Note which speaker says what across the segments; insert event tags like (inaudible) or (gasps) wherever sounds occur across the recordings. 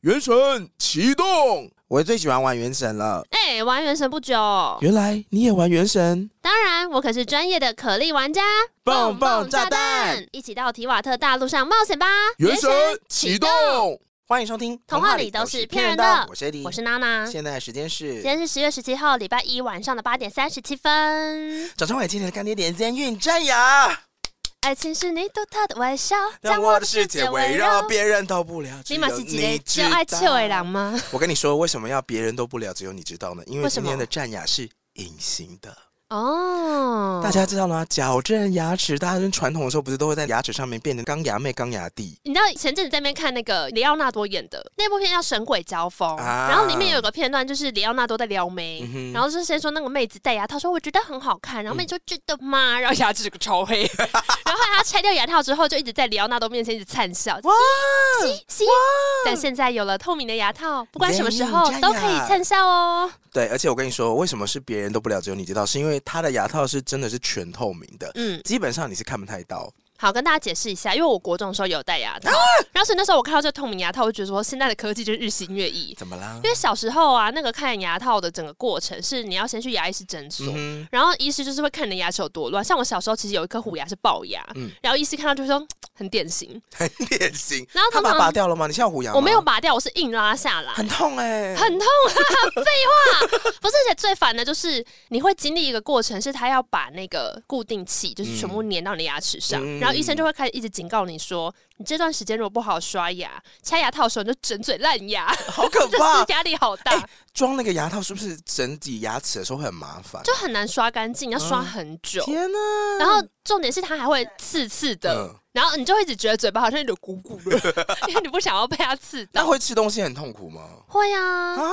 Speaker 1: 原神启动。
Speaker 2: 我最喜欢玩原神了。
Speaker 3: 哎、玩原神不久，
Speaker 2: 原来你也玩原神？
Speaker 3: 当然我可是专业的可莉玩家。
Speaker 2: 蹦蹦炸弹，
Speaker 3: 一起到提瓦特大陆上冒险吧！
Speaker 1: 原神启动，
Speaker 2: 欢迎收听《
Speaker 3: 童话里都是骗人的
Speaker 2: 我是 AD，
Speaker 3: 我是娜娜。
Speaker 2: 现在时间是
Speaker 3: 今天是十月十七号，礼拜一晚上的八点三十七分。
Speaker 2: 早上我今天的干爹点赞运战呀，
Speaker 3: 爱情是你独特的微笑，
Speaker 2: 让我的世界围绕，别人都不了，只
Speaker 3: 你
Speaker 2: 有
Speaker 3: 马是几
Speaker 2: 你
Speaker 3: 个
Speaker 2: 知
Speaker 3: 就爱
Speaker 2: 道
Speaker 3: 切尾狼。吗？
Speaker 2: 我跟你说，为什么要别人都不了，只有你知道呢？因为
Speaker 3: 为什
Speaker 2: 今
Speaker 3: 么
Speaker 2: 天的战雅是隐形的。
Speaker 3: 哦，
Speaker 2: 大家知道吗？矫正牙齿，大家跟传统的时候不是都会在牙齿上面变成钢牙妹、钢牙弟？
Speaker 3: 你知道前阵子在那边看那个里奥纳多演的那部片叫《神鬼交锋》，
Speaker 2: 啊
Speaker 3: 然后里面有个片段就是里奥纳多在撩妹
Speaker 2: 嗯，哼嗯
Speaker 3: 然后就是先说那个妹子戴牙套，说我觉得很好看，然后妹子说真的吗？然后牙齿整个超
Speaker 2: (laughs)
Speaker 3: 黑，然后她拆掉牙套之后就一直在里奥纳多面前一直灿笑，
Speaker 2: 哇！
Speaker 3: 嘻。但现在有了透明的牙套，不管什么时候
Speaker 2: 人
Speaker 3: 都可以灿笑哦。
Speaker 2: 对，而且我跟你说，为什么是别人都不了，只有你知道？是因为它的牙套是真的是全透明的，
Speaker 3: 嗯，
Speaker 2: 基本上你是看不太到。
Speaker 3: 好，跟大家解释一下，因为我国中的时候有戴牙套，
Speaker 2: 啊
Speaker 3: 然后所以那时候我看到这透明牙套，我就觉得说现在的科技就是日新月异，
Speaker 2: 怎么啦
Speaker 3: 因？为小时候啊，那个看牙套的整个过程是你要先去牙医师诊所。
Speaker 2: 嗯哼，
Speaker 3: 然后医师就是会看你的牙齿有多乱，像我小时候其实有一颗虎牙是龅牙，
Speaker 2: 嗯
Speaker 3: 然后医师看到就说嘖很典型，
Speaker 2: (laughs) 很典型。
Speaker 3: 然后
Speaker 2: 他
Speaker 3: 通
Speaker 2: 把它
Speaker 3: 常
Speaker 2: 拔掉了吗？你像虎牙吗？
Speaker 3: 我没有，拔掉，我是硬拉下来， (laughs)
Speaker 2: 很痛哎、
Speaker 3: 很痛啊！废话，不是，而且最烦的就是你会经历一个过程，是他要把那个固定器就是全部粘到你的牙齿上，
Speaker 2: 嗯
Speaker 3: 然后医生就会开始一直警告你说，你这段时间如果不好好刷牙、拆牙套的时候，你就整嘴烂牙，
Speaker 2: 好
Speaker 3: (laughs)
Speaker 2: 可
Speaker 3: 这
Speaker 2: 怕
Speaker 3: 是！压力好大。
Speaker 2: 哎装那个牙套是不是整体牙齿的时候会很麻烦？
Speaker 3: 就很难刷干净，要
Speaker 2: 啊
Speaker 3: 刷很久。
Speaker 2: 天哪、
Speaker 3: 然后重点是它还会刺刺的，
Speaker 2: 嗯
Speaker 3: 然后你就会一直觉得嘴巴好像有点鼓鼓的， (laughs) 因为你不想要被它刺
Speaker 2: 那
Speaker 3: 到。
Speaker 2: 会吃东西很痛苦吗？
Speaker 3: 会啊，
Speaker 2: 啊，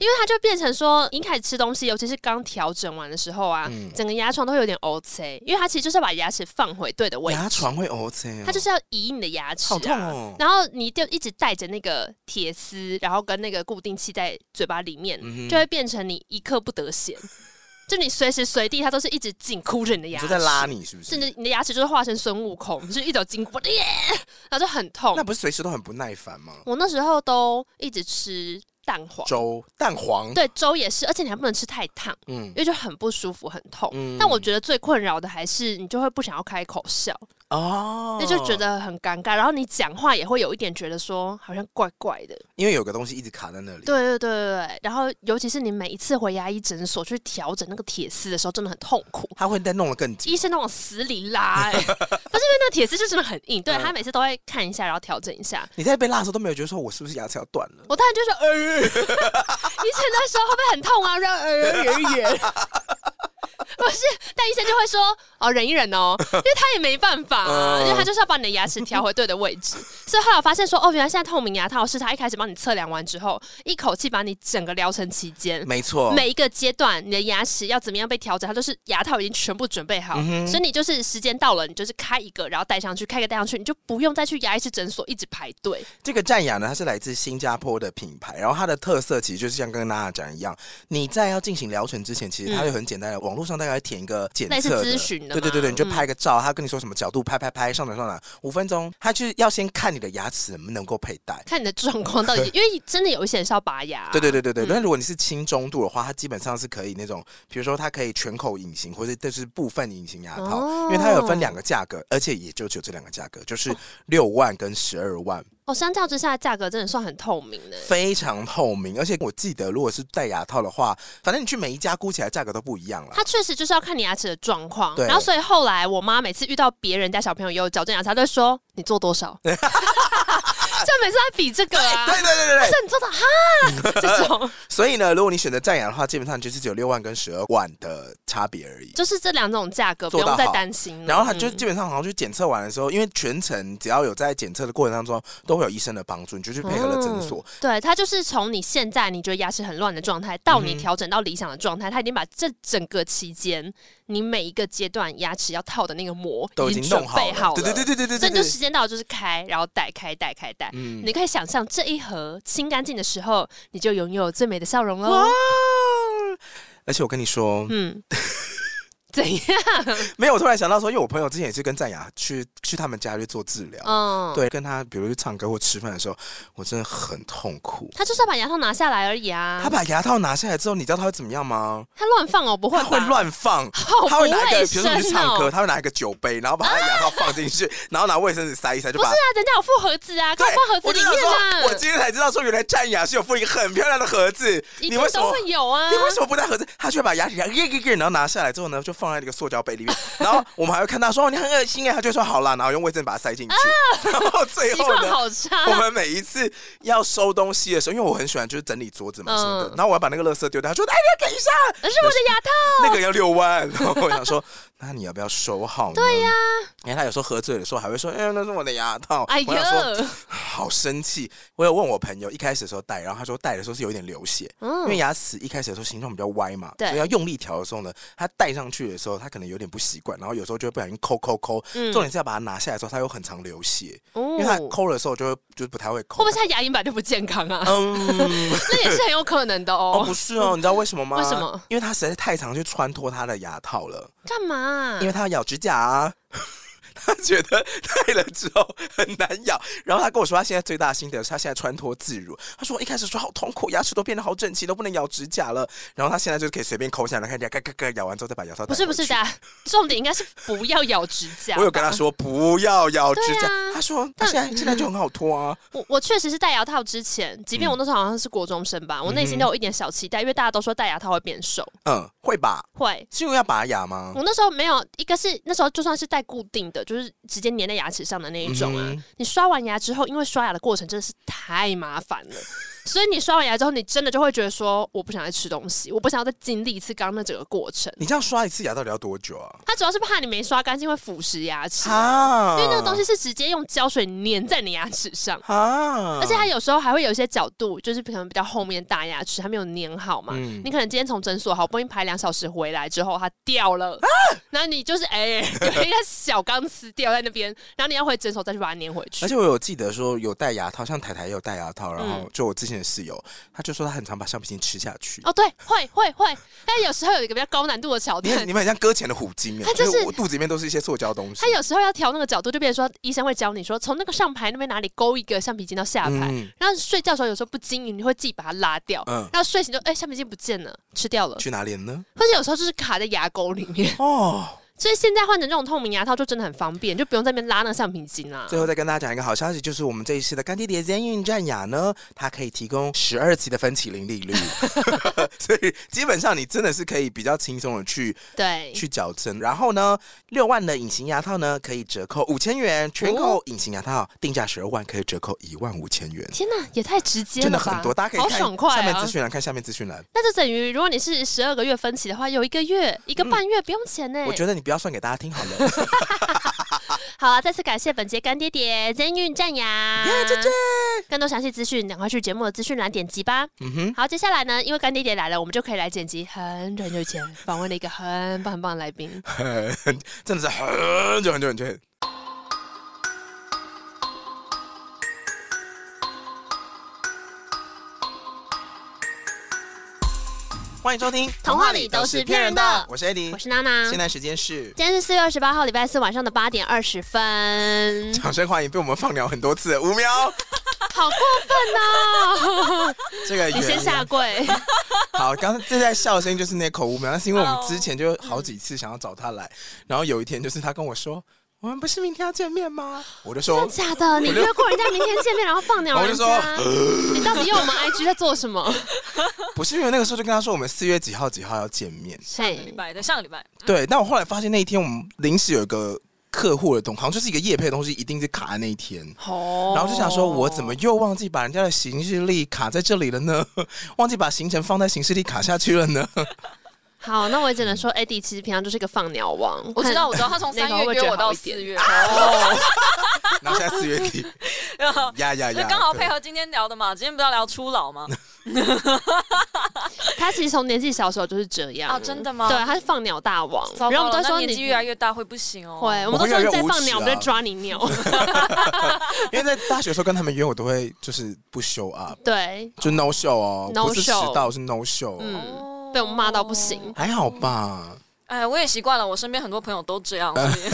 Speaker 3: 因为它就变成说，你一开始吃东西，尤其是刚调整完的时候啊，
Speaker 2: 嗯
Speaker 3: 整个牙床都会有点 O C，因为它其实就是要把牙齿放回对的位置，
Speaker 2: 牙床会 O C，、哦、
Speaker 3: 它就是要移你的牙齿、啊，
Speaker 2: 好痛哦
Speaker 3: 然后你就一直带着那个铁丝，然后跟那个固定器在嘴巴里面，
Speaker 2: 嗯哼
Speaker 3: 就会变成你一刻不得闲，就你随时随地它都是一直紧箍着你的
Speaker 2: 你
Speaker 3: 牙齿，
Speaker 2: 就在拉你是不
Speaker 3: 甚
Speaker 2: 是？
Speaker 3: 至你的牙齿就是化成孙悟空，就是一走筋骨，耶，然后就很痛
Speaker 2: 那。不是随时都很不耐烦吗？
Speaker 3: 我那时候都一直吃蛋黄，
Speaker 2: 粥、蛋黄，
Speaker 3: 对粥也是，而且你还不能吃太烫，
Speaker 2: 嗯
Speaker 3: 因，为就很不舒服、很痛。
Speaker 2: 嗯
Speaker 3: 但我觉得最困扰的还是你就会不想要开口笑，
Speaker 2: 哦
Speaker 3: 那就觉得很尴尬。然后你讲话也会有一点觉得说好像怪怪的。
Speaker 2: 因为有个东西一直卡在那里。
Speaker 3: 对对对对对。然后尤其是你每一次回牙医诊所去调整那个铁丝的时候，真的很痛苦。
Speaker 2: 它会再弄得更紧
Speaker 3: 医。生那种死里拉、 (laughs) 欸，不是因为那个铁丝就真的很硬，对
Speaker 2: 嗯
Speaker 3: 他每次都会看一下，然后调整一下。
Speaker 2: 你在被拉的时候都没有觉得说我是不是牙齿要断了？
Speaker 3: 我当然就说，呃， (laughs) 医生那时候会不会很痛啊？让呃呃忍一忍。 (laughs) 不是，但医生就会说哦，忍一忍哦，因为他也没办法啊，
Speaker 2: (laughs) 嗯
Speaker 3: 因为他就是要把你的牙齿调回对的位置。所以后来我发现说，哦，原来现在透明牙套是他一开始帮你测量完之后，一口气把你整个疗程期间。
Speaker 2: 没错，
Speaker 3: 每一个阶段，你的牙齿要怎么样被调整，它都是牙套已经全部准备好，
Speaker 2: 嗯哼
Speaker 3: 所以你就是时间到了，你就是开一个，然后戴上去，开一个戴上去，你就不用再去牙医师诊所一直排队。
Speaker 2: 这个战牙呢，它是来自新加坡的品牌，然后它的特色其实就是像跟娜娜讲一样，你在要进行疗程之前，其
Speaker 3: 嗯
Speaker 2: 实它有很简单的，网络上大概填一个检测的
Speaker 3: 类似咨询的
Speaker 2: 对
Speaker 3: 嘛
Speaker 2: 对对对，你就拍个照，他跟你说什么角度，拍拍拍，上哪上哪，五分钟，他就是要先看你的牙齿能不能够佩戴。
Speaker 3: 看你的状况
Speaker 2: (laughs)
Speaker 3: 到底，因为真的有一些人是要拔牙，
Speaker 2: 对对对对对，
Speaker 3: 嗯
Speaker 2: 但如果你是轻中度的话，它基本上是可以那种，比如说它可以全口隐形，或者就是部分隐形牙套，
Speaker 3: 哦
Speaker 2: 因为它有分两个价格，而且也就只有这两个价格，就是六万跟十二万，
Speaker 3: 哦，相较之下价格真的算很透明的。
Speaker 2: 非常透明。而且我记得，如果是戴牙套的话，反正你去每一家估起来价格都不一样啦。
Speaker 3: 它确实就是要看你牙齿的状况，
Speaker 2: 对
Speaker 3: 然后所以后来我妈每次遇到别人家小朋友也有矫正牙齿，她都会说你做多少，就 (laughs) 每次在比这个啊，
Speaker 2: 对对对对对，
Speaker 3: 这你做到哈这种，
Speaker 2: 所以呢，如果你选择战牙的话，基本上就是只有六万跟十二万的差别而已。
Speaker 3: 就是这两种价格不
Speaker 2: 做到
Speaker 3: 用再
Speaker 2: 好
Speaker 3: 担心了。
Speaker 2: 然后他就
Speaker 3: 嗯
Speaker 2: 基本上好像去检测完的时候，因为全程只要有在检测的过程当中，都会有医生的帮助，你就去配合了诊所，
Speaker 3: 哦对，它就是从你现在你觉得牙齿很乱的状态，到你调整到理想的状态，它已经把这整个期间你每一个阶段牙齿要套的那个膜
Speaker 2: 都已
Speaker 3: 经
Speaker 2: 经
Speaker 3: 准
Speaker 2: 弄好
Speaker 3: 备好了，
Speaker 2: 对对对对对对对
Speaker 3: 所以你就
Speaker 2: 对。
Speaker 3: 时间到了就是开，然后戴开戴开戴。
Speaker 2: 嗯
Speaker 3: 你可以想象这一盒清干净的时候，你就哦拥有最美的笑容
Speaker 2: 哇
Speaker 3: 喽。！
Speaker 2: (laughs) 而且我跟你说，
Speaker 3: 嗯，怎样？
Speaker 2: 没有，我突然想到说，因为我朋友之前也是跟赞雅去去他们家去做治疗，
Speaker 3: 嗯，，
Speaker 2: 对，跟他比如去唱歌或吃饭的时候，我真的很痛苦。
Speaker 3: 他就是要把牙套拿下来而已啊。
Speaker 2: 他把牙套拿下来之后，你知道他会怎么样吗？
Speaker 3: 他乱放哦，不会
Speaker 2: 他
Speaker 3: 吧？
Speaker 2: 会乱放，
Speaker 3: 好
Speaker 2: 他会拿一
Speaker 3: 不
Speaker 2: 个，
Speaker 3: 卫
Speaker 2: 比如说你去
Speaker 3: 生
Speaker 2: 唱歌，
Speaker 3: 哦
Speaker 2: 他会拿一个酒杯，然后把他的牙套放进去， (laughs) 然后拿卫生纸塞一塞，就
Speaker 3: 不
Speaker 2: 把。
Speaker 3: 是啊，人家有附盒子啊，给
Speaker 2: 对
Speaker 3: 我放盒，
Speaker 2: 我
Speaker 3: 子
Speaker 2: 就想
Speaker 3: 里面
Speaker 2: 说，
Speaker 3: 啊。
Speaker 2: 我今天才知道说，原来战雅是有附一个很漂亮的盒子。
Speaker 3: 一
Speaker 2: 你
Speaker 3: 定
Speaker 2: 为什
Speaker 3: 都
Speaker 2: 么
Speaker 3: 会有啊。
Speaker 2: 你为什么不带盒子？他却把牙齿这样耶耶耶，然后拿下来之后呢，就放在那个塑胶杯里面。然后我们还会看到说哦你很恶心哎，他就说好啦，然后用卫生纸把它塞进去。
Speaker 3: 啊
Speaker 2: 然后最
Speaker 3: (laughs) 习
Speaker 2: 后
Speaker 3: 惯
Speaker 2: 呢，
Speaker 3: 好差
Speaker 2: 我？们每一次要收东西的时候，因为我很喜欢就是整理桌子嘛什么的，
Speaker 3: 嗯
Speaker 2: 然后我要把那个垃圾丢掉，他说哎，你等一下，
Speaker 3: 而呃是我的牙套。
Speaker 2: 那个要六万。然后我想说，那你要不要收好呢？对呀、因为他有时候喝醉的时候还会说，哎、那是我的牙套。
Speaker 3: 哎
Speaker 2: 我想说
Speaker 3: 呦，
Speaker 2: 好生气。我有问我朋友，一开始的时候戴，然后他说戴的时候是有一点流血，因为
Speaker 3: 嗯，
Speaker 2: 牙齿一开始的时候形状比较歪嘛，
Speaker 3: 对
Speaker 2: 所以要用力调的时候呢，它戴上去的时候，它可能有点不习惯，然后有时候就会不小心抠抠抠。
Speaker 3: 嗯
Speaker 2: 重点是要把它拿下来的时候，它又很常流血，因为它
Speaker 3: 哦，
Speaker 2: 抠的时候就会就不太会
Speaker 3: 会不
Speaker 2: 抠
Speaker 3: 会。是他牙龈本来就不健康啊？
Speaker 2: (laughs) 嗯，
Speaker 3: (laughs) 那也是很有可能的
Speaker 2: 哦，
Speaker 3: 哦
Speaker 2: 不。是哦，你知道为什么吗？
Speaker 3: 为什么？
Speaker 2: 因为它实在是太常去穿脱它的牙套了，
Speaker 3: 干嘛啊？
Speaker 2: 因为它要咬指甲、啊。他觉得戴了之后很难咬，然后他跟我说，他现在最大的心得是他现在穿脱自如。他说我一开始说好痛苦，牙齿都变得好整齐，都不能咬指甲了。然后他现在就可以随便抠下来，看人家嘎嘎嘎咬完之后再把牙套
Speaker 3: 不
Speaker 2: 戴
Speaker 3: 是不是
Speaker 2: 回去
Speaker 3: 的，重点应该是不要咬指甲。
Speaker 2: 我有跟他说不要咬指甲，
Speaker 3: 对啊
Speaker 2: 他说他
Speaker 3: 但
Speaker 2: 现在现在就很好脱啊。
Speaker 3: 我我确实是戴牙套之前，即便
Speaker 2: 嗯
Speaker 3: 我那时候好像是国中生吧，我内心都有一点小期待，因为大家都说戴牙套会变瘦，
Speaker 2: 嗯，会吧？
Speaker 3: 会。
Speaker 2: 是因为要拔牙吗？
Speaker 3: 我那时候没有，一个是那时候就算是戴固定的，就是直接粘在牙齿上的那一种啊。
Speaker 2: 嗯哼
Speaker 3: 你刷完牙之后，因为刷牙的过程真的是太麻烦了，所以你刷完牙之后，你真的就会觉得说，我不想再吃东西，我不想要再经历一次刚刚那整个过程。
Speaker 2: 你这样刷一次牙到底要多久啊？
Speaker 3: 它主要是怕你没刷干净会腐蚀牙齿啊，
Speaker 2: 啊
Speaker 3: 因为那个东西是直接用胶水粘在你牙齿上。
Speaker 2: 啊，
Speaker 3: 而且它有时候还会有一些角度，就是可能比较后面大牙齿还没有粘好嘛。
Speaker 2: 嗯
Speaker 3: 你可能今天从诊所好不容易排两小时回来之后，它掉了，
Speaker 2: 啊
Speaker 3: 然后你就是哎、 (laughs) 有一个小钢丝掉在那边，然后你要回诊所再去把它粘回去
Speaker 2: 而。且我有记得说有戴牙套，像台台也有戴牙套，然后就我之前的室友，他就说他很常把橡皮筋吃下去。
Speaker 3: 嗯哦，对，会会会，但有时候有一个比较高难度的桥
Speaker 2: 你
Speaker 3: 段
Speaker 2: 很你，们很像搁浅的虎鲸耶，
Speaker 3: 他就是
Speaker 2: 因为我肚子里面都是一些塑胶东西。
Speaker 3: 他有时候要调那个角度，就变成说医生会教你说从那个上排那边哪里勾一个橡皮筋到下排，
Speaker 2: 嗯
Speaker 3: 然后睡觉的时候有时候不经意你会自己把它拉掉，
Speaker 2: 嗯
Speaker 3: 然后睡醒就哎、橡皮筋不见了，吃掉了，
Speaker 2: 去哪里呢？
Speaker 3: 或者有时候就是卡在牙沟里面。
Speaker 2: 哦，
Speaker 3: 所以现在换成这种透明牙套就真的很方便，就不用在那边拉那个橡皮筋啊啦、
Speaker 2: 最后再跟大家讲一个好消息，就是我们这一次的干爹爹 Zen 运战雅呢，它可以提供十二期的分期零利
Speaker 3: (laughs)
Speaker 2: 率，所以基本上你真的是可以比较轻松的去
Speaker 3: 对，
Speaker 2: 去矫正。然后呢，六万的隐形牙套呢可以折扣五千元，全
Speaker 3: 哦
Speaker 2: 购隐形牙套定价十二万可以折扣一万五千元。
Speaker 3: 天哪，也太直接了
Speaker 2: 真
Speaker 3: 吧！
Speaker 2: 的很多，大家可以
Speaker 3: 好
Speaker 2: 看
Speaker 3: 爽快
Speaker 2: 下面
Speaker 3: 啊
Speaker 2: 资！讯栏，看下面资讯栏。
Speaker 3: 那就等于如果你是十二个月分期的话，有一个月、一个半月不用钱呢、
Speaker 2: 嗯我觉得你不要算给大家听好了。
Speaker 3: 好啊，再次感谢本节干爹爹监运战牙，
Speaker 2: 耶姐姐
Speaker 3: 更多详细资讯，赶快去节目的资讯栏点击吧。
Speaker 2: 嗯哼，
Speaker 3: 好，接下来呢，因为干爹爹来了，我们就可以来剪辑很久很久以前访问了一个很棒很棒的
Speaker 2: (laughs)
Speaker 3: 来宾。
Speaker 2: 嗯很真的是很久很久很久。很久欢迎收听《
Speaker 3: 童话里都是骗人的
Speaker 2: 我是 Eddie，
Speaker 3: 我是娜啊娜，
Speaker 2: 现在时间是
Speaker 3: 今天是四月二十八号，礼拜四晚上的八点二十分。
Speaker 2: 掌声欢迎被我们放鸟很多次，五秒。
Speaker 3: 好过分哦呐、
Speaker 2: 这个
Speaker 3: 你
Speaker 2: 原
Speaker 3: 先
Speaker 2: 因
Speaker 3: 下跪，
Speaker 4: (laughs)
Speaker 2: 好，刚刚正在笑的声音就是那口无苗，那是因为我们之前就好几次想要找他来，然后有一天就是他跟我说，我们不是明天要见面吗？我就说
Speaker 3: 真的假的？你约过人家明天见面，然后放鸟
Speaker 2: 我
Speaker 3: 人
Speaker 2: 就
Speaker 3: 家
Speaker 2: 说？
Speaker 4: 呃
Speaker 3: 你到底用我们 IG 在做什
Speaker 4: (laughs)
Speaker 3: 么？
Speaker 2: 不是，因为那个时候就跟他说我们四月几号几号要见面，
Speaker 3: 嘿
Speaker 4: 礼拜的上个礼拜，
Speaker 2: 对。但我后来发现那一天我们临时有一个客户的东，好像就是一个业配的东西，一定是卡在那一天。
Speaker 3: 哦
Speaker 2: 然后就想说，我怎么又忘记把人家的行事历卡在这里了呢？忘记把行程放在行事历卡下去了呢？ (laughs)
Speaker 3: 好？那我也只能说，Eddie 其实平常就是个放鸟王。
Speaker 4: 我知道，我知道，他从
Speaker 3: 那
Speaker 4: 三
Speaker 3: 个会不会
Speaker 4: 月约
Speaker 3: 觉
Speaker 4: 我
Speaker 3: 得好
Speaker 4: 到
Speaker 3: 一点哦
Speaker 4: 四月， (laughs)
Speaker 2: 然后现在四月底，
Speaker 4: 然后
Speaker 2: 呀呀
Speaker 4: 就
Speaker 2: 呀！
Speaker 4: (laughs) 刚好
Speaker 2: 对啊
Speaker 4: 配合今天聊的嘛。今天不是要聊初老吗？
Speaker 3: 他其实从年纪小的时候就是这样
Speaker 4: 啊，真的吗？
Speaker 3: 对，，他是放鸟大王。
Speaker 4: (laughs) 糟
Speaker 3: 然后我们
Speaker 4: 糕了，
Speaker 3: 都
Speaker 4: 那
Speaker 3: 说
Speaker 4: 年
Speaker 3: 你
Speaker 4: 纪越来越大会不行哦。
Speaker 3: 会，我们
Speaker 2: 我会
Speaker 3: 都说
Speaker 2: 越
Speaker 3: 你
Speaker 2: 来
Speaker 3: 在
Speaker 2: 越无
Speaker 3: 放
Speaker 2: 耻
Speaker 3: 鸟，我
Speaker 2: 啊
Speaker 3: 们在抓你
Speaker 4: (laughs)
Speaker 3: 鸟。
Speaker 2: 因为在大学的时候跟他们约，我都会就是不 show up，
Speaker 3: 对，
Speaker 2: 就 no show 哦
Speaker 3: No
Speaker 2: 不是迟
Speaker 3: show
Speaker 2: 到是 no show，、
Speaker 3: 嗯
Speaker 4: 哦
Speaker 3: 被我们骂到不行。
Speaker 2: 还好吧？
Speaker 4: 哎，我也习惯了，我身边很多朋友都这样，
Speaker 3: (laughs)
Speaker 4: 所以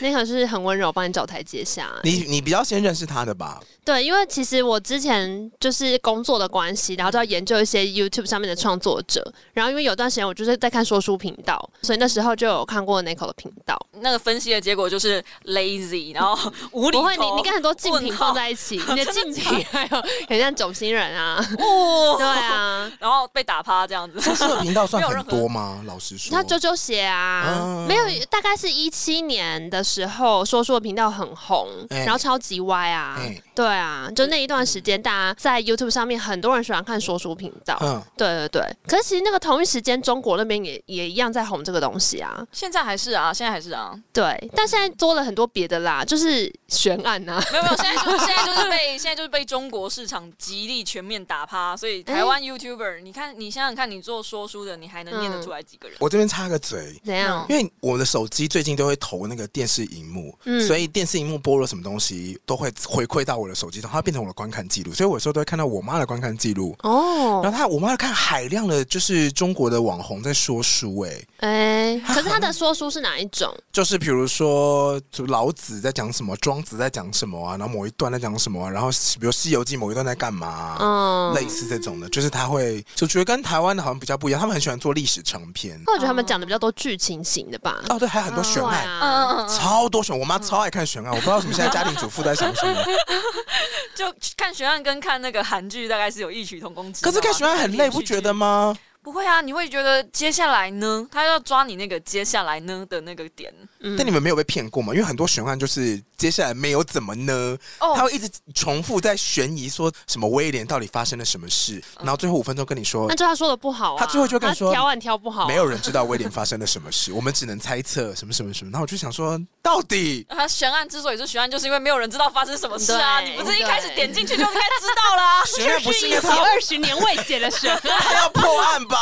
Speaker 3: 那小是很温柔，帮你找台阶下。
Speaker 2: 你你比较先认识他的吧？
Speaker 3: 对，因为其实我之前就是工作的关系，然后就要研究一些 YouTube 上面的创作者，然后因为有段时间我就是在看说书频道，所以那时候就有看过 n i c o 的频道。
Speaker 4: 那个分析的结果就是 lazy，然后无厘
Speaker 3: 不
Speaker 4: 头。
Speaker 3: 会，你你跟很多竞品
Speaker 4: 问号
Speaker 3: 放在一起，你的竞品还有 (laughs) 很像种星人啊，
Speaker 4: (laughs) 哦，
Speaker 3: 对，啊，
Speaker 4: 然后被打趴这样子。
Speaker 2: 这个频道算
Speaker 4: 没有
Speaker 2: 很
Speaker 4: 任何
Speaker 2: 多吗？老实说，
Speaker 3: 像啾啾鞋啊
Speaker 2: 啊，
Speaker 3: 没有，大概是一七年的时候，说书的频道很红，
Speaker 2: 哎
Speaker 3: 然后超级歪啊
Speaker 2: 哎，
Speaker 3: 对啊，就那一段时间，大家在 YouTube 上面很多人喜欢看说书频道，
Speaker 2: 嗯，
Speaker 3: 对对对。可是其实那个同一时间，中国那边也也一样在红这个东西啊，
Speaker 4: 现在还是啊，现在还是啊，
Speaker 3: 对。但现在多了很多别的啦，就是悬案
Speaker 2: (laughs)
Speaker 3: 啊，
Speaker 4: 没有没有，现在就是现在就是被现在就是被中国市场极力全面打趴，所以台湾 YouTuber，你看你想想看，你做说书的，你还能念得出来几个人？
Speaker 2: 我这边插个嘴，
Speaker 3: 怎样？
Speaker 2: 因为我的手机最近都会投那个电视荧幕，
Speaker 3: 嗯
Speaker 2: 所以电视荧幕播了什么东西都会回馈到我的手机上，它变成我的观看记录，所以我有时候都会看到我妈的观看记录。然
Speaker 3: 哦，
Speaker 2: 后她，我妈看海量的，就是中国的网红在说书、欸，哎，
Speaker 3: 哎，可是他的说书是哪一种？
Speaker 2: 就是比如说就老子在讲什么，庄子在讲什么啊，然后某一段在讲什么啊、然后比如《西游记》某一段在干嘛啊、
Speaker 3: 嗯，
Speaker 2: 类似这种的，就是他会，就觉得跟台湾的好像比较不一样，他们很喜欢做历史长篇。
Speaker 3: 那我觉得他们讲的比较多剧情型的吧。
Speaker 2: 哦，对，还有很多悬
Speaker 3: 对
Speaker 2: 案，
Speaker 3: 啊，
Speaker 4: 嗯嗯嗯，
Speaker 2: 超多悬，我妈超爱看悬案，我不知道为什么现在家庭主妇在想什么。
Speaker 4: 就看悬案跟看那个韩剧大概是有异曲同工之妙
Speaker 2: 可
Speaker 4: 啊。
Speaker 2: 是看悬案很累，不觉得
Speaker 4: 吗？
Speaker 2: 吗？
Speaker 4: 不会啊，你会觉得接下来呢？他要抓你那个接下来呢的那个点
Speaker 3: 嗯
Speaker 2: 但你们没有被骗过吗？因为很多悬案就是接下来没有怎么呢，
Speaker 4: 哦
Speaker 2: 他会一直重复在悬疑，说什么威廉到底发生了什么事，然后最后五分钟跟你说
Speaker 3: 那。就他说的不好啊，
Speaker 2: 他最后就跟你说
Speaker 3: 他挑案挑不好啊，
Speaker 2: 没有人知道威廉发生了什么事，我们只能猜测什么什么什么。然后我就想说，到底
Speaker 4: 他悬案之所以是悬案，就是因为没有人知道发生什么事啊！
Speaker 3: 对
Speaker 4: 你不是一开始
Speaker 3: 对
Speaker 4: 点进去就应该知道啦、 (laughs)
Speaker 2: 悬案不是
Speaker 3: 啊是
Speaker 2: 应
Speaker 3: 一
Speaker 2: 该
Speaker 3: 起
Speaker 2: 他
Speaker 3: 二十年未解的 (laughs) 悬案。
Speaker 2: 他要破案吧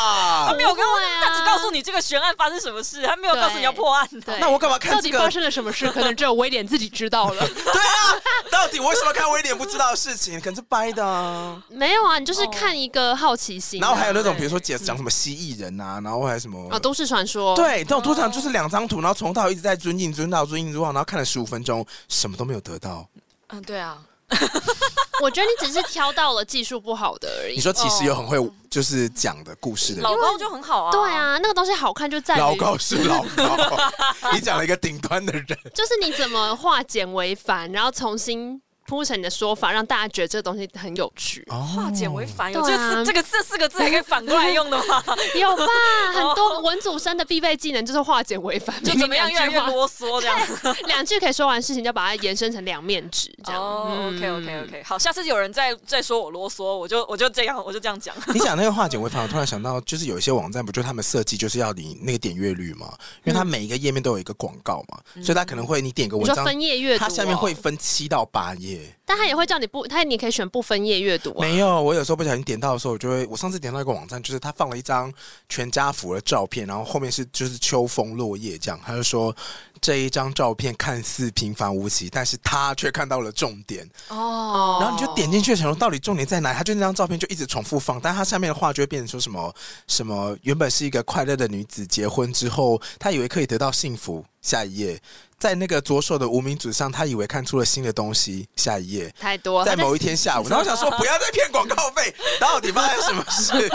Speaker 4: 他？没有跟我
Speaker 3: 不会啊
Speaker 4: 他只告诉你这个悬案发生什么事，他没有告诉你要破案的。
Speaker 3: 对，
Speaker 2: 那我干嘛看
Speaker 3: 到
Speaker 2: 这
Speaker 3: 底
Speaker 2: 个？
Speaker 3: 发生了什么事？可能只有威廉自己知道了。
Speaker 2: 对啊，到底我为什么看威廉不知道的事情？可能是掰的啊。
Speaker 3: 没有啊，你就是看一个好奇心啊。
Speaker 2: 然后还有那种，
Speaker 4: 对
Speaker 2: 比如说解讲什么蜥蜴人啊，然后还有什么
Speaker 3: 啊，都市传说。，
Speaker 2: 对，这种通常就是两张图，然后从头到尾一直在尊敬、尊到、尊敬、尊到，然后看了十五分钟，什么都没有得到。
Speaker 4: 嗯，对啊，
Speaker 3: 我觉得你只是挑到了技术不好的而已
Speaker 2: 你。说其实有很会就是讲的故事的人
Speaker 4: 老，高就很好啊。
Speaker 3: 对，啊，那个东西好看就在于
Speaker 2: 老高是老
Speaker 3: (laughs)
Speaker 2: 高，你讲了一个顶端的人，
Speaker 3: 就是你怎么化简为繁，然后重新铺成你的说法，让大家觉得这个东西很有趣。
Speaker 4: 化简为繁，有
Speaker 3: 对
Speaker 4: 这
Speaker 3: 啊
Speaker 4: 四这个这四个字还可以反过来用的 (laughs) 吗？
Speaker 3: 有吧？很多文组生的必备技哦 (laughs) 能就是化简为繁，
Speaker 4: 就怎么样
Speaker 3: 明明
Speaker 4: 越来
Speaker 3: 两句
Speaker 4: 越
Speaker 3: 话
Speaker 4: 啰嗦这样。
Speaker 3: 两句可以说完事情，就把它延伸成两面纸这样。
Speaker 4: 哦
Speaker 3: 嗯
Speaker 4: ，OK OK OK，好，下次有人再再说我啰嗦，我就我就这样我就这样讲。
Speaker 2: 你讲那个化简为繁，我突然想到，就是有一些网站不就他们设计就是要你那个点阅率嘛，因为它每一个页面都有一个广告嘛，所以它可能会你点个
Speaker 3: 嗯你
Speaker 2: 文
Speaker 3: 说
Speaker 2: 章，
Speaker 3: 分页阅读、哦
Speaker 2: 它下面会，分七到八页。
Speaker 3: 但他也会叫你不，他你可以选不分页阅读啊。
Speaker 2: 没有，我有时候不小心点到的时候，我就会，我上次点到一个网站，就是他放了一张全家福的照片，然后后面是就是秋风落叶这样，他就说这一张照片看似平凡无奇，但是他却看到了重点，
Speaker 4: 哦
Speaker 2: 然后你就点进去想说到底重点在哪？他就那张照片就一直重复放，但他下面的话就会变成说什么什么，原本是一个快乐的女子，结婚之后她以为可以得到幸福，下一页。在那个左手的无名指上，她以为看出了新的东西。下一页，
Speaker 3: 太多，
Speaker 2: 在
Speaker 3: 他
Speaker 2: 某一天下午，然后想说不要再骗广告费，到底发生什么事？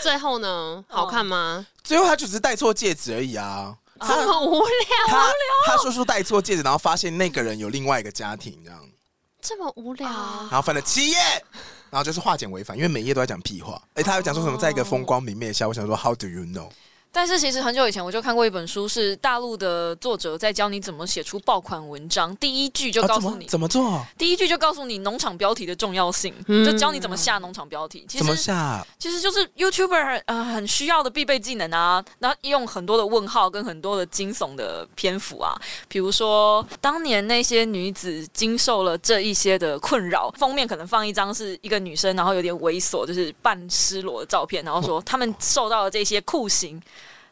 Speaker 3: 最后呢，好看吗？
Speaker 2: 最后他就只是戴错戒指而已啊。
Speaker 3: 这么无聊，
Speaker 2: 他他说出戴错戒指，然后发现那个人有另外一个家庭，这样，
Speaker 3: 这么无聊，
Speaker 2: 然后翻了七页，然后就是化简为繁，因为每页都在讲屁话。哎，他有讲说什么在一个风光明媚下，我想说 How do you know？
Speaker 4: (laughs) 但是其实很久以前我就看过一本书，是大陆的作者在教你怎么写出爆款文章，第一句就
Speaker 2: 啊
Speaker 4: 告
Speaker 2: 怎
Speaker 4: 诉
Speaker 2: 么
Speaker 4: 你，
Speaker 2: 怎么做？
Speaker 4: 第一句就告诉你农场标题的重要性，
Speaker 3: 嗯
Speaker 4: 就教你怎么下农场标题。其
Speaker 2: 怎么
Speaker 4: 实
Speaker 2: 下？
Speaker 4: 其实就是 YouTuber 很呃很需要的必备技能啊，然后用很多的问号跟很多的惊悚的篇幅啊，比如说当年那些女子经受了这一些的困扰，封面可能放一张是一个女生，然后有点猥琐，就是半失裸的照片，然后说她们受到了这些酷刑，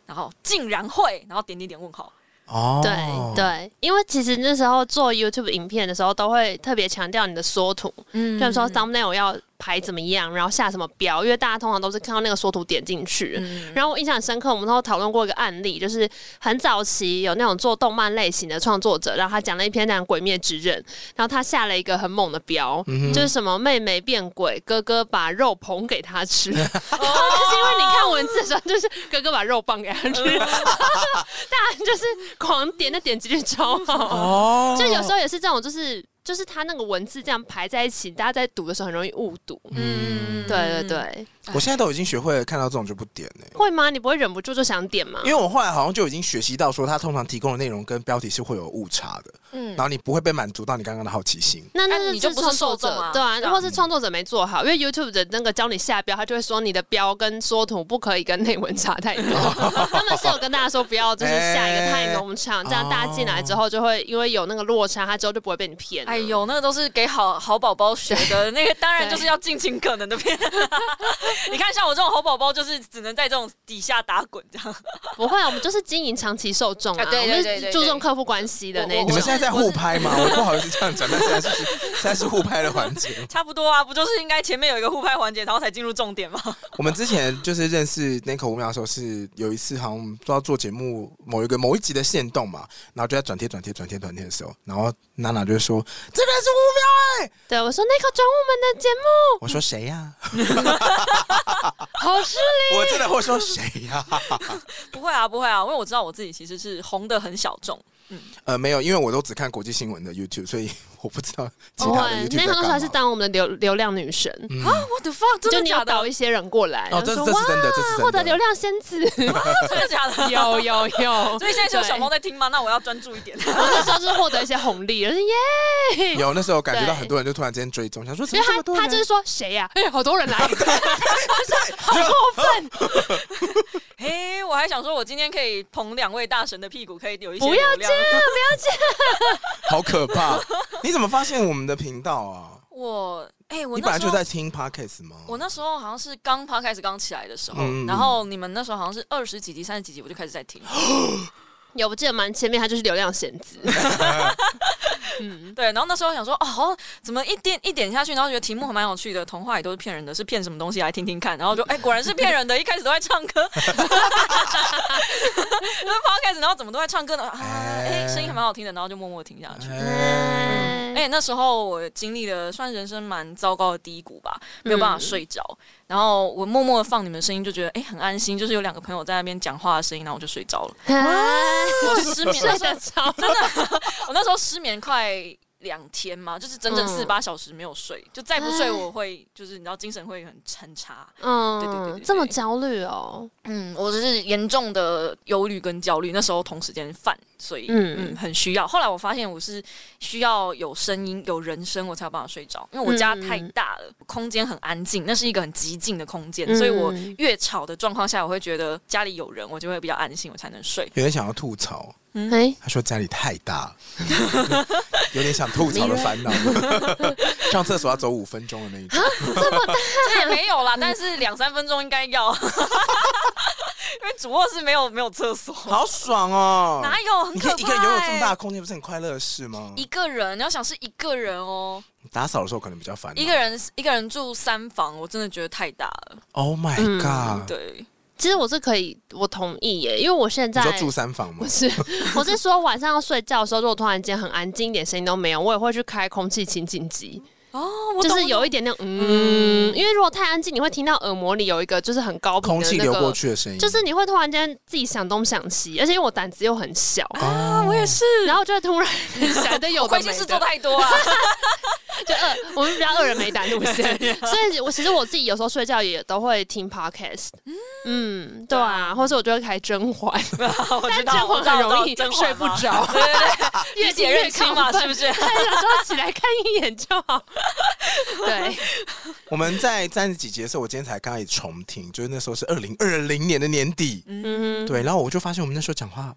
Speaker 4: 然后竟然会，然后点点点问号。
Speaker 2: 哦，
Speaker 3: 对。对，因为其实那时候做 YouTube 影片的时候，都会特别强调你的缩图，
Speaker 4: 嗯
Speaker 3: 就是说 thumbnail 要牌怎么样，然后下什么标，因为大家通常都是看到那个缩图点进去。
Speaker 4: 嗯
Speaker 3: 然后我印象很深刻，我们都讨论过一个案例，就是很早期有那种做动漫类型的创作者，然后他讲了一篇讲《鬼灭之刃》，然后他下了一个很猛的标，就是什么妹妹变鬼，哥哥把肉捧给她吃。哦就是因为你看文字的时候，就是哥哥把肉棒给他吃， (laughs) 大家就是狂点的点击率超好。
Speaker 2: 哦
Speaker 3: 就有时候也是这种，就是就是他那个文字这样排在一起，大家在读的时候很容易误读。
Speaker 4: 嗯，
Speaker 3: 对对对，
Speaker 2: 我现在都已经学会了看到这种就不点了、
Speaker 3: 会吗？你不会忍不住就想点吗
Speaker 2: 因？为我后来好像就已经学习到说，它通常提供的内容跟标题是会有误差的，
Speaker 4: 嗯
Speaker 2: 然，后你不会被满足到你刚刚的好奇心。
Speaker 3: 那那
Speaker 4: 那啊你就不是
Speaker 3: 创作
Speaker 4: 受众
Speaker 3: 者
Speaker 4: 啊
Speaker 3: 对啊，
Speaker 4: 对啊
Speaker 3: 或是创作者没做好，因为 YouTube 的那个教你下标，他就会说你的标跟缩图不可以跟内文差太
Speaker 4: (laughs)
Speaker 3: 多。他们是有跟大家说不要就是下一个太
Speaker 4: 哎
Speaker 3: 农场，这样大家进来之后就会因为有那个落差，他之后就不会被你骗了。
Speaker 4: 哦哎呦，那个都是给好好宝宝学的，那个当然就是要尽尽可能的 (laughs) 骗。你看，像我这种好宝宝，就是只能在这种底下打滚这样。
Speaker 3: 不会啊，我们就是经营长期受众啊，
Speaker 4: 啊对
Speaker 3: 我
Speaker 4: 对
Speaker 3: 们
Speaker 4: 对
Speaker 3: 是
Speaker 4: 对
Speaker 3: 注重
Speaker 4: 对
Speaker 3: 客户关系的那
Speaker 4: 我
Speaker 3: 一
Speaker 2: 你
Speaker 3: 种
Speaker 2: 们。现在在互拍吗？我不好意思这样讲，但现在是现在是互拍的环节。
Speaker 4: (laughs) 差不多啊，不就是应该前面有一个互拍环节，然后才进入重点吗？
Speaker 2: 我们之前就是认识 n i c o 五秒的时候，是有一次好像不知道做节目某一个某一集的限动嘛，然后就在转贴转贴转贴转贴的时候，然后娜娜就说：“这个人是五秒哎、
Speaker 3: 对我说那个转我们的节目
Speaker 2: 我说：“谁呀、
Speaker 3: 好失
Speaker 2: 我真的会说谁呀、
Speaker 4: (laughs) 不会啊，不会啊，因为我知道我自己其实是红的很小 (gasps) 众。
Speaker 2: 呃，没有，因为我都只看国际新闻的 YouTube，所以我不知道其
Speaker 3: 不
Speaker 2: 他的
Speaker 3: 哦会，那
Speaker 2: YouTube 在
Speaker 3: 个当时
Speaker 2: 干
Speaker 3: 还是
Speaker 2: 嘛。
Speaker 3: 当我们的流流量女神，
Speaker 4: 我的啊 fuck，
Speaker 3: 就
Speaker 4: 真的
Speaker 3: 你有
Speaker 4: 假的？
Speaker 3: 导一些人过来，
Speaker 2: 哦，
Speaker 3: 然后
Speaker 2: 这
Speaker 3: 说
Speaker 2: 这
Speaker 3: 哇
Speaker 2: 是真的，这是真的。
Speaker 3: 获得流量仙子，
Speaker 4: (laughs) 真的假
Speaker 3: (laughs)
Speaker 4: 的？
Speaker 3: 有有有，
Speaker 4: 所以现哦在只有小猫
Speaker 3: 对。
Speaker 4: 在听吗？那我要专注一 (laughs) 点。
Speaker 3: 我那时候就是获得一些红利，就是耶，
Speaker 2: 有那时候感觉到
Speaker 3: 对
Speaker 2: 很多人就突然之间追踪，想说怎
Speaker 3: 因
Speaker 2: 么
Speaker 3: 为
Speaker 2: 这
Speaker 3: 他
Speaker 2: 么多
Speaker 3: 他
Speaker 2: 人？
Speaker 3: 就是说谁呀？哎，好多人来，好过分，
Speaker 4: 嘿，我还想说，我今天可以捧两位大神的屁股，可以有一些
Speaker 3: 不要
Speaker 4: 流量
Speaker 3: 这样，不要这样。
Speaker 2: 好可怕！你怎么发现我们的频道啊？
Speaker 4: 我哎、我
Speaker 2: 你
Speaker 4: 那
Speaker 2: 本来
Speaker 4: 时
Speaker 2: 就
Speaker 4: 候
Speaker 2: 在听 Podcast 吗？
Speaker 4: 我那时候好像是刚 p 开始刚起来的时候，
Speaker 2: 嗯
Speaker 4: 然后你们那时候好像是二十几集、三十几集，我就开始在
Speaker 2: (laughs)
Speaker 4: 听。
Speaker 3: 有，我记得蛮前面他就是流量仙子，嗯，
Speaker 4: 对，然后那时候想说，哦，好像怎么一点一点下去，然后觉得题目还蛮有趣的，童话也都是骗人的，是骗什么东西来听听看，然后就哎、果然是骗人的，一开始都在唱歌， (laughs) 然后 podcast，然后怎么都在唱歌呢？啊，哎、声音还蛮好听的，然后就默默地听下去。
Speaker 2: 哎
Speaker 4: 哎、那时候我经历了算人生蛮糟糕的低谷吧，
Speaker 2: 嗯
Speaker 4: 没有办法睡着，然后我默默的放你们声音，就觉得哎、很安心，就是有两个朋友在那边讲话的声音，然后我就睡着了，我失眠
Speaker 3: 睡
Speaker 4: 了，
Speaker 3: 得着，
Speaker 4: 真的， (laughs) 我那时候失眠快两天嘛，就是整整四十八小时没有睡，就再不睡我会就是你知道精神会很很差。
Speaker 3: 嗯，
Speaker 4: 对对对对对
Speaker 3: 这么焦虑哦，
Speaker 4: 嗯，我就是严重的忧虑跟焦虑，那时候同时间犯，所以
Speaker 3: 嗯
Speaker 4: 嗯很需要。后来我发现我是需要有声音、有人声，我才有办法睡着，因为我家太大了，空间很安静，那是一个很极静的空间，所以我
Speaker 3: 嗯
Speaker 4: 越吵的状况下，我会觉得家里有人，我就会比较安心，我才能睡。
Speaker 2: 有人想要吐槽，
Speaker 3: 哎，
Speaker 2: 他说家里太大， (laughs) 有点想吐槽的烦
Speaker 4: (laughs)
Speaker 2: 恼。上厕所要走五分钟的那一种，
Speaker 4: 啊这也没有
Speaker 2: 嗯
Speaker 4: 啦，但是两三分钟应该要， (laughs) 因为主卧室没有没有厕所，
Speaker 2: 好爽哦！
Speaker 4: 哪有很
Speaker 2: 你
Speaker 4: 可
Speaker 2: 可
Speaker 4: 怕、欸
Speaker 2: 以一个人拥有这么大的空间，不是很快乐的事吗？
Speaker 4: 一个人，你要想是一个人哦，
Speaker 2: 打扫的时候可能比较烦恼。
Speaker 4: 一个人一个人住三房，我真的觉得太大了。
Speaker 2: ，Oh my
Speaker 3: 嗯
Speaker 2: god！
Speaker 4: 对，
Speaker 3: 其实我是可以，我同意耶，因为我现
Speaker 2: 你
Speaker 3: 在
Speaker 2: 说住三房吗
Speaker 3: 不？是， (laughs) 我是说晚上要睡觉的时候，如果突然间很安静，一点声音都没有，我也会去开空气清净机，
Speaker 4: 哦，我懂
Speaker 3: 就是有一
Speaker 4: 我懂
Speaker 3: 点那种嗯，因为如果太安静，你会听到耳膜里有一个就是很高频
Speaker 2: 空
Speaker 3: 的
Speaker 2: 气
Speaker 3: 那
Speaker 2: 流过
Speaker 3: 个，
Speaker 2: 去的声音，
Speaker 3: 就是你会突然间自己想东想西，而且因为我胆子又很 (laughs) 小，
Speaker 2: 哦
Speaker 4: 啊，我也是，
Speaker 3: 然后就会突然想的有的
Speaker 4: 亏
Speaker 3: 没
Speaker 4: 心事
Speaker 3: 的
Speaker 4: 做太多啊。
Speaker 3: (laughs) 就二，我们比较恶人没胆路 (laughs) 线，所以我其实我自己有时候睡觉也都会听 podcast，嗯，对啊，或者我就会开甄嬛，
Speaker 4: 我知
Speaker 3: 但
Speaker 4: 道
Speaker 3: 甄嬛
Speaker 4: 我知道
Speaker 3: 很容
Speaker 4: 我
Speaker 3: 易
Speaker 4: 知道甄
Speaker 3: 睡
Speaker 4: 嬛
Speaker 3: 不
Speaker 4: 嘛
Speaker 3: 着，
Speaker 4: 对对
Speaker 3: (laughs)
Speaker 4: 对，
Speaker 3: 越
Speaker 4: 理解
Speaker 3: 听越
Speaker 4: 认清
Speaker 3: 亢
Speaker 4: 嘛，
Speaker 3: 奋 (laughs)
Speaker 4: 是不
Speaker 2: 哦
Speaker 4: 是？
Speaker 3: 对，有时候起来看一眼就好。 (laughs) 对，
Speaker 2: 我们在三十几集的时候，我今天才刚开始重听，就是那时候是二零二零年的年底，
Speaker 3: 嗯，
Speaker 2: 对，然后我就发现我们那时候讲话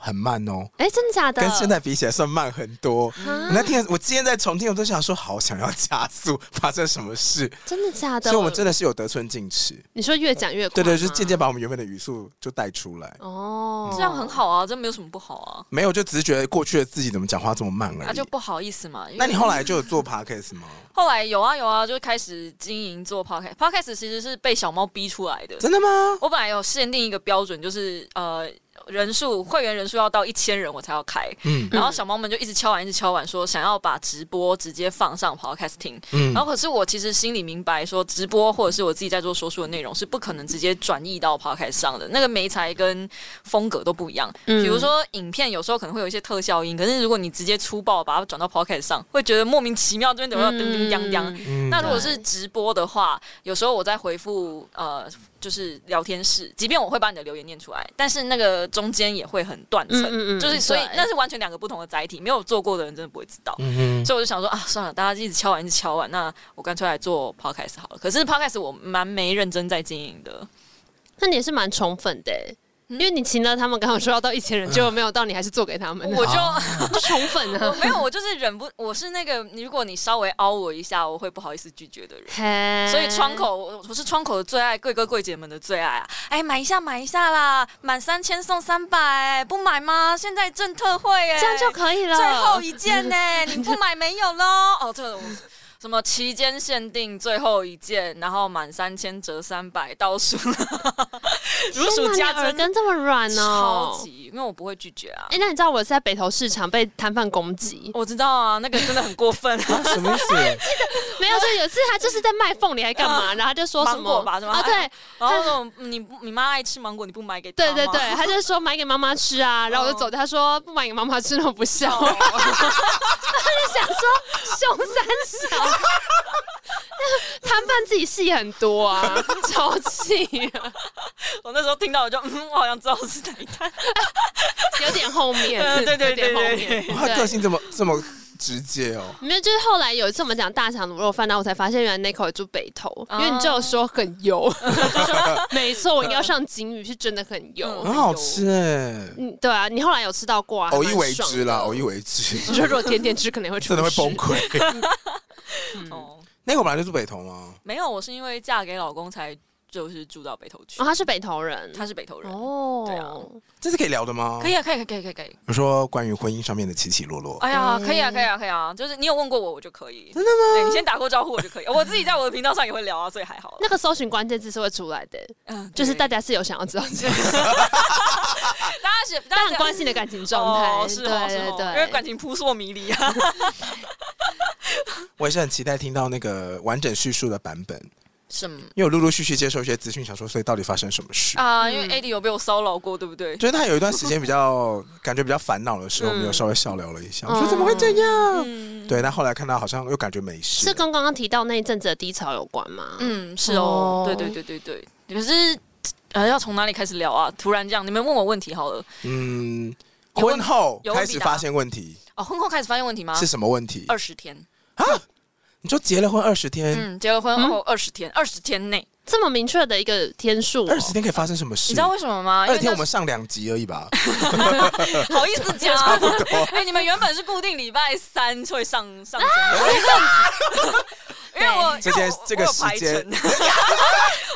Speaker 2: 很慢哦，
Speaker 3: 哎，真的假的？
Speaker 2: 跟现在比起来算慢很多。
Speaker 3: 啊
Speaker 2: 我那天，我今天在重听，我都想说，好想要加速， (laughs) 发生什么事？
Speaker 3: 真的假的？
Speaker 2: 所以我们真的是有得寸进尺。
Speaker 3: 你说越讲越快
Speaker 2: 对
Speaker 3: 吗，
Speaker 2: 对，就是渐渐把我们原本的语速就带出来。
Speaker 3: 哦，
Speaker 4: 这样很。好啊，这没有什么不好啊，
Speaker 2: 没有，就只是觉得过去的自己怎么讲话这么慢而
Speaker 4: 那啊就
Speaker 2: 已。
Speaker 4: 不好意思嘛。因为
Speaker 2: 嗯那你后来就有做 podcast 吗？
Speaker 4: 后来有啊有啊，就开始经营做 podcast。podcast 其实是被小猫逼出来的。
Speaker 2: 真的吗？
Speaker 4: 我本来有限定一个标准，就是呃人数会员人数要到一千人我才要开。
Speaker 2: 嗯
Speaker 4: 然后小猫们就一直敲碗，一直敲碗，说想要把直播直接放上 podcast 听。
Speaker 2: 嗯
Speaker 4: 然后可是我其实心里明白，说直播或者是我自己在做说书的内容是不可能直接转译到 podcast 上的，那个媒材跟风格都不一样。
Speaker 3: 嗯
Speaker 4: 比如说影片有时候可能会有一些特效音，可是如果你直接粗暴把它转到 podcast 上，会觉得莫名其妙，这边怎么要叮叮当当。
Speaker 3: 嗯
Speaker 2: 嗯
Speaker 4: 那如果是直播的话，有时候我在回复呃，就是聊天室，即便我会把你的留言念出来，但是那个中间也会很断层，
Speaker 3: 嗯嗯嗯
Speaker 4: 就是所以
Speaker 3: 对
Speaker 4: 那是完全两个不同的载体，没有做过的人真的不会知道。 (laughs)
Speaker 2: 嗯哼
Speaker 4: 所以我就想说啊，算了，大家一直敲完，一直敲完，那我干脆来做 podcast 好了。可是 podcast 我蛮没认真在经营的，
Speaker 3: 那你也是蛮充分的欸，
Speaker 4: 嗯
Speaker 3: 因为你请了他们，刚好说要到一千人，结果没有到，你还是做给他们的，
Speaker 4: 我就、
Speaker 3: 就充分
Speaker 4: 我
Speaker 3: 啊。
Speaker 4: (laughs) 没有，我就是忍不，我是那个如果你稍微凹我一下，我会不好意思拒绝的人。
Speaker 3: (laughs) 嘿
Speaker 4: 所以窗口，我我是窗口的最爱，贵哥贵姐们的最爱啊！哎，买一下，买一下啦，满三千送三百，不买吗？现在正特惠耶，
Speaker 3: 这样就可以了。
Speaker 4: 最后一件呢，你不买没有喽？哦，这个我什么期间限定最后一件，然后满三千折三百，倒数了，
Speaker 3: 天
Speaker 4: 如
Speaker 3: 哪
Speaker 4: 数
Speaker 3: 你
Speaker 4: 家
Speaker 3: 耳
Speaker 4: 珍，
Speaker 3: 根这么软哦，
Speaker 4: 超。级，因为我不会拒绝啊
Speaker 3: 哎、。那你知道我是在北投市场被摊贩攻击？
Speaker 4: 我知道啊，那个真的很过分、啊。 (laughs)
Speaker 2: 什么意思？
Speaker 3: 没有，就有一次他就是在卖凤梨还干嘛，然后他就说什
Speaker 4: 嗯芒
Speaker 3: 么
Speaker 4: 果吧是吗
Speaker 3: 啊，对
Speaker 4: 哎然后说嗯你不你妈爱吃芒果，你不买给她
Speaker 3: 对对
Speaker 4: 吗 (laughs)
Speaker 3: 对，他就说买给妈妈吃啊，然后我就走，他说不买给妈妈吃，那我不孝。
Speaker 4: 哦
Speaker 3: 我就想说凶三小， (laughs) 摊贩自己戏很多啊，超气啊，
Speaker 4: 我那时候听到我就嗯，我好像知道是哪一摊。
Speaker 3: 有点后面，
Speaker 4: 嗯对对
Speaker 3: 有点
Speaker 4: 对
Speaker 3: 后
Speaker 4: 对
Speaker 3: 面
Speaker 4: 对
Speaker 2: 哇，个
Speaker 3: 对。
Speaker 2: 性这么这么直接哦。
Speaker 3: 没有，就是后来有一次我们讲大肠卤肉饭，然后我才发现原来 Nico 也住北投，因
Speaker 4: 哦
Speaker 3: 为你就有说很油，
Speaker 4: (laughs)
Speaker 3: 我就说没错，我应该要上金鱼，是真的很
Speaker 4: (laughs)
Speaker 3: 油。
Speaker 4: 嗯
Speaker 2: 很好吃哎、
Speaker 3: 嗯，对啊，你后来有吃到过啊？
Speaker 2: 偶一哦为之啦，
Speaker 3: 还蛮爽的
Speaker 2: 偶一为之，
Speaker 3: 你 (laughs) 说如果天天吃，可能会出
Speaker 2: 真的会
Speaker 3: 事
Speaker 2: 崩溃。
Speaker 4: 哦，
Speaker 2: 那个我本来就住北投嘛，
Speaker 4: 没有，我是因为嫁给老公才就是住到北投去
Speaker 3: 哦，。他是北投人，
Speaker 4: 他是北投人，
Speaker 3: 哦，
Speaker 4: 对啊
Speaker 2: 这是可以聊的吗？
Speaker 4: 可。以啊，可以，可以，可以，可以。
Speaker 2: 我说关于婚姻上面的起起落落，
Speaker 4: 哎呀，
Speaker 3: 嗯
Speaker 4: 可以啊，可以啊，可以啊，就是你有问过我，我就可以。真的吗？对你先打过招呼，我就可以。我自己在我的频道上也会聊啊，所以还好啦。
Speaker 3: 那个搜寻关键字是会出来的，
Speaker 4: 嗯，
Speaker 3: 就是
Speaker 4: 对
Speaker 3: 大家是有想要知道这个，
Speaker 4: 大家是
Speaker 3: 当然关心你的感情状态，
Speaker 4: 哦，是哦，是
Speaker 3: 对
Speaker 4: 哦，
Speaker 3: 对
Speaker 4: 因为
Speaker 3: 对，
Speaker 4: 感情扑朔迷离啊。
Speaker 2: 我也是很期待听到那个完整叙述的版本，
Speaker 4: 什么
Speaker 2: 因为我陆陆续续接受一些资讯，想说所以到底发生什么事。
Speaker 4: 啊？
Speaker 3: 嗯
Speaker 4: 因为 AD 有被我骚扰过，对不对？
Speaker 2: 就是他有一段时间比较感觉比较烦恼的时候，
Speaker 4: 嗯
Speaker 2: 我们有稍微小聊了一下，
Speaker 3: 嗯
Speaker 2: 我说怎么会这样？
Speaker 4: 嗯，
Speaker 2: 对，但后来看到好像又感觉没事。
Speaker 3: 是跟刚刚提到那一阵子的低潮有关吗？
Speaker 4: 嗯，是哦
Speaker 3: 哦，
Speaker 4: 对对对对对。可是，呃，要从哪里开始聊啊？突然这样，你们问我问题好了。
Speaker 2: 嗯，
Speaker 4: 有问
Speaker 2: 婚后
Speaker 4: 有问
Speaker 2: 开
Speaker 4: 必
Speaker 2: 始
Speaker 4: 答
Speaker 2: 发现问题
Speaker 4: 哦，婚后开始发现问题吗？
Speaker 2: 是什么问题？
Speaker 4: 二十天，
Speaker 2: 你说结了婚二十天，
Speaker 4: 嗯，结了婚
Speaker 3: 嗯
Speaker 4: 后二十天，二十天内，
Speaker 3: 这么明确的一个天数哦，
Speaker 2: 二十天可以发生什么事？
Speaker 4: 你知道为什么吗？因
Speaker 2: 二
Speaker 4: 为
Speaker 2: 十天我
Speaker 4: 那
Speaker 2: 们上两集而已吧。
Speaker 4: 好意思讲， (laughs) 哎，你们原本是固定礼拜三会上
Speaker 2: (laughs)
Speaker 4: 上节目，因为我
Speaker 2: 这件这个时。
Speaker 4: 因为我
Speaker 2: 间
Speaker 4: 我有排程 (laughs)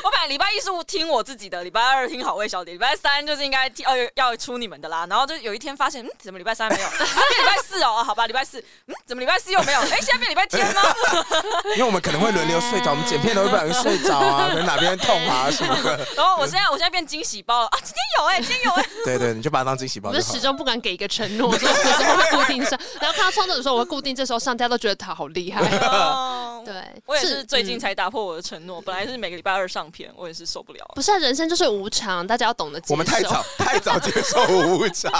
Speaker 4: 我本来礼拜一是听我自己的，礼拜二听好味小姐，礼拜三就是应该听要要出你们的啦。然后就有一天发现，嗯，怎么礼拜三没
Speaker 2: (laughs)
Speaker 4: 有？啊，变礼拜四哦，啊好吧，礼拜四，嗯，怎么礼拜四又没有？哎，现在变礼拜天吗？ (laughs)
Speaker 2: 因为我们可能会轮流睡着，我们剪片都会不小心睡着
Speaker 4: (laughs)
Speaker 2: 啊，可能哪边痛啊什么的。
Speaker 4: 然后我现在我现在变惊喜包了啊，今天有哎，今天有
Speaker 2: (laughs)
Speaker 4: 哎，
Speaker 3: (laughs)
Speaker 2: 对对，你就把它当惊喜包
Speaker 3: 我
Speaker 2: 就
Speaker 3: 就
Speaker 2: 好
Speaker 3: 始
Speaker 2: 了。
Speaker 3: 终不敢给一个承诺，就是什么时候会固定上， (laughs) 然后看到创作者说我会固定这时候上，大家都觉得他好厉
Speaker 2: (laughs)
Speaker 3: 害。
Speaker 4: 哦
Speaker 3: 对，
Speaker 4: 我也是最近
Speaker 3: 嗯
Speaker 4: 才打破我的承诺，本来是每个礼拜二上片，我也是受不了。
Speaker 3: 不是啊人生就是无常，大家要懂得接受。
Speaker 2: 我们太
Speaker 3: (laughs)
Speaker 2: 早太早接受无常，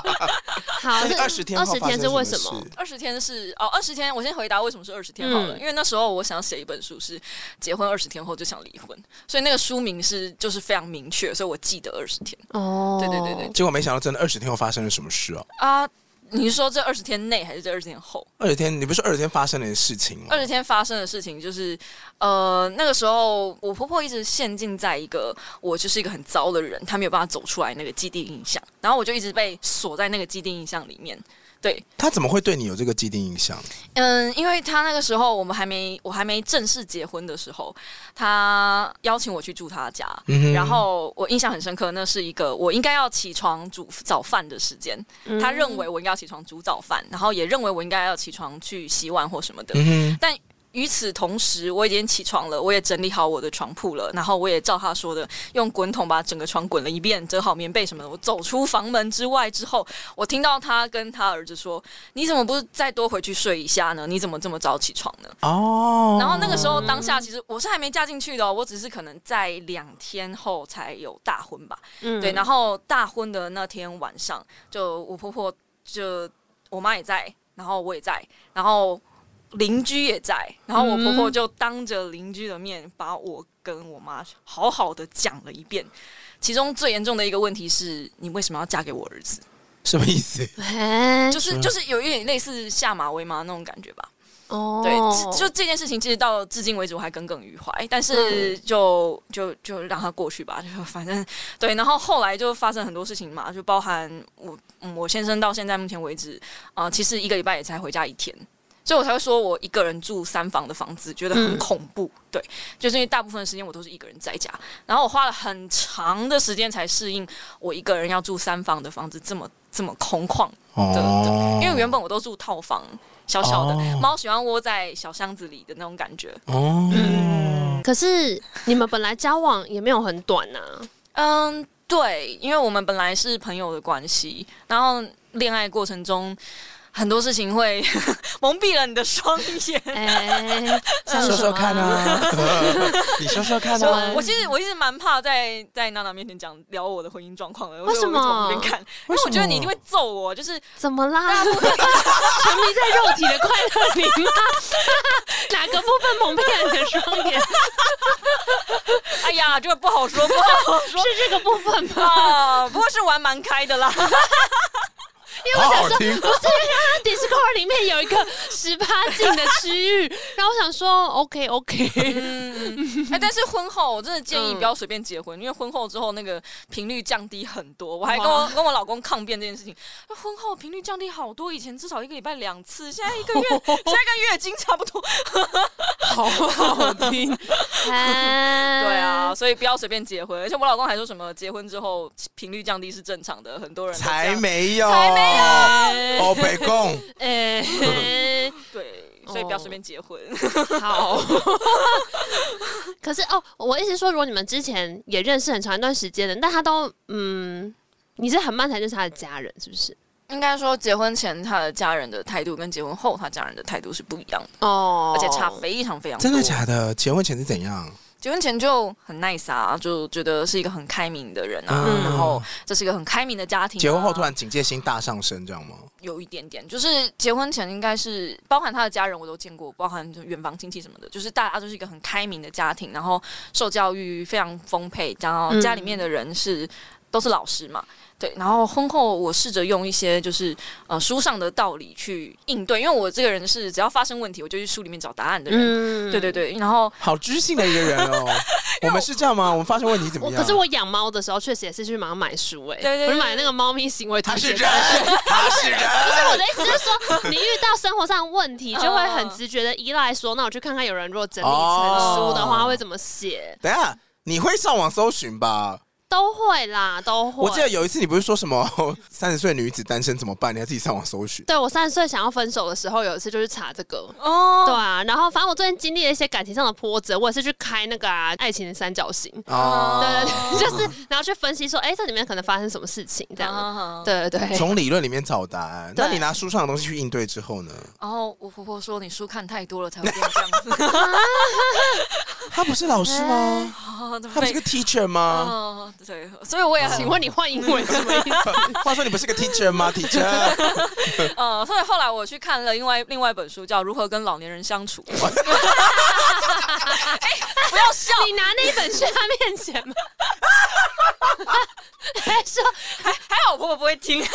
Speaker 3: 好，
Speaker 2: 二十天
Speaker 3: 二
Speaker 2: 后
Speaker 3: 十
Speaker 2: 发
Speaker 3: 天
Speaker 2: 生
Speaker 3: 是为
Speaker 2: 什
Speaker 3: 什么
Speaker 2: 事？？
Speaker 4: 二十天是哦，二十天，我先回答为什么是二十天好了，
Speaker 3: 嗯
Speaker 4: 因为那时候我想写一本书，是结婚二十天后就想离婚，所以那个书名是就是非常明确，所以我记得二十天
Speaker 3: 哦
Speaker 4: 对对对对
Speaker 2: 结果没想到真的二十天后发生了什么事哦、
Speaker 4: 啊。你是说这二十天内还是这二十天后？
Speaker 2: 二十天，你不是二十天发生的事
Speaker 3: 嗯
Speaker 2: 情吗？
Speaker 4: 二十天发生的事情就是，呃，那个时候我婆婆一直陷进在一个我就是一个很糟的人，她没有办法走出来那个既定印象，然后我就一直被锁在那个既定印象里面。对，
Speaker 2: 他怎么会对你有这个既定印象？
Speaker 4: 嗯，因为她那个时候我们还没我还没正式结婚的时候，她邀请我去住她家，
Speaker 2: 嗯哼
Speaker 4: 然后我印象很深刻，那是一个我应该要起床煮早饭的时间，她
Speaker 3: 嗯
Speaker 4: 认为我应该要起床煮早饭，然后也认为我应该要起床去洗碗或什么的，
Speaker 2: 嗯哼，
Speaker 4: 但与此同时，我已经起床了，我也整理好我的床铺了，然后我也照他说的，用滚筒把整个床滚了一遍，折好棉被什么的。我走出房门之外之后，我听到他跟他儿子说：“你怎么不再多回去睡一下呢？你怎么这么早起床呢？”
Speaker 2: 哦，
Speaker 4: 然后那个时候当下其实我是还没嫁进去的哦、我只是可能在两天后才有大婚吧。
Speaker 3: 嗯
Speaker 4: 对，然后大婚的那天晚上，就我婆婆就我妈也在，然后我也在，然后邻居也在，然后我婆婆
Speaker 3: 嗯
Speaker 4: 就当着邻居的面把我跟我妈好好的讲了一遍。其中最严重的一个问题是你为什么要嫁给我儿子？
Speaker 2: 什么意
Speaker 3: (laughs)
Speaker 2: 思？
Speaker 3: 哎
Speaker 4: 就是就是有一点类似下马威嘛那种感觉吧。
Speaker 3: 哦，
Speaker 4: 对，这就这件事情，其实到至今为止我还耿耿于怀，但
Speaker 3: 嗯
Speaker 4: 是就、就就让它过去吧，就 (laughs) 反正对。然后后来就发生很多事情嘛，就包含我嗯我先生到现在目前为止啊、呃其实一个礼拜也才回家一天。所以我才会说，我一个人住三房的房子，觉得很
Speaker 3: 嗯
Speaker 4: 恐怖。对，就是因为大部分的时间我都是一个人在家，然后我花了很长的时间才适应我一个人要住三房的房子这么这么空旷的
Speaker 2: 哦，
Speaker 4: 因为原本我都住套房，小小的
Speaker 2: 哦，
Speaker 4: 猫、喜欢窝在小箱子里的那种感觉。
Speaker 2: 哦，
Speaker 3: 可是你们本来交往也没有很短啊呐、
Speaker 4: 嗯，对，因为我们本来是朋友的关系，然后恋爱过程中很多事情会 (laughs) 蒙蔽了你的双眼。
Speaker 3: 哎、像
Speaker 2: 说
Speaker 3: 什么
Speaker 2: 说看啊，
Speaker 3: (laughs)
Speaker 2: 你说说看啊，
Speaker 4: 我我其实我一直蛮怕在在娜娜面前讲聊我的婚姻状况的，
Speaker 3: 为什么
Speaker 4: 所以我就往旁边看，因为我觉得你一定会揍我，就是
Speaker 3: 怎么啦？ (laughs) 沉迷在肉体的快乐里吗？ (laughs) 哪个部分蒙蔽了你的双 (laughs) 眼？
Speaker 4: 哎呀，这个不好说，不好说
Speaker 3: (laughs) 是这个部分吗？
Speaker 4: 啊，不过是玩蛮开的啦。
Speaker 3: 因为
Speaker 1: 好
Speaker 3: 我想
Speaker 1: 好
Speaker 3: 说，
Speaker 1: 听
Speaker 3: 不。是因为它 Discord 里面有一个十八禁的 (laughs) 区域，然后我想说 OK OK，
Speaker 4: 嗯，哎，但是婚后我真的建议不要随便结婚，因为婚后之后那个频率降低很多。我还跟我
Speaker 3: 哇
Speaker 4: 跟我老公抗辩这件事情，说婚后频率降低好多，以前至少一个礼拜两次，现在一个月，现在跟月经差不 (laughs) 多。
Speaker 3: 好好听。
Speaker 4: 对
Speaker 3: 嗯 (laughs) 对
Speaker 4: 啊，，所以不要随便结婚。而且我老公还说什么结婚之后频率降低是正常的，很多人都这
Speaker 2: 才
Speaker 4: 样
Speaker 2: 没有，
Speaker 4: 才没有。
Speaker 2: 哦，北
Speaker 3: (laughs)
Speaker 2: 贡，
Speaker 3: 哎、 (laughs)
Speaker 4: 对，所以不要随便结婚。 (laughs)
Speaker 3: 好。 (laughs) 可是哦，我意思是说，如果你们之前也认识很长一段时间的，但他都嗯，你是很慢才认识他的家人，是不是？
Speaker 4: 应该说，结婚前他的家人的态度跟结婚后他家人的态度是不一样的，
Speaker 3: 哦
Speaker 4: 而且差非常非常多。
Speaker 2: 真的假的？结婚前是怎样？
Speaker 3: 啊
Speaker 4: 结婚前就很 nice 啊，就觉得是一个很开明的人啊，
Speaker 2: 嗯
Speaker 4: 然后这是一个很开明的家庭啊、
Speaker 2: 结婚后突然警戒心大上升，这样吗？
Speaker 4: 有一点点，就是结婚前应该是包含他的家人我都见过，包含就远房亲戚什么的，就是大家都是一个很开明的家庭，然后受教育非常丰沛，然后
Speaker 3: 嗯
Speaker 4: 家里面的人是、都是老师嘛。对，然后婚后我试着用一些就是呃书上的道理去应对，因为我这个人是只要发生问题我就去书里面找答案的人。
Speaker 3: 嗯
Speaker 4: 对对。对，然后
Speaker 2: 好知性的一个人
Speaker 3: (laughs)
Speaker 2: 哦。我们是这样吗？我们发生问题怎么
Speaker 3: 我
Speaker 2: 样？
Speaker 3: 可是我养猫的时候，确实也是去马上买书哎、
Speaker 4: 对对对
Speaker 3: 我就买那个猫咪行为
Speaker 2: 他
Speaker 3: 图
Speaker 2: 是
Speaker 3: 解。
Speaker 2: 人，他是人。
Speaker 3: 我的意思是说，你遇到生活上的问题，就会
Speaker 4: 嗯
Speaker 3: 很直觉的依赖说，那我去看看有人如果整理成书的
Speaker 2: 哦
Speaker 3: 话，他会怎么写，
Speaker 2: 等一下，你会上网搜寻吧？
Speaker 3: 都会啦，都会。
Speaker 2: 我记得有一次你不是说什么 (laughs) 三十岁女子单身怎么办？你还自己上网搜寻。
Speaker 3: 对我三十岁想要分手的时候，有一次就去查这个。
Speaker 4: 哦，
Speaker 3: 对啊，然后反正我最近经历了一些感情上的波折，我也是去开那个啊爱情的三角形，
Speaker 2: 哦
Speaker 3: 对对对， (laughs) 就是然后去分析说，哎，这里面可能发生什么事情这样，
Speaker 4: 啊
Speaker 3: 对对对，
Speaker 2: 从理论里面找答案。
Speaker 3: 对
Speaker 2: 那你拿书上的东西去应对之后呢？
Speaker 4: 然后我婆婆说：“你书看太多了才会变这样子。 (laughs)
Speaker 2: 他不是老师吗？
Speaker 3: 哎
Speaker 4: 啊”
Speaker 2: (laughs) 他不是
Speaker 4: 被
Speaker 2: 个 teacher 吗？
Speaker 4: 哦，对，所以我也很
Speaker 3: 请问你换英文什么意思？
Speaker 2: 话说你不是个 teacher 吗？teacher，
Speaker 3: (laughs)
Speaker 4: 呃，所以后来我去看了另外另外一本书，叫《如何跟老年人相处》。
Speaker 3: 不要笑，你拿那一本去他面前 (laughs) 吗？还说
Speaker 4: (laughs) 还好我婆婆不会听，不是，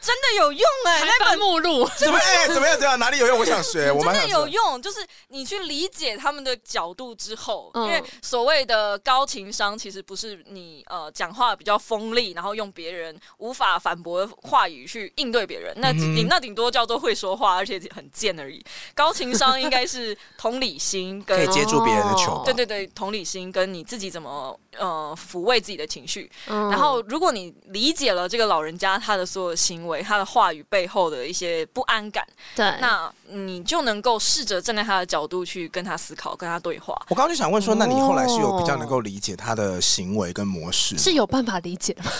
Speaker 4: 真的有用哎、
Speaker 3: 还
Speaker 4: 那
Speaker 3: 翻
Speaker 4: 本
Speaker 3: 目录，
Speaker 2: 怎么哎、怎么样怎么样？哪里有用？我想学，我蛮
Speaker 4: 真
Speaker 2: 想
Speaker 4: 的有
Speaker 2: 学。
Speaker 4: 用，就是你去理解他们的角度之后，
Speaker 3: 嗯
Speaker 4: 因为所谓的高情商，其实不是你呃讲话比较锋利，然后用别人无法反驳的话语去应对别人，那
Speaker 2: 嗯
Speaker 4: 顶、那顶多叫做会说话，而且很贱而已。高情商应该是同理心
Speaker 2: 可以
Speaker 4: 跟。
Speaker 2: 接住别人的球
Speaker 3: 哦
Speaker 4: 对对对，同理心跟你自己怎么呃抚慰自己的情绪，
Speaker 3: 嗯
Speaker 4: 然后，如果你理解了这个老人家他的所有行为、他的话语背后的一些不安感，
Speaker 3: 对，
Speaker 4: 那嗯你就能够试着站在他的角度去跟他思考、跟他对话。
Speaker 2: 我刚刚就想问说，那你后来是有比较能够理解他的行为跟模式吗？
Speaker 3: 是有办法理解吗？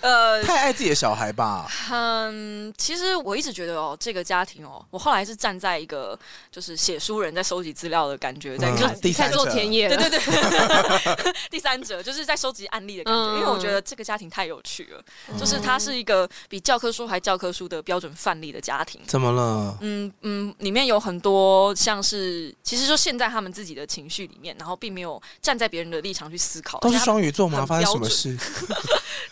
Speaker 4: 呃，
Speaker 2: 太爱自己的小孩吧？
Speaker 4: 嗯，其实我一直觉得哦，这个家庭哦，我后来是站在一个就是写书人在收集资料的感觉在
Speaker 2: 嗯
Speaker 4: 看。
Speaker 2: 第
Speaker 3: 在
Speaker 2: 三者
Speaker 3: 做田野了，
Speaker 4: (laughs) 对对对， (laughs) 第三者就是在收集案例的感觉，
Speaker 3: 嗯
Speaker 4: 因为我觉得这个家庭太有趣了，就是它是一个比教科书还教科书的标准范例的家庭。
Speaker 2: 怎么了？
Speaker 4: 嗯嗯，里面有很多像是，其实就陷在他们自己的情绪里面，然后并没有站在别人的立场去思考。
Speaker 2: 都是
Speaker 4: 而且他们
Speaker 2: 双鱼座吗？
Speaker 4: 很
Speaker 2: 发生什么
Speaker 4: 标准
Speaker 2: 事？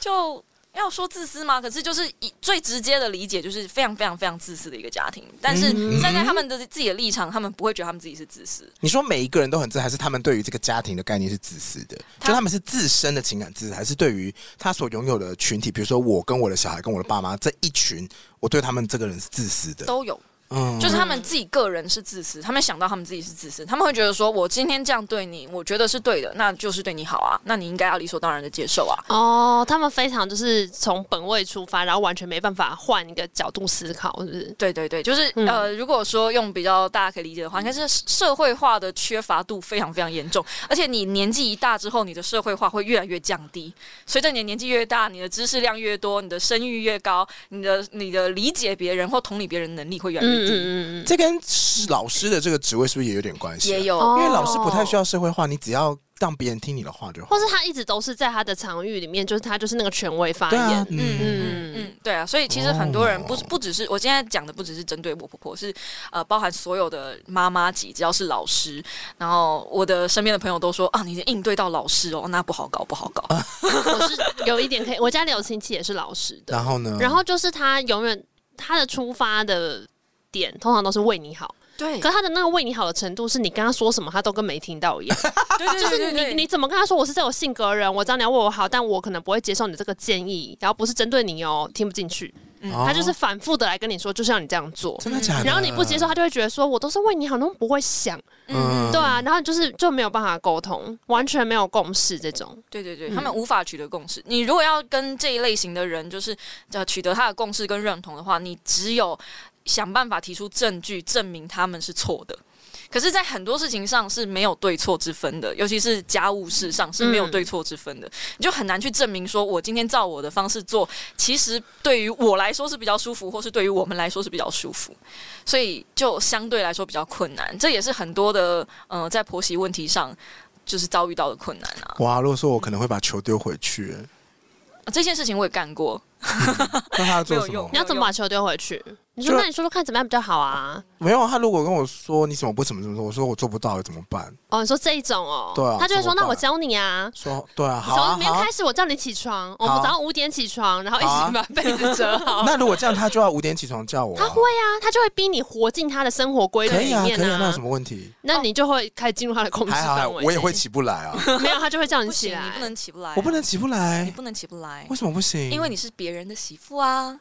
Speaker 4: 就要说自私吗？可是就是以最直接的理解，就是非常非常非常自私的一个家庭。但是
Speaker 2: 嗯
Speaker 4: 站在他们的自己的立场，他们不会觉得他们自己是自私。
Speaker 2: 你说每一个人都很自私，还是他们对于这个家庭的概念是自私的？
Speaker 4: 他
Speaker 2: 就他们是自身的情感自私，还是对于他所拥有的群体，比如说我跟我的小孩、跟我的爸妈这一群，我对他们这个人是自私的？
Speaker 4: 都有，
Speaker 2: 嗯，
Speaker 4: 就是他们自己个人是自私，他们想到他们自己是自私，他们会觉得说，我今天这样对你，我觉得是对的，那就是对你好啊，那你应该要理所当然的接受啊。
Speaker 3: 哦，他们非常就是从本位出发，然后完全没办法换一个角度思考，是不是？
Speaker 4: 对对对，就是、
Speaker 3: 嗯
Speaker 4: 呃，如果说用比较大家可以理解的话，应该是社会化的缺乏度非常非常严重，而且你年纪一大之后，你的社会化会越来越降低。随着你的年纪越大，你的知识量越多，你的声誉越高，你的你的理解别人或同理别人能力会越来越
Speaker 3: 嗯
Speaker 4: 低。
Speaker 3: 嗯嗯
Speaker 2: 这跟老师的这个职位是不是也有点关系、啊
Speaker 4: 也，有，
Speaker 3: 哦
Speaker 2: 因为老师不太需要社会化，你只要让别人听你的话就好
Speaker 3: 或。是他一直都是在他的场域里面，就是他就是那个权威发
Speaker 2: 对
Speaker 3: 言。
Speaker 2: 啊，嗯。
Speaker 4: 嗯嗯嗯，对啊，所以其实很多人不是不只是我今天讲的，不只是针对我婆婆，是呃包含所有的妈妈级，只要是老师，然后我的身边的朋友都说啊，你应对到老师哦，那不好搞，不好搞。
Speaker 3: 我是有一点可以，我家里有亲戚也是老师的，
Speaker 2: 然后呢？
Speaker 3: 然后就是他永远他的出发的点通常都是为你好，
Speaker 4: 对
Speaker 3: 可他的那个为你好的程度是你跟他说什么他都跟没听到一样，
Speaker 4: 对对
Speaker 3: 就是你你怎么跟他说我是这种性格人，我知道你要为我好，但我可能不会接受你这个建议，然后不是针对你哦，听不进去，
Speaker 2: 哦嗯
Speaker 3: 他就是反复的来跟你说就是要你这样做，
Speaker 2: 真的假的？
Speaker 3: 然后你不接受，他就会觉得说我都是为你好，那么不会想，
Speaker 2: 嗯
Speaker 3: 对啊，然后就是就没有办法沟通，完全没有共识这种，
Speaker 2: 嗯
Speaker 4: 对对对，他们无法取得共识。你如果要跟这一类型的人，就是呃取得他的共识跟认同的话，你只有想办法提出证据证明他们是错的。可是，在很多事情上是没有对错之分的，尤其是家务事上是没有对错之分的，你就很难去证明说，我今天照我的方式做，其实对于我来说是比较舒服，或是对于我们来说是比较舒服，所以就相对来说比较困难。这也是很多的呃，在婆媳问题上就是遭遇到的困难啊。
Speaker 2: 哇，如果说我可能会把球丢回去，欸
Speaker 4: 啊这件事情我也干过，
Speaker 2: 那他要做
Speaker 4: 没
Speaker 2: 什
Speaker 4: 有
Speaker 2: 么
Speaker 4: 用
Speaker 3: 你？要怎么把球丢回去？你说
Speaker 2: 就
Speaker 3: 那你说说看怎么样比较好啊？
Speaker 2: 没有，他如果跟我说你怎么不怎么怎么说，我说我做不到怎么办？
Speaker 3: 哦，你说这一种哦，
Speaker 2: 对啊
Speaker 3: 他就会说
Speaker 2: 怎么办
Speaker 3: 那我教你啊。
Speaker 2: 说对啊，好
Speaker 3: 从
Speaker 2: 啊
Speaker 3: 明天
Speaker 2: 好啊
Speaker 3: 开。始，我叫你起床，我们
Speaker 2: 好啊
Speaker 3: 早上五点起床，然后一
Speaker 2: 好啊
Speaker 3: 起把被子折
Speaker 2: (laughs)
Speaker 3: 好。
Speaker 2: 那如果这样，他就要五点起床叫我啊、
Speaker 3: 哦他会啊，他就会逼你活进他的生活规律
Speaker 2: 可以
Speaker 3: 里
Speaker 2: 啊，可
Speaker 3: 面
Speaker 2: 以啊，那有什么问题？
Speaker 3: 那你就会开始进入他的控制
Speaker 2: 还好，还好
Speaker 3: 范围。
Speaker 2: 我也会，起不来啊，
Speaker 3: (laughs) 没有他就会叫你
Speaker 4: 不
Speaker 3: 起
Speaker 4: 行，
Speaker 3: 来。
Speaker 4: 你不能起不来、
Speaker 2: 我不，能起不
Speaker 4: 你
Speaker 2: 来，
Speaker 4: 不能起不来
Speaker 2: 为，什么不行？
Speaker 4: 因为你是别人的媳妇啊。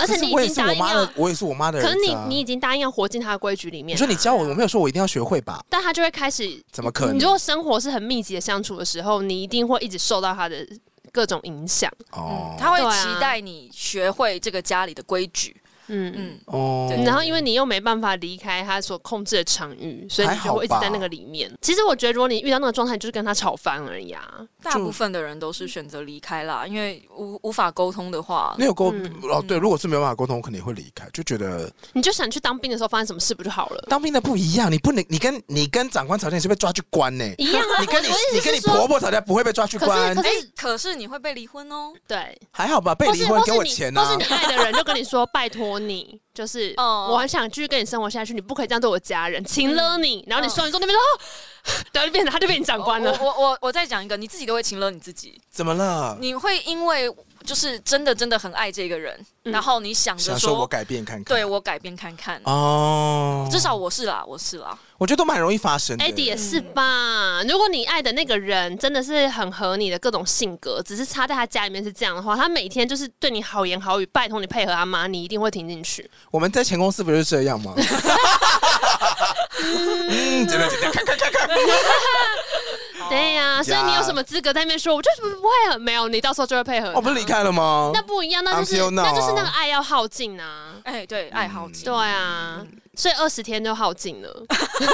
Speaker 3: 而且
Speaker 2: 可是
Speaker 3: 你
Speaker 2: 我
Speaker 3: 已
Speaker 2: 也
Speaker 3: 经
Speaker 2: 是
Speaker 3: 答
Speaker 2: 我
Speaker 3: 应
Speaker 2: 妈
Speaker 3: 要
Speaker 2: 的，，我也是我妈的儿子啊、
Speaker 3: 可是你你已经答应要活进他的规矩里面啊。
Speaker 2: 你说你教我，我没有说我一定要学会吧？
Speaker 3: 但他就会开始
Speaker 2: 怎么可能？
Speaker 3: 你如果生活是很密集的相处的时候，你一定会一直受到他的各种影响。
Speaker 2: 哦，
Speaker 4: 嗯他会
Speaker 3: 对啊
Speaker 4: 期待你学会这个家里的规矩。
Speaker 3: 嗯
Speaker 4: 嗯，
Speaker 2: 哦
Speaker 3: 嗯，然后因为你又没办法离开他所控制的场域，所以
Speaker 2: 还
Speaker 3: 你就
Speaker 2: 好吧
Speaker 3: 会一直在那个里面。其实我觉得，如果你遇到那个状态，你就是跟他吵翻而已啊。
Speaker 4: 大部分的人都是选择离开啦，因为无无法沟通的话
Speaker 2: 那，有沟、
Speaker 3: 嗯
Speaker 2: 哦，对，如果是没有办法沟通，我肯定会离开，就觉得
Speaker 3: 你就想去当兵的时候发生什么事不就好了？
Speaker 2: 当兵的不一样，你不能，你跟你跟长官吵架，你是被抓去关呢、
Speaker 3: 一样啊。
Speaker 2: 你跟你
Speaker 3: 我的
Speaker 2: 你
Speaker 3: 意思
Speaker 2: 跟你
Speaker 3: 是说
Speaker 2: 婆婆吵架不会被抓去
Speaker 3: 可是
Speaker 2: 关
Speaker 3: 可，
Speaker 4: 哎
Speaker 3: 是
Speaker 4: 可是你会被离婚哦。
Speaker 3: 对，
Speaker 2: 还好吧？被
Speaker 3: 或
Speaker 2: 离
Speaker 3: 是
Speaker 2: 婚
Speaker 3: 或
Speaker 2: 给
Speaker 3: 是
Speaker 2: 我
Speaker 3: 你
Speaker 2: 钱
Speaker 3: 或
Speaker 2: 啊
Speaker 3: 是你！爱的人就跟你说，拜托你，就是
Speaker 4: 哦
Speaker 3: 我很想继续跟你生活下去，你不可以这样对我家人，请了你。然后你说完之后，那边说， (laughs) 哦然后就变
Speaker 2: 哦
Speaker 3: (laughs) 成他就变成长官了
Speaker 2: 嗯
Speaker 4: 我。我我我再讲一个，你自己都会情了你自己，
Speaker 2: 怎么了？
Speaker 4: 你会因为就是真的真的很爱这个人，
Speaker 3: 嗯
Speaker 4: 然后你想着
Speaker 2: 想
Speaker 4: 说，
Speaker 2: 说我改变看看，
Speaker 4: 对我改变看看，
Speaker 2: 哦，
Speaker 4: 至少我是啦，我是啦，
Speaker 2: 我觉得都蛮容易发生的。
Speaker 3: 艾迪也是吧？如果你爱的那个人真的是很合你的各种性格，只是差在他家里面是这样的话，他每天就是对你好言好语，拜托你配合阿妈，你一定会听进去。
Speaker 2: 我们在前公司不就是这样
Speaker 3: (laughs)
Speaker 2: 吗？嗯，真的真的，看看看看，
Speaker 3: 对呀、所以你有什么资格在那边说我就是不会很没有？你到时候就会配合。
Speaker 2: 哦我不是离开了吗
Speaker 3: 那？不一样，那就是
Speaker 2: Until now 啊
Speaker 3: 那就是那个爱要耗尽啊。
Speaker 4: 哎，对，爱
Speaker 2: 嗯
Speaker 4: 好级
Speaker 3: 对啊，
Speaker 4: 嗯
Speaker 3: 所以二十天就耗尽
Speaker 4: (laughs)
Speaker 3: 了，因为中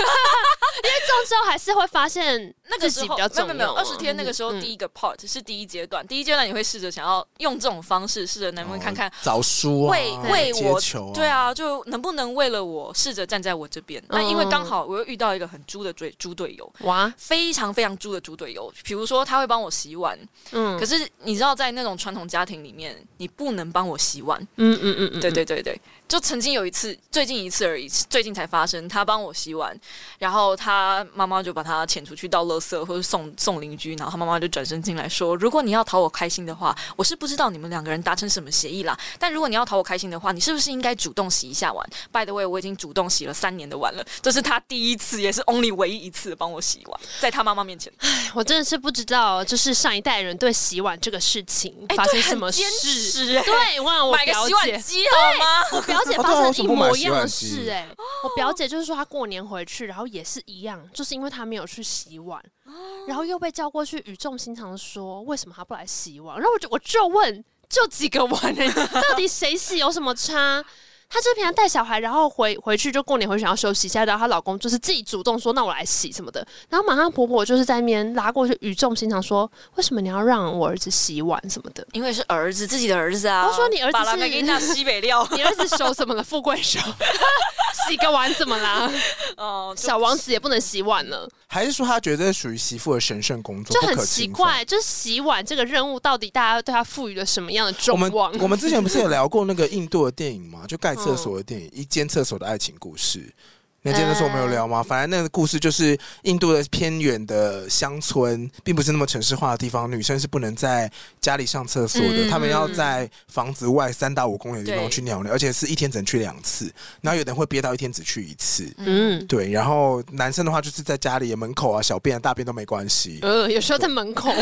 Speaker 3: 之后还是会发现
Speaker 4: 那个
Speaker 3: 自
Speaker 4: 时
Speaker 3: 己
Speaker 4: 候
Speaker 3: 比较
Speaker 4: 没有
Speaker 3: 重
Speaker 4: 没
Speaker 3: 要
Speaker 4: 有
Speaker 3: 啊。
Speaker 4: 没有，二十天那个时候
Speaker 3: 嗯
Speaker 4: 第一个 part、是第一阶段，第一阶段你会试着想要用这种方式，试着能不
Speaker 2: 哦
Speaker 4: 能看看
Speaker 2: 早输啊，
Speaker 4: 为为我
Speaker 2: 接球啊，
Speaker 4: 对，啊，就能不能为了我试着站在我这边？那、因为
Speaker 3: 嗯
Speaker 4: 刚好我又遇到一个很猪的追猪队友，
Speaker 3: 哇，
Speaker 4: 非常非常猪的猪队友。比如说他会帮我洗碗，
Speaker 3: 嗯，
Speaker 4: 可是你知道在那种传统家庭里面，你不能帮我洗碗。
Speaker 3: 嗯嗯嗯嗯，
Speaker 4: 对对对对，就曾经有一次，最近一次而已，最近才发生。他帮我洗碗，然后他妈妈就把他遣出去倒垃圾或者送送邻居，然后他妈妈就转身进来说：“如果你要讨我开心的话，我是不知道你们两个人达成什么协议啦。但如果你要讨我开心的话，你是不是应该主动洗一下碗？By the way，我已经主动洗了三年的碗了，这是他第一次，也是 only 唯一一次帮我洗碗，在他妈妈面前。
Speaker 3: 我真的是不知道，就是上一代人对洗碗这个事情
Speaker 4: 哎
Speaker 3: 发生
Speaker 4: 对
Speaker 3: 什
Speaker 4: 很
Speaker 3: 么
Speaker 4: 坚
Speaker 3: 事。
Speaker 4: 持哎、
Speaker 3: 对，哇，我
Speaker 4: 买个
Speaker 3: 表
Speaker 4: 洗
Speaker 3: 姐
Speaker 4: 碗，机好吗？
Speaker 3: 我表姐
Speaker 2: 哦对啊
Speaker 3: 发生
Speaker 2: 为什
Speaker 3: 一
Speaker 2: 么不买
Speaker 3: 模一
Speaker 2: 洗
Speaker 3: 样
Speaker 2: 碗
Speaker 3: 的
Speaker 2: 机
Speaker 3: 事、哎，我表姐就是说她过年回去，然后也是一样，就是因为她没有去洗碗，然后又被叫过去，语重心长的说为什么她不来洗碗，然后我就我就问，就几个碗、哎，到底谁洗有什么差？她就是平常带小孩，然后回回去就过年回去想要休息一下，然后她老公就是自己主动说那我来洗什么的，然后马上婆婆就是在那边拉过去，语重心长说为什么你要让我儿子洗碗什么的。
Speaker 4: 因为是儿子，自己的儿子啊。
Speaker 3: 我说你儿子是
Speaker 4: 巴拉给那西北料
Speaker 3: 你儿子手怎么了？富贵手， (laughs) 洗个碗怎么啦？
Speaker 4: 哦，就
Speaker 3: 小王子也不能洗碗了，
Speaker 2: 还是说他觉得这属于媳妇的神圣工作，
Speaker 3: 就
Speaker 2: 不
Speaker 3: 很
Speaker 2: 可
Speaker 3: 奇
Speaker 2: 侵犯
Speaker 3: 怪。就是洗碗这个任务，到底大家对他赋予了什么样的
Speaker 2: 我
Speaker 3: 众
Speaker 2: 们
Speaker 3: 望？
Speaker 2: 我们之前不是有聊过那个印度的电影嘛，就盖
Speaker 4: 嗯
Speaker 2: 厕所的电影，一间厕所的爱情故事。那间厕所我
Speaker 4: 哎
Speaker 2: 们有聊吗？反正那个故事就是印度的偏远的乡村，并不是那么城市化的地方，女生是不能在家里上厕所的，
Speaker 4: 嗯
Speaker 2: 她、们要在房子外三到五公里的地方
Speaker 4: 对
Speaker 2: 去尿尿，而且是一天只能去两次，然后有的人会憋到一天只去一次。
Speaker 3: 嗯，
Speaker 2: 对，然后男生的话就是在家里的门口啊、小便啊、大便都没关系，
Speaker 3: 呃，有时候在门口，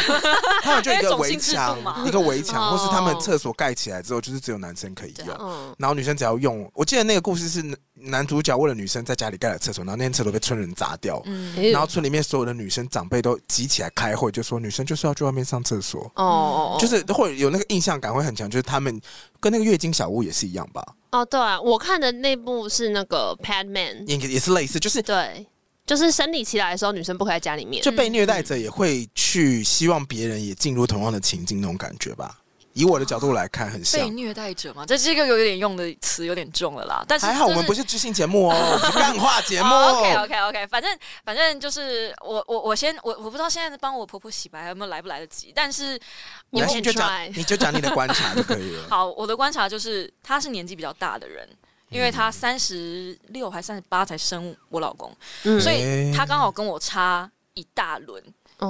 Speaker 2: 他们就一
Speaker 4: 因为
Speaker 2: 个
Speaker 4: 种
Speaker 2: 围
Speaker 4: 姓制
Speaker 2: 墙
Speaker 4: 度嘛，
Speaker 2: 一个围墙，或是他们
Speaker 3: 哦
Speaker 2: 厕所盖起来之后，就是只有男生可以
Speaker 4: 对啊
Speaker 2: 用。
Speaker 3: 嗯，
Speaker 2: 然后女生只要用，我记得那个故事是男男主角为了女生在家里盖了厕所，然后那间厕所被村人砸掉，
Speaker 4: 嗯，
Speaker 3: 哎呦
Speaker 2: 然后村里面所有的女生长辈都集起来开会，就说女生就是要去外面上厕所，
Speaker 3: 哦
Speaker 4: 嗯
Speaker 3: 哦，哦
Speaker 2: 就是会有那个印象感会很强，就是他们跟那个月经小屋也是一样吧，
Speaker 3: 哦，对啊，我看的那部是那个 Padman，
Speaker 2: 也也是类似，就是
Speaker 3: 对，就是生理期来的时候，女生不可以在家里面。
Speaker 2: 就被虐待者也会去希望别人也进入同样的情境那种感觉吧。以我的角度来看，很像
Speaker 4: 被。虐待者嘛，这这个有点用的词有点重了啦。但是
Speaker 2: 还好我们不
Speaker 4: 是。
Speaker 2: 是知性节
Speaker 4: (laughs)
Speaker 2: 目哦，我们是干话节目。
Speaker 4: 哦 OK OK OK，反正反正就是我我我先我我不知道现在帮我婆婆洗白有没有来不来得及，但是
Speaker 2: 你
Speaker 3: 有
Speaker 2: 要
Speaker 3: 点
Speaker 2: 先就讲
Speaker 3: dry，
Speaker 2: 你就讲你的观察就可以
Speaker 4: (laughs)
Speaker 2: 了。
Speaker 4: 好，我的观察就是她是年纪比较大的人，因为
Speaker 2: 嗯
Speaker 4: 她三十六还三十八才生我老公，
Speaker 3: 嗯
Speaker 4: 所
Speaker 2: 哎
Speaker 4: 以她刚好跟我差一大轮，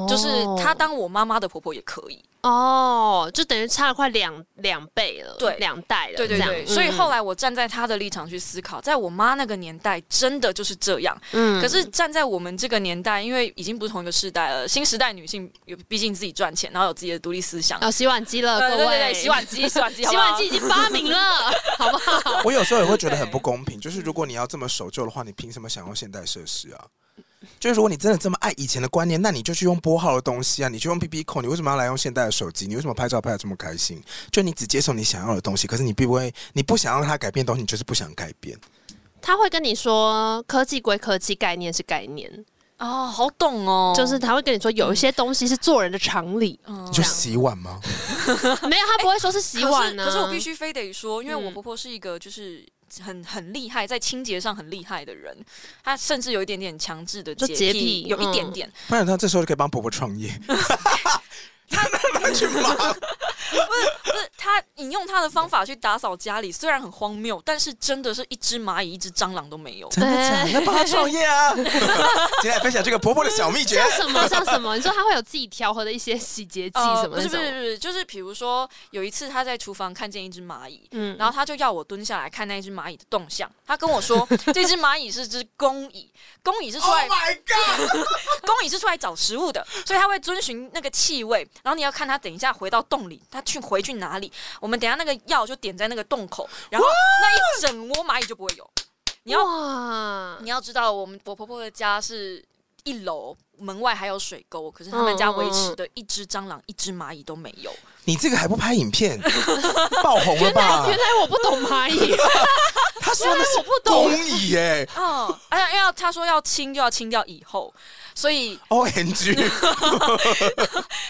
Speaker 4: 就是她当我妈妈的婆婆也可以。
Speaker 3: 哦，就等于差了快两两倍了，
Speaker 4: 对
Speaker 3: 两代了，
Speaker 4: 对对
Speaker 3: 这样
Speaker 4: 对，所以
Speaker 3: 嗯
Speaker 4: 后来我站在他的立场去思考，在我妈那个年代真的就是这样，
Speaker 3: 嗯
Speaker 4: 可是站在我们这个年代，因为已经不是同一个世代了，新时代女性有毕竟自己赚钱，然后有自己的独立思想。
Speaker 3: 哦，洗碗机了，
Speaker 4: 呃
Speaker 3: 各
Speaker 4: 对
Speaker 3: 位，
Speaker 4: 对对，洗碗机，洗碗机，好
Speaker 3: 洗
Speaker 4: 不好
Speaker 3: 碗机已经发明了，好不好？
Speaker 2: 我有时候也会觉得很不公平，就是如果你要这么守旧的话，你凭什么想用现代设施啊？就是如果你真的这么爱以前的观念，那你就去用拨号的东西啊，你去用 B B 扣，你为什么要来用现代的手机？你为什么拍照拍的这么开心？就你只接受你想要的东西，可是你并不会，你不想让它改变的东西，你就是不想改变。
Speaker 3: 他会跟你说，科技归科技，概念是概念，
Speaker 4: 哦，好懂哦，
Speaker 3: 就是他会跟你说，有一些东西是做人的常
Speaker 4: (laughs)
Speaker 3: 理，
Speaker 4: 嗯
Speaker 2: 你就洗碗吗？
Speaker 3: 没有，他不会说是啊洗碗呢、
Speaker 4: 可是可是我必，须非得说，因为我
Speaker 3: 嗯
Speaker 4: 婆婆是一个就是很很厉害，在清洁上很厉害的人，她甚至有一点点强制的
Speaker 3: 就洁癖
Speaker 4: 有一点
Speaker 3: 嗯
Speaker 4: 点。 (laughs)
Speaker 2: (laughs) 不然她这时候就可以帮婆婆创业。她哪来去忙？
Speaker 4: 不是他引用他的方法去打扫家里，虽然很荒谬，但是真的是一只蚂蚁、一只蟑螂都没有。
Speaker 2: 真的假的？那帮他创业
Speaker 4: (laughs)
Speaker 2: 啊！今天来分享这个婆婆的小秘诀。
Speaker 3: 什么像什么？你说他会有自己调和的一些洗洁剂
Speaker 4: 呃
Speaker 3: 什么
Speaker 4: 啊不
Speaker 3: 那
Speaker 4: 是不
Speaker 3: 种
Speaker 4: 是？不是，就是比如说有一次他在厨房看见一只蚂蚁，
Speaker 3: 嗯，
Speaker 4: 然后他就要我蹲下来看那一只蚂蚁的动向。他跟
Speaker 3: (laughs)
Speaker 4: 我说，这只蚂蚁是只公蚁，公蚁是出
Speaker 2: Oh
Speaker 4: 来
Speaker 2: my god！
Speaker 4: (laughs) 公蚁是出来找食物的，所以它会遵循那个气味。然后你要看它等一下回到洞里，它去回去哪里。我们等一下那个药就点在那个洞口，然后那一整窝蚂蚁就不会有。你要啊
Speaker 3: 哇，
Speaker 4: 你要知道，我们我婆婆的家是一楼。门外还有水沟，可是他们家维持的一只蟑螂、一只蚂蚁都没有。
Speaker 2: 你这个还不拍影片，爆红了
Speaker 3: 原
Speaker 4: (laughs)
Speaker 3: 来
Speaker 2: 吧
Speaker 3: 原？来我不懂蚂蚁，
Speaker 2: 他说的是
Speaker 3: 我不懂
Speaker 2: 公蚁耶
Speaker 4: 嗯，而且要他说要清就要清掉以后，所以
Speaker 2: ，O M G！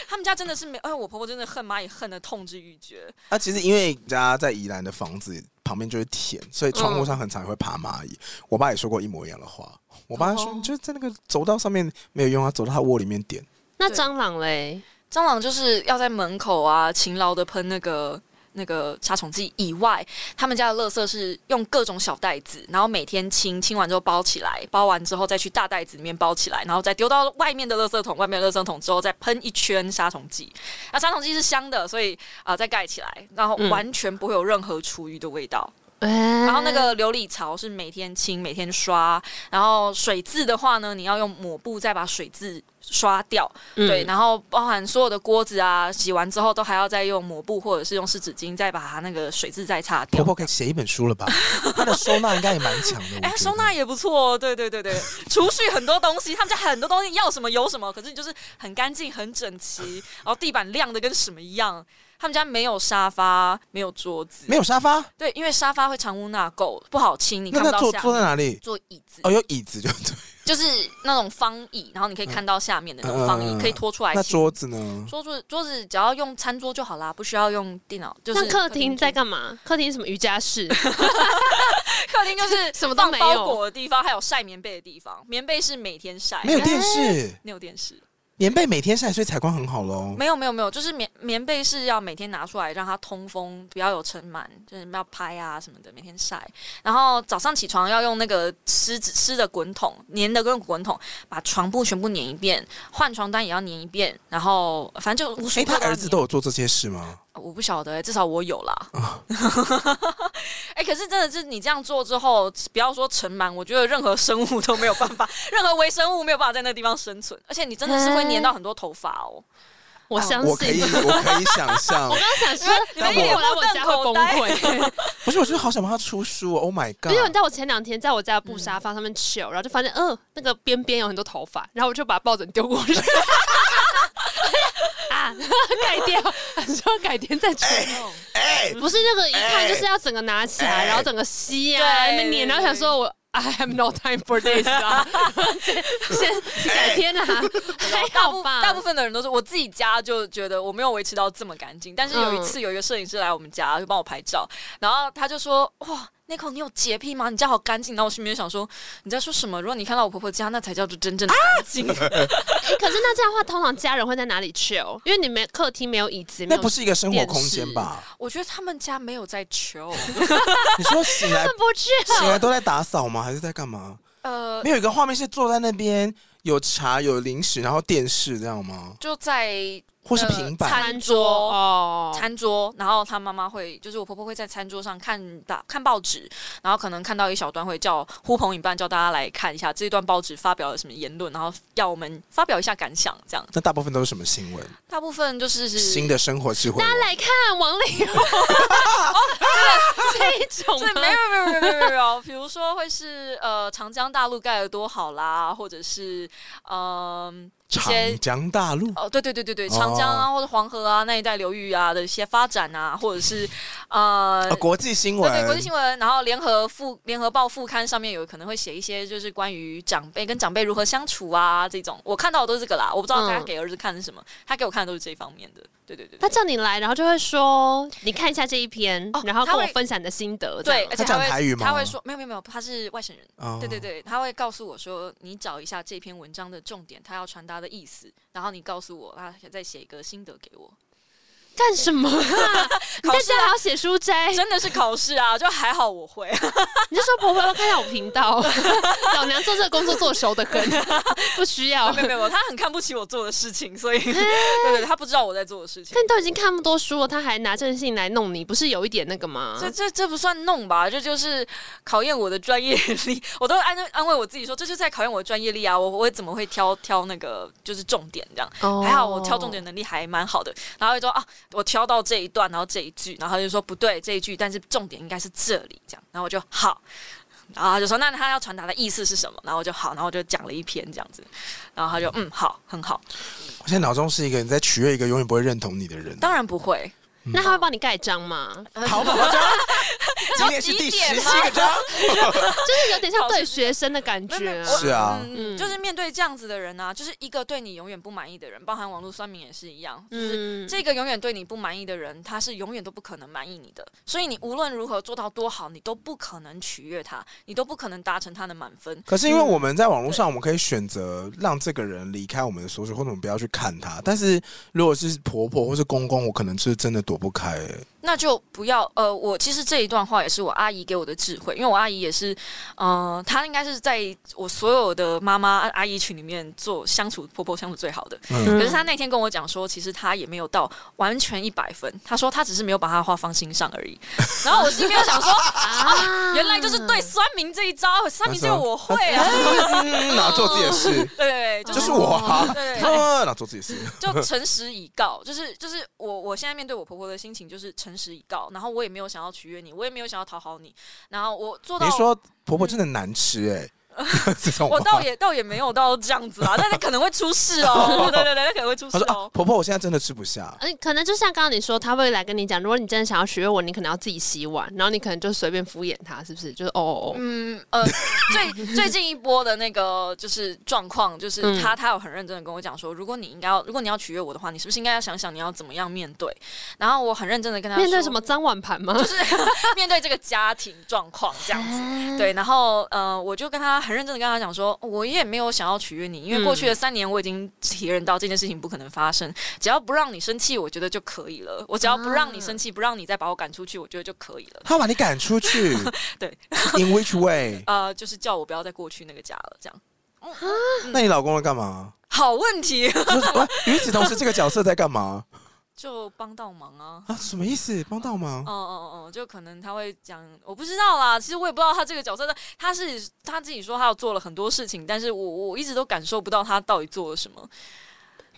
Speaker 4: 他们家真的是没。哎，我婆婆真的恨蚂蚁恨得痛之欲绝。
Speaker 2: 啊，其实因为家在宜兰的房子旁边就是田，所以窗户上很常会爬蚂蚁。我爸也说过一模一样的话。我爸说，
Speaker 4: 哦
Speaker 2: 你就在那个走道上面没有用啊，走到他窝里面点。
Speaker 3: 那
Speaker 4: 对
Speaker 3: 蟑螂嘞？
Speaker 4: 蟑螂就是要在门口啊勤劳的喷那个那个杀虫剂以外，他们家的垃圾是用各种小袋子，然后每天清，清完之后包起来，包完之后再去大袋子里面包起来，然后再丢到外面的垃圾桶，外面的垃圾桶之后再喷一圈杀虫剂。那杀虫剂是香的，所以啊、再盖起来，然后
Speaker 3: 嗯
Speaker 4: 完全不会有任何厨余的味道。
Speaker 3: 然
Speaker 4: 然后那个琉璃槽是每天清，每天刷。然后水渍的话呢，你要用抹布再把水渍刷掉。
Speaker 2: 嗯
Speaker 3: 嗯
Speaker 4: 对，然后包含所有的锅子啊，洗完之后都还要再用抹布或者是用湿纸巾再把它那个水渍再擦掉
Speaker 2: 婆。婆可以写一本书
Speaker 4: (laughs)
Speaker 2: 了吧？她的收纳应该也蛮强的。我
Speaker 4: 哎，
Speaker 2: 觉得
Speaker 4: 收纳也不错哦，对
Speaker 2: (laughs)
Speaker 4: 对对对，储蓄很多东西，他们家很多东西要什么有什么，可是就是很干净、很整齐，然后地板亮的跟什么一样。他们家没有沙发，没有桌子，
Speaker 2: 没有沙发，
Speaker 4: 对，因为沙发会藏污纳垢，不好清，你
Speaker 2: 那
Speaker 4: 看不
Speaker 2: 那
Speaker 4: 到
Speaker 2: 坐
Speaker 4: 下
Speaker 2: 坐在
Speaker 4: 面。
Speaker 2: 哪里？
Speaker 4: 坐椅子，
Speaker 2: 哦，有椅子就对。
Speaker 4: 就是那种方椅，然后你可以看到下面的那种方椅，
Speaker 2: 嗯
Speaker 4: 可以拖出来
Speaker 2: 那
Speaker 4: 清
Speaker 2: 桌子呢？
Speaker 4: 桌子桌子只要用餐桌就好啦，不需要用电脑。就是哦
Speaker 3: 那客厅在
Speaker 4: 干，
Speaker 3: 干嘛？客厅是什么瑜伽
Speaker 4: (laughs)
Speaker 3: 室？
Speaker 4: 客厅就是
Speaker 3: (laughs) 什么都
Speaker 4: 放
Speaker 3: 没有
Speaker 4: 包裹的地方，还有晒棉被的地方。棉被是每天晒，
Speaker 2: 没有电视，
Speaker 4: 没有电视，
Speaker 2: 棉被每天晒，所以采光很好喽。
Speaker 4: 没有没有没有，就是棉棉被是要每天拿出来让它通风，不要有尘螨，就是要拍啊什么的，每天晒。然后早上起床要用那个湿纸湿的滚筒，粘的跟滚筒，把床铺全部粘一遍，换床单也要粘一遍，然后反正就无
Speaker 2: 哎，
Speaker 4: 所谓。啊
Speaker 2: 他儿子都有做这些事吗？
Speaker 4: 我不晓得、欸，至少我有啦。 (laughs) 哎、可是真的是你这样做之后，不要说尘螨，我觉得任何生物都没有办法， (laughs) 任何微生物没有办法在那个地方生存，而且你真的是会粘到很多头发哦。
Speaker 3: 我相
Speaker 2: 我可以，
Speaker 3: 信。
Speaker 2: 我可以想
Speaker 4: (laughs)
Speaker 2: 象。
Speaker 3: 我想说，
Speaker 4: 你
Speaker 3: 如
Speaker 4: 们
Speaker 3: 果
Speaker 4: 一脸
Speaker 3: 我来
Speaker 4: 目
Speaker 3: 我
Speaker 4: 瞪
Speaker 3: 家
Speaker 4: 口
Speaker 3: 会崩
Speaker 4: 呆
Speaker 3: 溃。
Speaker 2: 不是，我就是好想帮他出书哦。Oh my
Speaker 3: 因为你
Speaker 2: god！
Speaker 3: 知道，我前两天在我家的布沙发上面 chill，然后就发现，嗯，那个边边有很多头发，然后我就把抱枕丢过去。 (laughs) 啊，改掉，说改天再吹。
Speaker 2: 哎，
Speaker 3: 不是那个一看就是要整个拿起来，
Speaker 2: 哎
Speaker 3: 然后整个吸啊，
Speaker 4: 对
Speaker 3: 那边粘，然后想说我 I have no time for this (laughs) 啊，先改天啊，还
Speaker 4: 大
Speaker 3: 好
Speaker 4: 部
Speaker 3: 吧，
Speaker 4: 大部分的人都是我自己家就觉得我没有维持到这么干净，但是有一次有一个摄影师来我们家就帮我拍照，然后他就说：“哇，那口你有洁癖吗？你家好干净。”然后我心里面想说：“你在说什么？如果你看到我婆婆家，那才叫做真正的干净。
Speaker 3: 哎可是那这样的话，通常家人会在哪里 chill？因为你没客厅没有椅子，没
Speaker 2: 那
Speaker 3: 有
Speaker 2: 不是一个生活空间吧？
Speaker 4: 我觉得他们家没有在求，
Speaker 2: 你说醒
Speaker 4: (laughs)
Speaker 2: 来
Speaker 3: 不
Speaker 2: 醒来
Speaker 3: chill。
Speaker 2: 都在打扫吗？还是在干嘛？
Speaker 4: 呃
Speaker 2: 没，有一个画面是坐在那边有茶有零食，然后电视这样吗？
Speaker 4: 就在
Speaker 2: 或是平
Speaker 4: 呃
Speaker 2: 板？
Speaker 4: 餐桌。
Speaker 3: 哦，
Speaker 4: 餐桌，然后他妈妈会，就是我婆婆会在餐桌上看打看报纸，然后可能看到一小段会叫呼朋引伴，叫大家来看一下这一段报纸发表了什么言论，然后要我们发表一下感想，这样。
Speaker 2: 那大部分都是什么新闻？
Speaker 4: 大部分就是
Speaker 2: 新的生活智慧
Speaker 3: 大
Speaker 2: 吗。
Speaker 3: 家来看王力
Speaker 4: (laughs)
Speaker 3: 宏，这一种啊
Speaker 4: 对，没
Speaker 3: 吗
Speaker 4: 有？没有没有没有没有没有，比如说会是呃长江大陆盖得多好啦，或者是嗯、一
Speaker 2: 长
Speaker 4: 些
Speaker 2: 江大陆
Speaker 4: 哦，对对对对对，长江啊、或者黄河啊那一带流域啊的一些发展啊，或者是呃
Speaker 2: 啊，国际新
Speaker 4: 对
Speaker 2: 闻，
Speaker 4: 对，国际新闻，然后联合副联合报副刊上面有可能会写一些就是关于长辈跟长辈如何相处啊这种，我看到的都是这个啦，我不知道他
Speaker 3: 嗯
Speaker 4: 给儿子看的是什么，他给我看的都是这一方面的，对对对
Speaker 3: 他
Speaker 4: 对。
Speaker 3: 叫你来，然后就会说，你看一下这一篇
Speaker 4: 哦，
Speaker 3: 然后跟
Speaker 4: 他
Speaker 3: 我
Speaker 4: 会
Speaker 3: 分享你的心得。这
Speaker 4: 对，
Speaker 3: 样
Speaker 4: 而
Speaker 2: 他
Speaker 4: 且
Speaker 2: 讲
Speaker 4: 还会
Speaker 2: 台语吗
Speaker 4: 他会说没有没有没有，他是外省人。
Speaker 2: 哦
Speaker 4: 对对。对，他会告诉我说，你找一下这篇
Speaker 2: (laughs)
Speaker 4: 文章的重点，他要传达的意思，然后你告诉我，他再写一个心得给我。
Speaker 3: 干什么
Speaker 4: (laughs)
Speaker 3: 啊？你在家还要写书斋？
Speaker 2: 哎
Speaker 4: 真的是考试啊，就还好我
Speaker 2: (laughs)
Speaker 4: 会，
Speaker 3: 你就说婆婆要不要看一下我频
Speaker 4: (laughs)
Speaker 3: 道？老娘做这个工作做熟的很， (laughs) 不需要。
Speaker 4: 没有没有，他很看不起我做的事
Speaker 2: (laughs)
Speaker 4: 情，所以对对对，他不知道我在做的事情
Speaker 3: 但。你都已经看那么多书了，他还拿这件事情来弄你，不是有一点那个吗？
Speaker 4: 这这这不算弄吧？这就是考验我的专业力。我都安安慰我自己说，这就是在考验我的专业力啊！我我怎么会挑挑那个就是重点这样？
Speaker 3: 哦
Speaker 4: 还好我挑重点能力还蛮好的。然后就说啊，我挑到这一段，然后这一句，然后他就说不对这一句，但是重点应该是这里这样。然后我就好，然后他就说那他要传达的意思是什么？然后我就好，然后我就讲了一篇这样子。然后他就嗯好，很好，
Speaker 2: 我现在脑中是一个你在取悦一个永远不会认同你的人。
Speaker 4: 当然不会。
Speaker 3: 那他会帮你盖章
Speaker 4: (laughs)
Speaker 3: 吗？
Speaker 2: 好吧，章， (laughs) 今天是
Speaker 4: 几
Speaker 2: 第
Speaker 4: 点啊
Speaker 2: 十
Speaker 4: 吗
Speaker 2: 七个章，
Speaker 3: 就是有点像对学生的感
Speaker 4: 没有
Speaker 3: 觉
Speaker 4: 没。有我
Speaker 2: 是啊
Speaker 4: 嗯，
Speaker 3: 嗯
Speaker 4: 就是面对这样子的人啊，就是一个对你永远不满意的人，包含网络酸民也是一样，就是。
Speaker 3: 嗯，
Speaker 4: 这个永远对你不满意的人，他是永远都不可能满意你的，所以你无论如何做到多好，你都不可能取悦他，你都不可能达成他的满分。
Speaker 2: 可是因为我们在网络上，我们可以选择让这个人离开我们的所属，或者我们不要去看他。但是如果是婆婆或是公公，我可能是真的躲不
Speaker 4: (laughs)
Speaker 2: 开、欸。
Speaker 4: 那就不要呃，我其实这一段话也是我阿姨给我的智慧，因为我阿姨也是，呃，她应该是在我所有的妈妈阿姨群里面做相处婆婆相处最好的，
Speaker 2: 嗯，
Speaker 4: 可是他那天跟我讲说，其实他也没有到完全一百分，他说他只是没有把他的话放心上而已。然后我心里面想说，
Speaker 3: 啊
Speaker 4: 原来就是对酸民这一招，酸民这个我会啊，
Speaker 2: 嗯然后做自己的事，
Speaker 4: 对，就
Speaker 2: 就是是我 (laughs) 啊，
Speaker 4: 对
Speaker 2: 嗯然后做自己的事。
Speaker 4: 就诚实以告，就是就是我我现在面对我婆婆的心情就是诚实以告，然后我也没有想要取悦你，我也没有想要讨好你，然后我做到
Speaker 2: 你说婆婆真的难吃哎、 (laughs) 欸，这种
Speaker 4: 我
Speaker 2: 话
Speaker 4: 倒。也倒也没有到这样子啊，但是可能会出事
Speaker 2: (laughs)
Speaker 4: 哦，对对对，那可能会出
Speaker 2: 她
Speaker 4: 事
Speaker 2: 说啊
Speaker 4: 哦，。
Speaker 2: 婆婆，我现在真的吃不
Speaker 4: (laughs)
Speaker 2: 下。
Speaker 3: 而且呃可能就像刚刚你说，他会来跟你讲，如果你真的想要学我，你可能要自己洗碗，然后你可能就随便敷衍他，是不是？就是哦哦哦，
Speaker 4: 嗯呃，最最近一波的那个就是状况，就是
Speaker 3: 嗯
Speaker 4: 他他有很认真的跟我讲说，如果你应该要，如果你要取悦我的话，你是不是应该要想想你要怎么样面对？然后我很认真的跟他说
Speaker 3: 面对什么，脏碗盘吗？
Speaker 4: 就是面对这个家庭状况这样子。
Speaker 3: 啊
Speaker 4: 对，然后呃，我就跟他很认真的跟他讲说，哦我也没有想要取悦你，因为过去的三年我已经体认到这件事情不可能发生，只要不让你生气，我觉得就可以了。我只要不
Speaker 3: 啊
Speaker 4: 让你生气，不让你再把我赶出去，我觉得就可以了。
Speaker 2: 她把你赶出去
Speaker 4: 对
Speaker 2: ，In which way？
Speaker 4: 呃，就是叫我不要再过去那个家了，这样。嗯
Speaker 2: 那你老公在干嘛？
Speaker 4: 好问题，
Speaker 2: 就是喂与此同时，这个角色在干嘛
Speaker 4: 就帮到忙啊。 (laughs)
Speaker 2: 啊？什么意思？帮到忙
Speaker 4: 哦？哦哦，就可能他会讲，我不知道啦。其实我也不知道他这个角色，但他是他自己说他有做了很多事情，但是我我一直都感受不到他到底做了什 (laughs) 么。
Speaker 3: (laughs)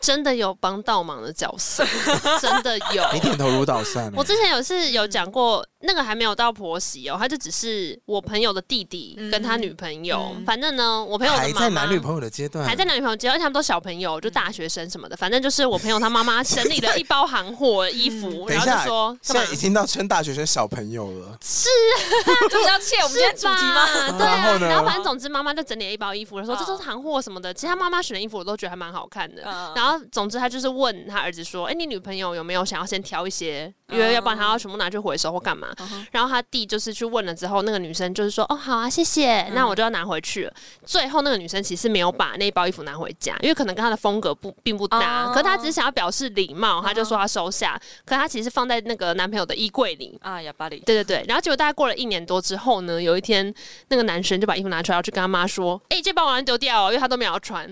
Speaker 3: 真的有帮倒忙的角色， (laughs) 真的有。
Speaker 2: 你点头如捣蒜、欸。
Speaker 3: 我之前有是有讲过，那个还没有到婆媳哦，他就只是我朋友的弟弟跟他女朋友。
Speaker 4: 嗯嗯
Speaker 3: 反正呢，我朋友的
Speaker 2: 还
Speaker 3: 妈妈
Speaker 2: 在男女朋友的阶段，
Speaker 3: 啊还在男女朋友阶段，而且他们都小朋友，就大学生什么的。反正就是我朋友他妈妈整理
Speaker 2: (laughs)
Speaker 3: 了一包行货衣服，
Speaker 2: 嗯等
Speaker 3: 然
Speaker 2: 一
Speaker 3: 后就
Speaker 2: 下
Speaker 3: 说
Speaker 2: 现
Speaker 3: 干嘛
Speaker 2: 在已？经到称大学生小朋友了，
Speaker 4: 这比较切我们今天主
Speaker 3: 是吧
Speaker 4: 题吗？
Speaker 3: 对
Speaker 2: 然后
Speaker 3: 啊，
Speaker 2: 呢
Speaker 3: 然后反正总之妈妈就整理了一包衣服，说
Speaker 4: 嗯
Speaker 3: 这都是行货什么的。其实他妈妈选的衣服我都觉得还蛮好看的。
Speaker 4: 嗯
Speaker 3: 然后总之他就是问他儿子说：“哎、你女朋友有没有想要先挑一些，因为要不然他要全部拿去回收或干嘛？”
Speaker 4: 嗯哼
Speaker 3: 然后他弟就是去问了之后，那个女生就是说：“哦，好啊，谢谢，那我就要拿回去了。最后那个女生其实没有把那一包衣服拿回家，因为可能跟她的风格不并不搭，
Speaker 4: 哦
Speaker 3: 可她只是想要表示礼貌，她就说她收下，可她其实放在那个男朋友的衣柜里。
Speaker 4: (laughs) 啊，哑巴里，
Speaker 3: 对对对，然后结果大概过了一年多之后呢，有一天那个男生就把衣服拿出来，要去跟他妈说：“哎、这包我要丢掉、哦，因为他都没有要
Speaker 4: (gasps)
Speaker 3: 穿。”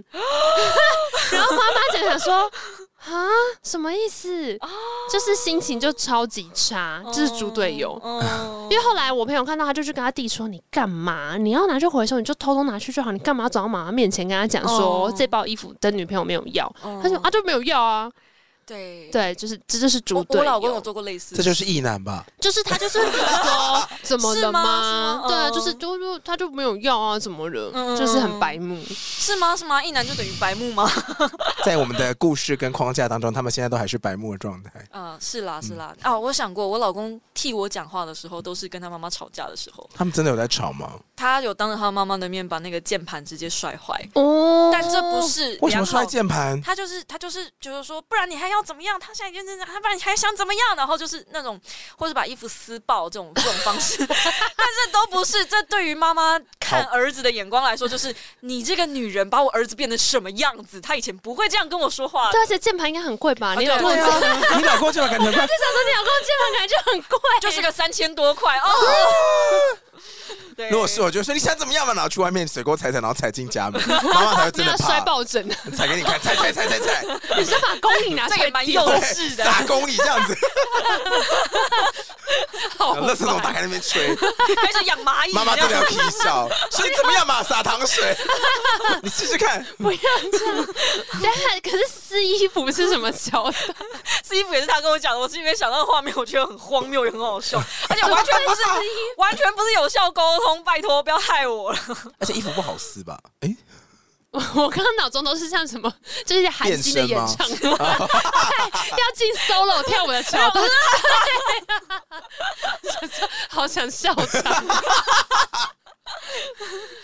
Speaker 3: 然后妈妈就想说：“啊，什么意思？
Speaker 4: 啊
Speaker 3: 就是心情就超级差，
Speaker 4: 哦
Speaker 3: 就是猪队友。
Speaker 4: 嗯
Speaker 3: 因为后来我朋友看到他，就去跟他弟说：“你干嘛？你要拿去回收，你就偷偷拿去就好。你干嘛走到妈妈面前跟他讲说、
Speaker 4: 哦
Speaker 3: 这包衣服的女朋友没有要？”
Speaker 4: 嗯
Speaker 3: 他说：“啊，就没有要啊。
Speaker 4: 对”
Speaker 3: 对，就是这就是猪
Speaker 4: 我
Speaker 3: 队友。
Speaker 4: 我老公有做过类似
Speaker 2: 这
Speaker 4: 的事，
Speaker 2: 就是异男吧？
Speaker 3: 就是他就是 (laughs) 觉得说怎么了
Speaker 4: 是吗是吗
Speaker 3: 对啊，
Speaker 4: 嗯
Speaker 3: 就是就就他就没有要啊，怎么
Speaker 4: 嗯
Speaker 3: 了？就是很白目。
Speaker 4: 是吗？是吗？一男就等于白
Speaker 3: (laughs)
Speaker 4: 目 (laughs) 吗？
Speaker 2: 在我们的故事跟框架当中，他们现在都还是白目的状态。
Speaker 4: 嗯，是啦是啦。啊，我想过，我老公替我讲话的时候，都是跟他妈妈吵架的时候，
Speaker 2: 他们真的有在吵吗？
Speaker 4: 他有当着他妈妈的面把那个键盘直接摔坏。
Speaker 3: 哦
Speaker 4: 但这不是是
Speaker 2: 为什么
Speaker 4: 良
Speaker 2: 摔
Speaker 4: 好
Speaker 2: 键盘？
Speaker 4: 他就是他就是就是说，不然你还要怎么样？他现在已经这样，他不然你还想怎么样？然后就是那种，或者把衣服撕爆这种这种
Speaker 2: (laughs)
Speaker 4: 方式，但是都不是。这对于妈妈看儿子的眼光来说，就是你这个女人把我儿子变成什么样子？他以前不会这样跟我说话。
Speaker 3: 对，而且键盘应该很贵吧？你
Speaker 4: 对
Speaker 3: 老公
Speaker 4: 对
Speaker 3: 就
Speaker 4: 啊
Speaker 3: 想说
Speaker 2: 啊，你老公键盘感觉很
Speaker 3: (laughs)
Speaker 2: 快，
Speaker 3: 你老公键盘感觉就很贵，
Speaker 4: 就是个三千多块
Speaker 2: 啊
Speaker 4: 哦。对，
Speaker 2: 如果是我就说你想怎么样嘛，然后去外面水沟踩踩，然后踩进家
Speaker 3: (laughs)
Speaker 2: 门，妈妈才会真
Speaker 3: 那
Speaker 2: 的
Speaker 3: 要
Speaker 2: 怕
Speaker 3: 摔。抱枕，你
Speaker 2: 踩给你看，踩踩踩踩踩，
Speaker 3: 是把啊公影拿
Speaker 4: 这
Speaker 3: 出
Speaker 4: 个
Speaker 3: 来
Speaker 4: 也
Speaker 3: (laughs)
Speaker 4: 蛮
Speaker 3: 丢
Speaker 4: 幼
Speaker 2: 对
Speaker 4: 稚的，
Speaker 2: 打公里这样子，
Speaker 4: (laughs) 好
Speaker 2: 那时候打开那边
Speaker 4: (laughs)
Speaker 2: 吹，
Speaker 4: 开始养蚂蚁。
Speaker 2: 妈妈真的要皮
Speaker 4: (laughs)
Speaker 2: 笑，所以怎么样嘛，撒糖水，你试试看，
Speaker 3: 不要这样。但啊可是撕衣服是什么小的？
Speaker 4: 撕衣服也是他跟我讲的，我是因为想到的画面，我觉得很荒谬，也很好 (laughs) 笑，而且完全不是完全不是有效沟通，拜托不要害我了。
Speaker 2: 而且衣服不好撕吧？哎，
Speaker 3: 我刚刚脑中都是像什么，就是
Speaker 2: 哎
Speaker 3: 韩星的演唱会，要进 solo 跳舞的桥 (laughs) 段， (laughs) 好想笑场。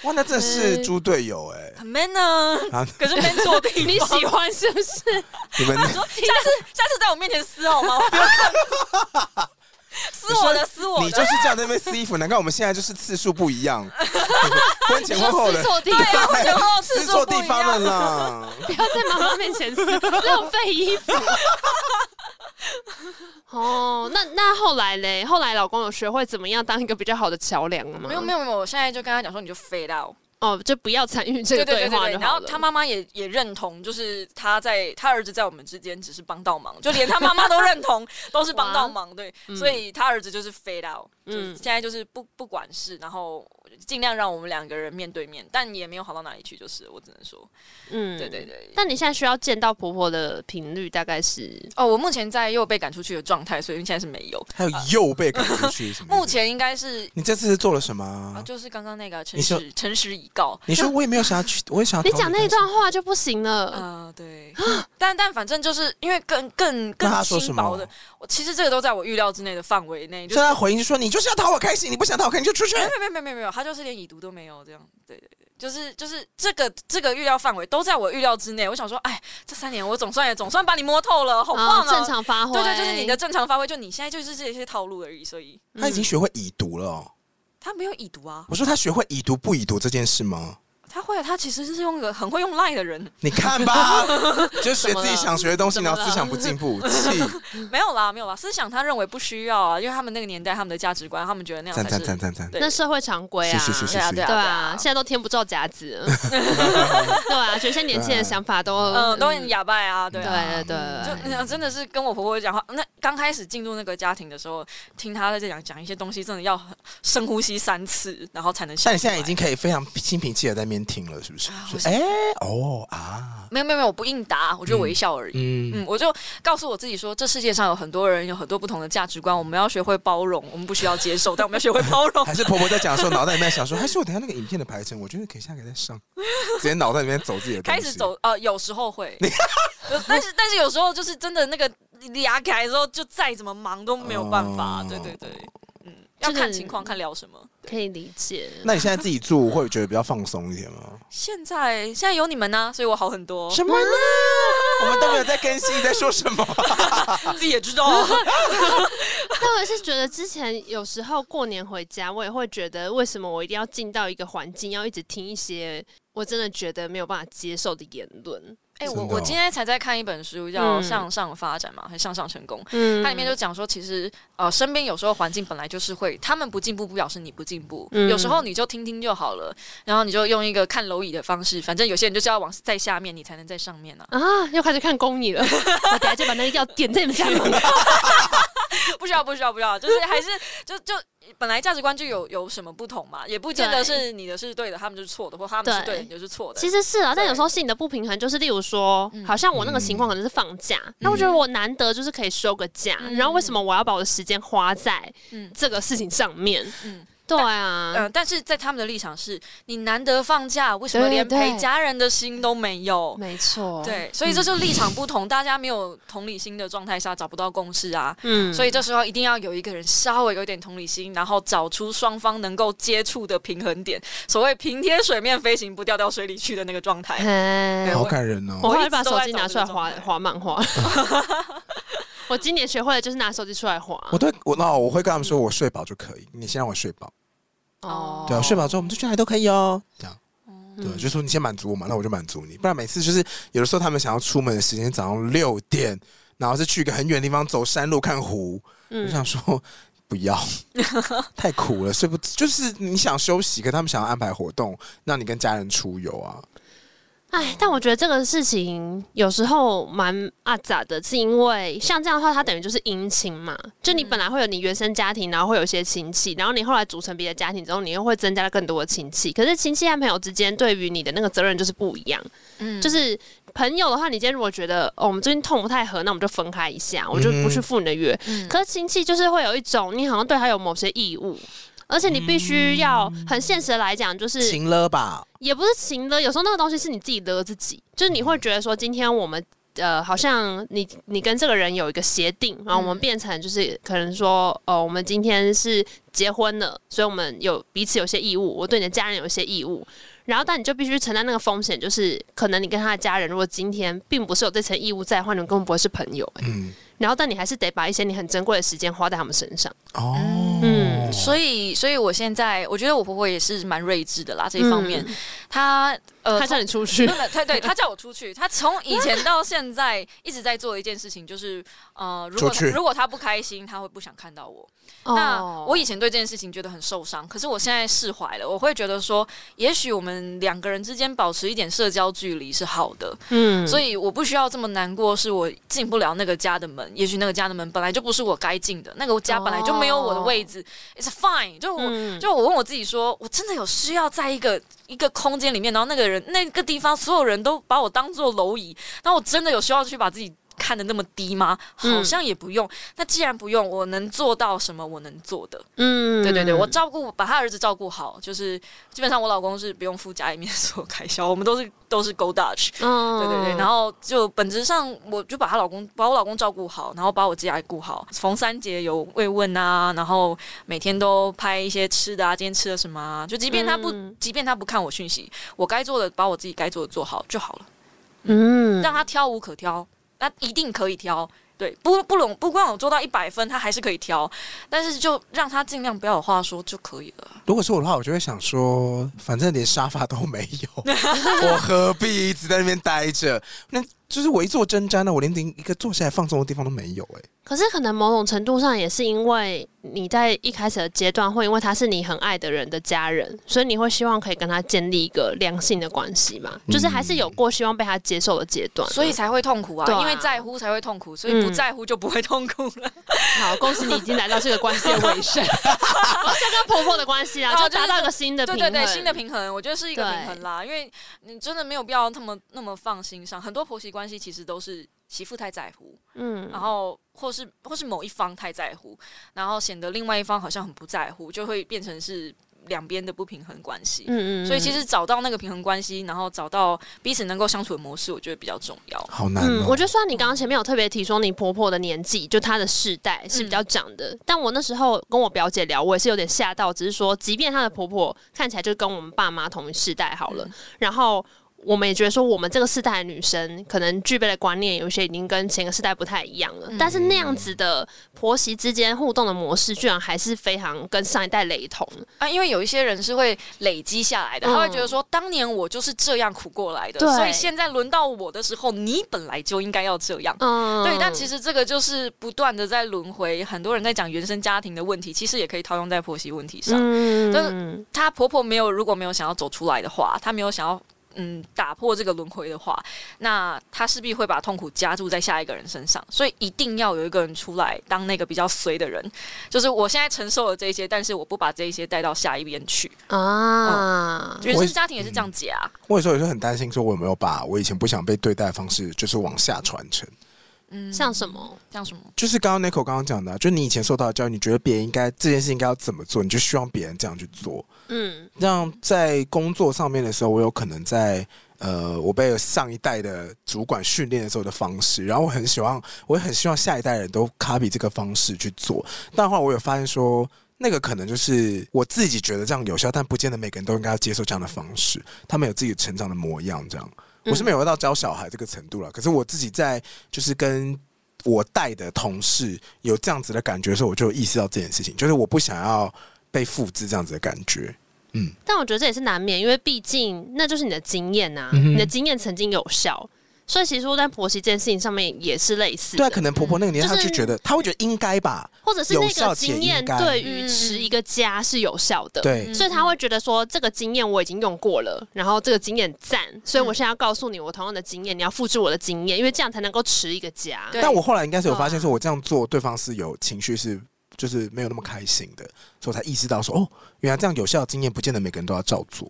Speaker 2: 哇，那真的是猪队友哎！
Speaker 4: 很 man 呢，
Speaker 2: 啊，
Speaker 4: 可是 man 做地方
Speaker 3: 你喜欢是不 (laughs) 是？
Speaker 2: 你们
Speaker 4: 说下次下次在我面前撕 (laughs) 好吗？我不要看。撕我的，撕我
Speaker 2: 你就
Speaker 4: 的。
Speaker 2: 是这样在那边撕衣服，难怪我们现在就是次数不一
Speaker 4: (laughs)
Speaker 2: 样，婚前婚后
Speaker 3: 说
Speaker 2: 的
Speaker 3: 撕，错地
Speaker 4: 对啊，
Speaker 3: 方，
Speaker 4: 或者后次
Speaker 2: 撕
Speaker 4: 数
Speaker 2: 错
Speaker 4: 不
Speaker 2: 地
Speaker 4: 一
Speaker 2: 方了
Speaker 4: 样。
Speaker 2: 啦。
Speaker 3: (laughs) 不要在妈妈面前撕，浪费衣服。哦，那那后来嘞？后来老公有学会怎么样当一个比较好的桥梁了吗？
Speaker 4: 没有没有没有，我现在就跟他讲说，你就飞到。
Speaker 3: 哦，就不要参与这
Speaker 4: 对
Speaker 3: 个
Speaker 4: 对对
Speaker 3: 话
Speaker 4: 对
Speaker 3: 就
Speaker 4: 对，
Speaker 3: 好
Speaker 4: 然后
Speaker 3: 了
Speaker 4: 他妈妈也也认同，就是他在他儿子在我们之间只是帮倒 (laughs) 忙，就连他妈妈都认 (laughs) 同，都是帮倒忙。对，
Speaker 3: 嗯
Speaker 4: 所以他儿子就是 fade out，就是
Speaker 3: 嗯
Speaker 4: 现在就是不不管事，然后尽量让我们两个人面对面，但也没有好到哪里去，就是我只能说，
Speaker 3: 嗯
Speaker 4: 对对。对。
Speaker 3: 那你现在需要见到婆婆的频率大概是？
Speaker 4: 哦，我目前在又被赶出去的状态，所以现在是没有。
Speaker 2: 还有又被赶出去，什么意思
Speaker 4: 目前应该是
Speaker 2: 你这次做了什
Speaker 4: 啊，
Speaker 2: 么？
Speaker 4: 就是刚刚那个诚
Speaker 2: 你说
Speaker 4: 实诚实以告。
Speaker 2: 你说我也没有想要去，我也想要
Speaker 3: 你
Speaker 2: 逃
Speaker 3: 讲
Speaker 2: 离
Speaker 3: 那
Speaker 2: 但是
Speaker 3: 段话就不行了。
Speaker 4: 啊，对，但但反正就是因为更更
Speaker 2: 那他
Speaker 4: 更
Speaker 2: 说什
Speaker 4: 轻
Speaker 2: 么
Speaker 4: 薄的，我其实这个都在我预料之内的范围内，就是
Speaker 2: 所以他回应说：“你就是要讨我开心，你不想讨我开心就出去。
Speaker 4: 没有没有没有没有，他就是连已读都没有这样。对对对，就是就是这个这个预料范围都在我预料之内。我想说，哎，这三年我总算也总算把你摸透了，好棒
Speaker 3: 啊，
Speaker 4: 啊！
Speaker 3: 正常发挥。
Speaker 4: 对对，就是你的正常发挥，就你现在就是这些套路而已。所以
Speaker 3: 嗯，
Speaker 2: 他已经学会已读了
Speaker 4: 嗯
Speaker 2: 哦。
Speaker 4: 他没有已读啊，
Speaker 2: 我说他学会已读不已读这件事吗？
Speaker 4: 他会啊，他其实是用一个很会用赖的人，
Speaker 2: 你看
Speaker 4: (laughs)
Speaker 2: 吧，就学自己想学的东西，
Speaker 3: 怎
Speaker 2: 然
Speaker 3: 么了
Speaker 2: 后思想不进步，气
Speaker 4: (laughs) 没有啦没有啦，思想他认为不需要啊，因为他们那个年代他们的价值观，他们觉得那样
Speaker 2: 赞
Speaker 4: 才
Speaker 2: 赞
Speaker 4: 是
Speaker 2: 赞赞赞。
Speaker 4: 对
Speaker 3: 那社会常规啊，
Speaker 2: 是是是
Speaker 4: 对啊对啊
Speaker 3: 对啊，现在都添不到夹
Speaker 4: (laughs)
Speaker 3: 子。对啊，觉得现在年轻人想法都
Speaker 4: 嗯都很哑巴啊，对
Speaker 3: 对
Speaker 4: 啊。
Speaker 3: 对
Speaker 4: 就
Speaker 2: 哎
Speaker 3: 对。
Speaker 4: 嗯真的是跟我婆婆讲话，那刚开始进入那个家庭的时候，听她在这讲讲一些东西，真的要很深呼吸三次，然后才能想
Speaker 2: 像
Speaker 4: 出来。
Speaker 2: 你现在已经可以非常心平气和在那边听了，是不是？
Speaker 4: 啊我
Speaker 2: 是哎、哦啊，
Speaker 4: 没有没有没有，我不应答，我就微笑而已。嗯
Speaker 2: 嗯，
Speaker 4: 我就告诉我自己说，这世界上有很多人，有很多不同的价值观，我们要学会包容，我们不需要接受，但我们要学会包
Speaker 2: (laughs)
Speaker 4: 容
Speaker 2: 还。是婆婆在讲的时候，脑袋里面想说， (laughs) 还是我等一下那个影片的排程，我觉得可以下个再上，直接脑袋里面走自己的东
Speaker 4: 开
Speaker 2: 西
Speaker 4: 始走，呃，有时候
Speaker 2: (laughs)
Speaker 4: 会，有但是但是有时候就是真的那个牙起来的时候，就再怎么忙都没有办法。
Speaker 2: 哦
Speaker 4: 对对对，嗯，
Speaker 3: 这
Speaker 4: 要
Speaker 3: 个
Speaker 4: 看情况，看聊什么。
Speaker 3: 可以理解，
Speaker 2: 那你现在自己住会觉得比较放松一点吗？
Speaker 4: 现在现在有你们呢、所以我好很多。
Speaker 2: 什么呢？ (laughs) 我们都没有在更新，你在说 (laughs) 什么？
Speaker 4: 自己也知 (laughs) 道，
Speaker 3: 但我也是觉得之前有时候过年回家，我也会觉得为什么我一定要进到一个环境，要一直听一些我真的觉得没有办法接受的言论。
Speaker 4: 哎、
Speaker 2: 真的
Speaker 4: 我
Speaker 2: 哦
Speaker 4: 我今天才在看一本书，叫
Speaker 3: 嗯
Speaker 4: 《向上发展》嘛，还是《向上成功》？
Speaker 3: 嗯
Speaker 4: 它里面就讲说，其实呃，身边有时候环境本来就是会，他们不进步不表示你不进步，
Speaker 3: 嗯，
Speaker 4: 有时候你就听听就好了，然后你就用一个看蝼蚁的方式，反正有些人就是要往在下面，你才能在上面啊
Speaker 3: 啊，又开始看公 (laughs) 你了，我等下就把那个药点在你们家门口。
Speaker 4: (laughs) 不需要不需要不需要，就是还是就就。本来价值观就有有什么不同嘛，也不见
Speaker 3: 对
Speaker 4: 得是你的是对的，他们就是错的，或他们是
Speaker 3: 对
Speaker 4: 对的，你就是错的。
Speaker 3: 其实是啊，但
Speaker 4: 对
Speaker 3: 有时候心里的不平衡就是，例如说，
Speaker 4: 嗯
Speaker 3: 好像我那个情况可能是放假，那我觉得我难得就是可以休个假，
Speaker 4: 嗯
Speaker 3: 然后为什么我要把我的时间花在
Speaker 4: 嗯
Speaker 3: 这个事情上面？
Speaker 4: 嗯，
Speaker 3: 对啊，
Speaker 4: 嗯、但是在他们的立场是，你难得放假，为什么
Speaker 3: 对
Speaker 4: 连陪
Speaker 3: 对
Speaker 4: 家人的心都没有？
Speaker 3: 没错，，
Speaker 4: 对，所以这就立场不同，大家没有同理心的状态下找不到共识啊。
Speaker 3: 嗯，
Speaker 4: 所以这时候一定要有一个人稍微有点同理心，然后找出双方能够接触的平衡点，所谓平贴水面飞行，不掉到水里去的那个状态。
Speaker 3: 嘿
Speaker 4: 对
Speaker 1: 好感人哦。
Speaker 3: 我
Speaker 4: 我
Speaker 3: 后
Speaker 4: 一
Speaker 3: 来
Speaker 4: 直
Speaker 3: 把
Speaker 4: 都
Speaker 3: 手
Speaker 4: 在
Speaker 3: 机
Speaker 4: 找
Speaker 3: 拿
Speaker 4: 这
Speaker 3: 出来
Speaker 4: 个
Speaker 3: 划
Speaker 4: 状态
Speaker 3: 划漫 (laughs) 画。我今年学会的就是拿手机出来划。
Speaker 2: 我对我那我会跟他们说，我睡饱就可以，你先让我睡饱。
Speaker 3: 哦，
Speaker 2: 对啊，睡饱之后我们就去哪里都可以哦。这样，
Speaker 3: 嗯
Speaker 2: 对，就说你先满足我嘛，那我就满足你。不然每次就是有的时候他们想要出门的时间早上六点，然后是去一个很远的地方走山路看湖，我就
Speaker 3: 嗯，
Speaker 2: 想说不
Speaker 3: (laughs)
Speaker 2: 要，太苦了，睡不就是你想休息，可他们想要安排活动，让你跟家人出游啊。
Speaker 3: 哎，但我觉得这个事情有时候蛮阿杂的，是因为像这样的话，它等于就是姻亲嘛，就你本来会有你原生家庭，然后会有一些亲戚，然后你后来组成别的家庭之后，你又会增加更多的亲戚。可是亲戚和朋友之间对于你的那个责任就是不一样。
Speaker 4: 嗯
Speaker 3: 就是朋友的话，你今天如果觉得哦，我们最近痛不太合，那我们就分开一下，我就不去赴你的约。
Speaker 4: 嗯
Speaker 3: 可是亲戚就是会有一种你好像对他有某些义务，而且你必须要很现实的来讲，就是
Speaker 2: 晴了吧？
Speaker 3: 也不是情勒，有时候那个东西是你自己勒自己，就是你
Speaker 4: 嗯
Speaker 3: 会觉得说今天我们。呃，好像你你跟这个人有一个协定，然后我们
Speaker 4: 嗯
Speaker 3: 变成就是可能说，哦，我们今天是结婚了，所以我们有彼此有些义务，我对你的家人有一些义务，然后但你就必须承担那个风险，就是可能你跟他的家人如果今天并不是有这层义务在的话，你们根本不会是朋友、欸
Speaker 2: 嗯，
Speaker 3: 然后但你还是得把一些你很珍贵的时间花在他们身上。
Speaker 2: 哦，
Speaker 3: 嗯
Speaker 4: 所以，所以我现在我觉得我婆婆也是蛮睿智的啦，这一方面，
Speaker 3: 嗯
Speaker 4: 她呃，
Speaker 3: 他叫你出去
Speaker 4: 真，的，他对他叫我出去，他从以前到现在一直在做一件事情，就是呃，如果
Speaker 2: 出去
Speaker 4: 如果他不开心，他会不想看到我。那
Speaker 3: 哦
Speaker 4: 我以前对这件事情觉得很受伤，可是我现在释怀了，我会觉得说，也许我们两个人之间保持一点社交距离是好的，
Speaker 3: 嗯
Speaker 4: 所
Speaker 3: 以
Speaker 4: 以我不需要这么难过，是我进不了那个家的门。也许那个家的门本来就不是我该进的，那个家本来就没有我的位置、i t s fine，就我。
Speaker 3: 嗯
Speaker 4: 就我问我自己说，我真的有需要在一个一个空间里面，然后那个人那个地方所有人都把我当做蝼蚁，然后我真的有需要去把自己看得那么低吗？好
Speaker 3: 嗯
Speaker 4: 像也不用。那既然不用，我能做到什么？我能做的，
Speaker 3: 嗯
Speaker 4: 对对对，我照顾把他儿子照顾好，就是基本上我老公是不用付家里面所有开销，我们都是都是 go Dutch。
Speaker 3: 嗯
Speaker 4: 对对对，然
Speaker 3: 后
Speaker 4: 后就本质上，我就把她老公把我老公照顾好，然后把我家也顾好。逢三节有慰问啊，然后每天都拍一些吃的啊，今天吃了什么啊。就即便她不，
Speaker 3: 嗯
Speaker 4: 即便她不看我讯息，我该做的把我自己该做的做好就好了，
Speaker 3: 嗯
Speaker 4: 让她挑无可挑，那一定可以挑。对，不不拢不光我做到一百分，她还是可以挑，但是就让她尽量不要有话说就可以了。
Speaker 2: 如果是我的话，我就会想说，反正连沙发都没有，
Speaker 3: (laughs)
Speaker 2: 我何必一直在那边待着？那就是我一坐针毡呢，啊我连一个坐下来放松的地方都没有、欸。
Speaker 3: 可是可能某种程度上也是因为你在一开始的阶段会因为他是你很爱的人的家人，所以你会希望可以跟他建立一个良性的关系嘛，就是还是有过希望被他接受的阶段。
Speaker 4: 所以才会痛苦啊，
Speaker 3: 对啊
Speaker 4: 因为在乎才会痛苦，所以不
Speaker 3: 嗯
Speaker 4: 在乎就不会痛苦了。
Speaker 3: 好，恭喜你已经来到这个关系的尾 (laughs) 声，我是哦跟婆婆的关系啊，
Speaker 4: 哦
Speaker 3: 就
Speaker 4: 就是
Speaker 3: 达到一个新的
Speaker 4: 对
Speaker 3: 平
Speaker 4: 对
Speaker 3: 衡，
Speaker 4: 对，新的平衡，我觉得是一个
Speaker 3: 对
Speaker 4: 平衡啦，因为你真的没有必要那么那么放心上。很多婆媳关系其实都是媳妇太在乎，
Speaker 3: 嗯
Speaker 4: 然后或是或是某一方太在乎，然后显得另外一方好像很不在乎，就会变成是两边的不平衡关系。
Speaker 3: 嗯嗯，
Speaker 4: 所以其实找到那个平衡关系，然后找到彼此能够相处的模式，我觉得比较重要。
Speaker 2: 好难、哦
Speaker 3: 嗯，我觉得虽然你刚刚前面有特别提说你婆婆的年纪，就她的世代是比较长的，但我那时候跟我表姐聊，我也是有点吓到，只是说，即便她的婆婆看起来就跟我们爸妈同一世代好了，然后。我们也觉得说，我们这个世代的女生可能具备的观念，有一些已经跟前个世代不太一样了。但是那样子的婆媳之间互动的模式，居然还是非常跟上一代雷同。
Speaker 4: 啊，因为有一些人是会累积下来的，
Speaker 3: 嗯
Speaker 4: 他会觉得说，当年我就是这样苦过来的，
Speaker 3: 对
Speaker 4: 所以现在轮到我的时候，你本来就应该要这样。
Speaker 3: 嗯，
Speaker 4: 对，但其
Speaker 3: 实
Speaker 4: 实这个就是不断的在轮回。很多人在讲原生家庭的问题，其实也可以套用在婆媳问题上。就是
Speaker 3: 嗯，
Speaker 4: 她婆婆没有如果没有想要走出来的话，她没有想要嗯打破这个轮回的话，那她势必会把痛苦加注在下一个人身上。所以一定要有一个人出来当那个比较衰的人，就是我现在承受了这一些，但是我不把这一些带到下一边去。
Speaker 3: 嗯啊，
Speaker 4: 原生家庭也是这样解啊。
Speaker 2: 我有时候也是很担心，说我有没有把我以前不想被对待的方式，就是往下传承。
Speaker 4: 嗯
Speaker 3: 像什么？
Speaker 4: 像什么？
Speaker 2: 就是刚刚 Nico 刚刚讲的啊、就你以前受到的教育，你觉得别人应该这件事应该要怎么做，你就希望别人这样去做。
Speaker 3: 嗯，
Speaker 2: 让在工作上面的时候，我有可能在呃，我被上一代的主管训练的时候的方式，然后我很喜欢，我也很希望下一代人都 copy 这个方式去做。但后来我有发现说，那个可能就是我自己觉得这样有效，但不见得每个人都应该要接受这样的方式，他们有自己成长的模样。这样，我是没有到教小孩这个程度了，可是我自己在就是跟。我带的同事有这样子的感觉的时候，我就有意识到这件事情，就是我不想要被复制这样子的感觉。
Speaker 3: 但我觉得这也是难免，因为毕竟那就是你的经验呐、
Speaker 2: 嗯哼
Speaker 3: 你的经验曾经有效，所以其实说在婆媳这件事情上面也是类似
Speaker 2: 对啊，
Speaker 3: 的，
Speaker 2: 可能婆婆那
Speaker 4: 嗯
Speaker 2: 个年代，
Speaker 3: 就
Speaker 2: 她
Speaker 3: 是
Speaker 2: 就觉得，她会觉得应该吧，
Speaker 3: 或者是那
Speaker 2: 有效
Speaker 3: 个
Speaker 2: 且
Speaker 3: 经验
Speaker 2: 应该
Speaker 3: 对于
Speaker 4: 嗯
Speaker 3: 持一个家是有效的，
Speaker 2: 对，
Speaker 4: 嗯
Speaker 3: 所以他会觉得说这个经验我已经用过了，然后这个经验赞，所以
Speaker 4: 嗯
Speaker 3: 我现在要告诉你我同样的经验，你要复制我的经验，因为这样才能够持一个家。
Speaker 4: 对啊
Speaker 2: 但我后来应该是有发现，
Speaker 3: 哇
Speaker 2: 说我这样做，对方是有情绪是。就是没有那么开心的，所以我才意识到说，哦，原来这样有效的经验，不见得每个人都要照做。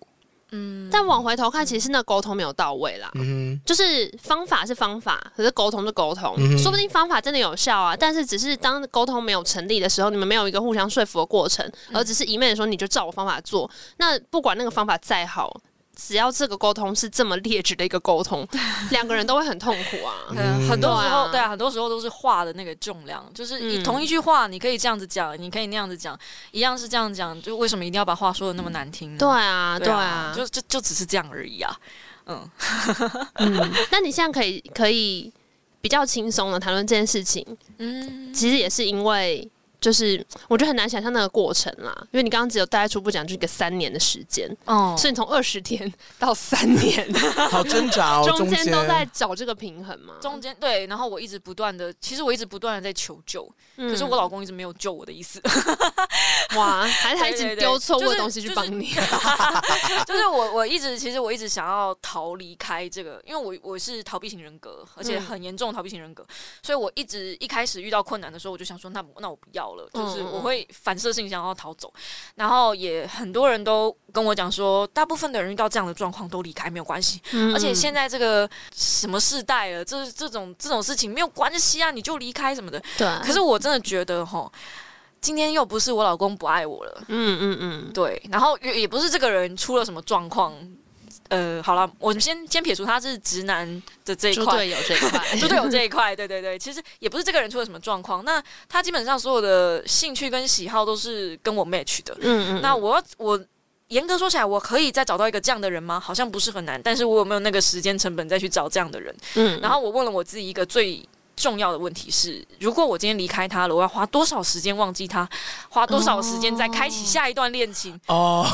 Speaker 4: 嗯，
Speaker 3: 但往回头看，其实那沟通没有到位啦。
Speaker 2: 嗯
Speaker 3: 就是方法是方法，可是沟通是沟通，
Speaker 2: 嗯哼
Speaker 3: 说不定方法真的有效啊，但是只是当沟通没有成立的时候，你们没有一个互相说服的过程，而只是一昧的说你就照我方法做，那不管那个方法再好，只要这个沟通是这么劣质的一个沟通，两个人都会很痛苦啊。
Speaker 4: 嗯，很多时候，
Speaker 3: 对啊
Speaker 4: 对啊，很多时候都是话的那个重量，就是你
Speaker 3: 嗯
Speaker 4: 同一句话，你可以这样子讲，你可以那样子讲，一样是这样讲，就为什么一定要把话说的那么难听呢？
Speaker 3: 对啊，对
Speaker 4: 对
Speaker 3: 啊，
Speaker 4: 就就就只是这样而已啊。嗯，
Speaker 3: 嗯，那你现在可以可以比较轻松的谈论这件事情，
Speaker 4: (laughs) 嗯，
Speaker 3: 其实也是因为，就是我觉得很难想象那个过程啦，因为你刚刚只有待在初步讲就一个三年的时间，
Speaker 4: 哦
Speaker 3: 所以你从二十天到三年，
Speaker 2: 哼，好挣
Speaker 4: (laughs)
Speaker 2: 扎哦，
Speaker 3: 中
Speaker 2: 间
Speaker 3: 间都在找这个平衡嘛。
Speaker 4: 中间对，然后我一直不断的，其实我一直不断的在求救，
Speaker 3: 嗯
Speaker 4: 可是我老公一直没有救我的意思，
Speaker 3: 哇，还是他一
Speaker 4: 对
Speaker 3: 直
Speaker 4: 对对
Speaker 3: 丢错误
Speaker 4: 就
Speaker 3: 的
Speaker 4: 是
Speaker 3: 东西去
Speaker 4: 就是
Speaker 3: 帮你，
Speaker 4: 就是我我一直其实我一直想要逃离开这个，因为我我是逃避型人格，而且
Speaker 3: 嗯
Speaker 4: 很严重的逃避型人格，所以我一直一开始遇到困难的时候，我就想说那那我不要了，就是
Speaker 3: 嗯嗯
Speaker 4: 我会反射性想要逃走，然后也很多人都跟我讲说，大部分的人遇到这样的状况都离开没有关系，
Speaker 3: (laughs) 嗯
Speaker 4: 而且现
Speaker 3: 在
Speaker 4: 在这个什么世代了，这这种这种事情没有关系啊，你就离开什么的。
Speaker 3: 嗯对，
Speaker 4: 可是我真的觉得吼，今天又不是我老公不爱我了，
Speaker 3: 嗯嗯嗯，
Speaker 4: 对，然后也也不是这个人出了什么状况。呃，好了，我们先先撇除他是直男的这一
Speaker 3: 猪
Speaker 4: 块，
Speaker 3: 队友这一 (laughs) 块，
Speaker 4: 猪队友这一块，对对对，其实也不是这个人出了什么状况，那他基本上所有的兴趣跟喜好都是跟我 match 的，
Speaker 3: 嗯，嗯嗯，
Speaker 4: 那我要我严格说起来，我可以再找到一个这样的人吗？好像不是很难，但是我有没有那个时间成本再去找这样的人？
Speaker 3: 嗯，
Speaker 4: 然后我问了我自己一个最重要的问题是：如果我今天离开他了，我要花多少时间忘记他？花多少时间再
Speaker 3: 哦
Speaker 4: 开启下一段恋情？
Speaker 2: 哦，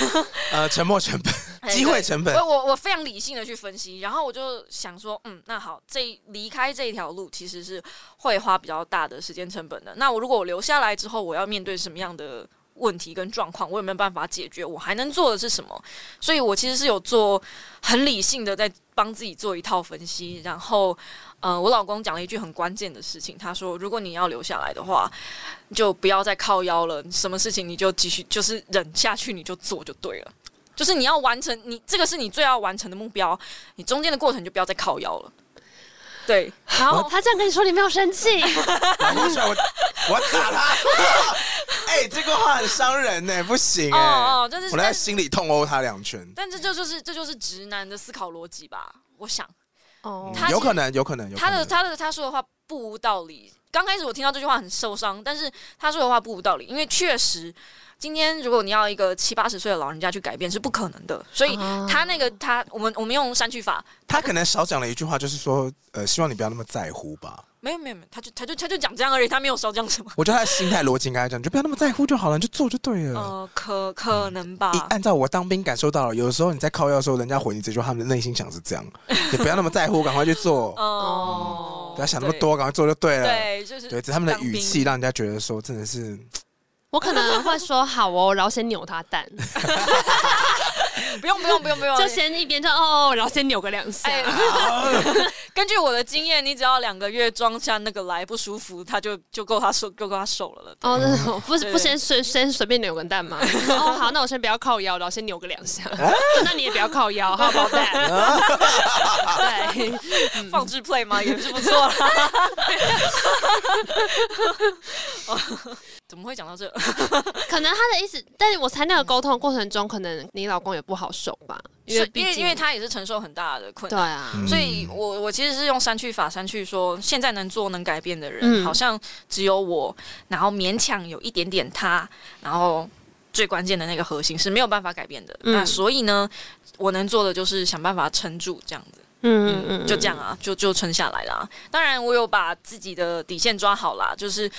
Speaker 2: (laughs) 呃，沉没成本，
Speaker 4: 哎
Speaker 2: 机会成本
Speaker 4: 对，我我我非常理性的去分析，然后我就想说，嗯，那好，这离开这一条路其实是会花比较大的时间成本的。那我如果我留下来之后，我要面对什么样的问题跟状况？我有没有办法解决？我还能做的是什么？所以我其实是有做很理性的在帮自己做一套分析。然后，呃，我老公讲了一句很关键的事情，他说，如果你要留下来的话，就不要再靠腰了，什么事情你就继续就是忍下去，你就做就对了。就是你要完成你这个是你最要完成的目标，你中间的过程就不要再靠腰了。对，然后
Speaker 3: 他这样跟你说，你没有生气，
Speaker 2: 然后我想我我要打他， (laughs) 哎，这个话很伤人呢，不行
Speaker 4: 哦
Speaker 2: 哎，
Speaker 4: 哦，但是
Speaker 2: 我在
Speaker 4: 但
Speaker 2: 心里痛殴他两拳，
Speaker 4: 但这就就是这就是直男的思考逻辑吧？我想
Speaker 3: (laughs) 哦，
Speaker 4: 他
Speaker 2: 有
Speaker 4: 其实
Speaker 2: 可能，有可能，有可
Speaker 4: 他的
Speaker 2: 能，
Speaker 4: 他的他说的话不无道理。刚开始我听到这句话很受伤，但是他说的话不无道理，因为确实今天如果你要一个七八十岁的老人家去改变是不可能的，所以
Speaker 3: 啊
Speaker 4: 他那个他我们我们用删去法，
Speaker 2: 他可能少讲了一句话，就是说，呃，希望你不要那么在乎吧。
Speaker 4: 没有没有没有，他就他就他就讲这样而已，他没有少讲什么。
Speaker 2: 我觉得他的心态逻辑应该这样，你就不要那么在乎就好了，你就做就对了。
Speaker 4: 呃，可可能吧
Speaker 2: 一，按照我当兵感受到了，有时候你在靠腰的时候，人家回你这句话，他们的内心想是这
Speaker 4: (laughs)
Speaker 2: 样：你不要那么在乎，赶快去做，
Speaker 4: 哦，
Speaker 2: 不要想那么多，赶快做就对
Speaker 4: 对，
Speaker 2: 了。
Speaker 4: 对，就是
Speaker 2: 对，只是他们的
Speaker 4: 当兵嗯
Speaker 2: 语气让人家觉得说，真的是
Speaker 3: 我可能会说好哦，然后先扭他 (laughs) 蛋，
Speaker 4: 不用不用不用不用， (laughs)
Speaker 3: 就先一边就哦，然后先扭个两下
Speaker 4: 哎，根据我的经验，你只要两个月装下那个来不舒服，他就就够他受，就够他受了了。
Speaker 3: 哦，这种不是
Speaker 4: 嗯对
Speaker 3: 不先随先随便扭个蛋
Speaker 4: (laughs)
Speaker 3: 吗？哦，好，那我先不要靠腰，然后先扭个两下。
Speaker 4: 啊
Speaker 3: 那你也不要靠腰，好不好？
Speaker 4: 啊
Speaker 3: 对，
Speaker 4: 放置 play 嘛，也是不错啦。哦 (laughs) 怎么会讲到这？
Speaker 3: 可能他的意思，但是我猜那个沟通的过程中，可能你老公也不好受吧，因为
Speaker 4: 是
Speaker 3: 毕
Speaker 4: 因为嗯
Speaker 3: 竟
Speaker 4: 因为他也是承受很大的困
Speaker 3: 对
Speaker 4: 难。
Speaker 3: 啊，
Speaker 4: 所以我我其实是用删去法删去说，现在能做能改变的人，
Speaker 3: 嗯
Speaker 4: 好像只有我，然后勉强有一点点他，然后最关键的那个核心是没有办法改变的。
Speaker 3: 嗯
Speaker 4: 那所以呢，我能做的就是想办法撑住这样子。
Speaker 3: 嗯
Speaker 4: 嗯，就这样啊，就就撑下来啦。当然，我有把自己的底线抓好啦，就是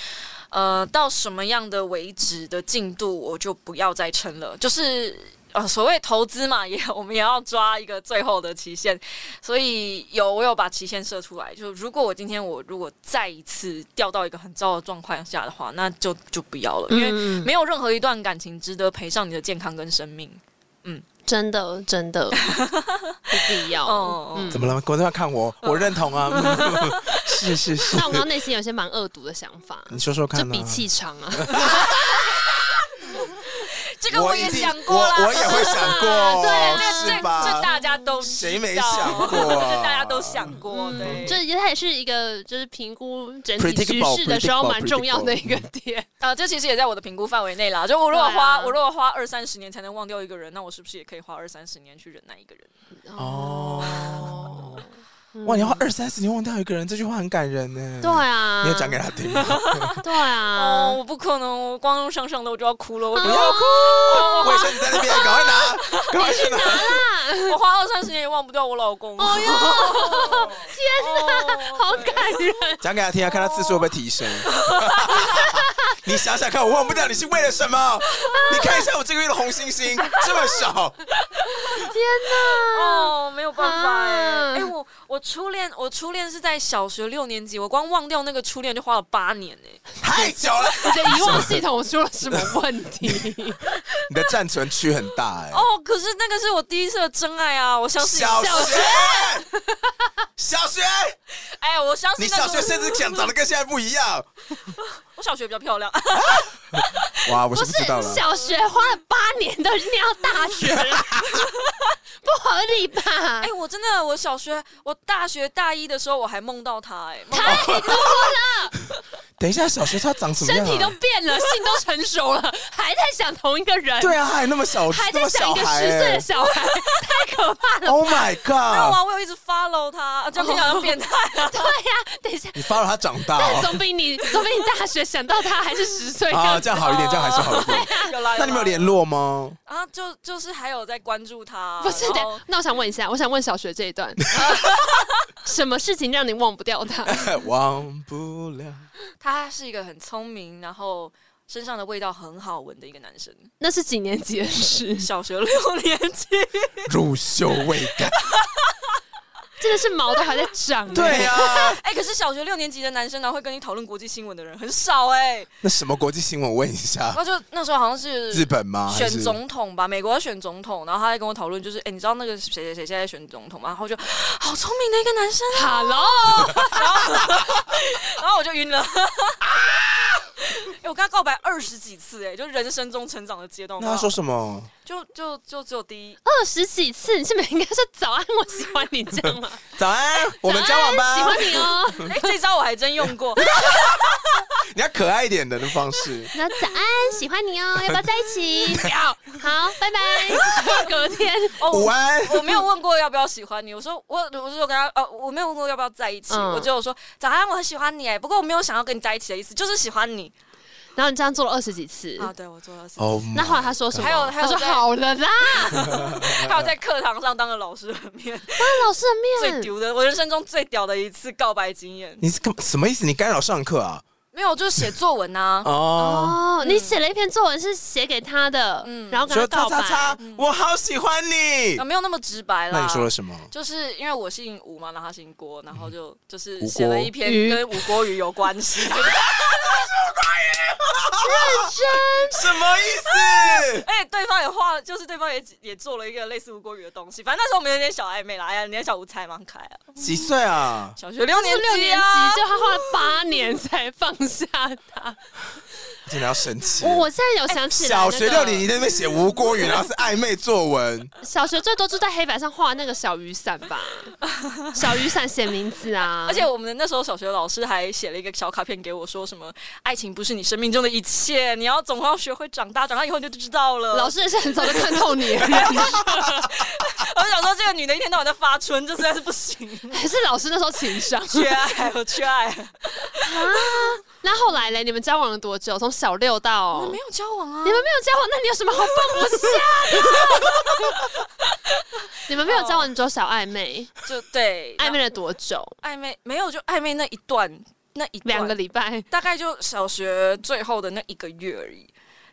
Speaker 4: 呃，到什么样的为止的进度，我就不要再撑了。就是呃，所谓投资嘛，也我们也要抓一个最后的期限。所以有我有把期限设出来，就如果我今天我如果再一次掉到一个很糟的状况下的话，那就就不要了，因为
Speaker 3: 嗯，
Speaker 4: 没有任何一段感情值得赔上你的健康跟生命。
Speaker 3: 真的真的不必要。
Speaker 4: 哦
Speaker 3: 嗯
Speaker 2: 怎么了？观众要看
Speaker 4: (laughs)
Speaker 2: 我，我认同啊。
Speaker 4: 嗯
Speaker 2: (laughs) 是是是
Speaker 3: 那，我刚刚内心有些蛮恶毒的想法，
Speaker 2: 你说说看、
Speaker 3: 就
Speaker 2: 啊。
Speaker 3: 比气场啊，
Speaker 4: 这个我
Speaker 2: 一
Speaker 4: 也
Speaker 2: 定
Speaker 4: 想过啦，
Speaker 2: 我我也会想过，
Speaker 4: (laughs) 对，
Speaker 2: 是
Speaker 4: 这这
Speaker 2: 吧？
Speaker 4: 大家都知道
Speaker 2: 谁没想过啊
Speaker 4: (laughs) 这大家都想过，哦
Speaker 3: 嗯
Speaker 4: 对，
Speaker 3: 这也它也是一个就是评估整体局
Speaker 2: Predictable，
Speaker 3: 势的时候
Speaker 2: predictable，
Speaker 3: 蛮重要的一个点。
Speaker 4: 啊，这其实也在我的评估范围内啦。就我如果花
Speaker 3: 对啊
Speaker 4: 我如果花二三十年才能忘掉一个人，那我是不是也可以花二三十年去忍耐一个人？
Speaker 2: 哦， (laughs) 哇，你要花二三十年忘掉一个人，这句话很感人呢。
Speaker 3: 对，啊，
Speaker 2: 你要讲给他听吗。
Speaker 3: 对啊
Speaker 4: 哦，，我不可能，我光上上的我就要哭了，我
Speaker 2: 不
Speaker 4: 不
Speaker 2: 要
Speaker 4: 要，
Speaker 2: 哭，卫生纸在那边，赶快
Speaker 3: (laughs)
Speaker 2: 拿，赶快去拿。
Speaker 3: 啊
Speaker 4: 我花二三十年也忘不掉我老公。哦哟， (laughs) 天哪，
Speaker 3: 好感人。
Speaker 2: 讲给他听啊，看他次数会不会提
Speaker 3: (laughs)
Speaker 2: 升。你想想看，我忘不掉你是为了什么？你看一下我这个月的红星星这么少，
Speaker 4: 哦，没有办法
Speaker 3: 啊
Speaker 4: 哎、哎，我我初恋，我初恋是在小学六年级，我光忘掉那个初恋就花了八年哎、
Speaker 2: 太久了。
Speaker 3: 你的遗忘系统出了什么问题？
Speaker 2: 你的暂存区很大哎、
Speaker 4: 哦，可是那个是我第一次的真爱啊！我相信，
Speaker 2: 小
Speaker 3: (laughs)
Speaker 2: 学，小
Speaker 3: 哦
Speaker 2: 学，
Speaker 4: 哎，我相信
Speaker 2: 你
Speaker 4: 那
Speaker 2: 小
Speaker 4: 是
Speaker 2: 学
Speaker 4: 我
Speaker 2: 甚至想长得跟现在不一样。
Speaker 4: 我小学比较漂亮，
Speaker 2: 哇，我
Speaker 3: 不
Speaker 2: 是
Speaker 3: 是
Speaker 2: 不知道了。
Speaker 3: 小学花了八年都已经念到大
Speaker 2: (laughs)
Speaker 3: 学了，不合理吧？
Speaker 4: (laughs) 哎，我真的，我小学，我大学大一的时候我还梦到他， (laughs) 哎，
Speaker 2: 啊
Speaker 4: 梦
Speaker 2: 哦
Speaker 3: 太多了，
Speaker 2: 等一下，小学他长什么
Speaker 3: 身
Speaker 2: 样、
Speaker 3: 体都
Speaker 2: 啊？
Speaker 3: 变了，性都成熟了，还在想同一个人，
Speaker 2: 对啊，他还那么小，
Speaker 3: 哎
Speaker 2: 那
Speaker 3: 还在
Speaker 2: 么
Speaker 3: 想
Speaker 2: 小
Speaker 3: 一个
Speaker 2: 孩、
Speaker 3: 十岁
Speaker 2: 欸
Speaker 3: 的。小孩，太可怕了。！
Speaker 2: Oh my
Speaker 4: 到
Speaker 2: god！
Speaker 4: 啊，我有一直 follow 他， (laughs) 啊这样听起来好像变态啊
Speaker 2: 哦
Speaker 3: 对呀，等一下，
Speaker 2: 你发了他长大哦。
Speaker 3: 总比你总比你大学想到他还是十岁
Speaker 2: 啊，
Speaker 3: 样
Speaker 2: 这样好一点，这样还是好
Speaker 3: (laughs) 哎
Speaker 2: 一点。
Speaker 4: 有啦，
Speaker 2: 那你们有
Speaker 4: 啦
Speaker 2: 联络吗？
Speaker 4: 啊？就就是还有在关注他，
Speaker 3: 不
Speaker 2: 哦
Speaker 3: 是
Speaker 4: 然后
Speaker 3: 的，那我想问一下，我想问小学这
Speaker 2: (laughs)
Speaker 3: 一段，什么事情让你忘不掉他？
Speaker 2: (laughs) 忘不了。
Speaker 4: 他是一个很聪明，然后身上的味道很好闻的一个男生，
Speaker 3: 那是几年级的事？
Speaker 4: 小学六年 (laughs) 级，
Speaker 2: 乳臭未
Speaker 3: (laughs)
Speaker 2: 干。
Speaker 3: 真的是毛都还在长。
Speaker 2: 对
Speaker 3: 欸，
Speaker 2: 呀、
Speaker 4: 哎，可是小学六年级的男生，然后会跟你讨论国际新闻的人很少哎、
Speaker 2: 那什么国际新闻？我问一下
Speaker 3: 呃
Speaker 4: 然，后就那时候好像是
Speaker 2: 日本吗？啊还
Speaker 4: 选
Speaker 2: 是
Speaker 4: 总统吧，美国要选总统，然后他在跟我讨论，就是哎、你知道那个谁谁谁现在选总统吗？然后我就 (gasps) 好聪明的一个
Speaker 2: (laughs)
Speaker 4: 男生，
Speaker 3: Hello，
Speaker 4: 然后我就晕了。 (laughs) 哎、我跟他告白二十几次、哎，就人生中成长的阶
Speaker 3: 啊
Speaker 4: 段。
Speaker 2: 那他说什么？
Speaker 4: 就就就只有第一，
Speaker 3: 二十几次，你是不是应该说早安，我喜欢你这样吗？
Speaker 2: 早安，我们交往
Speaker 3: 喜欢
Speaker 2: 吧。
Speaker 3: 你哦。
Speaker 4: 哎、这招我还真
Speaker 2: (laughs)
Speaker 4: 用过。
Speaker 2: 你要可爱一点的那方式。
Speaker 3: 然后早安，喜欢你哦，要不要在一起？不 (laughs) 要。好，拜拜。隔天，
Speaker 4: 哦，
Speaker 2: 午
Speaker 4: 我
Speaker 2: 安，
Speaker 4: 我没有问过要不要喜欢你，我说我我是有跟他呃，我没有问过要不要在一起，
Speaker 3: 嗯
Speaker 4: 我只有说早安，我很喜欢你、哎，不过我没有想要跟你在一起的意思，就是喜欢你。
Speaker 3: 然后你这样做了二十几次。
Speaker 4: 啊，对我做了事。
Speaker 2: 哦，
Speaker 3: 那后来他说什么？啊
Speaker 4: 还有还
Speaker 3: 他
Speaker 4: 有
Speaker 3: 说
Speaker 4: 在
Speaker 3: (laughs) 好了啦，
Speaker 4: 还有在课堂上当着老师 (laughs) 的面，
Speaker 3: 当老师的
Speaker 4: 最
Speaker 3: 面。
Speaker 4: 丢的，我人生中最屌的一次告白经验。
Speaker 2: 你是干什么意思？你干扰上课啊？
Speaker 4: 没有，就是写作文啊。
Speaker 2: (laughs) 哦，
Speaker 3: 哦，你写了一篇作文是写给他的，
Speaker 4: 嗯
Speaker 3: 然后跟
Speaker 2: 说
Speaker 3: 他告
Speaker 2: 叉
Speaker 3: 白。嗯
Speaker 2: 叉叉，我好喜欢你
Speaker 4: 啊，。没有那么直白啦。
Speaker 2: 那你说了什么？
Speaker 4: 就是因为我姓吴嘛，然后他姓郭，然后就就是
Speaker 2: 嗯吴
Speaker 4: 写了
Speaker 2: 郭
Speaker 4: 一篇 (laughs)
Speaker 3: 鱼
Speaker 4: 跟吴郭鱼有关系。
Speaker 2: 什么意思？
Speaker 4: 而且哎对方也画，就是对方也也做了一个类似吴郭宇的东西。反正那时候我们有点小暧昧啦，哎呀，你看小吴才蛮可爱啊，
Speaker 2: 几岁啊？
Speaker 4: 小学六
Speaker 3: 是
Speaker 4: 年
Speaker 3: 六
Speaker 4: 级
Speaker 3: 年
Speaker 4: 啊
Speaker 3: 级，，就他花了八年才放下他。
Speaker 2: 真的要生气。
Speaker 3: 我我现在有想起
Speaker 2: 嗯
Speaker 3: 来、那
Speaker 2: 小
Speaker 3: 个
Speaker 2: 学六年级在那边写吴郭语，然后是暧昧作文，
Speaker 3: 小学最多就在黑板上画那个小雨伞 (laughs) 吧，小雨伞写名字啊，
Speaker 4: 而且我们的那时候小学老师还写了一个小卡片给我，说什么爱情不是你生命中的一切，你要总要学会长大，长大以后你就知道了。
Speaker 3: 老，师也是很早就看透你 (laughs) 了，
Speaker 4: (laughs) 我想说这个女的一天到晚在发春，这实在是不 (laughs) 行，
Speaker 3: 还是老师那时候情商。
Speaker 4: 缺爱，我缺爱。
Speaker 3: 那后来嘞，你们交往了多久？从小六到
Speaker 4: 我没有交往啊
Speaker 3: 你，们没有交往，那你有什么好放不下的？ (laughs) 你们没有交往，你只有小暧昧，
Speaker 4: 就对
Speaker 3: 暧昧了多久？
Speaker 4: 暧昧没有就暧昧那一段那一段
Speaker 3: 两个礼拜。
Speaker 4: 大概就小学最后的那一个月而已。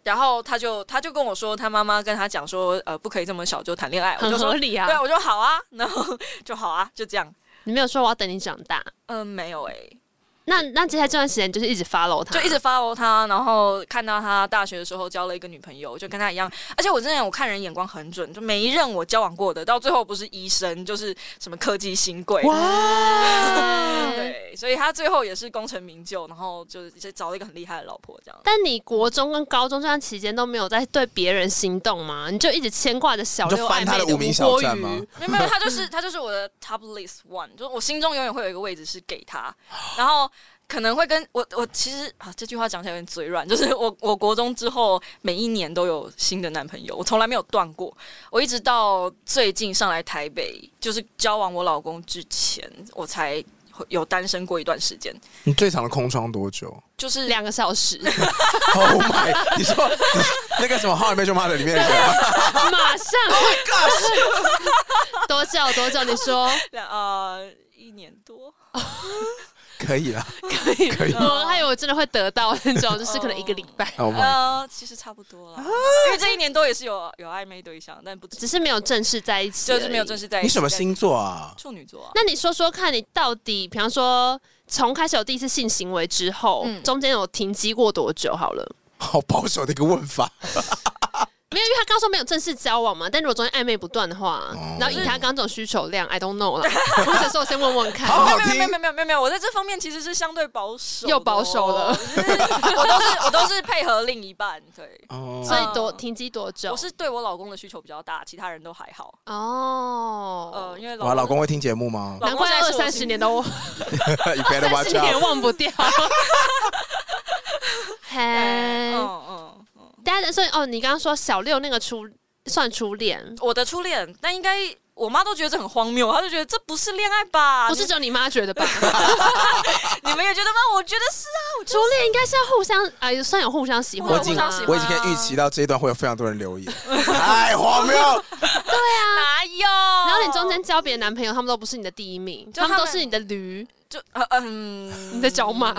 Speaker 4: 然后他就他就跟我说，他妈妈跟他讲说，呃，不可以这么小就谈恋爱。我
Speaker 3: 很
Speaker 4: 就说
Speaker 3: 合理啊
Speaker 4: 对，我就好啊，然后 (laughs) 就好啊，就这样。
Speaker 3: 你没有说我要等你长大，
Speaker 4: 嗯、没有哎、
Speaker 3: 那那接下来这段时间你就是一直 follow 他，
Speaker 4: 就一直 follow 他，然后看到他大学的时候交了一个女朋友，就跟他一样。而且我真的我看人眼光很准，就每一任我交往过的，到最后不是医生就是什么科技新贵。
Speaker 3: 对。
Speaker 4: 对，所以他最后也是功成名就，然后就是找了一个很厉害的老婆这样。
Speaker 3: 但你国中跟高中这段期间都没有在对别人心动吗？你就一直牵挂着小
Speaker 2: 你
Speaker 3: 六
Speaker 2: 就翻
Speaker 3: 暧
Speaker 2: 他
Speaker 3: 昧
Speaker 2: 的
Speaker 3: 无
Speaker 2: 无名小
Speaker 3: 锅
Speaker 2: 站吗
Speaker 3: 鱼，
Speaker 4: 没有没有，他就是 (laughs) 他就是我的 top list one，就是我心中永远会有一个位置是
Speaker 2: (gasps)
Speaker 4: 给他，然后可能会跟我我其实啊这句话讲起来有点嘴软，就是我我国中之后每一年都有新的男朋友，我从来没有断过，我一直到最近上来台北就是交往我老公之前，我才会有单身过一段时间，
Speaker 2: 你最长的空窗多久 (laughs)
Speaker 4: 就是
Speaker 3: 两个小时，
Speaker 2: ？Oh my！你说 (laughs) 你那个什么《How I Met Your Mother》里面的人
Speaker 3: (laughs)
Speaker 2: 吗，
Speaker 3: 马上
Speaker 2: Oh
Speaker 3: (laughs) 多久多久？你说
Speaker 4: (laughs)
Speaker 2: (laughs)
Speaker 4: 两呃一年多，
Speaker 2: 可以啦，
Speaker 3: 可以
Speaker 2: 可以
Speaker 3: 我呃还以为我真的会得到那
Speaker 2: (laughs)
Speaker 3: 种，就是可能一个礼拜，
Speaker 2: Oh my！
Speaker 4: 呃其实差不多了，因为这一年多也是有有暧昧对象，但不止
Speaker 3: 只是没有正式在一起，
Speaker 4: 就是没有正。式在一起。
Speaker 2: 你什么星座啊？
Speaker 4: 处女座啊、
Speaker 3: 那你说说看，你到底，比方说从开始有第一次性行为之后，
Speaker 4: 嗯
Speaker 3: 中间有停机过多久？好了。
Speaker 2: 好保守的一个问法。
Speaker 3: (laughs) 没有，因为他刚说没有正式交往嘛，但如果中间暧昧不断的话，
Speaker 2: 哦
Speaker 3: 然后以他刚这种需求量，I don't
Speaker 4: (laughs)
Speaker 3: know 啦。或者说我先问问看，
Speaker 2: 好
Speaker 4: 没有没有
Speaker 2: 听
Speaker 4: 没有没有没有没有，我在这方面其实是相对保守的哦，
Speaker 3: 又保守了
Speaker 4: 就是我都是我都是配合另一半，对，
Speaker 2: 哦
Speaker 3: 所以多停机多久？
Speaker 4: 我是对我老公的需求比较大，其他人都还好。
Speaker 3: 哦
Speaker 4: 呃，，因为老
Speaker 2: 哇，老公会听节目吗
Speaker 4: 老
Speaker 3: 难怪
Speaker 4: 公现在
Speaker 3: 二
Speaker 4: 是我
Speaker 3: 三十年都
Speaker 2: (laughs) ？You better
Speaker 3: (laughs) 三
Speaker 2: watch
Speaker 3: 十年
Speaker 2: out！
Speaker 3: 忘不
Speaker 4: (laughs)
Speaker 3: 掉。
Speaker 4: 对
Speaker 3: 嘿，
Speaker 4: 嗯嗯嗯，
Speaker 3: 大家所以哦，你刚刚说小六那个初算初恋，
Speaker 4: 我的初恋，那应该我妈都觉得这很荒谬，她就觉得这不是恋爱吧？
Speaker 3: 不是只有你妈觉得吧？
Speaker 4: (laughs) 你你们也觉得吗？我觉得是啊，我觉
Speaker 3: 初恋应该是要互相哎、算有互相喜欢
Speaker 2: 我
Speaker 3: 吧，
Speaker 2: 已经
Speaker 4: 互相喜欢
Speaker 2: 我已经可以预期到这一段会有非常多人留
Speaker 3: (laughs)
Speaker 2: 言，太荒谬！ (laughs)
Speaker 4: 得哪有？然
Speaker 3: 啊然后你中间交别的男朋友，他们都不是你的第一名，
Speaker 4: 啊就
Speaker 3: 他们
Speaker 4: 他
Speaker 3: 都
Speaker 4: 们
Speaker 3: 是你的驴，
Speaker 4: 就呃嗯，
Speaker 3: 你的角马。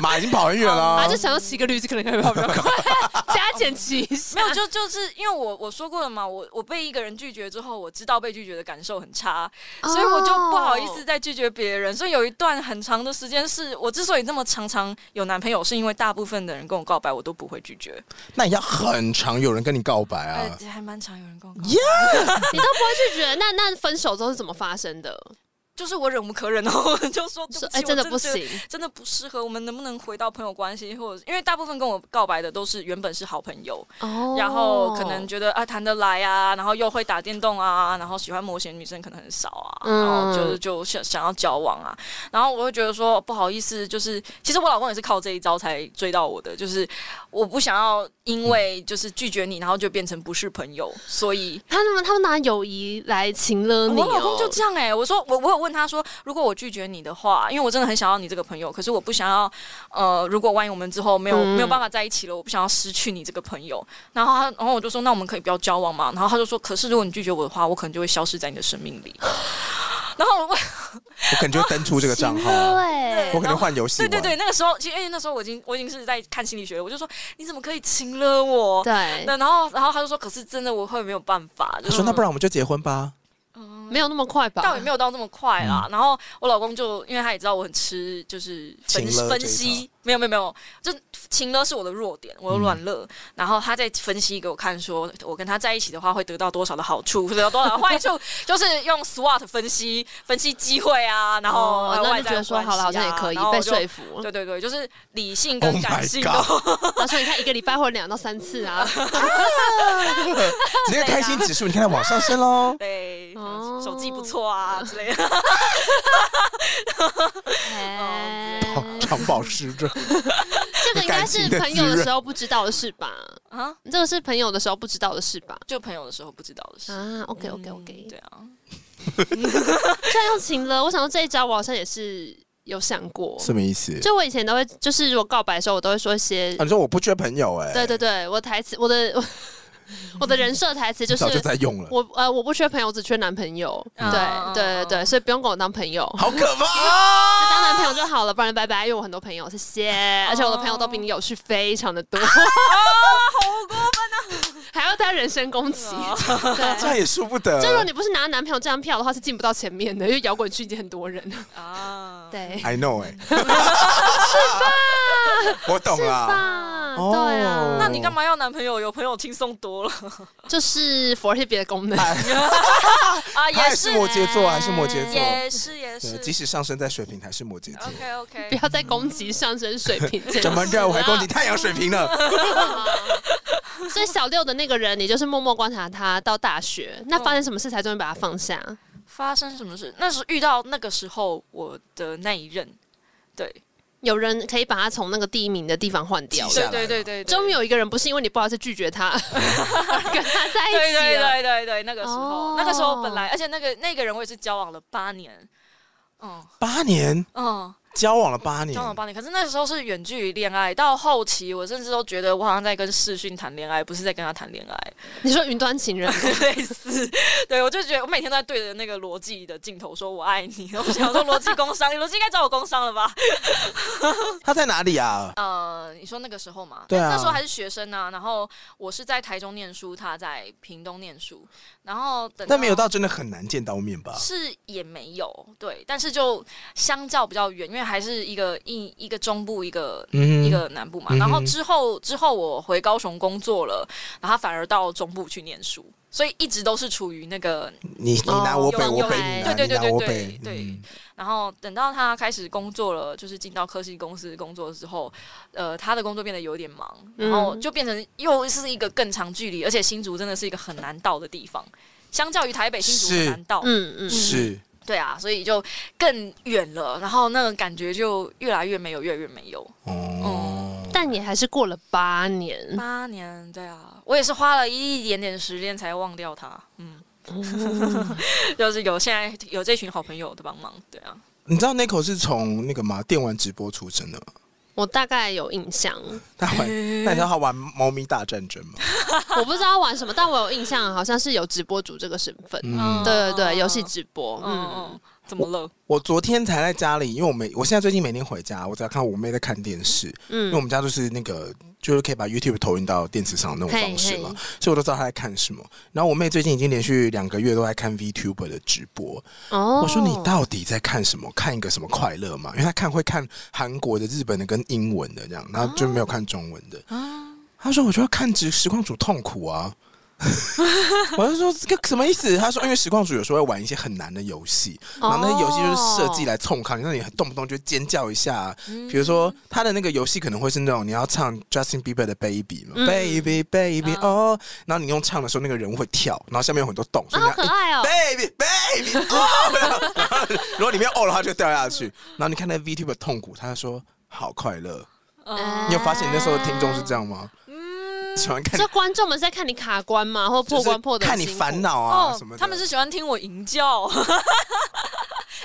Speaker 2: 马已经跑很远
Speaker 3: 他
Speaker 2: 了
Speaker 3: 啊就，想要骑个驴子，可能可以跑比较 (laughs) 快，加减骑一下。
Speaker 4: 没有，就就是因为我我说过了嘛，我我被一个人拒绝之后，我知道被拒绝的感受很差，
Speaker 3: 哦
Speaker 4: 所以我就不好意思再拒绝别人。所以有一段很长的时间是，我之所以那么常常有男朋友，是因为大部分的人跟我告白，我都不会拒绝。
Speaker 2: 那也要很常有人跟你告白
Speaker 4: 哎、
Speaker 2: 啊。
Speaker 4: 还蛮常有人跟我告白
Speaker 2: Yeah
Speaker 3: 你都不会拒绝。那那分手之后是怎么发生的？
Speaker 4: 就是我忍无可忍哦，我就说对
Speaker 3: 说
Speaker 4: 不起，
Speaker 3: 哎，真的
Speaker 4: 我
Speaker 3: 不
Speaker 4: 觉得
Speaker 3: 行，
Speaker 4: 真的不适合。我们能不能回到朋友关系，或者因为大部分跟我告白的都是原本是好朋友，
Speaker 3: 哦
Speaker 4: 然后可能觉得啊谈得来啊，然后又会打电动啊，然后喜欢模型女生可能很少啊，
Speaker 3: 嗯
Speaker 4: 然后就是就想想要交往啊，然后我会觉得说不好意思，就是其实我老公也是靠这一招才追到我的，就是我不想要因为就是拒绝你，然后就变成不是朋友，所以。
Speaker 3: 他们他们拿友谊来情勒你、
Speaker 4: 我
Speaker 3: 哦，
Speaker 4: 老公就这样哎、我说我我有问他说，如果我拒绝你的话，因为我真的很想要你这个朋友，可是我不想要，呃，如果万一我们之后没有、
Speaker 3: 嗯
Speaker 4: 没有办法在一起了，我不想要失去你这个朋友。然后他，然后我就说，那我们可以不要交往嘛？然后他就说，可是如果你拒绝我的话，我可能就会消失在你的生命里。 (gasps) 然后我
Speaker 2: 我可能就会登出这个账号，啊
Speaker 3: 对
Speaker 2: 我可能换游戏
Speaker 4: 对
Speaker 2: 玩。
Speaker 4: 对对，那个时候，其实因为那时候我已经我已经是在看心理学了，我就说你怎么可以亲了我？
Speaker 3: 对，
Speaker 4: 那然后然后他就说，可是真的我会没有办法，就
Speaker 2: 他
Speaker 4: 是
Speaker 2: 说：“那不然我们就结婚吧。
Speaker 3: 没有那么快吧？嗯
Speaker 4: 倒也没有到那么快啦。然后我老公就因为他也知道我很吃，就是分
Speaker 2: 情勒
Speaker 4: 分
Speaker 2: 这一
Speaker 4: 析，没有没有没有，就情勒是我的弱点，我的软
Speaker 3: 嗯
Speaker 4: 肋。然后他再分析给我看说，我跟他在一起的话会得到多少的好处，会得到多少的坏处， (laughs) 就是用 SWOT 分析分析机会啊，然后
Speaker 3: 哦，
Speaker 4: 还有
Speaker 3: 那
Speaker 4: 外
Speaker 3: 就
Speaker 4: 在
Speaker 3: 觉得
Speaker 4: 的
Speaker 3: 说
Speaker 4: 关系啊、
Speaker 3: 好了，好像也可以
Speaker 4: 然后
Speaker 3: 被
Speaker 4: 我就
Speaker 3: 说服。
Speaker 4: 对对对，就是理性
Speaker 1: Oh
Speaker 4: 跟
Speaker 1: my
Speaker 4: 感性都
Speaker 1: God
Speaker 3: 然后说你看一个礼拜或两到三次 (laughs) 啊，
Speaker 2: 你那个开心指数，你看它往上升喽。
Speaker 4: (laughs) 对，
Speaker 3: 哦
Speaker 4: 手技不错啊之
Speaker 3: (laughs)
Speaker 4: 类的。
Speaker 3: 哎
Speaker 1: 好常保持着。
Speaker 3: 这个应该是朋友的时候不知道的事吧？
Speaker 4: 啊，
Speaker 3: 这个是朋友的时候不知道的事吧？
Speaker 4: 就朋友的时候不知道的事。
Speaker 3: 啊，OK OK OK，
Speaker 4: 对啊，
Speaker 3: 这样用情了。我想到这一招，我好像也是有想过。
Speaker 2: 什么意思？
Speaker 3: 就我以前都会，就是如果告白的时候，我都会说一些
Speaker 2: 啊，，你说我不缺朋友哎、
Speaker 3: 对对对，我台词，我的 (laughs) 我我的人设台词就是
Speaker 2: 早就在用了，
Speaker 3: 我呃我不缺朋友，只缺男朋友。
Speaker 4: 嗯
Speaker 3: 对对对对，所以不用跟我当朋友。
Speaker 2: 好可怕、
Speaker 3: (laughs) 当男朋友就好了，不然拜拜。因为我很多朋友，谢谢。而且我的朋友都比你有趣非常的多，还要带人身攻击。
Speaker 2: 这
Speaker 3: 对，
Speaker 2: 样也说不得。
Speaker 3: (laughs) 就如果你不是拿男朋友这张票的话，是进不到前面的，因为摇滚区已经很多人。
Speaker 4: 啊，
Speaker 3: 对，
Speaker 2: I know 哎、 (laughs) 我懂啦。
Speaker 3: 吧？
Speaker 2: 哦
Speaker 3: 对啊，
Speaker 4: 那你干嘛要男朋友？有朋友轻松多了
Speaker 3: 就是 for 一些别的功
Speaker 4: (laughs)
Speaker 3: 能。
Speaker 4: 啊，
Speaker 2: 他
Speaker 4: 也
Speaker 2: 也是摩羯座，还是摩羯座。
Speaker 4: 也是也
Speaker 2: 对
Speaker 4: 是。哦
Speaker 2: 即使上升在水瓶，还是摩羯
Speaker 4: (laughs)
Speaker 2: 座。
Speaker 4: OK
Speaker 3: 不
Speaker 4: OK，
Speaker 3: 要再攻击上升水平这件事了，啊
Speaker 2: 怎么着？我还攻击太阳水瓶了。
Speaker 3: (laughs) 所以小六的那个人，你就是默默观察他到大学，那发生什么事才终于把他放下？
Speaker 4: 发生什么事？那是遇到那个时候我的那一任，对
Speaker 3: 有人可以把他从那个第一名的地方换掉
Speaker 2: 下
Speaker 3: 了。
Speaker 2: 来
Speaker 4: 对
Speaker 2: 了
Speaker 4: 对对对，
Speaker 3: 终于
Speaker 4: 有。
Speaker 3: 有一个人不是因为你不好意思拒绝
Speaker 4: (laughs)
Speaker 3: 他，而跟他在一
Speaker 4: 对
Speaker 3: 起了。
Speaker 4: 对对对对，那个时
Speaker 3: 哦
Speaker 4: 候，那个时候本来，而且那个那个人我也是交往了八年，嗯
Speaker 2: 八年
Speaker 4: 嗯，
Speaker 2: 交往了八年
Speaker 4: 交，往八年，可是那时候是远距离恋爱，到后期我甚至都觉得我好像在跟视讯谈恋爱，不是在跟他谈恋爱，
Speaker 3: 你说云端情人，
Speaker 4: (laughs) 类似。对我就觉得我每天都在对着那个逻辑的镜头说我爱你，我想说逻辑工伤，你逻辑应该找我工伤了吧？ (laughs)
Speaker 2: 他在哪里啊？
Speaker 4: 呃，你说那个时候嘛，
Speaker 2: 对啊
Speaker 4: 那时候还是学生啊，然后我是在台中念书，他在屏东念书，然后等
Speaker 2: 但没有到真的很难见到面吧？
Speaker 4: 是也没有对，但是就相较比较远，因为还是一个一一个中部一个。
Speaker 2: 嗯
Speaker 4: 一个南部嘛，
Speaker 2: 嗯哼
Speaker 4: 然后之后之后我回高雄工作了，然后反而到中部去念书，所以一直都是处于那个，
Speaker 2: 你你拿我北，
Speaker 3: 哦
Speaker 2: 我北你拿，
Speaker 4: 啊对对
Speaker 2: 你拿
Speaker 4: 对
Speaker 2: 我
Speaker 4: 对
Speaker 2: 北，
Speaker 4: 对
Speaker 2: 嗯
Speaker 4: 然后等到他开始工作了，就是进到科技公司工作之后，呃，他的工作变得有点忙，
Speaker 3: 嗯
Speaker 4: 然后哦就变成又是一个更长距离，而且新竹真的是一个很难到的地方，相较于台北新竹
Speaker 2: 是
Speaker 4: 很难到，
Speaker 3: 嗯嗯，
Speaker 2: 是
Speaker 4: 对啊，所以就更远了，然后那个感觉就越来越没有，越来越没有。
Speaker 2: 哦。
Speaker 3: 但也还是过了八年，
Speaker 4: 八年，对啊，我也是花了一点点时间才忘掉他。嗯，
Speaker 3: 哦
Speaker 4: (laughs) 就是有现在有这群好朋友的帮忙，对啊，
Speaker 2: 你知道 Nico 是从那个嘛电玩直播出身的吗？
Speaker 3: 我大概有印象，
Speaker 2: 他玩，
Speaker 4: (laughs)
Speaker 2: 那你知道他玩猫咪大战争吗？
Speaker 3: 我不知道玩什么，但我有印象，好像是有直播主这个身份。
Speaker 2: 嗯，
Speaker 3: 对对对，游戏直
Speaker 2: 哦
Speaker 3: 播，
Speaker 4: 嗯
Speaker 3: 嗯
Speaker 4: 嗯，，怎么了？
Speaker 2: 我昨天才在家里，因为我每我现在最近每天回家，我只要看我妹在看电视，因为我
Speaker 3: 嗯，
Speaker 2: 们家就是那个就是可以把 YouTube 投影到电视上的那种方式嘛
Speaker 3: 嘿嘿，
Speaker 2: 所以我都知道她在看什么。然后我妹最近已经连续两个月都在看 VTuber 的直播，
Speaker 3: 哦
Speaker 2: 我说你到底在看什么？看一个什么快乐嘛？因为她看会看韩国的、日本的跟英文的这样，然后就没有看中文的。
Speaker 3: 哦
Speaker 2: 她说我就要看直实况主痛苦啊。 (laughs) 我就说这个什么意思？她说因为实况主有时候会玩一些很难的游戏，然后
Speaker 3: 哦
Speaker 2: 那些游戏就是设计来冲康，让你很动不动就尖叫一下啊、
Speaker 3: 嗯
Speaker 2: 比如说他的那个游戏可能会是那种你要唱 Justin Bieber 的 Baby 嘛、
Speaker 3: 嗯
Speaker 2: b a b y Baby
Speaker 4: 啊
Speaker 2: 哦，然后你用唱的时候那个人会跳，然后下面有很多洞，所
Speaker 3: 啊，
Speaker 2: 以你要
Speaker 3: 好可
Speaker 2: 一
Speaker 3: 爱哦，
Speaker 2: baby baby 哦， (laughs) 然后如果里面哦了，它就掉下去。然后你看那 VTuber 痛苦，他就说好快乐。
Speaker 3: 嗯
Speaker 2: 你有发现你那时候的听众是这样吗？喜欢看
Speaker 3: 这观众们嗯是在看你卡关吗？或破关破
Speaker 2: 就
Speaker 3: 的哦
Speaker 2: 是看你烦恼啊什么的。
Speaker 4: 他们是喜欢听我吟叫。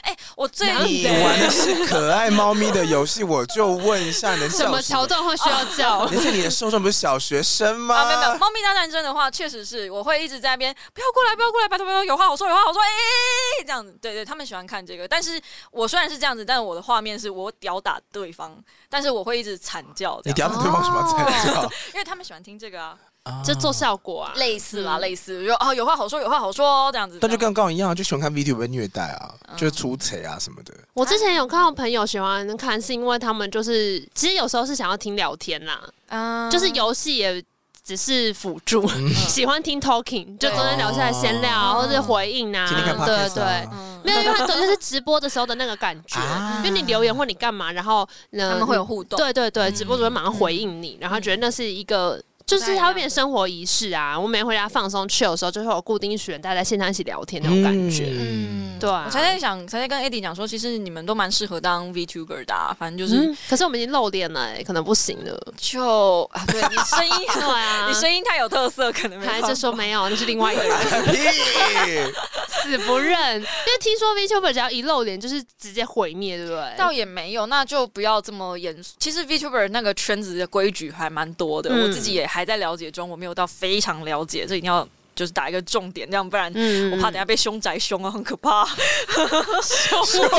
Speaker 4: 哎、我最
Speaker 3: 哪里
Speaker 2: 你玩的
Speaker 3: (laughs)
Speaker 2: 是可爱猫咪的游戏，我就问一下能
Speaker 3: 什
Speaker 2: 叫
Speaker 3: 么桥？段会需要叫？
Speaker 2: (laughs) 而且你的受众不是小学生吗？
Speaker 4: 啊，没有没有，猫咪大战争的话，确实是我会一直在那边，不要过来，不要过来，拜托拜托，有话好说，有话好说，哎、哎哎哎这样子，对对，他们喜欢看这个，但是我虽然是这样子，但我的画面是我吊打对方，但是我会一直惨叫这
Speaker 2: 你屌
Speaker 4: 样，
Speaker 2: 打对方什么在叫？ (laughs)
Speaker 4: 因为他们喜欢听这个啊，
Speaker 2: 哦
Speaker 3: 就做效果啊。
Speaker 4: 类似啦，
Speaker 3: 嗯
Speaker 4: 类似，就哦，有话好说，有话好说，这样子。
Speaker 2: 但就
Speaker 4: 这
Speaker 2: 跟
Speaker 4: 样
Speaker 2: 刚刚一样，就喜欢看 VTuber 虐待啊，
Speaker 3: 嗯
Speaker 2: 就是出贼啊什么的。
Speaker 3: 我之前有看到朋友喜欢看，是因为他们就是其实有时候是想要听聊天啦，
Speaker 4: 嗯
Speaker 3: 就是游戏也只是辅助，
Speaker 2: 嗯
Speaker 3: 喜欢听 talking，就中间聊下来闲聊
Speaker 4: 哦
Speaker 3: 或者回应啊
Speaker 2: 今天看，
Speaker 3: 对
Speaker 2: podcast
Speaker 3: 对。
Speaker 2: 啊，
Speaker 4: 嗯
Speaker 3: 没有，因为它等于是直播的时候的那个感觉
Speaker 2: 啊，
Speaker 3: 因为你留言或你干嘛，然后呢
Speaker 4: 他们会有互动。
Speaker 3: 对对对，
Speaker 2: 嗯
Speaker 3: 直播主会马上回应你，然后觉得那是一个。就是它会变成生活仪式啊！我每天回家放松 chill 的时候，就会有固定一群人大家在线上一起聊天那种感觉。
Speaker 2: 嗯，
Speaker 3: 对啊，
Speaker 4: 我才在想，才在跟 Eddie 讲说，其实你们都蛮适合当 VTuber 的、啊，反正就是、
Speaker 3: 嗯，可是我们已经露脸了、欸，可能不行了。
Speaker 4: 就啊，对你声音，
Speaker 3: (laughs) 对啊，
Speaker 4: 你声音太有特色，可能
Speaker 3: (laughs)
Speaker 4: 没
Speaker 3: 还
Speaker 4: 办
Speaker 3: 是
Speaker 4: 法
Speaker 3: 说没有，那是另外一个人
Speaker 2: 屁
Speaker 3: (laughs) 死不认。因为听说 VTuber 只要一露脸，就是直接毁灭，对不对？
Speaker 4: 倒也没有，那就不要这么严肃。其实 VTuber 那个圈子的规矩还蛮多的，
Speaker 3: 嗯
Speaker 4: 我自己也还在了解中，我没有到非常了解，这一定要就是打一个重点，这样不然
Speaker 3: 嗯
Speaker 4: 我怕等下被凶宅凶啊，很可
Speaker 3: (laughs)
Speaker 4: 怕。
Speaker 2: 凶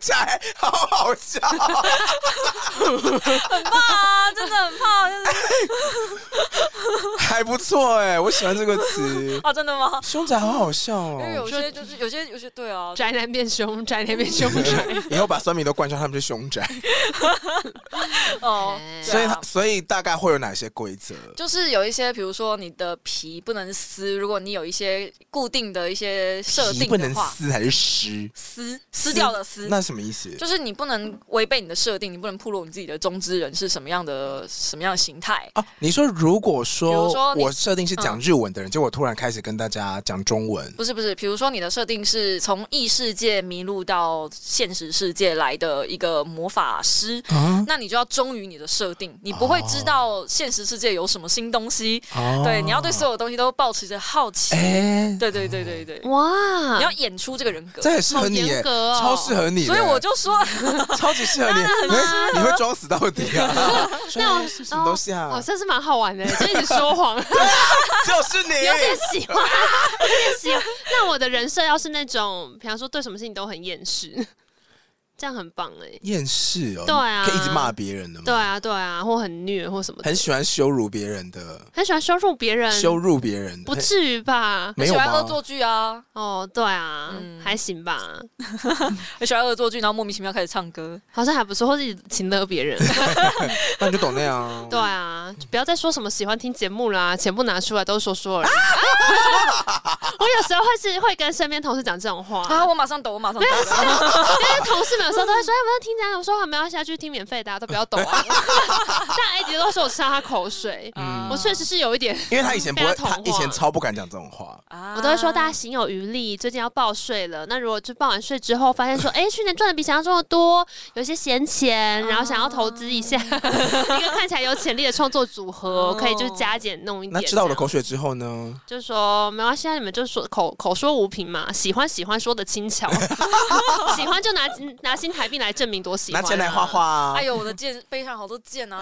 Speaker 2: 宅，好好笑。
Speaker 4: 很怕啊，真的很怕，就是。
Speaker 2: 还不错哎、我喜欢这个词
Speaker 4: 啊，真的吗？
Speaker 2: 凶宅好好笑
Speaker 4: 因为
Speaker 2: 哦！
Speaker 4: 有些就是有些有些对啊，
Speaker 3: 宅男变凶，宅男变凶
Speaker 4: (laughs)
Speaker 3: 宅。
Speaker 2: (laughs) 以后把酸民都冠上他们是凶宅，
Speaker 3: (laughs)
Speaker 4: 哦，
Speaker 3: 哎
Speaker 2: 所以
Speaker 4: 对啊
Speaker 2: 所以大概会有哪些规则？
Speaker 4: 就是有一些，比如说你的皮不能撕，如果你有一些固定的一些设
Speaker 2: 皮
Speaker 4: 定
Speaker 2: 不能
Speaker 4: 的话，
Speaker 2: 撕还是湿？
Speaker 4: 撕撕掉的撕。
Speaker 2: 那什么意思？
Speaker 4: 就是你不能违背你的设定，你不能暴露你自己的中之人是什么样的什么样的形态。
Speaker 2: 哦，你说如果
Speaker 4: 比
Speaker 2: 说
Speaker 4: 如说你
Speaker 2: 我设定是讲日文的人，结果突然开始跟大家讲中文，
Speaker 4: 不是不是，比如说你的设定是从异世界迷路到现实世界来的一个魔法师，
Speaker 2: 啊，
Speaker 4: 那你就要忠于你的设定，你不会知道现实世界有什么新东西。
Speaker 2: 哦
Speaker 4: 对，你要对所有东西都保持着好奇。
Speaker 2: 哎，
Speaker 4: 对对对对对，
Speaker 3: 嗯哇，
Speaker 4: 你要演出这个人格。
Speaker 2: 这很适合你
Speaker 3: 好
Speaker 2: 耶，
Speaker 3: 严格哦
Speaker 2: 超适合你的，
Speaker 4: 所以我就说，
Speaker 2: 超级适合你，你你会装死到底
Speaker 4: (laughs)
Speaker 2: 啊？
Speaker 3: 那我
Speaker 2: 什么东西啊
Speaker 3: 哦，真是蛮好
Speaker 2: (laughs)
Speaker 3: 玩的，就一直说谎，
Speaker 2: 就是
Speaker 3: (laughs) 有点
Speaker 2: 你，
Speaker 3: 喜欢，有点喜欢。那我的人设要是那种，比方说对什么事情都很厌世， (laughs) 这样很棒哎。
Speaker 2: 厌世哦，
Speaker 3: 对啊
Speaker 2: 可以一直骂别人的吗？
Speaker 3: 对啊，对啊，或很虐或什么的，
Speaker 2: 很喜欢羞辱别人的，
Speaker 3: 很喜欢羞辱别人，
Speaker 2: 羞辱别人的，
Speaker 3: 不至于
Speaker 2: (laughs)
Speaker 3: 吧？
Speaker 2: 没
Speaker 4: 喜
Speaker 2: 有
Speaker 4: 欢恶
Speaker 2: 吗？
Speaker 4: 作剧啊，
Speaker 3: 哦，对啊，
Speaker 4: 嗯
Speaker 3: 还行吧，
Speaker 4: 很喜欢恶作剧，然后莫名其妙开始唱歌。
Speaker 3: 好像还不错，或是请勒
Speaker 2: (laughs)
Speaker 3: 别人。
Speaker 2: 那你就懂那样啊。
Speaker 3: 对啊，不要再说什么喜欢听节目啦，全部拿出来都是说
Speaker 2: (laughs)
Speaker 3: 说而已。 (laughs) 我有时候会是会跟身边同事讲这种话，
Speaker 4: 啊！我马上抖，我马上抖。
Speaker 3: 因为同事们有时候都会说，哎，我要听讲，我说我们要下去听免费的、啊，都不要抖啊。但 A 姐都说我插他口水，
Speaker 4: 嗯
Speaker 3: 我确实是有一点， (laughs)
Speaker 2: 因为他以前不会，
Speaker 3: 被他
Speaker 2: 他
Speaker 3: 同化
Speaker 2: 以前超不敢讲这种话。
Speaker 4: 啊
Speaker 3: 我都会说大家行有余力，最近要报税了。那如果就报完税之后，发现说，哎，去年赚的比想象中的多，有一些闲钱，然后想要投资一下 (laughs) 一个看起来有潜力的创作组合，可以就是加减弄一
Speaker 2: 哦那
Speaker 3: 点。啊
Speaker 2: 吃到我的口水之后呢？
Speaker 3: 就说没关系，啊，你们就说口口说无凭嘛，喜欢喜欢说的
Speaker 2: (laughs)
Speaker 3: 轻巧，喜欢就拿 (laughs) 拿新台币来证明多喜
Speaker 2: 拿
Speaker 3: 欢、啊，
Speaker 2: 钱来画画。啊
Speaker 4: 哎！呦，我的剑背上好多剑
Speaker 3: (laughs)
Speaker 4: 啊！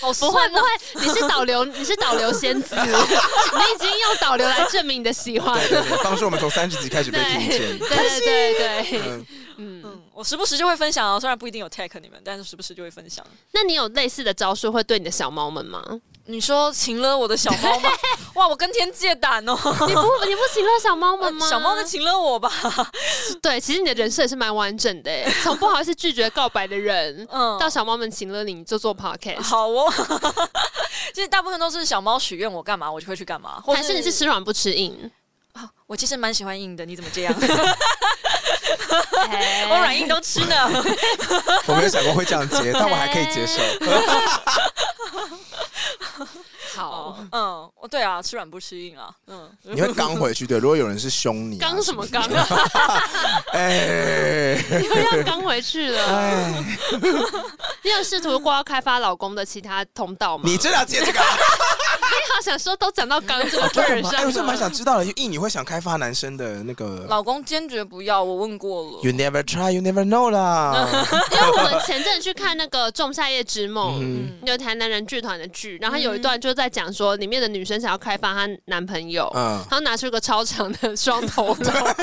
Speaker 4: 好
Speaker 3: 不
Speaker 4: 酸
Speaker 3: 会不
Speaker 4: 啊！
Speaker 3: 会，你是导流， (laughs) 你是导流先
Speaker 2: (laughs)
Speaker 3: 知，你已经用导流来证明你的喜欢。
Speaker 2: 对对对，当时我们从三十集开始被听
Speaker 3: 对
Speaker 2: 见。
Speaker 3: 对对对，
Speaker 2: 嗯，
Speaker 3: 嗯，
Speaker 4: 嗯，我时不时就会分享啊，虽然不一定有 tag 你们，但是时不时就会分享。
Speaker 3: 那你有类似的招数会对你的小猫们吗？
Speaker 4: 你说擒了我的小猫吗？ (laughs) 哇，我跟天借胆哦！
Speaker 3: 你不你不行了呃小猫们吗？
Speaker 4: 小猫在擒了我吧？
Speaker 3: 对，其实你的人设也是蛮完整的欸， (laughs) 从不好意思拒绝告白的人，
Speaker 4: 嗯
Speaker 3: 到小猫们请了你你就做 podcast，
Speaker 4: 好哦。 (laughs) 其实大部分都是小猫许愿我干嘛，我就会去干嘛。或
Speaker 3: 还是你是吃软不吃硬？
Speaker 4: 啊？我其实蛮喜欢硬的，你怎么这样？
Speaker 3: (laughs) 哎
Speaker 4: 我软硬都吃
Speaker 3: (laughs)
Speaker 4: 呢。
Speaker 2: 我没有想过会这样接，但我还可以接受。
Speaker 3: 好。
Speaker 4: 嗯，哦对啊，吃软不吃硬啊。嗯，
Speaker 2: 你会刚回去对？如果有人是凶你啊，
Speaker 3: 刚什么刚啊？ (laughs)
Speaker 2: 哎
Speaker 3: 又要刚回去了。
Speaker 2: 哎，
Speaker 3: 你有试图过要开发老公的其他通道吗？
Speaker 2: 你真的要接这个啊？
Speaker 3: 好想说都讲到刚这个份
Speaker 2: 对
Speaker 3: 儿
Speaker 2: 吗？哎，我是
Speaker 3: 上
Speaker 2: 蛮
Speaker 3: 了，
Speaker 2: 想知道的，因为硬你会想开发男生的那个。
Speaker 4: 老公坚决不要，我问过了。
Speaker 2: You never try, you never know 啦。
Speaker 3: 因为我们前阵子去看那个《仲夏夜之梦》。
Speaker 2: 嗯
Speaker 3: 有台南人剧团的剧，然后有一段就在讲说，里面的女生想要开发她男朋友，
Speaker 2: 嗯
Speaker 3: 然，后拿出一个超长的双
Speaker 2: (laughs)
Speaker 3: 头龙，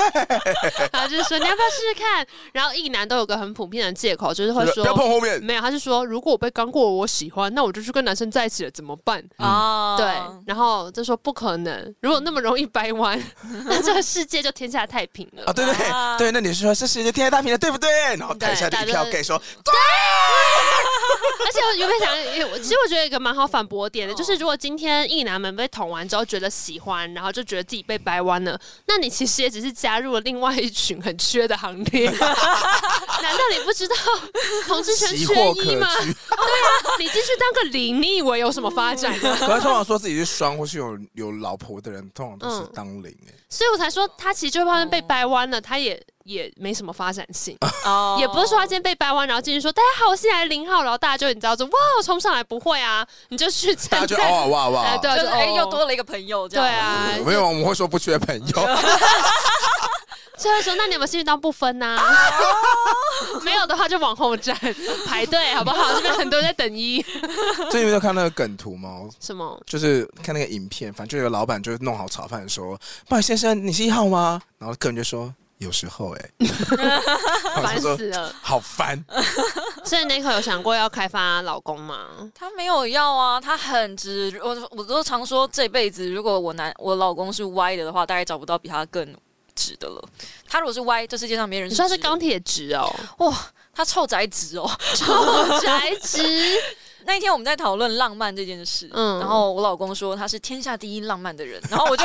Speaker 3: 然后就是说你要不要试试看？然后一男都有个很普遍的借口，就是会
Speaker 2: 不要碰
Speaker 3: 说
Speaker 2: 后面。
Speaker 3: 没有，他是说如果我被刚过我喜欢，那我就去跟男生在一起了，怎么办？
Speaker 4: 啊
Speaker 3: 对，然后就说不可能，如果那么容易掰 (laughs) 弯，那这个世界就天下太平了。
Speaker 2: 啊，对对对
Speaker 4: 啊
Speaker 2: 对，那你是说这世界天下大平了，对不对？然后台下的一票
Speaker 3: 对
Speaker 2: gay 说，
Speaker 3: 而且我原本想，因为我其实我觉得有一个蛮好反驳的点的，
Speaker 4: 哦
Speaker 3: 就是如果今天异男们被捅完之后觉得喜欢，然后就觉得自己被掰弯了，那你其实也只是加入了另外一群很缺的行列。难 (laughs) 道你不知道同志圈
Speaker 2: 奇
Speaker 3: 缺
Speaker 2: 货
Speaker 3: 一
Speaker 2: 可
Speaker 3: 吗？ (laughs) 啊
Speaker 2: 居。
Speaker 3: 你继续当个零，你以为有什么发展
Speaker 2: (laughs)
Speaker 3: 呢？
Speaker 2: 可是通常说自己是双或是有有老婆的人，通常都是
Speaker 3: 嗯
Speaker 2: 当零哎、
Speaker 3: 所以我才说他其实就算
Speaker 2: 哦
Speaker 3: 被掰弯了，他也也没什么发展性。
Speaker 4: 哦
Speaker 3: 也不是说他今天被掰弯，然后进去说大家好，我是来零号，然后大家就你知道就哇冲上来不会啊，你就去
Speaker 2: 大
Speaker 3: 站
Speaker 2: 家就
Speaker 3: 在，
Speaker 2: 哦哇哇
Speaker 3: 哎
Speaker 2: 哇，
Speaker 3: 对啊，
Speaker 4: 就
Speaker 3: 就是
Speaker 4: 哎、
Speaker 3: 哦
Speaker 4: 又多了一个朋友这
Speaker 3: 对
Speaker 4: 样。
Speaker 3: 啊，
Speaker 2: 没有，我们会说不缺朋
Speaker 3: (laughs)
Speaker 2: 友，
Speaker 3: 所以会说那你有没有兴趣当不分呐、 (laughs) 没有的话就往后站哦排队好不 (laughs) 好？这边很多人在等一
Speaker 2: 最近没有看那个梗图吗？
Speaker 3: 什么？
Speaker 2: 就是看那个影片，反正就有个老板就弄好炒饭说：“不好意思先生，你是一号吗？”然后客人就说：“有时候
Speaker 3: (laughs)
Speaker 2: 哎、欸。”
Speaker 3: 烦
Speaker 2: 然后我就说
Speaker 3: 死了！
Speaker 2: 好烦，
Speaker 3: 所以 Nico 有想过要开发老公吗？
Speaker 4: 他没有要啊，他很直。我我都常说，这辈子如果我男我老公是歪的的话，大概找不到比他更直的了。他如果是歪，这世界上没人
Speaker 3: 你说他是
Speaker 4: 直的
Speaker 3: 钢铁直哦，
Speaker 4: 哇，他臭宅直哦。 (laughs)
Speaker 3: 超宅直，
Speaker 4: 那一天我们在讨论浪漫这件事，
Speaker 3: 嗯
Speaker 4: 然后我老公说他是天下第一浪漫的人，然后
Speaker 3: (laughs)
Speaker 4: 我就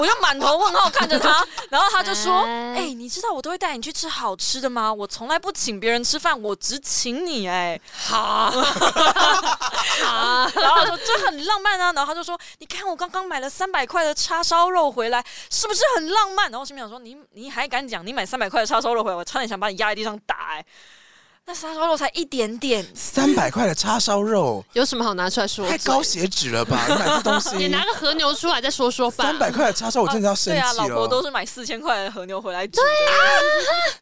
Speaker 4: 我就满头问号看着他，然后他就说：“
Speaker 3: (laughs) 哎
Speaker 4: 哎、你知道我都会带你去吃好吃的吗？我从来不请别人吃饭，我只请你、哎，
Speaker 3: (laughs)
Speaker 4: 好。”
Speaker 3: 啊！
Speaker 4: 然后我说这很浪漫啊，然后他就说：“你看我刚刚买了三百块的叉烧肉回来，是不是很浪漫？”然后我心里想说：“你你还敢讲你买三百块的叉烧肉回来，我差点想把你压在地上打、哎，那叉烧肉才一点点，
Speaker 2: 三百块的叉烧肉
Speaker 3: 有什么好拿出来说？
Speaker 2: 太高血脂了吧？你买这东
Speaker 3: (laughs)
Speaker 2: 西
Speaker 3: 也拿，个和牛出来再说说吧。
Speaker 2: 三百块的叉烧，我真的要生
Speaker 4: 对
Speaker 3: 哦
Speaker 4: 啊，
Speaker 2: 气
Speaker 4: 老婆都
Speaker 2: 了。
Speaker 4: 是买四千块的和牛回来煮的，
Speaker 3: 啊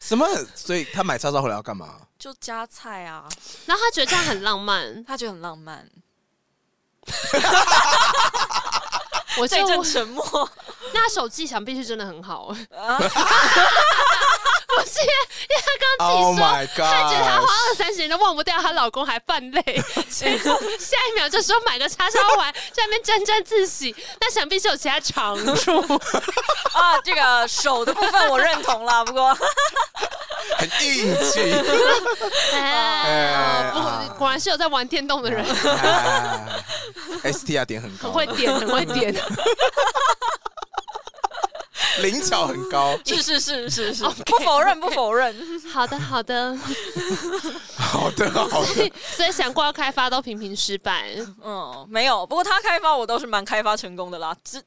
Speaker 2: 什么？所以他买叉烧回来要干嘛？
Speaker 4: 就加菜啊，
Speaker 3: 然后他觉得这样很浪漫，
Speaker 4: 他觉得很浪漫。
Speaker 3: 我
Speaker 4: 这一
Speaker 3: 就
Speaker 4: 阵沉默， (laughs)
Speaker 3: 那他手技想必是真的很好，不是
Speaker 4: 啊
Speaker 3: 因为他刚刚
Speaker 2: Oh
Speaker 3: 自己说。
Speaker 2: my
Speaker 3: 他觉得她花
Speaker 2: god！
Speaker 3: 二三十年都忘不掉她老公还犯 (laughs) 累，结果下一秒就说买个叉烧丸，在那边沾沾自喜，那想必是有其他长处。
Speaker 4: 啊，这个手的部分我认同啦，不
Speaker 3: (laughs)
Speaker 4: 过
Speaker 2: 很硬气。
Speaker 3: (laughs) 哎，
Speaker 2: 哎
Speaker 3: 不，果然是有在玩电动的人，
Speaker 2: 哎 STR 点很
Speaker 3: 很
Speaker 2: 高
Speaker 3: 会，点，很会 (laughs) 点。
Speaker 2: 灵巧很高。
Speaker 4: 是是是是是，不否认不否认。
Speaker 3: 哦好的，好的，
Speaker 2: 好的，好的。
Speaker 3: (laughs) 所以想过要开发都频频失败。
Speaker 4: 嗯，没有，不过他开发我倒是蛮开发成功的啦，只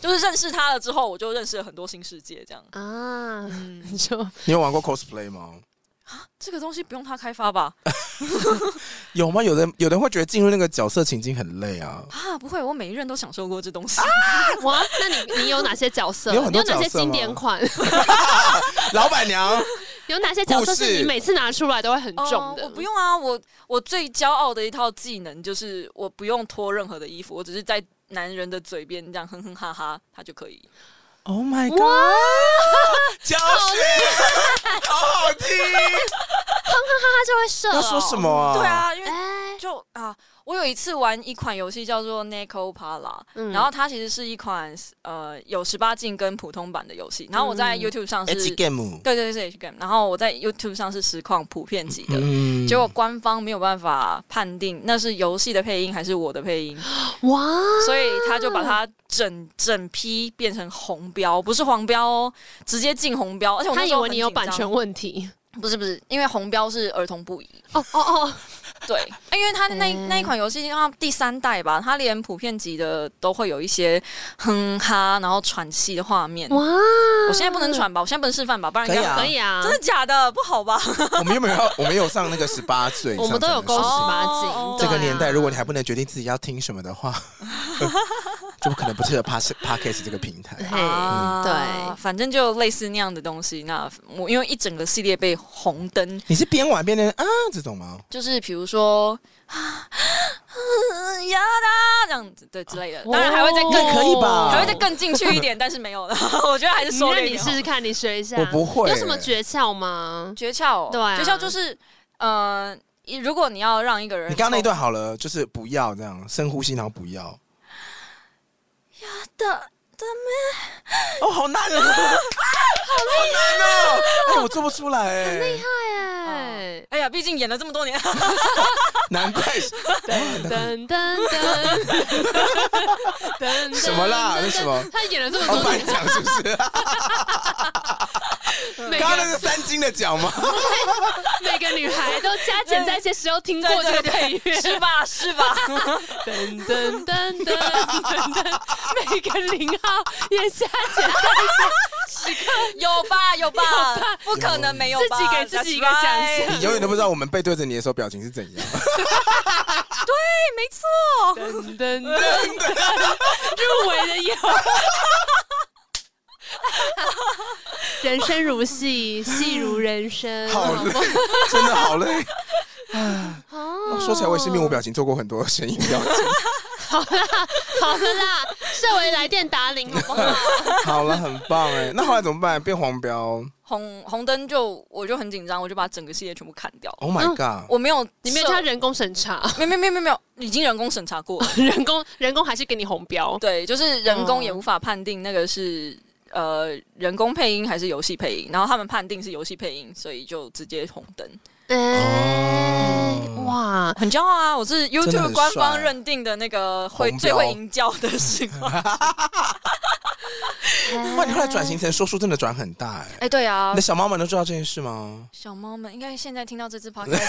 Speaker 4: 就是认识他了之后，我就认识了很多新世界，这样。
Speaker 3: 啊，
Speaker 4: 嗯
Speaker 3: 你说
Speaker 2: 你有玩过 cosplay 吗？
Speaker 4: 这个东西不用他开发吧？
Speaker 2: 有吗？有的有人会觉得进入那个角色情境很累啊。
Speaker 4: 啊，不会，我每一任都享受过这东西。
Speaker 3: 哇，那你你有哪些角色？
Speaker 2: 你有很多
Speaker 3: 哪些
Speaker 2: 角色吗哦
Speaker 3: 经典款？ (laughs)
Speaker 2: 老板娘，
Speaker 3: 有哪些角色
Speaker 2: 故
Speaker 3: 是
Speaker 2: 事
Speaker 3: 你每次拿出来都会很重
Speaker 4: 哦
Speaker 3: 的？
Speaker 4: 我不用啊，我我最骄傲的一套技能就是我不用脱任何的衣服，我只是在男人的嘴边这样哼哼哈哈，他就可以。
Speaker 2: Oh my
Speaker 3: 哇，
Speaker 2: 教学，好好听。
Speaker 3: 他就会射、
Speaker 2: 要说什？么啊？
Speaker 4: 对，啊，因为
Speaker 3: 哎，
Speaker 4: 就啊，我有一次玩一款游戏叫做 n i c o p a l a
Speaker 3: 嗯
Speaker 4: 然后它其实是一款呃有十八禁跟普通版的游戏。然后我在
Speaker 3: 嗯
Speaker 4: YouTube 上是，
Speaker 2: ，H
Speaker 4: 对
Speaker 2: game。
Speaker 4: 对对是 H game，然后我在 YouTube 上是实况普遍级的。
Speaker 2: 嗯
Speaker 4: 结果官方没有办法判定那是游戏的配音还是我的配音，
Speaker 3: 啊哇，
Speaker 4: 所以他就把它整整批变成红标，不是黄标哦，直接进红标。而且我
Speaker 3: 他
Speaker 4: 那
Speaker 3: 以
Speaker 4: 时候
Speaker 3: 为
Speaker 4: 很
Speaker 3: 你有
Speaker 4: 紧张
Speaker 3: 版权，问题。
Speaker 4: 不是不是，因为红标是儿童不宜。
Speaker 3: 哦哦哦，
Speaker 4: 对，因为他那
Speaker 3: 嗯
Speaker 4: 那一款游戏，它第三代吧，它连普遍级的都会有一些哼哈，然后喘气的画面。
Speaker 3: 哇！
Speaker 4: 我现在不能喘吧？我现在不能示范吧？不然人
Speaker 2: 可以
Speaker 4: 家、
Speaker 2: (laughs) 啊
Speaker 3: 可以啊
Speaker 4: 真，的假的？不好吧？
Speaker 2: 我们有没有要？我们有上那个十八岁，
Speaker 3: 我们都有
Speaker 2: 勾
Speaker 3: 勾十
Speaker 4: 哦
Speaker 3: 八禁
Speaker 4: 哦。
Speaker 3: 对
Speaker 2: 这
Speaker 3: 啊
Speaker 2: 个年代，如果你还不能决定自己要听什么的话， (laughs) 就可能不适合 Pas Podcast 这个平台。
Speaker 3: 嘿，
Speaker 4: 嗯
Speaker 3: 对，
Speaker 4: 啊反正就类似那样的东西。那我因为一整个系列被红灯，
Speaker 2: 你是边玩边练啊这种吗？
Speaker 4: 就是比如说啊呀哒这样子，对之类的。当然还会再更、
Speaker 2: 那可以吧
Speaker 4: 还会再更进去一点，但是没有了。 (laughs) 我觉得还是
Speaker 3: 你
Speaker 4: 收
Speaker 3: 那
Speaker 4: 敛一
Speaker 3: 你
Speaker 4: 点
Speaker 3: 试试看，你学一下。
Speaker 2: 我不会
Speaker 3: 有什么
Speaker 2: 欸
Speaker 3: 诀窍吗？
Speaker 4: 诀窍、哦，
Speaker 3: 对啊
Speaker 4: 诀窍就是，呃，一如果你要让一个人，
Speaker 2: 你刚刚那一段好了，就是不要这样深呼吸，然后不要。
Speaker 4: 的
Speaker 2: 哦，好难啊，好难哦！哎，我做不出来哎， (laughs)
Speaker 3: 哎，
Speaker 4: 哎呀，毕竟演了这么多 (laughs) 年，
Speaker 2: 难怪 (laughs)
Speaker 3: 噔噔噔噔噔，
Speaker 2: 什么啦那什么
Speaker 3: (laughs)
Speaker 2: 哦
Speaker 3: 他演了这么
Speaker 2: 我
Speaker 3: 多
Speaker 2: 白
Speaker 3: 年，
Speaker 2: 讲是不是？
Speaker 3: 每
Speaker 2: 刚刚那
Speaker 3: 个
Speaker 2: 是三金的奖吗？
Speaker 3: 每个女孩都加减在一起时候听过这个配乐，
Speaker 4: (laughs) 是吧？是吧？
Speaker 3: 噔噔噔噔噔噔，每个零号也加减在一起时刻，
Speaker 4: 有吧？有吧？不可能没有吧？
Speaker 3: 自己给自己一个
Speaker 4: That's
Speaker 3: 想
Speaker 4: right
Speaker 3: 象
Speaker 2: 你永远都不知道我们背对着你的时候表情是怎样。
Speaker 4: 对，没错。
Speaker 3: 噔噔噔，入围的有。人生如戏，戏如人生。
Speaker 2: 好累， (laughs) 真的好累。
Speaker 4: 啊
Speaker 3: 哦
Speaker 2: 说起来，我也是面无表情做过很多声音表情。
Speaker 3: (laughs) 好的啦，设为来电打铃，好不好？
Speaker 2: (laughs) 好了，很棒
Speaker 4: (laughs)
Speaker 2: 哎。那后来怎么办？变黄标
Speaker 4: 红红灯就我就很紧张，我就把整个系列全部砍掉。
Speaker 2: ？Oh my god！
Speaker 4: 我没有设，
Speaker 3: 里面他人工审查， (laughs)
Speaker 4: 没有没有没有没有没有，已经人工审查过了。
Speaker 3: 人工人工还是给你红标。
Speaker 4: 对，就是人工也
Speaker 3: 哦
Speaker 4: 无法判定那个是呃人工配音还是游戏配音，然后他们判定是游戏配音，所以就直接红灯。
Speaker 3: 哎，
Speaker 2: 哦
Speaker 3: 哇，
Speaker 4: 很骄傲啊！我是
Speaker 2: 真的
Speaker 4: YouTube
Speaker 2: 很
Speaker 4: 官
Speaker 2: 帅
Speaker 4: 方
Speaker 2: 啊
Speaker 4: 认定的那个会
Speaker 2: 红
Speaker 4: 最
Speaker 2: 标
Speaker 4: 会营教的时光。
Speaker 2: (laughs) 哇，你后来转型成说书，真的转很大哎。
Speaker 4: 哎，对啊
Speaker 2: 你的，小猫们都知道这件事吗？
Speaker 4: 小猫们应该现在听到这支
Speaker 2: (laughs)
Speaker 4: podcast，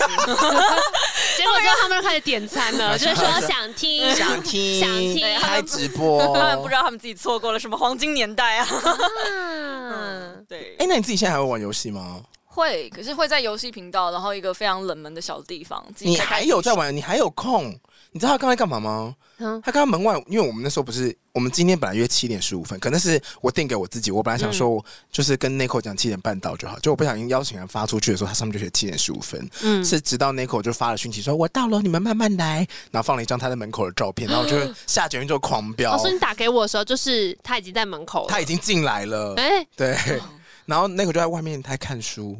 Speaker 3: 结果之后他们就开始点餐了，就是说想听，
Speaker 2: (laughs) 想听，
Speaker 3: 想听
Speaker 2: 开直播。
Speaker 4: (laughs) 他们不知道他们自己错过了什么黄金年代啊。
Speaker 3: 啊
Speaker 4: 对，
Speaker 2: 哎，那你自己现在还会玩游戏吗？
Speaker 4: 会，可是会在游戏频道，然后一个非常冷门的小地方，自己
Speaker 2: 你
Speaker 4: 开开
Speaker 2: 还有在玩？你还有空？你知道他刚才干嘛吗？
Speaker 3: 嗯
Speaker 2: 他刚刚门外，因为我们那时候不是，我们今天本来约七点十五分，可能是我定给我自己，我本来想说，
Speaker 3: 嗯
Speaker 2: 我就是跟 Nico 讲七点半到就好，就我不小心邀请人发出去的时候，他上面就写七点十五分，
Speaker 3: 嗯
Speaker 2: 是直到 Nico 就发了讯息说我到了，你们慢慢来，然后放了一张他在门口的照片，然后我就下决心就狂飙
Speaker 3: 嗯哦，，所以你打给我的时候，就是他已经在门口了。
Speaker 2: 他已经进来了，
Speaker 3: 哎，
Speaker 2: 对，然后 Nico 就在外面他在看书，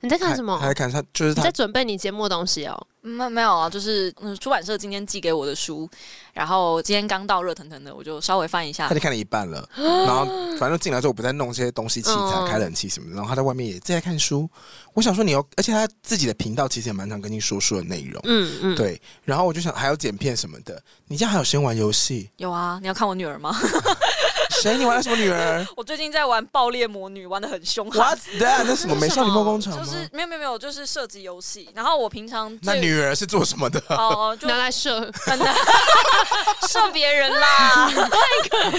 Speaker 3: 你在看
Speaker 2: 他
Speaker 3: 什么
Speaker 2: 他？在看他就是
Speaker 3: 你
Speaker 2: 他
Speaker 3: 在准备你节目的东西哦。
Speaker 4: 没没有啊，就是嗯，出版社今天寄给我的书，然后今天刚到热腾腾的，我就稍微翻一下？
Speaker 2: 他。就看了一半了，然后反正进来之后，我不再弄这些东西、器
Speaker 3: 嗯
Speaker 2: 材、开冷气什么的，然后他在外面也正在看书。我想说你要，而且他自己的频道其实也蛮常跟你说书的内容，
Speaker 3: 嗯嗯，
Speaker 2: 对。然后我就想还有剪片什么的，你家还有先玩游戏
Speaker 4: 有啊，你要看我女儿吗？ (laughs)
Speaker 2: 谁？你玩了什么女儿
Speaker 4: 我最近在玩爆裂魔女，玩的很凶悍，
Speaker 2: ？What that？那什么
Speaker 3: 那是
Speaker 2: 美少女
Speaker 3: 什么
Speaker 2: 梦工厂
Speaker 4: 就
Speaker 2: 吗？
Speaker 4: 是没有没有没有，就是射击游戏。然后我平常
Speaker 2: 那
Speaker 4: 最
Speaker 2: 女儿是做什么的？
Speaker 4: 哦、
Speaker 2: (laughs)
Speaker 4: 就
Speaker 3: 拿来射。
Speaker 4: 很难射别人
Speaker 2: (laughs)
Speaker 4: 啦，太可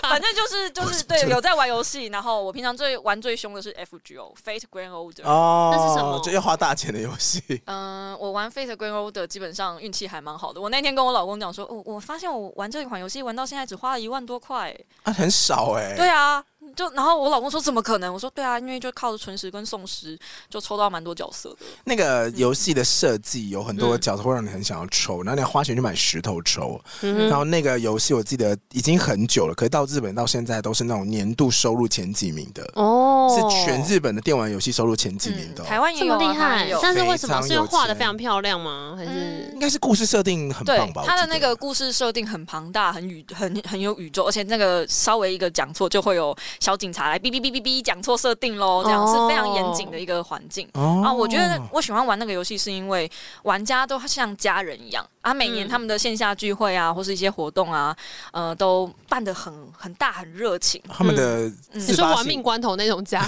Speaker 4: 怕反正就是就是对，有在玩游戏。然后我平常最玩最凶的是 FGO Fate Grand Order。
Speaker 2: 哦
Speaker 3: 那是什么
Speaker 2: 就要花大钱的游戏。
Speaker 4: 嗯，我玩 Fate Grand Order 基本上运气还蛮好的。我那天跟我老公讲说，哦，我发现我玩这一款游戏玩到现在只花了一万多块。
Speaker 2: 啊，很少哎、
Speaker 4: 对啊，就然后我老公说怎么可能？我说对啊，因为就靠纯石跟宋石就抽到蛮多角色的。
Speaker 2: 那个游戏的设计有很多角色会让你很想要抽，然后你要花钱去买石头抽。
Speaker 3: 嗯
Speaker 2: 然
Speaker 3: 哼
Speaker 2: 后那个游戏我记得已经很久了，可是到日本到现在都是那种年度收入前几名的，
Speaker 3: 哦
Speaker 2: 是全日本的电玩游戏收入前几名的、哦
Speaker 4: 台湾
Speaker 3: 这
Speaker 4: 也
Speaker 3: 么
Speaker 4: 有、啊，
Speaker 3: 厉
Speaker 4: 台湾
Speaker 3: 害
Speaker 4: 也有，
Speaker 3: 但是为什
Speaker 2: 非
Speaker 3: 么
Speaker 2: 常有
Speaker 3: 是因为画的非常漂亮吗？还是
Speaker 2: 应该是故事设定很棒
Speaker 4: 对
Speaker 2: 吧？
Speaker 4: 它
Speaker 2: 我
Speaker 4: 的
Speaker 2: 记得
Speaker 4: 那个故事设定很庞大，很宇很很有宇宙，而且那个稍微一个讲错就会有小警察来哔哔哔哔哔讲错设定喽，这样、
Speaker 3: 哦
Speaker 4: 是非常严谨的一个环境。
Speaker 2: 哦
Speaker 4: 啊，我觉得我喜欢玩那个游戏，是因为玩家都像家人一样啊。每年
Speaker 3: 嗯
Speaker 4: 他们的线下聚会啊，或是一些活动啊，呃，都办得很很大、很热
Speaker 2: (laughs)
Speaker 4: 情。
Speaker 2: 他们的
Speaker 3: 你
Speaker 4: 嗯
Speaker 2: 自
Speaker 3: 说
Speaker 2: 发
Speaker 3: 玩
Speaker 2: 性
Speaker 3: 命关头那种家？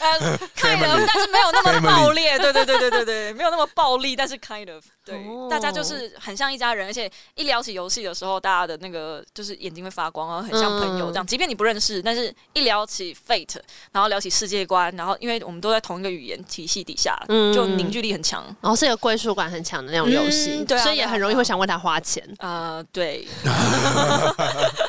Speaker 4: 呃，kind of，但是没有那么
Speaker 2: Family
Speaker 4: 暴烈。对对对对对对， (laughs) 没有那么暴力，但是 kind of，对
Speaker 3: 哦，
Speaker 4: 大家就是很像一家人，而且一聊起游戏的时候，大家的那个就是眼睛会发光，然后很像朋
Speaker 3: 嗯
Speaker 4: 友这样。即便你不认识，但是一聊起 Fate，然后聊起世界观，然后因为我们都在同一个语言体系底下，
Speaker 3: 嗯
Speaker 4: 就凝聚力很强。
Speaker 3: 然后是一个归属感很强的那种游戏，
Speaker 4: 嗯对啊
Speaker 3: 所以也很容易会想为他花钱。
Speaker 4: 呃，对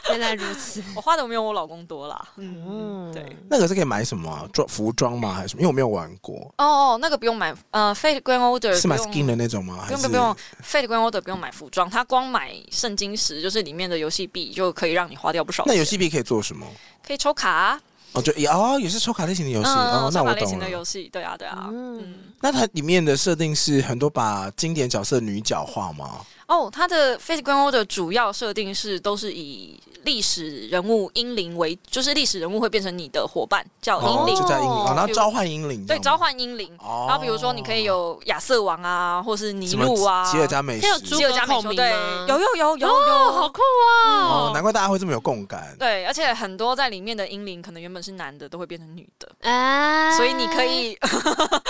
Speaker 3: 原来如此，
Speaker 4: 我花的没有我老公多啦。
Speaker 3: (laughs) 嗯
Speaker 4: 嗯，对。
Speaker 2: 那个是可以买什么啊装服装吗？还是什么？因为我没有玩过，
Speaker 4: 哦哦，那个不用买，呃，Fate Grand Order
Speaker 2: 是买
Speaker 4: 不用
Speaker 2: skin 的那种吗？
Speaker 4: 不
Speaker 2: 还
Speaker 4: 用
Speaker 2: 是
Speaker 4: 不用不用，Fate Grand Order 不用买服装，它光买圣经石，就是里面的游戏币就可以让你花掉不少钱。
Speaker 2: 那游戏币可以做什么？
Speaker 4: 可以抽卡啊，
Speaker 2: 哦，就哦，也是抽卡类型的游
Speaker 4: 嗯
Speaker 2: 戏、哦，那
Speaker 4: 抽卡
Speaker 2: 我
Speaker 4: 类
Speaker 2: 懂
Speaker 4: 型的
Speaker 2: 了
Speaker 4: 游。戏，对啊对啊，
Speaker 3: 嗯
Speaker 4: 嗯，
Speaker 2: 那它里面的设定是很多把经典角色女角化吗？
Speaker 4: 哦，它的 Fate Grand Order 主要设定是都是以历史人物英灵为，就是历史人物会变成你的伙伴，叫
Speaker 2: 哦
Speaker 4: 英灵。
Speaker 2: 就叫英灵
Speaker 3: 哦
Speaker 2: 哦，然后召唤英灵，
Speaker 4: 对，
Speaker 2: 这样
Speaker 4: 召
Speaker 2: 吗
Speaker 4: 唤英灵。
Speaker 2: 哦
Speaker 4: 然后比如说，你可以有亚瑟王啊，或是尼
Speaker 2: 什
Speaker 4: 禄
Speaker 2: 么
Speaker 4: 啊，
Speaker 2: 吉尔加美什
Speaker 3: 还有诸
Speaker 4: 吉尔加美
Speaker 3: 诸葛
Speaker 4: 什
Speaker 3: 孔
Speaker 4: 么
Speaker 3: 明
Speaker 4: 对
Speaker 3: 吗，
Speaker 4: 有有有有
Speaker 3: 哦，
Speaker 4: 有，
Speaker 3: 好酷
Speaker 2: 哦，
Speaker 3: 哦！
Speaker 2: 难怪大家会这么有共感。
Speaker 4: 对，而且很多在里面的英灵可能原本是男的，都会变成女的，
Speaker 3: 哎
Speaker 4: 所以你可，以
Speaker 3: 可